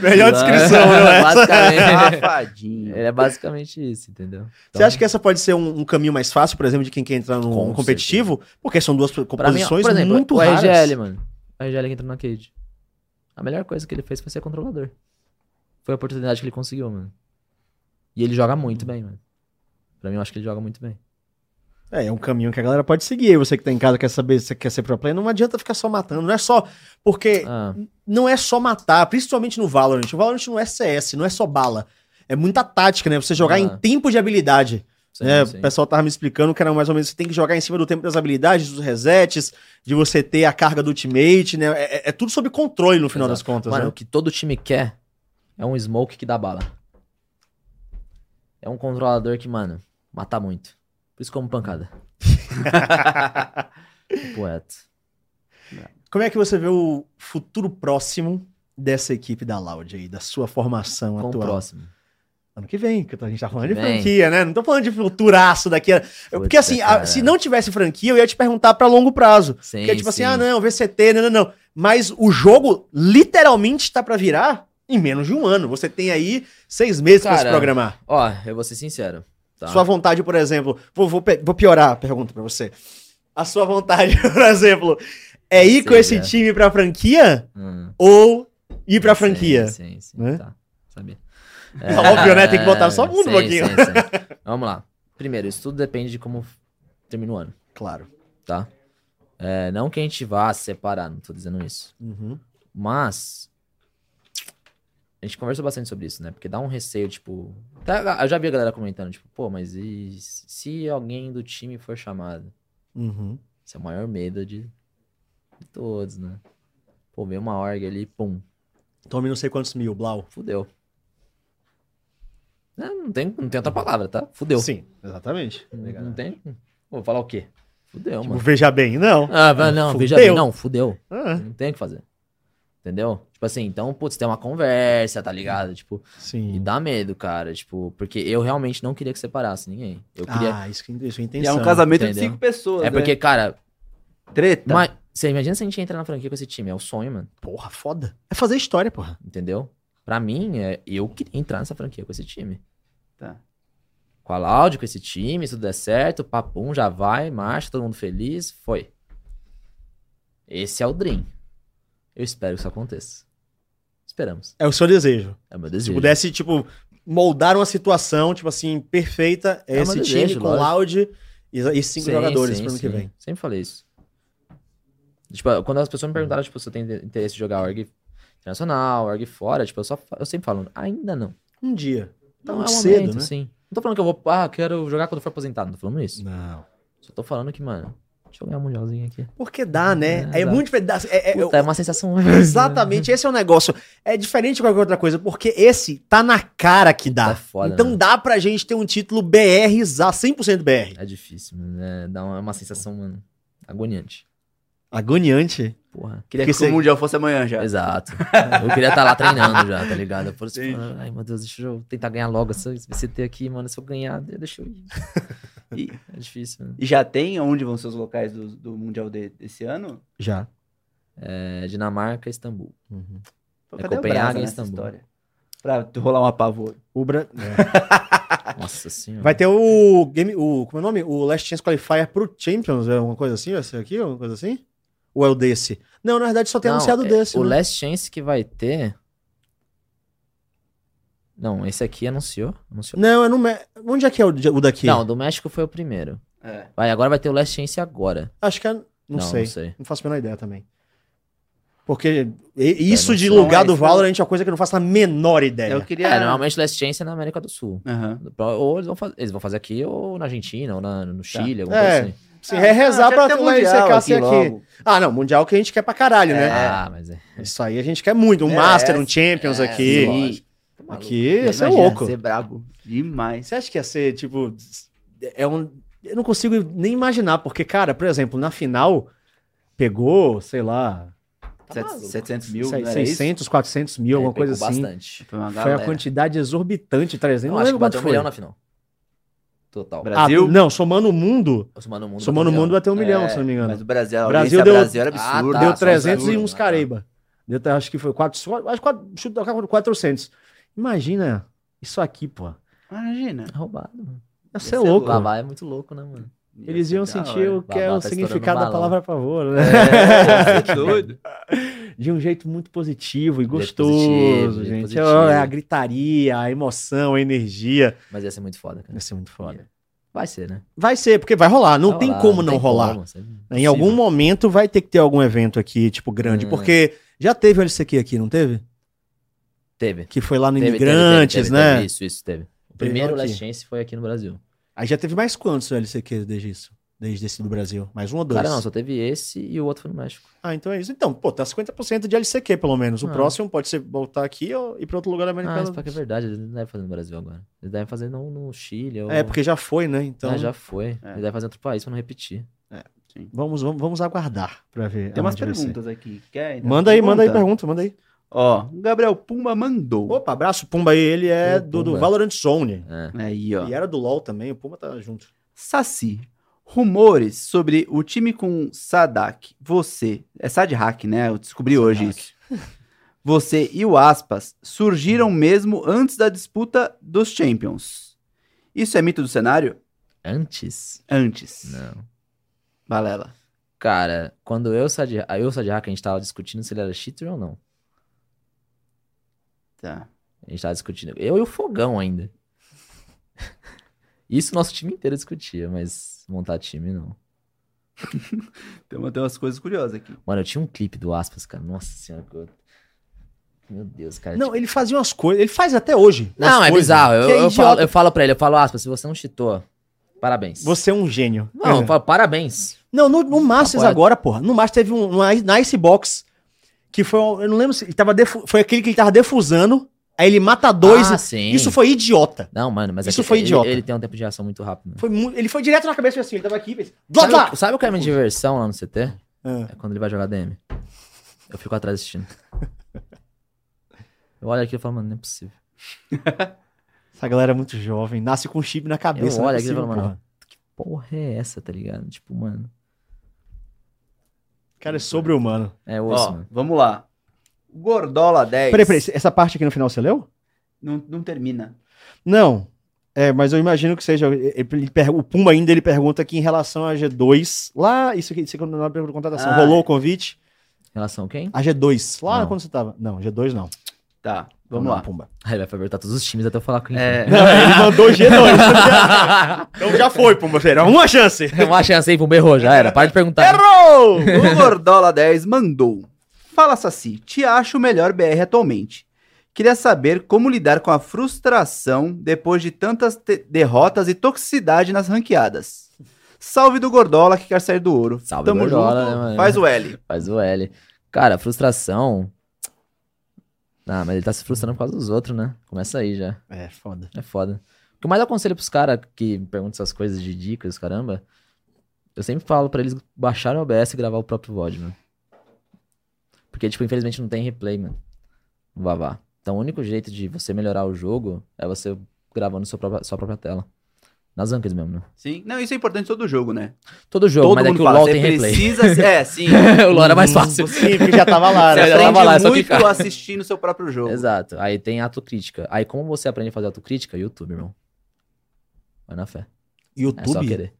A: Melhor descrição, né?
B: Basicamente.
C: Safadinho.
B: ele é basicamente isso, entendeu?
A: Você acha que essa pode ser um, um caminho mais fácil, por exemplo, de quem quer entrar num
B: Com
A: competitivo? Porque são duas
B: pra mim,
A: composições
B: por exemplo,
A: muito
B: o
A: raras.
B: RGL, mano. O RGL que entrou na Cage. A melhor coisa que ele fez foi ser controlador. Foi a oportunidade que ele conseguiu, mano. E ele joga muito bem, mano. Pra mim, eu acho que ele joga muito bem.
A: É, é um caminho que a galera pode seguir. E Você que tá em casa quer saber se quer ser pro player, não adianta ficar só matando. Não é só. Porque
B: Ah,
A: não é só matar, principalmente no Valorant. O Valorant não é CS, não é só bala. É muita tática, né? Você jogar
B: Ah.
A: em tempo de habilidade.
B: sim,
A: né?
B: sim.
A: O pessoal tava me explicando que era mais ou menos você tem que jogar em cima do tempo das habilidades, dos resets, de você ter a carga do ultimate, né? É, é- é tudo sob controle no final
B: Exato.
A: das contas,
B: Mano,
A: né?
B: o que todo time quer é um smoke que dá bala. É um controlador que, mano, mata muito. Por isso como pancada. O poeta.
A: Como é que você vê o futuro próximo dessa equipe da Loud aí, da sua formação
B: Com o
A: Um atual?
B: próximo.
A: Ano que vem, que a gente tá falando de
B: Ano que vem.
A: franquia, né? Não tô falando de futuraço daqui. a- Eu- Porque
B: Puta,
A: assim, a-
B: cara.
A: se não tivesse franquia, eu ia te perguntar pra longo prazo.
B: Sim,
A: Porque é tipo
B: sim.
A: assim, ah não, VCT, não, não, não. Mas o jogo literalmente tá pra virar em menos de um ano. Você tem aí seis meses pra se
B: Cara,
A: programar.
B: Ó, eu vou ser sincero. Tá?
A: Sua vontade, por exemplo, vou, vou pe- vou piorar a pergunta pra você. A sua vontade, por exemplo, é ir com
B: Sei,
A: esse
B: é.
A: time pra franquia
B: Hum,
A: ou ir pra franquia?
B: Sim, sim, sim,
A: né?
B: tá. Sabia.
A: Óbvio, né? Tem que botar só mundo um
B: sim,
A: pouquinho.
B: sim, sim. Vamos lá. Primeiro, isso tudo depende de como termina o ano,
A: Claro.
B: tá? É, não que a gente vá se separar, não tô dizendo isso.
A: Uhum.
B: Mas a gente conversou bastante sobre isso, né? Porque dá um receio, tipo. tá- eu já vi a galera comentando, tipo, pô, mas e se alguém do time for chamado?
A: Uhum.
B: Esse é o maior medo de, de todos, né? Pô, veio uma org ali, pum,
A: Tome não sei quantos mil, Blau.
B: fudeu. Né, Não tem, não tem outra palavra, tá? Fudeu.
A: Sim, exatamente.
B: Não, não tem. Vou falar o quê? Fudeu,
A: Tipo,
B: mano.
A: veja bem, não.
B: Ah, vai- não, veja
A: fudeu.
B: bem, não, fudeu.
A: Ah,
B: Não tem o que fazer. Entendeu? Tipo assim, então, putz, tem uma conversa, tá ligado? Tipo, E
A: sim.
B: dá medo, cara, tipo, porque eu realmente não queria que separasse ninguém. Eu queria.
A: Ah, isso que isso é a
C: E é
A: intenção.
C: um casamento de
B: entendeu?
C: cinco pessoas.
B: é porque, cara,
A: Tá.
C: né? Treta.
B: mas, você imagina se a gente entra na franquia com esse time, é o sonho, mano,
A: Porra, foda. É fazer história, porra.
B: entendeu? Pra mim, é, eu queria entrar nessa franquia com esse time.
C: Tá.
B: Com a Laude, com esse time, se tudo der certo, papum, já vai, marcha, todo mundo feliz, foi. Esse é o Dream. Eu espero que isso aconteça. Esperamos.
A: É o seu desejo.
B: É o meu
A: Se
B: desejo.
A: pudesse, tipo, moldar uma situação, tipo assim, perfeita, é
B: É um
A: esse
B: desejo,
A: time com
B: lógico.
A: Loud e e cinco
B: Sim,
A: jogadores
B: sim,
A: pro ano que
B: sim.
A: vem.
B: Sempre falei isso. Tipo, quando as pessoas me perguntaram, tipo, se eu tenho interesse em jogar org internacional, org fora, tipo, eu, só, fa- eu sempre falo, ainda não.
A: Um dia. Tá
B: não
A: muito
B: é o
A: cedo,
B: momento,
A: né?
B: sim. Não tô falando que eu vou, ah, quero jogar quando for aposentado, não tô falando isso.
A: Não.
B: Só tô falando que, mano, deixa eu ganhar um mundialzinho aqui.
A: Porque dá, né?
B: É,
A: É,
B: dá.
A: muito. fe- dá- É, é-
B: Puta, é uma sensação...
A: Exatamente, esse é o negócio. É diferente de qualquer outra coisa, porque esse tá na cara que dá.
B: Tá foda,
A: então
B: né?
A: dá pra gente ter um título BR, 100% BR.
B: É difícil, mano, é, dá uma, é uma sensação, mano, agoniante.
A: Agoniante.
B: Porra, queria
C: Queria que
A: Porque
C: o
A: você-
C: Mundial fosse amanhã já.
B: Exato. Eu queria estar lá treinando já, tá ligado? Por isso, que eu falo, ai meu Deus, deixa eu tentar ganhar logo essa- esse VCT aqui, mano. Se eu ganhar, de- deixa eu ir. Ih, é difícil, mano.
C: E já tem onde vão ser os locais do, do Mundial de- desse ano?
A: Já.
B: É Dinamarca, Istambul.
C: Pô,
B: É
C: cadê o
B: Copenhague
C: Brasa
B: e
C: nessa
B: Istambul.
C: história? Pra rolar um apavor.
A: O Bra... é.
B: Nossa senhora.
A: Vai ter o game, o como é o nome? O Last Chance Qualifier pro Champions, é uma coisa assim, vai ser aqui, uma coisa assim? Ou é o desse? Não, na verdade só tem
B: Não,
A: anunciado
B: é,
A: desse.
B: O
A: né?
B: Last Chance que vai ter. Não, esse aqui anunciou. anunciou.
A: Não, é no Me- onde é que é o, de- o daqui?
B: Não, do México foi o primeiro.
C: É.
B: Vai, agora vai ter o Last Chance agora.
A: acho que é, não, sei.
B: não
A: Não,
B: sei.
A: faço a menor ideia também. Porque e- isso
B: não
A: de
B: sei.
A: lugar
C: Não,
A: do
C: isso não-
A: Valorant é uma coisa que eu É, não faço a menor ideia.
C: Eu queria.
B: É, normalmente Last Chance é na América do Sul.
C: Aham.
B: Ou eles vão, faz- eles vão fazer aqui, ou na Argentina, ou na- no Chile, alguma
A: É.
B: coisa assim.
A: Se é rezar
C: Ah,
A: pra
C: tinha que
A: ter uma ICK aqui. aqui.
C: logo.
A: Ah, não, mundial que a gente quer pra caralho, né?
B: Ah, mas é.
A: Isso aí a gente quer muito, um
C: É,
A: Master,
C: é,
A: um Champions
C: é,
A: aqui.
B: Tá
C: sim. maluco.
A: Aqui, você é
C: Imagina,
A: louco.
C: Ser brabo. Demais.
A: Você acha que ia ser, tipo. É um. Eu não consigo nem imaginar, porque, cara, por exemplo, na final, pegou, sei lá,
B: Tá
C: Set-
B: maluco.
C: 700 mil,
A: sei-
C: não era
A: 600, 400 mil, alguma coisa
B: É, pegou
A: assim.
B: bastante.
C: isso? Foi uma
A: Foi
C: galera.
A: a quantidade exorbitante, 300.
B: Eu
A: Não
B: acho que
A: lembro
B: bateu
A: quanto
B: um
A: foi.
B: milhão na final. Total.
C: Bra-
A: Ah,
C: Brasil.
A: não, somando o mundo,
B: Somando o mundo.
A: somando o
B: bateu um
A: mundo bateu um milhão,
C: É,
A: se não me engano.
C: Mas o Brasil, a
A: Brasil
C: audiência
A: deu-
C: Brasil era absurdo.
B: Ah, tá,
A: Deu
B: só
A: 300 e
B: absurdo,
A: uns
B: né?
A: careba. Deu, tá, acho que foi 400, acho que quatro- chute da capa, 400. Imagina isso aqui, pô.
C: Imagina.
B: milhão. É roubado, mano.
A: Isso é
C: Ia ser
A: louco.
B: Babá é muito louco, né, mano?
A: Eles iam sentir o que é
B: Babá
A: o
B: tá
A: significado da
B: estourando
A: palavra a favor, né?
C: É, doido.
A: De um jeito muito positivo e
B: De jeito
A: gostoso,
B: positivo, de jeito
A: gente.
B: positivo.
A: Ó, é A gritaria, a emoção, a energia.
B: Mas ia ser muito foda, cara.
A: Vai ser muito foda.
B: Vai ser, né?
A: Vai ser, porque vai rolar. Não
B: Vai
A: tem
B: rolar,
A: como não
B: tem
A: rolar.
B: como, isso é
A: Em
B: impossível.
A: algum momento vai ter que ter algum evento aqui, tipo, grande.
B: Hum.
A: Porque já teve o LCQ aqui, não teve?
B: Teve.
A: Que foi lá no
B: Teve, teve,
A: Imigrantes,
B: teve, teve,
A: né?
B: teve, Isso, isso, teve. O primeiro
A: aqui.
B: Last Chance foi aqui no Brasil.
A: Aí já teve mais quantos LCQs desde isso? Desde esse do Brasil? Mais um ou dois?
B: Cara, não, só teve esse e o outro foi no México.
A: Ah, então é isso. Então, pô, tá 50% de LCQ, pelo menos. O
B: Ah.
A: próximo pode ser voltar aqui ou ir pra outro lugar da América
B: Ah, isso
A: Latina.
B: pior que é verdade, eles não devem fazer no Brasil agora. Eles devem fazer no, no Chile ou...
A: É, porque já foi, né? Então,
B: Ah, tá já foi.
C: É.
B: Eles devem fazer em outro país pra não repetir.
A: vamos, vamos, vamos aguardar pra ver.
C: Tem umas
A: aonde vai ser.
C: perguntas aqui. Quer?
B: né?
C: entrar
A: Manda
C: na
A: aí, manda aí
C: pergunta?
A: pergunta, manda aí.
C: Ó, o Gabriel Pumba mandou.
A: Opa, abraço, Pumba aí. Ele é
B: Ô,
A: do, do
B: Pumba.
A: Valorant Zone.
B: É.
C: Aí, ó.
A: E era do LoL também, o Pumba tá junto.
C: Saci. Rumores sobre o time com Sadak. Você. É Sadhack, né? Eu descobri hoje
A: Sadak.
C: isso. Você e o Aspas surgiram mesmo antes da disputa dos Champions. Isso é mito do cenário?
B: Antes?
C: Antes.
B: Não.
C: Balela.
B: Cara, quando eu saí de... aí Eu saí de hack, a gente tava discutindo se ele era cheater ou não.
C: Tá.
B: A gente tava discutindo. Eu e o Fogão ainda. Isso o nosso time inteiro discutia, mas montar time não.
C: Tem, uma- tem umas coisas curiosas aqui.
A: É
B: Mano, eu tinha um clipe do Aspas, cara. Nossa senhora. que eu- Meu Deus, cara. Tipo,
A: Não, ele fazia umas coisas. Ele faz até hoje. umas
B: Não, é
A: coisas
B: bizarro. Eu,
A: que é
B: eu
A: idiota.
B: falo, eu falo pra ele, eu falo, aspas, se você não cheatou, parabéns.
A: Você é um gênio.
B: Não,
A: É.
B: eu falo, parabéns.
A: Não, no, no Masters
B: Agora-
A: agora, porra. No Masters teve um, um na Icebox que foi, um- eu não lembro se ele tava defu- foi aquele que ele tava defusando, aí ele mata dois.
B: Ah,
A: e-
B: sim.
A: isso foi idiota.
B: Não, mano, mas é
A: Isso
B: que
A: foi
B: ele,
A: idiota.
B: Ele tem um tempo de reação muito rápido. Né?
A: Foi mu- ele foi direto na cabeça assim, ele tava aqui, fez, blá
B: Sabe,
A: blá.
B: o- sabe o que é minha diversão lá no CT?
A: Ah,
B: É quando ele vai jogar DM. Eu fico atrás assistindo. Eu olho aqui e falo, mano, não é possível.
A: Essa galera é muito jovem, nasce com chip na cabeça.
B: Eu
A: não é
B: olho aqui e
A: possível,
B: falo, mano,
A: porra.
B: Porra, é essa, tá ligado? Tipo, mano.
A: Cara, é sobre-humano.
B: É
C: Ó,
B: osso, mano.
C: vamos lá. Gordola
B: é
C: 10.
A: Peraí, peraí, essa parte aqui no final você leu?
C: Não, não termina.
A: Não. É, mas eu imagino que seja. ele- ele per- o Pumba ainda ele pergunta aqui em relação à G2. Lá, isso aqui, é isso aqui na pergunta de contratação.
C: Ah.
B: é.
A: Rolou o convite?
B: Em relação a quem?
A: A G2. Lá
B: Não.
A: quando você tava. Não, G2 não.
C: Tá, vamos
A: Não,
C: lá.
A: Pumba.
B: Aí ele vai perguntar todos os times até eu falar com ele.
C: É,
A: Não, ele mandou G2. então já foi, Pumba. Era uma chance.
B: Uma chance aí pro errou, um já era. Para de perguntar.
C: Errou! O Gordola 10 mandou. Fala, Saci, te acho o melhor BR atualmente. Queria saber como lidar com a frustração depois de tantas te- derrotas e toxicidade nas ranqueadas. Salve do Gordola que quer sair do ouro.
B: Salve, Gordola, né, mano?
C: Faz o L.
B: Faz o L. Cara, frustração. Ah, mas ele tá se frustrando por causa dos outros, né? Começa aí já.
A: É, foda.
B: É foda. O que eu mais aconselho pros caras que me perguntam essas coisas de dicas, caramba, eu sempre falo pra eles baixarem o OBS e gravar o próprio VOD, mano. Porque, tipo, infelizmente não tem replay, mano. No Vavá. Então, o único jeito de você melhorar o jogo é você gravando sua própria, sua própria tela. Nas ancas mesmo, né?
C: Sim. Não, isso é importante em todo jogo, né?
B: Todo jogo,
C: todo
B: mas é que
C: mundo
B: o
C: fala,
B: LoL
C: você
B: tem replay.
C: precisa... Hum, É, sim.
B: o LoL era mais fácil.
A: Sim, porque Hum, já tava lá,
B: Cara,
C: Você
A: né?
B: já tava
C: aprende
B: lá, é só
C: muito
B: clicar.
C: assistindo o seu próprio jogo.
B: Exato. Aí tem autocrítica. Aí como você aprende a fazer autocrítica? YouTube, irmão. Vai na fé. É só
A: YouTube?
B: querer.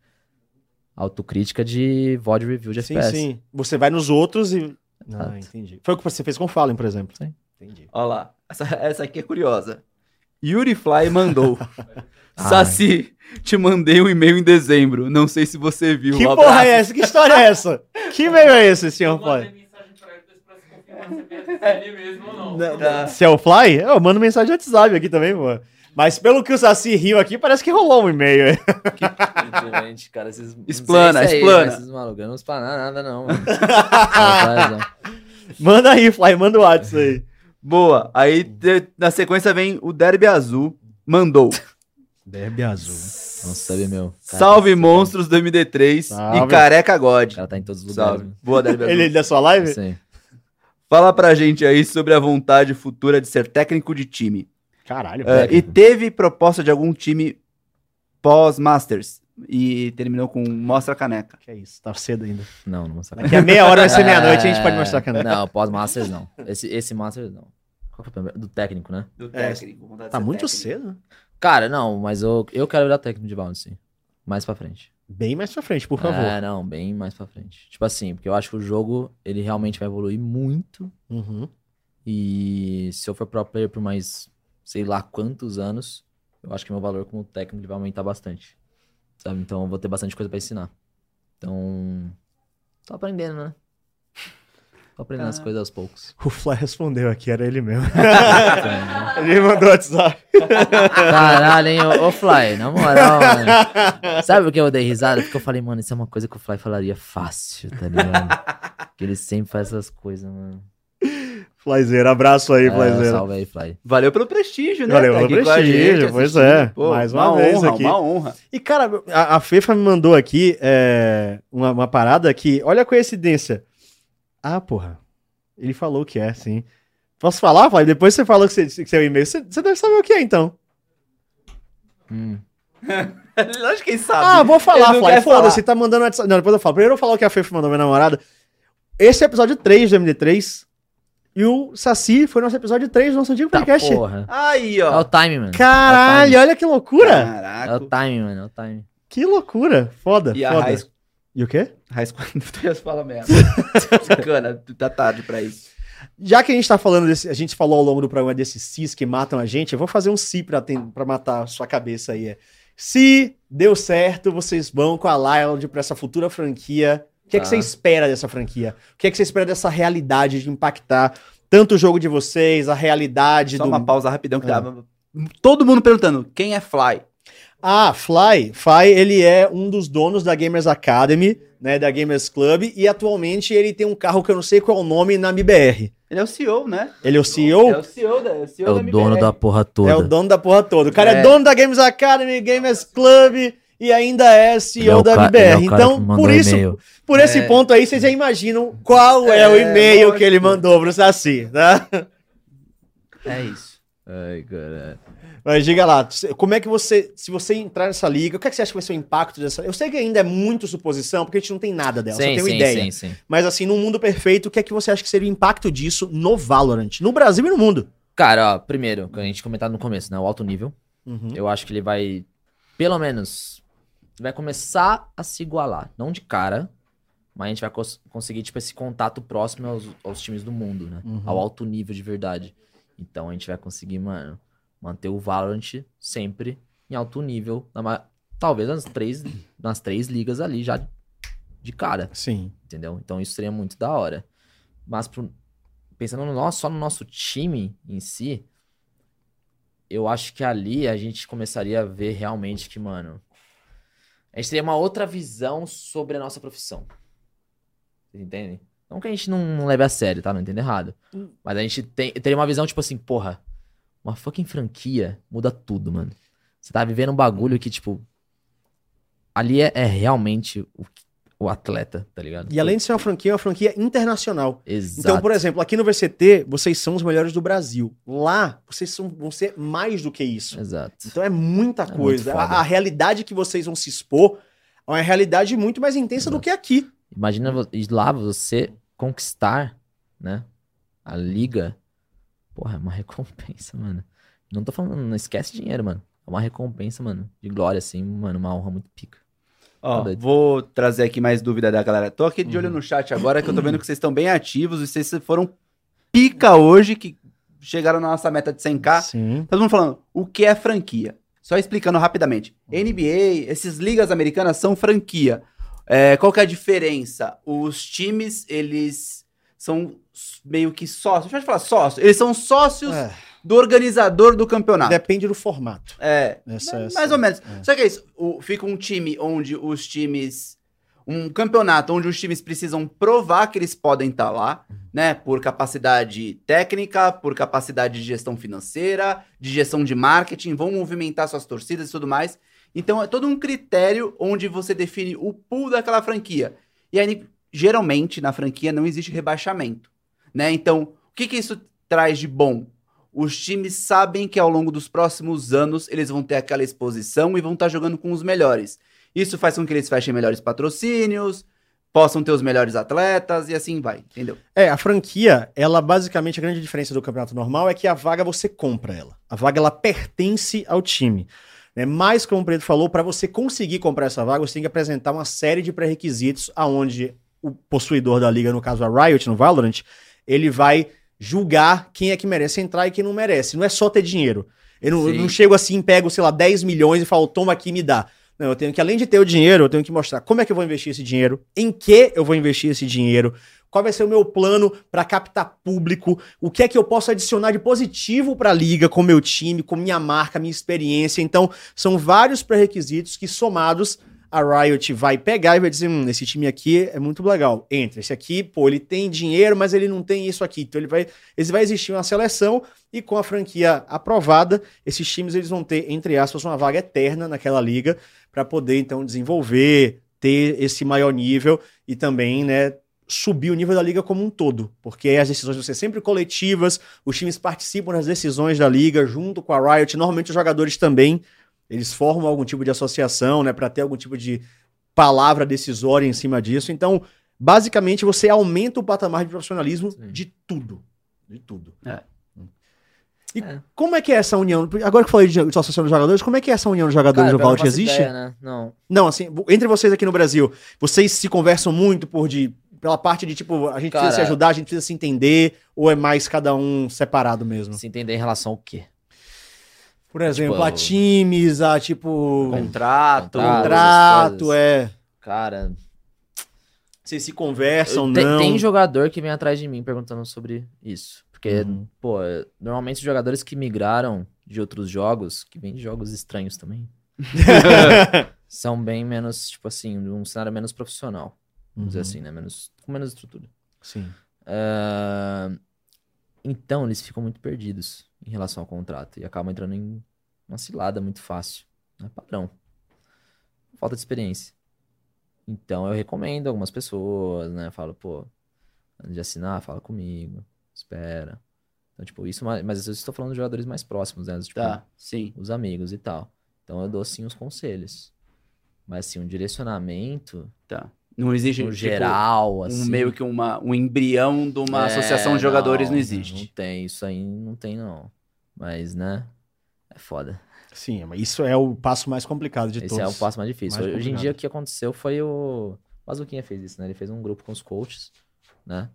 B: Autocrítica de VOD review de
A: sim,
B: FPS.
A: sim. Você vai nos outros e. Ah,
B: Exato.
A: entendi. Foi o que você fez com o Fallen, por exemplo.
B: Sim.
A: Entendi.
C: Olha lá, essa, essa aqui é curiosa. Yuri Fly mandou.
B: Ai.
C: Saci, te mandei um e-mail em dezembro. Não sei se você viu.
A: Que
C: Um
A: porra é
C: abraço."
A: essa? Que história é essa? Que meio é esse,
F: Eu
A: senhor
F: mandei
A: Fly?
F: mensagem pra ele pra se confirmar se é ele mesmo ou não.
C: Tá.
A: Seu Fly? Eu mando mensagem no WhatsApp aqui também, pô. Mas pelo que o Saci riu aqui, parece que rolou um e-mail. hein?
B: Simplesmente, cara, esses. não sei é
C: Explana,
B: isso aí,
C: explana.
B: mas Esses malucos, eu não explanar nada, não. né? mano. Não faz, não.
A: Manda aí, Fly, manda o WhatsApp aí.
C: Boa. Aí te- na sequência vem o Derby Azul. Mandou.
A: Derby azul.
B: Não sabe, é meu. Cara,
C: Salve monstros do MD3 e
A: Salve.
C: careca God.
B: O cara tá em todos os lugares.
C: Salve. Boa, Derby Azul.
A: Ele é da sua live?
B: Sim.
C: Fala pra gente aí sobre a vontade futura de ser técnico de time.
A: Caralho,
C: É,
A: velho.
C: e teve proposta de algum time pós-Masters e terminou com mostra a caneca.
A: Que é isso, tá cedo ainda.
B: Não, não vou sacar.
A: Daqui a meia hora vai ser meia-noite a gente pode mostrar a caneta.
B: Não, pós-Masters não. Esse, esse Masters não. Qual que é o primeiro? Do técnico, né?
C: Do
A: É,
C: técnico. vontade de
A: Tá
C: ser
A: muito
C: técnico.
A: cedo. né?
B: Cara, não, mas eu, eu quero virar técnico de bounce, sim. Mais pra frente.
A: Bem mais pra frente, por favor.
B: É, não, bem mais pra frente. Tipo assim, porque eu acho que o jogo, ele realmente vai evoluir muito.
A: Uhum.
B: E se eu for pro player por mais sei lá quantos anos, eu acho que meu valor como técnico ele vai aumentar bastante. Sabe? Então eu vou ter bastante coisa pra ensinar. Então. Tô aprendendo, né? Tô aprendendo as coisas aos poucos.
A: O Fly respondeu aqui, era ele mesmo. ele mandou WhatsApp.
B: Caralho, hein? Ô, ô, Fly, na moral, mano. Sabe por que eu dei risada? Porque eu falei, mano, isso é uma coisa que o Fly falaria fácil, tá ligado? Porque ele sempre faz essas coisas, mano.
A: Flyzeiro, abraço aí,
B: É,
A: Flyzeiro.
B: salve aí, Fly.
C: Valeu pelo prestígio, né?
A: Valeu
C: Tá
A: pelo
C: aqui com a
A: prestígio,
C: gente,
A: pois
C: assistindo.
A: é. Mais uma vez
C: honra,
A: aqui.
C: Uma honra.
A: E, cara, a, a Fefa me mandou aqui é, uma, uma parada que, olha a coincidência. Ah, porra. Ele falou que é, sim. Posso falar, Fly? Depois você falou que, você, que seu e-mail. Você, você deve saber o que é, então.
B: Hum.
C: Lógico que ele
A: Ah,
C: sabe.
A: vou falar,
C: Ele não
A: Fly.
C: quer
A: Foda-se, tá mandando WhatsApp. Não, depois eu falo. Primeiro eu vou falar o que a Fefa mandou, minha namorada. Esse é o episódio 3 do MD3. E o Saci foi nosso episódio 3 do nosso antigo
B: Tá
A: podcast.
B: porra.
C: Aí,
B: É o
C: ó.
B: time, mano.
A: Caralho, olha que loucura!
B: É o
C: Caraca.
B: time, mano. É o time.
A: Que loucura! Foda,
C: E a
A: foda.
C: High
A: E o quê?
C: High School Musical fala merda. Sacana, tá tarde pra isso.
A: Já que a gente tá falando desse. A gente falou ao longo do programa desses cis que matam a gente, eu vou fazer um si pra, ten- pra matar a sua cabeça aí. é. Se deu certo, vocês vão com a Lyle pra essa futura franquia. O que é que
B: Tá.
A: você espera dessa franquia? O que é que você espera dessa realidade de impactar tanto o jogo de vocês, a realidade
C: Só
A: do.
C: uma pausa rapidão que
A: Ah.
C: dava. Todo mundo perguntando, quem é Fly?
A: Ah, Fly, Fly, ele é um dos donos da Gamers Academy, né, da Gamers Club, e atualmente ele tem um carro que eu não sei qual é o nome na MBR.
C: Ele é o CEO, né?
A: Ele é o
C: É
A: CEO,
C: o CEO da, é o CEO
B: É o
C: da MBR.
B: dono da porra toda.
A: é o dono da porra toda. O cara é,
C: É.
A: dono da Gamers Academy, Gamers Club e ainda é
B: Ele é
A: CEO
B: o
A: da
B: ca-
A: MBR.
B: ele é o cara que
A: então,
B: me mandou
A: por isso,
B: e-mail.
A: por esse ponto aí, vocês já imaginam qual é, o
C: É,
A: e-mail que
C: lógico.
A: ele mandou pro Saci, tá?
C: É isso.
B: Ai, caralho.
A: Mas diga lá, cê- como é que você, se você entrar nessa liga, o que, é que você acha que vai ser o impacto dessa? Eu sei que ainda é muito suposição, porque a gente não tem nada dela, só
B: Sim,
A: tem uma
B: sim,
A: ideia.
B: sim, sim.
A: Mas assim, num mundo perfeito, o que é que você acha que seria o impacto disso no Valorant? No Brasil e no mundo.
B: Cara, ó, primeiro, que a gente comentado no começo, né? O alto nível. Eu acho que ele vai, pelo menos, vai começar a se igualar. Não de cara, mas a gente vai cons- conseguir, tipo, esse contato próximo aos, aos times do mundo, né?
A: Uhum.
B: Ao alto nível de verdade. Então a gente vai conseguir, mano, manter o Valorant sempre em alto nível. na ma- talvez nas três, nas três ligas ali já de cara
A: Sim.
B: entendeu? Então isso seria muito da hora. Mas pro- pensando no nosso, só no nosso time em si, eu acho que ali a gente começaria a ver realmente que, mano, a gente teria uma outra visão sobre a nossa profissão. Vocês entendem? Não que a gente não, não leve a sério, tá? Não entendo errado. Mas a gente tem, teria uma visão tipo assim, porra, uma fucking franquia muda tudo, mano. Você tá vivendo um bagulho que, tipo, ali é, é realmente o, que- o atleta, tá ligado?
A: E além de ser uma franquia, é uma franquia internacional.
B: Exato.
A: Então, por exemplo, aqui no VCT, vocês são os melhores do Brasil. Lá, vocês são- vão ser mais do que isso.
B: Exato.
A: Então é muita
B: muito
A: coisa.
B: foda.
A: a, a realidade que vocês vão se expor é uma realidade muito mais intensa do
B: Exato.
A: que aqui.
B: então, Imagina vo- ir lá você conquistar, né? A liga. Porra, é uma recompensa, mano. Não tô falando, não esquece dinheiro, mano. É uma recompensa, mano. De glória, assim, mano. Uma honra muito pica. Tá
C: Ó,
B: doido.
C: vou trazer aqui mais dúvida da galera. Tô aqui de olho
B: Uhum.
C: no chat agora, que eu tô vendo que vocês estão bem ativos e vocês foram pica hoje, que chegaram na nossa meta de 100k.
A: Sim.
C: Todo mundo falando, o que é franquia? Só explicando rapidamente. NBA, essas ligas americanas são franquia. É, qual que é a diferença? Os times, eles são s- meio que sócios. Deixa eu te falar sócios. Eles são sócios
A: É.
C: do organizador do
B: Ah.
C: campeonato.
A: depende do formato.
C: É,
A: Essa-
C: mais
A: essa-
C: ou menos.
A: é.
C: Só que é isso. O- fica um time onde os times. um campeonato onde os times precisam provar que eles podem estar lá,
A: Uhum.
C: né? Por capacidade técnica, por capacidade de gestão financeira, de gestão de marketing, vão movimentar suas torcidas e tudo mais. Então é todo um critério onde você define o pool daquela franquia. E aí, geralmente, na franquia não existe rebaixamento. Né? Então, o que, que isso traz de bom? Os times sabem que ao longo dos próximos anos eles vão ter aquela exposição e vão estar jogando com os melhores. Isso faz com que eles fechem melhores patrocínios, possam ter os melhores atletas e assim vai, entendeu?
A: É, a franquia, ela basicamente, a grande diferença do campeonato normal é que a vaga você compra ela. A vaga ela pertence ao time. Né? Mas, como o Pedro falou, para você conseguir comprar essa vaga, você tem que apresentar uma série de pré-requisitos aonde o possuidor da liga, no caso a Riot, no Valorant, ele vai julgar quem é que merece entrar e quem não merece. Não é só ter dinheiro. Eu não, eu
B: Sim.
A: não chego assim, pego, sei lá, 10 milhões e falo, toma aqui, me dá. Não, eu tenho que, além de ter o dinheiro, eu tenho que mostrar como é que eu vou investir esse dinheiro, em que eu vou investir esse dinheiro, qual vai ser o meu plano para captar público, o que é que eu posso adicionar de positivo para a liga, com meu time, com minha marca, minha experiência. Então, são vários pré-requisitos que, somados, a Riot vai pegar e vai dizer: hum, esse time aqui é muito legal. Entra, esse aqui, pô, ele tem dinheiro, mas ele não tem isso aqui. Então, ele vai, eles vai existir uma seleção e com a franquia aprovada, esses times eles vão ter, entre aspas, uma vaga eterna naquela liga para poder, então, desenvolver, ter esse maior nível e também, né, subir o nível da liga como um todo, porque as decisões vão ser sempre coletivas, os times participam das decisões da liga junto com a Riot, normalmente os jogadores também, eles formam algum tipo de associação, né, para ter algum tipo de palavra decisória em cima disso. Então, basicamente você aumenta o patamar de profissionalismo
B: Sim.
A: de tudo, de tudo.
C: É.
A: E
B: É.
A: como é que é essa união? Agora que eu falei de de associação dos jogadores, como é que é essa união dos jogadores
B: Cara,
A: do
B: pior que eu
A: Valorant
B: não faço
A: existe?
B: ideia, né? Não.
A: Não, assim, vo- entre vocês aqui no Brasil, vocês se conversam muito por de pela parte de tipo, a gente
B: Cara,
A: precisa se ajudar, a gente precisa se entender, ou é mais cada um separado mesmo?
B: Se entender em relação ao quê?
A: Por exemplo,
B: Tipo,
A: a times, a tipo,
C: Contrato,
B: Contrato. essas
A: contrato,
B: coisas.
A: é.
B: Cara,
A: Vocês se conversam,
B: Tem-
A: não.
B: Tem jogador que vem atrás de mim perguntando sobre isso. Porque,
A: Uhum.
B: pô, é- normalmente os jogadores que migraram de outros jogos, que vêm de jogos estranhos também, são bem menos, tipo assim, um cenário menos profissional. Vamos dizer
A: Uhum.
B: assim, né? Menos, com menos estrutura.
A: Sim.
B: Ah, então, eles ficam muito perdidos em relação ao contrato e acabam entrando em uma cilada muito fácil. Não é padrão. Falta de experiência. Então, eu recomendo algumas pessoas, né? Falo, pô, antes de assinar, fala comigo, espera. Então, tipo, isso, mas mas eu estou falando de jogadores mais próximos, né? Tipo,
C: Tá, sim.
B: os amigos e tal. Então, eu dou, sim, os conselhos. Mas, assim, um direcionamento,
C: tá. Não existe
B: no
C: tipo,
B: geral,
C: um
B: assim...
C: meio que uma, um embrião de
B: É,
C: uma associação de jogadores
B: não,
C: não
B: Não
C: existe.
B: tem, isso aí não tem, não. Mas, né? É foda.
A: Sim, mas isso é o passo mais complicado de
B: Esse
A: todos.
B: é o passo mais difícil.
A: Mais
B: Hoje em
A: complicado.
B: dia, o que aconteceu foi o. O Bazuquinha fez isso, né? Ele fez um grupo com os coaches, né?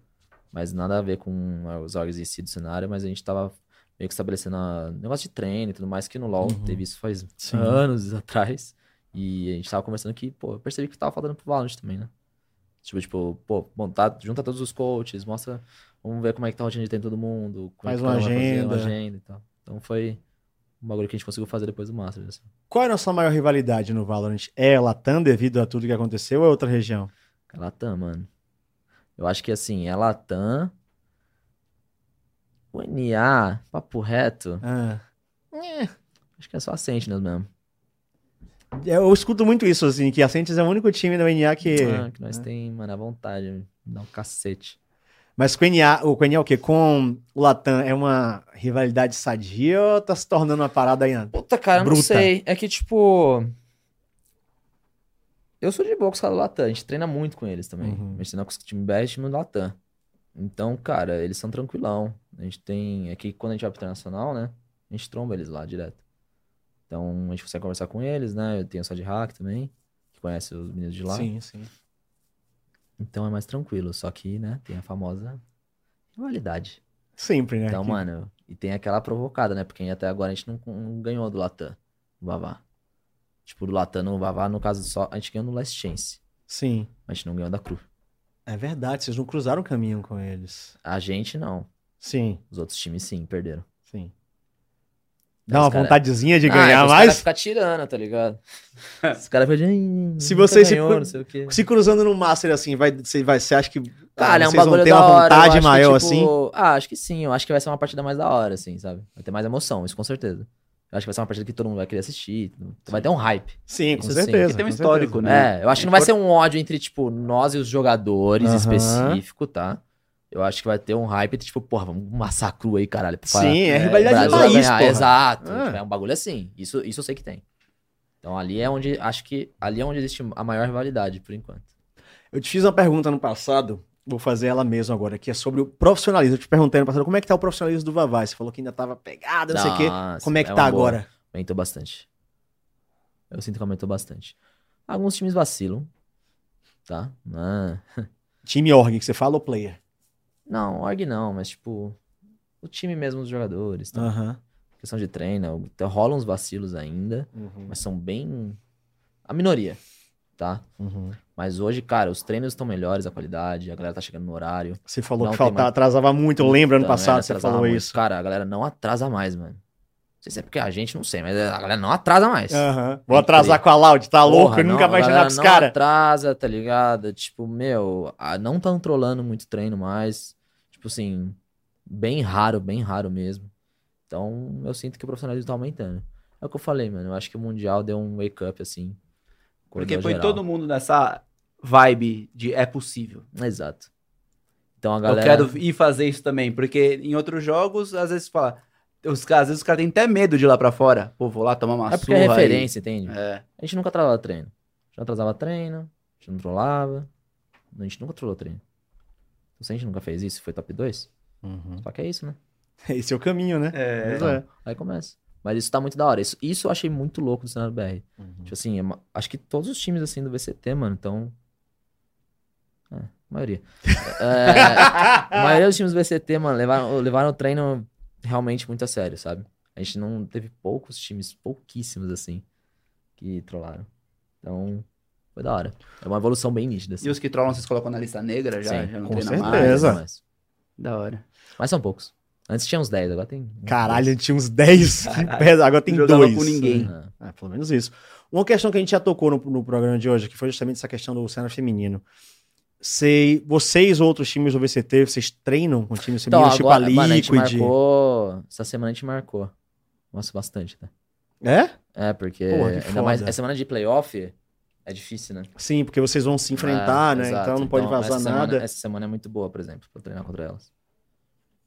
B: Mas nada a ver com é, os orgs em si do cenário, mas a gente tava meio que estabelecendo a- negócio de treino e tudo mais, que no LoL
A: Uhum.
B: teve isso faz
A: Sim.
B: anos atrás. E a gente tava conversando que, pô, eu percebi que tava faltando pro Valorant também, né? Tipo, tipo, pô, montar, junta todos os coaches, mostra, vamos ver como é que tá a rotina de treino de todo mundo, como é
A: Faz
B: que
A: uma
B: cada um vai fazer,
A: agenda.
B: uma agenda e tal. Então foi um bagulho que a gente conseguiu fazer depois do Masters, assim.
A: Qual é a nossa maior rivalidade no Valorant? É a Latam devido a tudo que aconteceu ou é outra região?
B: É Latam, mano. Eu acho que assim, é Latam. O NA, papo reto,
A: Ah.
B: acho que é só a Sentinels mesmo.
A: É, Eu escuto muito isso, assim, que a Saints é o único time da NA que.
B: Ah, que
A: É.
B: nós tem, mano, à vontade. Dá um cacete.
A: Mas com o NA, o, com o NA é o quê? Com o Latam é uma rivalidade sadia ou tá se tornando uma parada ainda?
B: Puta, cara, eu
A: Bruta.
B: não sei. É que, tipo. Eu sou de boa com os caras do Latam. A gente treina muito com eles também.
A: Uhum.
B: A gente treina com o time BR e time do Latam. Então, cara, eles são tranquilão. A gente tem. É que quando a gente vai pro internacional, né? A gente tromba eles lá direto. Então a gente consegue conversar com eles, né? Eu tenho só de hack também, que conhece os meninos de lá.
A: sim.
B: Então é mais tranquilo. Só que, né, tem a famosa rivalidade.
A: Sempre, né?
B: Então,
A: Que-
B: mano, e tem aquela provocada, né? Porque até agora a gente não, não ganhou do Latam, do Vavá. Tipo, do Latam no Vavá, no caso só, a gente ganhou no Last Chance.
A: Sim.
B: mas A gente não ganhou da Cru.
A: É verdade, vocês não cruzaram o caminho com eles.
B: A gente não.
A: Sim,
B: Os outros times sim, perderam.
A: sim. Dá uma
B: Os cara-
A: vontadezinha de
B: Ah,
A: ganhar
B: os
A: mais.
B: Os caras ficam tirando, tá ligado? Os caras ficam de.
A: Se vocês se
B: ganhou,
A: cu-
B: não sei o quê.
A: Se cruzando no Master assim, vai, você vai, você acha que
B: Cara, é um
A: vocês
B: bagulho
A: vão ter
B: da
A: uma
B: hora, eu
A: vontade
B: acho que,
A: maior
B: tipo,
A: assim?
B: Ah, acho que sim. Eu acho que vai ser uma partida mais da hora, assim, sabe? Vai ter mais emoção, isso com certeza. Eu acho que vai ser uma partida que todo mundo vai querer assistir. Vai ter um hype.
A: Sim, com
B: Isso sim.
A: certeza.
C: Porque tem um
A: com
C: histórico,
A: certeza.
C: né?
B: É, eu acho que não vai ser um ódio entre, tipo, nós e os jogadores
A: Aham.
B: específico, tá? Eu acho que vai ter um hype de, tipo, porra, vamos massacru aí, caralho. pra-
A: Sim, é
B: pra-
A: rivalidade de
B: Brasil é
A: país,
B: ganhar.
A: porra.
B: Exato.
A: Ah.
B: tipo, é um bagulho assim. Isso, isso eu sei que tem. Então ali é onde, acho que, ali é onde existe a maior rivalidade, por enquanto.
A: Eu te fiz uma pergunta no passado, vou fazer ela mesmo agora, que é sobre o profissionalismo. Eu te perguntei no passado como é que tá o profissionalismo do Vavá. Você falou que ainda tava pegado, não sei o quê.
B: Nossa,
A: Como é que
B: uma
A: tá
B: boa.
A: agora?
B: Aumentou bastante. Eu sinto que aumentou bastante. Alguns times vacilam, tá? Ah,
A: Time org, que você fala ou player?
B: Não, org não, mas tipo, o time mesmo dos jogadores, tá?
A: Aham.
B: Questão de treino, então rolam uns vacilos ainda, mas são bem a minoria, tá? Mas hoje, cara, os treinos estão melhores, a qualidade, a galera tá chegando no horário.
A: Você falou
B: Não
A: que
B: tem
A: faltava,
B: mais-
A: atrasava muito. Eu lembro ano
B: Puta
A: passado
B: merda,
A: você
B: atrasava
A: falou
B: muito.
A: isso.
B: Cara, a galera não atrasa mais, mano. Não sei se é porque a gente, não sei, mas a galera não atrasa mais.
A: Aham. Vou atrasar com a Loud, tá
B: Porra,
A: louco? Eu nunca
B: não,
A: mais
B: a
A: treinar
B: galera
A: com os
B: não
A: caras.
B: atrasa, tá ligado? Tipo, meu, ah, não tão trolando muito treino mais. Tipo assim, bem raro, bem raro mesmo. Então, eu sinto que o profissionalismo tá aumentando. É o que eu falei, mano. Eu acho que o Mundial deu um wake-up, assim.
C: Porque
B: acordou
C: põe
B: geral.
C: todo mundo nessa vibe de é possível.
B: Exato. Então, a galera...
C: Eu quero ir fazer isso também, porque em outros jogos, às vezes fala. Os, caras- às vezes os caras têm até medo de ir lá pra fora. Pô, vou lá tomar uma
B: É porque é
C: surra aí.
B: referência, entende?
C: É.
B: A gente nunca atrasava treino. A gente não atrasava treino, a gente não trollava. A gente nunca trollou treino. Então, se a gente nunca fez isso, foi top 2. Só que é isso, né?
A: Esse é o caminho, né? Pois
B: Então,
A: é.
B: Aí começa. Mas isso tá muito da hora. Isso, isso eu achei muito louco do cenário BR.
A: Uhum.
B: Tipo assim, é uma- acho que todos os times assim do VCT, mano, então. É, a maioria. É, a maioria dos times do VCT, mano, levaram, levaram o treino realmente muito a sério, sabe? A gente não teve poucos times, pouquíssimos assim, que trollaram. Então, foi da hora. É uma evolução bem nítida. Assim.
C: E os que trollam, vocês colocam na lista negra já?
B: Sim,
C: já não
A: com
C: treina
A: certeza.
C: mais.
A: Beleza.
B: Mas,
C: Da hora.
B: mas são poucos. Antes tinha uns 10, agora tem. um uns
A: Caralho, a
B: 10.
A: gente tinha uns 10, que pesa, agora tem
C: Jogava
A: dois.
C: com ninguém.
B: Ah.
A: É, pelo menos isso. Uma questão que a gente já tocou no, no programa de hoje, que foi justamente essa questão do cenário feminino. Sei, vocês ou outros times do VCT, vocês treinam com times
B: Então,
A: femininos,
B: agora,
A: tipo a
B: mano, a gente
A: Liquid?
B: marcou. Essa semana a gente marcou. Nossa, bastante, tá?
A: É?
B: É, porque.
A: Porra, que
B: ainda mais.
A: foda.
B: É semana de playoff. É difícil, né?
A: Sim, porque vocês vão se enfrentar,
B: É,
A: né?
B: exato.
A: Então não pode
B: essa
A: vazar
B: semana-
A: nada.
B: essa semana é muito boa, por exemplo, pra treinar contra elas.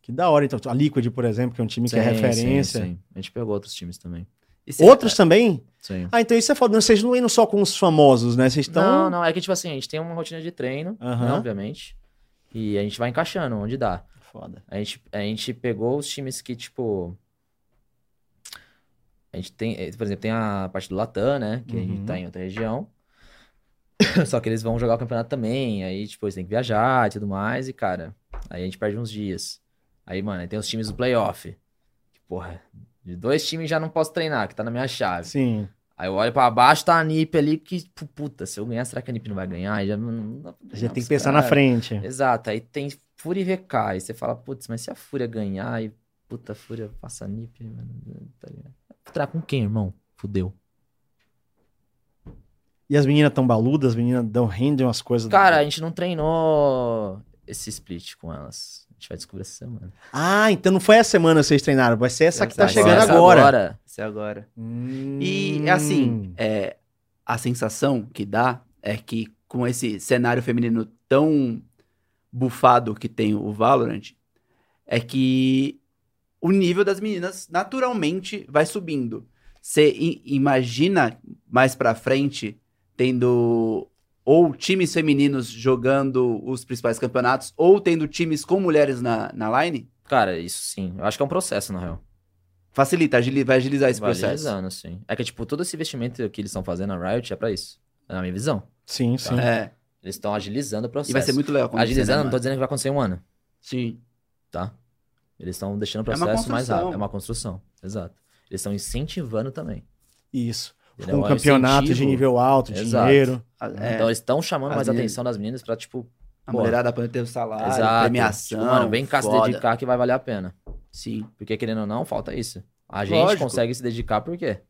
A: Que da hora, então. A Liquid, por exemplo, que é um time que é
B: Sim,
A: referência.
B: Sim, sim. A gente pegou outros times também.
C: E se-
A: Outros também?
B: Sim.
A: Ah, então isso é foda. Não, Vocês não indo só com os famosos, né? Vocês
B: Não,
A: estão.
B: não. É que, tipo assim, a gente tem uma rotina de treino, né,
A: Aham.
B: obviamente. E a gente vai encaixando onde dá.
A: Foda.
B: A gente, a gente pegou os times que, tipo. A gente tem, eh, por exemplo, tem a parte do Latam, né? Que a gente
A: Uhum.
B: tá em outra região. Só que eles vão jogar o campeonato também. Aí, tipo, eles têm que viajar e tudo mais. E, cara, aí a gente perde uns dias. Aí, mano, aí tem os times do playoff. Que, porra, de dois times já não posso treinar, que tá na minha chave.
A: Sim.
B: Aí eu olho pra baixo, tá a NIP ali, que, pu- puta, se eu ganhar, será que a NIP não vai ganhar? Aí já não- não dá pra
A: Já
B: treinar
A: tem
B: os
A: que pensar na
B: caras.
A: frente.
B: Exato, aí tem Fúria e VK, aí você fala, putz, mas se a Fúria ganhar e puta a Fúria passa a NIP, mano, tá ligado? Entrar com quem, irmão? Fudeu.
A: E as meninas tão baludas, as meninas dão rendem umas coisas.
B: Cara, a gente não treinou esse split com elas. A gente vai descobrir essa semana.
A: Ah, então não foi essa semana que vocês treinaram, vai ser essa que tá
B: Vai ser
A: chegando
B: essa
A: agora.
C: Isso é agora. E
B: Hum.
A: Hum.
C: assim, é, a sensação que dá é que com esse cenário feminino tão bufado que tem o Valorant, é que o nível das meninas naturalmente vai subindo. Você i- imagina mais pra frente tendo ou times femininos jogando os principais campeonatos ou tendo times com mulheres na, na line?
B: Cara, isso sim. Eu acho que é um processo, na real.
C: Facilita, agili- vai agilizar esse
B: Vai
C: processo.
B: agilizando, sim. É que, tipo, todo esse investimento que eles estão fazendo na Riot é pra isso. Na minha visão.
A: Sim, sim.
C: É,
B: Eles estão agilizando o processo.
C: e vai ser muito legal. acontecer,
B: Agilizando,
C: né,
B: não
C: mano?
B: tô dizendo que vai acontecer em um ano.
C: Sim.
B: tá? Eles estão deixando o
C: É uma
B: processo mais
C: construção.
B: rápido. É uma construção, exato. Eles estão incentivando também.
A: Isso. Com
B: entendeu? É
A: um campeonato de
B: incentivo.
A: nível alto, de
B: Exato.
A: dinheiro.
C: A- é,
B: Então eles estão chamando
C: As
B: mais
C: meninas-
B: atenção das meninas pra, tipo,
C: a
B: pô,
C: mulherada pode ter o salário,
B: exato.
C: premiação.
B: Tipo, mano, vem cá se
C: foda.
B: dedicar que vai valer a pena.
C: Sim.
B: Porque querendo ou não, falta isso. A gente
E: Lógico.
B: consegue se dedicar por quê?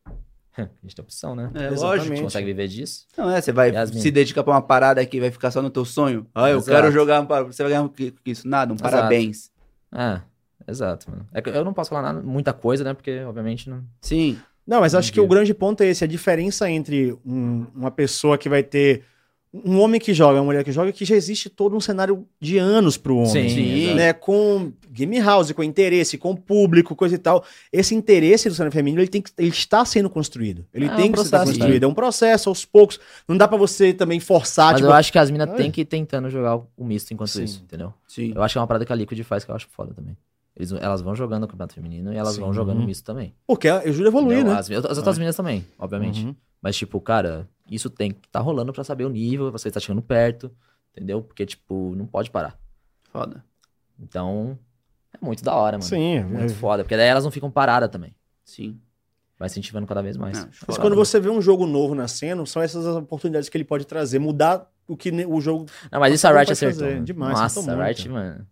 B: A gente tem opção, né?
C: É,
A: Exatamente.
B: A gente
C: lógico.
B: consegue viver disso?
C: Não é, você vai
B: Yasmin.
C: se dedicar pra uma parada que vai ficar só no teu sonho. Ah, eu
B: Exato.
C: quero jogar, um par- você vai ganhar o quê com isso? Nada, um
B: Exato.
C: parabéns.
B: É, exato, mano. É que eu não posso falar nada, muita coisa, né? Porque, obviamente, não.
C: Sim.
A: Não, mas acho que
B: Entendi.
A: o grande ponto é esse, a diferença entre um- uma pessoa que vai ter um homem que joga, uma mulher que joga, que já existe todo um cenário de anos pro homem.
C: sim.
B: exato.
A: Né, com game house, com interesse, com público, coisa e tal. Esse interesse do cenário feminino, ele, tem que, ele está sendo construído. Ele
B: É um
A: tem que ser
B: processo,
A: construído. É um processo, aos poucos. Não dá pra você também forçar,
B: Mas
A: tipo,
B: eu acho que as minas
A: Ai.
B: têm que ir tentando jogar o o misto enquanto
A: Sim.
B: isso, entendeu?
C: Sim.
B: Eu acho que é uma parada que a Liquid faz que eu acho foda também. Eles- elas vão jogando o campeonato feminino e elas vão
A: Sim.
B: jogando o misto também.
A: porque eu juro evoluir,
B: entendeu?
A: né?
B: As, as outras meninas também, obviamente.
A: Uhum.
B: Mas, tipo, cara, isso tem que tá rolando pra saber o nível, você tá chegando perto, entendeu? Porque, tipo, não pode parar.
C: Foda.
B: Então, é muito da hora, mano.
A: Sim, é-
B: Muito foda, porque daí elas não ficam paradas também.
C: Sim.
B: Vai incentivando cada vez mais.
C: Ah,
A: Mas
C: foda.
A: quando você vê um jogo novo nascendo, são essas as oportunidades que ele pode trazer, mudar o que ne- o jogo
B: Não, mas isso a
A: Não
B: Riot
A: pode
B: acertou.
A: fazer,
B: mano.
A: demais,
B: Nossa,
A: acertou
B: a
A: muito.
B: Riot, mano.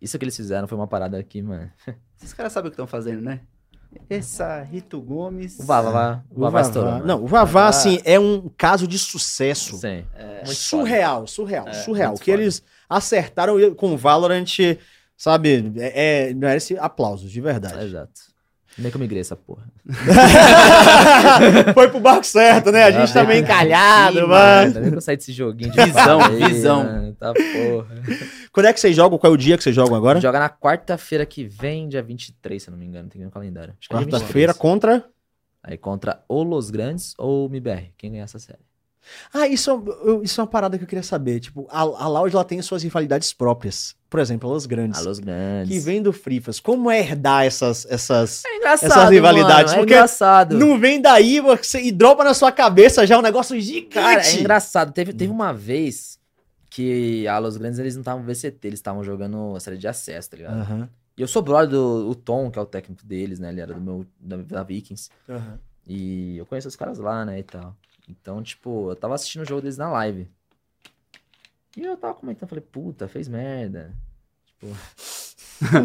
B: Isso que eles fizeram foi uma parada aqui, mano.
C: Esses caras sabem o que estão fazendo, né? Essa Rito Gomes.
B: O Vavá, o Vavá estourou. né? mano.
A: Não, o Vavá, assim, é um caso de sucesso.
B: Sim. é, Muito foda. É,
A: surreal, surreal, surreal.
B: muito
A: Que
B: foda.
A: eles acertaram e com o Valorant, sabe? É, é, merece aplausos, de verdade.
B: Exato. Nem que eu migrei essa porra.
A: Foi pro barco certo, né? A gente tá meio encalhado, mano.
B: Nem que eu saí desse joguinho de
C: Visão,
B: aí,
C: visão.
B: mano, Tá porra.
A: Quando é que vocês jogam? Qual é o dia que vocês jogam agora?
B: Joga na quarta-feira que vem, dia 23, se eu não me engano. Tem que ver no calendário. Acho que é dia
A: Quarta-feira
B: 23.
A: contra.
B: Aí contra ou Los Grandes ou o MBR. Quem ganhar essa série.
A: Ah, isso, é um- eu- isso é uma parada que eu queria saber. Tipo, a, a Loud ela tem suas rivalidades próprias. Por exemplo, a Los Grandes.
B: A Ah, Los Grandes.
A: Que vem do Frifas. Como é herdar essas. essas...
B: É engraçado,
A: Essas rivalidades,
B: mano, é
A: porque
B: engraçado.
A: Não vem daí você, e dropa na sua cabeça já um negócio gigante.
B: Cara, é engraçado. Teve, teve uma vez que a Los Grandes eles não estavam VCT, eles estavam jogando a série de acesso, tá ligado?
A: Aham,
B: E eu sou brother do o Tom, que é o técnico deles, né? Ele era do meu, da, da Vikings.
A: aham.
B: E eu conheço os caras lá, né, e tal. Então, tipo, eu tava assistindo o jogo deles na live. E eu tava comentando, falei, puta, fez merda. Uhum.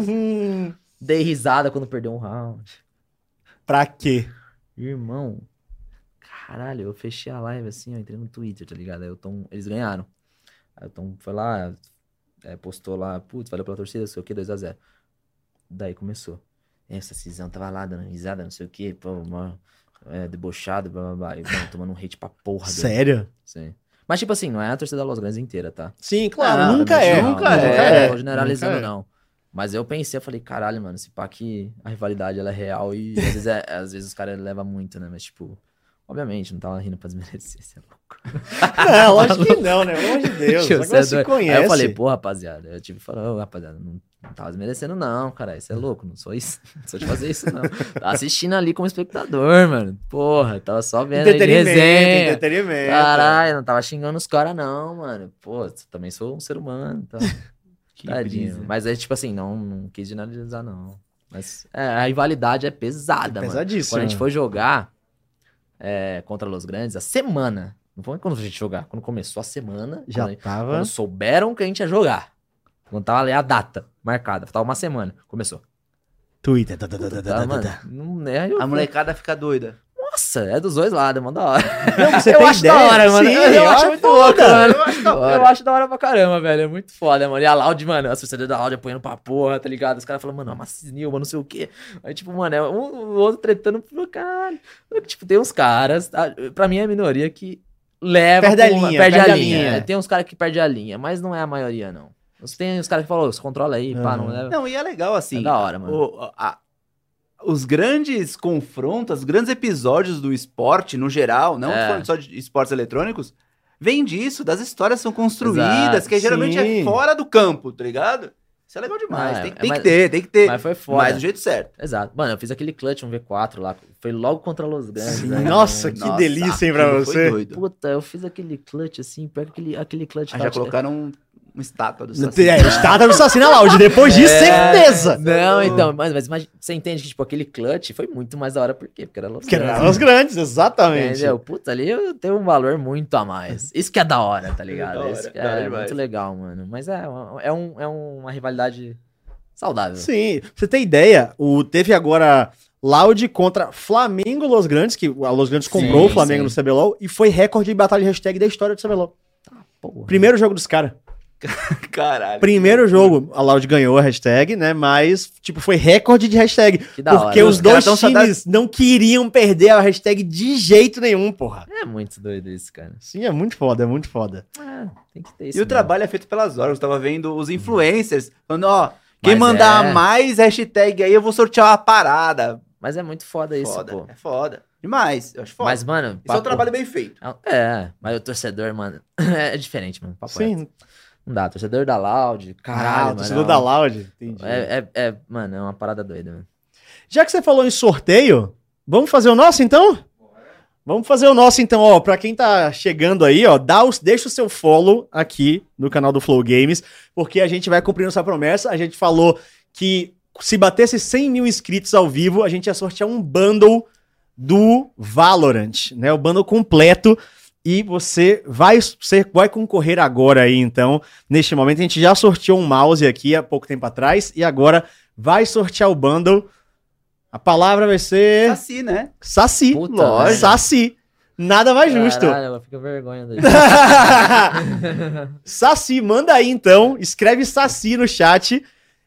A: Hum,
B: Dei risada quando perdeu um round.
A: pra quê?
B: Irmão, caralho, eu fechei a live assim, eu entrei no Twitter, tá ligado? Aí o Tom, eles ganharam. Aí o Tom foi lá, é, postou lá, putz, valeu pela torcida, não sei o que, 2x0. Daí começou. Essa cisão tava lá dando risada, não sei o que, pô, mó, é, debochado, blá blá blá. E, mano, tomando um hate pra porra. do-
A: Sério?
B: Sim. Mas, tipo assim, não é a torcida da Los Grandes inteira, tá?
A: Sim, claro,
C: Ah,
A: nunca
B: Não,
A: é.
B: não,
C: nunca
B: não,
C: é.
B: não tô generalizando,
G: Nunca é.
B: não. Mas eu pensei, eu falei, caralho, mano, esse pá que a rivalidade ela é real e às vezes, é- às vezes os caras levam muito, né? Mas, tipo, obviamente, não tava rindo pra desmerecer, você é louco.
A: Não, é lógico que não, né? Pelo amor de Deus.
B: Tio,
A: Agora
B: cê é
A: se
B: doido.
A: conhece.
B: Aí eu falei, pô, rapaziada, eu tive que falar, ô, rapaziada, não, não tava desmerecendo, não, cara, isso é louco, não sou isso, não sou de fazer isso, não. Tava assistindo ali como espectador, mano, porra, tava só vendo ali de resenha.
A: entretenimento, entretenimento.
B: Caralho, não tava xingando os caras, não, mano. Pô, eu também sou um ser humano, tá?
C: Que
B: Tadinho.
C: brisa.
B: Mas é tipo assim, não, não quis generalizar, não. Mas é, a rivalidade é
A: É
B: pesada, mano.
A: pesadíssimo.
B: Quando a gente foi jogar é, contra Los Grandes, a semana. Não foi quando a gente jogar, quando começou a semana.
A: Já
B: quando,
A: tava.
B: quando souberam que a gente ia jogar. Quando tava ali a data marcada, faltava uma semana. Começou.
A: Twitter. tá, tá, tá, tá,
B: Tá,
A: tá,
B: mano,
A: tá.
B: não é. eu-
C: A molecada fica doida.
B: Nossa, é dos dois lados, mano. Da hora.
A: Não, você
B: eu
A: tem
B: acho
A: ideia.
B: da hora, mano.
A: Sim,
B: eu, eu acho muito louco, né? mano. Eu acho, da hora. eu acho da hora pra caramba, velho. É muito foda, mano. E a Loud, mano, a sociedade da Loud apoiando pra porra, tá ligado? Os caras falando, mano, Amacinil, mano, não sei o quê. Aí, tipo, mano, é um, o outro tretando pro caralho. Tipo, tem uns caras, tá? pra mim é a minoria que leva.
A: Perde a
B: pro-
A: linha,
B: perde,
A: perde
B: a
A: a
B: linha.
A: linha.
B: É, Tem uns caras que perdem a linha, mas não é a maioria, não. Os- Tem os caras que falam, "Ô, se controla aí, pá, não
A: Uhum.
B: leva.
C: Não, e é legal assim.
B: é da hora, mano.
C: O- a- os grandes confrontos, os grandes episódios do esporte no geral, não
B: É.
C: falando só de esportes eletrônicos, vem disso, das histórias são construídas,
B: Exato,
C: que geralmente
A: sim.
C: é fora do campo, tá ligado? Isso é legal demais,
B: Ah, é,
C: tem,
B: é
C: tem
B: mais-
C: que ter, tem que ter,
B: Mas foi foda.
C: mas do jeito certo.
B: Exato. Mano, eu fiz aquele clutch, um V4 lá. Foi logo contra Los Grandes. né?
A: Nossa, que
C: Nossa,
A: delícia, hein, pra
C: Ah, aquilo foi
A: você.
C: doido.
B: Puta, eu fiz aquele clutch assim, pior que aquele, aquele clutch.
C: Aí
B: tava-
C: já colocaram um, uma estátua do
A: Não
C: Saci.
A: tem- É, estátua do Saci na Loud. Depois
B: É.
A: disso, certeza.
B: Não, então, mas, mas imagina- você entende que tipo, aquele clutch foi muito mais da hora, por quê? Porque era Los
A: Porque eram
B: Grandes.
A: os grandes, exatamente.
B: Entendeu? Puta, ali eu tenho um valor muito a mais. Isso que é da hora, tá ligado?
C: Da hora,
B: Isso que é,
C: da hora demais.
B: muito legal, mano. Mas é, é, um, é uma rivalidade saudável.
A: Sim, pra você tem ideia, o, teve agora Loud contra Flamengo Los Grandes, que a Los Grandes comprou
B: Sim,
A: o Flamengo
B: sim.
A: no CBLOL, e foi recorde de batalha de hashtag da história do CBLOL.
B: Porra.
A: Primeiro jogo dos caras.
C: Caralho.
A: Primeiro jogo, a Loud ganhou a hashtag, né? Mas, tipo, foi recorde de hashtag.
B: Que da
A: porque
B: hora.
A: os
C: Os
A: dois
C: caras
A: times
C: tão
A: não queriam perder a hashtag de jeito nenhum, porra.
B: É muito doido isso, cara.
A: Sim, é muito foda, é muito foda.
B: Tem que ter isso.
C: E o
B: mesmo.
C: trabalho é feito pelas horas. Eu tava vendo os influencers falando, ó, quem
B: Mas
C: mandar
B: é.
C: mais hashtag aí, eu vou sortear uma parada.
B: Mas é muito foda isso,
C: foda.
B: pô.
C: É foda. Demais. Eu acho foda.
B: Mas, mano.
C: Isso é um
B: papo-
C: trabalho bem feito.
B: É, mas o torcedor, mano, é diferente, mano. Papo reto.
A: Sim,
B: Não dá. Torcedor da Loud, caralho.
A: ah, o
B: mano, um-
A: torcedor da Loud. Entendi.
B: É, é, é, mano, é uma parada doida, mano.
A: Já que você falou em sorteio, vamos fazer o nosso então? Vamos fazer o nosso então, ó, pra quem tá chegando aí, ó, dá os, deixa o seu follow aqui no canal do Flow Games, porque a gente vai cumprindo essa promessa, a gente falou que se batesse 100 mil inscritos ao vivo, a gente ia sortear um bundle do Valorant, né, o bundle completo, e você vai, você vai concorrer agora aí, então, neste momento, a gente já sorteou um mouse aqui há pouco tempo atrás, e agora vai sortear o bundle, a palavra vai ser...
C: Assim, né?
A: Saci.
B: Puta,
A: lógico.
B: velho.
A: Saci. Nada mais É justo.
B: Caralho, ela fica vergonha daí.
A: Saci, manda aí então. Escreve Saci no chat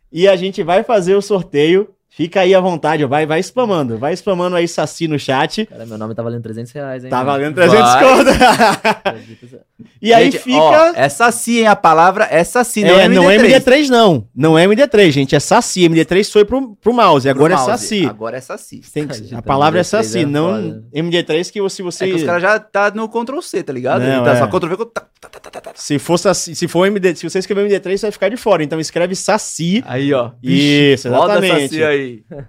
A: e a gente vai fazer o sorteio. Fica aí à vontade, vai, vai spamando. Vai spamando aí Saci no chat.
B: Cara, meu nome tá valendo 300 reais, hein?
A: Tá
B: mano?
A: valendo 300
C: Vai.
A: conto. e aí
C: Gente,
A: fica.
C: Ó, é saci, hein? A palavra é saci, não
A: é,
C: é,
A: não é
C: MD3.
A: MD3, não. Não é MD3, gente. É Saci. MD3 foi pro, pro mouse.
C: Pro
A: Agora
C: mouse.
A: é Saci.
C: Agora é saci.
A: Tem que-
B: Tá,
A: A palavra é
B: MD3 é
A: Saci, não
B: foda.
A: MD3 que você. você...
C: É que os caras já tá no Ctrl C, tá ligado?
A: Não,
C: Ele tá
A: é.
C: só Ctrl V, tá, tá, tá, tá, tá.
A: Se fosse assim- se for MD, se você escrever MD3, você vai ficar de fora. Então escreve Saci.
C: Aí, ó.
A: Isso,
C: Roda
A: exatamente.
C: saci aí.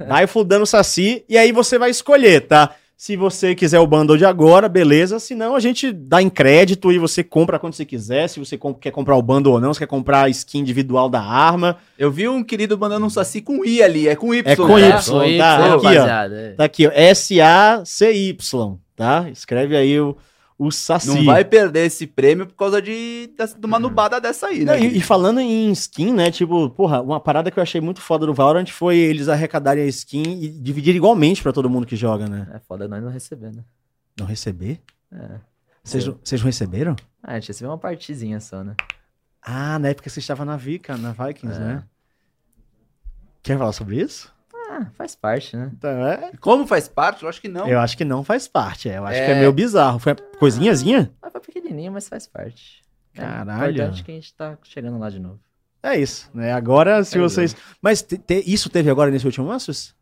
A: Vai fludando Saci e aí você vai escolher, tá? Se você quiser o bundle de agora, beleza. Se não, a gente dá em crédito e você compra quando você quiser. Se você com- quer comprar o bundle ou não, se quer comprar a skin individual da arma.
C: Eu vi um querido mandando um saci com I ali, é com Y.
A: É com
C: né?
A: Y.
B: Sou Y,
A: tá, aqui, ó.
B: rapaziada. é.
A: Tá aqui, ó. S-A-C-Y, tá? Escreve aí o, o Saci.
C: Não vai perder esse prêmio por causa de, dessa- de uma nubada dessa aí,
A: Não,
C: né?
A: e, e falando em skin, né? Tipo, porra, uma parada que eu achei muito foda do Valorant foi eles arrecadarem a skin e dividir igualmente pra todo mundo que joga, né?
B: É foda nós não receber, né?
A: Não receber?
B: É.
A: Vocês não- vocês não receberam?
B: Ah, a gente recebeu uma partezinha só, né?
A: Ah, na época você estava na Vika, na Vikings,
B: É.
A: né? Quer falar sobre isso?
B: Ah, faz parte, né?
A: Então, é,
C: Como faz parte, eu acho que não.
A: Eu acho que não faz parte. é, Eu acho
C: É.
A: que é meio bizarro. Foi a coisinhazinha?
B: Mas foi pequenininho, mas faz parte.
A: Caralho.
B: É importante que a gente tá chegando lá de novo.
A: É isso, né? Agora, se
B: É
A: vocês. Mas te- te- isso teve agora nesse último Masters?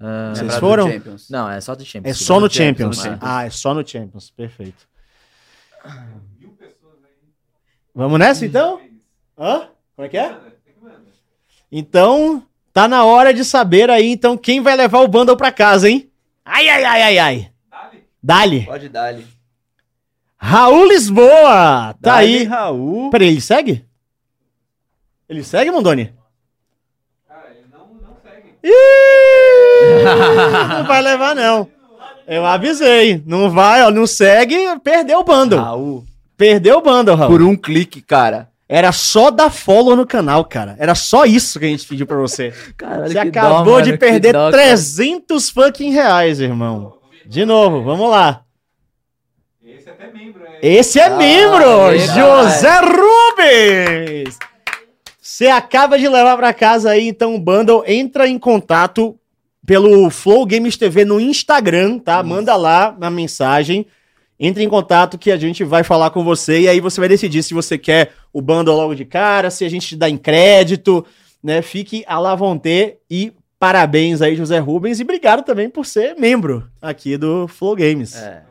B: Ah,
A: Vocês
C: Lembrado é do
A: foram?
C: Champions.
B: Não, é só do Champions.
A: É só no
B: Champions,
A: Champions.
B: né?
A: Ah, é só no Champions. Perfeito. Vamos nessa então? Hã? Como é que é? Então, tá na hora de saber aí então quem vai levar o bundle pra casa, hein? Ai, ai, ai, ai, ai. Dali.
C: Pode dar ali.
A: Raul Lisboa! Tá
C: Dali,
A: aí.
C: Raul.
A: Peraí, ele segue? Ele segue, Mondoni? Ih, não vai levar, não. Eu avisei. Não vai, ó, não segue, perdeu o bundle.
C: Raul.
A: Perdeu o bundle, Raul.
C: Por um clique, cara.
A: Era só dar follow no canal, cara. Era só isso que a gente pediu pra você.
B: Caralho,
A: Você
B: que dó,
A: acabou
B: mano,
A: de
B: que
A: perder
B: dó, cara.
A: 300 fucking reais, irmão. De novo, vamos lá.
F: Esse até membro, né?
A: Esse é
B: Ah,
A: membro,
B: verdade.
A: José Rubens! Você acaba de levar pra casa aí, então, o bundle. Entra em contato pelo Flow Games TV no Instagram, tá? Manda lá na mensagem. Entre em contato que a gente vai falar com você e aí você vai decidir se você quer o bundle logo de cara, se a gente te dá em crédito, né? Fique à la vontade e parabéns aí, José Rubens. E obrigado também por ser membro aqui do Flow Games.
B: É.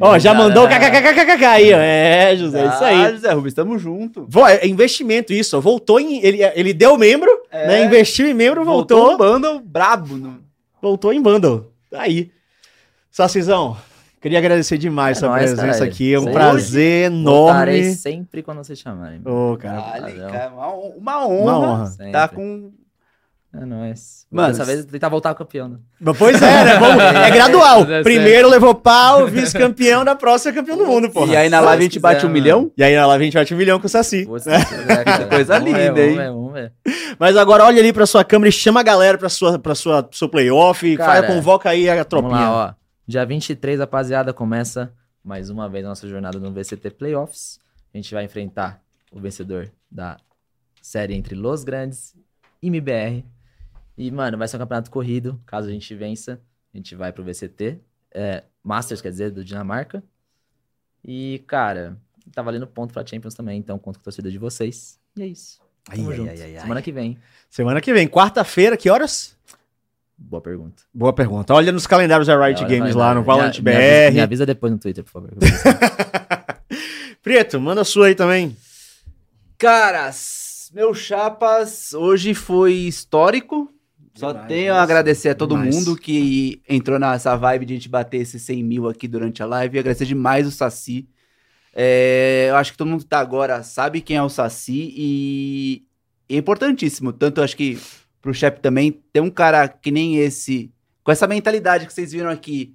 A: Ó, já mandou o
B: Cara,
A: kkkkkk aí, ó. É, José, é isso
C: Ah,
A: aí.
C: José Rubens, tamo junto.
A: Vo- é investimento isso, ó. Voltou em... Ele, ele deu membro,
C: É.
A: né? Investiu em membro, voltou.
C: um bundle brabo. No...
A: Voltou em bundle. Tá aí. Sacizão, queria agradecer demais
B: É
A: sua
B: nóis,
A: presença
B: caralho.
A: aqui. É um
B: Hoje,
A: prazer
B: Voltarei
A: enorme.
B: sempre quando vocês chamarem.
A: Ô, cara.
C: Vale,
B: Valeu.
C: cara, uma, uma
A: Uma
C: honra.
A: honra.
B: Sempre.
C: Tá com
B: É nóis.
A: Mano,
B: Dessa vez tentar voltar campeão, né?
A: Mas, Pois é, né? Vamos- é gradual.
B: Dá certo.
A: Primeiro levou pau, vice-campeão, na próxima é campeão do mundo, porra.
C: E aí na
B: se
C: live a gente
B: quiser,
C: bate um
B: mano.
C: milhão?
A: E aí lá a gente bate um milhão com o Saci.
B: Putz, é, cara.
C: Coisa
B: Vamos
C: linda,
B: ver,
C: hein?
B: Vamos ver, vamos ver.
A: Mas agora olha ali pra sua câmera e chama a galera pra sua, pra sua, seu playoff.
B: Cara,
A: fala, convoca aí a
B: Vamos
A: tropinha.
B: lá, ó. Dia 23, rapaziada, começa mais uma vez a nossa jornada no VCT Playoffs. A gente vai enfrentar o vencedor da série entre Los Grandes e MBR. E, mano, vai ser um campeonato corrido. Caso a gente vença, a gente vai pro VCT. É, Masters, quer dizer, do Dinamarca. E, cara, tá valendo ponto pra Champions também, então conto com a torcida de vocês. E é isso.
A: Ai,
B: Tamo
A: ai,
B: junto.
A: ai, ai, ai.
B: Semana que vem.
A: Semana que vem, quarta-feira, que horas?
B: Boa pergunta.
A: Boa pergunta. Olha nos calendários da Riot
B: Olha,
A: Games
B: vai,
A: lá
B: vai.
A: no
B: Me-
A: Valorant
B: me avisa- Me
A: BR.
B: avisa depois no Twitter, por favor.
A: Preto, manda a sua aí também.
C: Caras, meu chapas, hoje foi histórico. Só
A: Demais,
C: tenho a
A: nossa,
C: agradecer a todo
A: demais.
C: mundo que entrou nessa vibe de a gente bater esses 100 mil aqui durante a live. Agradecer demais o Saci. É, eu acho que todo mundo que tá agora sabe quem é o Saci e é importantíssimo. Tanto eu acho que pro chefe também, ter um cara que nem esse, com essa mentalidade que vocês viram aqui,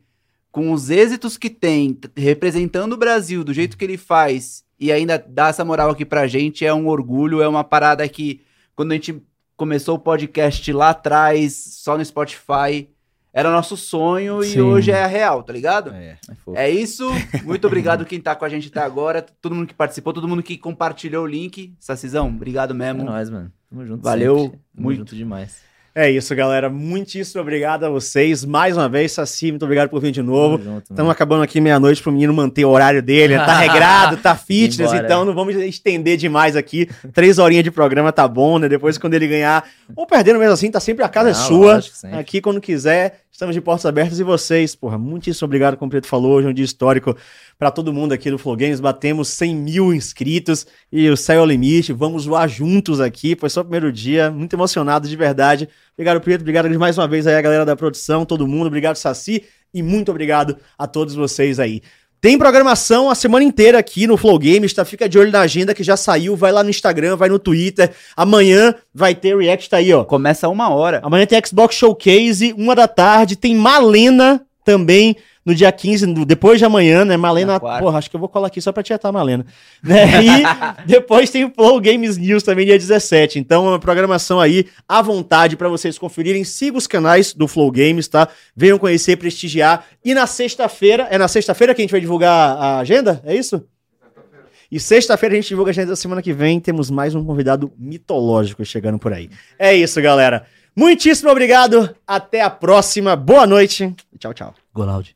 C: com os êxitos que tem, t- representando o Brasil do jeito que ele faz e ainda dá essa moral aqui pra gente, é um orgulho, é uma parada que quando a gente começou o podcast lá atrás, só no Spotify, era nosso sonho
B: Sim.
C: e hoje é a real, tá ligado?
B: É,
C: É isso. Muito obrigado quem tá com a gente até agora, todo mundo que participou, todo mundo que compartilhou o link. Sacizão, obrigado
B: É
C: mesmo.
B: nóis, mano. Tamo junto.
C: Valeu
B: sempre. Tamo
C: muito.
B: junto demais.
A: É isso, galera. Muitíssimo obrigado a vocês. Mais uma vez, Saci, muito obrigado por vir de novo.
B: Tamo junto,
A: Estamos acabando aqui meia-noite pro menino manter o horário dele. Tá regrado, tá fitness,
B: Embora.
A: então não vamos estender demais aqui. Três horinhas de programa tá bom, né? Depois, quando ele ganhar, ou perdendo mesmo assim, tá sempre a
B: Ah,
A: casa é sua. Aqui, quando quiser, estamos de portas abertas. E vocês, porra, muitíssimo obrigado, como o Preto falou. Hoje é um dia histórico para todo mundo aqui do Flow Games. Batemos 100 mil inscritos e o céu é o limite. Vamos voar juntos aqui. Foi só o primeiro dia, muito emocionado de verdade. Obrigado, Preto. Obrigado mais uma vez aí a galera da produção, todo mundo. Obrigado, Saci. E muito obrigado a todos vocês aí. Tem programação a semana inteira aqui no Flow Games, tá? Fica de olho na agenda que já saiu. Vai lá no Instagram, vai no Twitter. Amanhã vai ter React, tá aí, ó.
C: Começa uma hora.
A: Amanhã tem Xbox Showcase, uma da tarde. Tem Malena também, no dia 15, no- depois de amanhã, né? Malena,
C: Na quarta.
A: porra, acho que eu vou colar aqui só pra tietar a Malena. Né? E depois tem o Flow Games News também, dia 17. Então, é uma programação aí à vontade pra vocês conferirem. Siga os canais do Flow Games, tá? Venham conhecer, prestigiar. E na sexta-feira, é na sexta-feira que a gente vai divulgar a agenda? É isso? E sexta-feira a gente divulga a agenda da semana que vem. Temos mais um convidado mitológico chegando por aí. É isso, galera. Muitíssimo obrigado. Até a próxima. Boa noite. Tchau, tchau.
B: Golaud.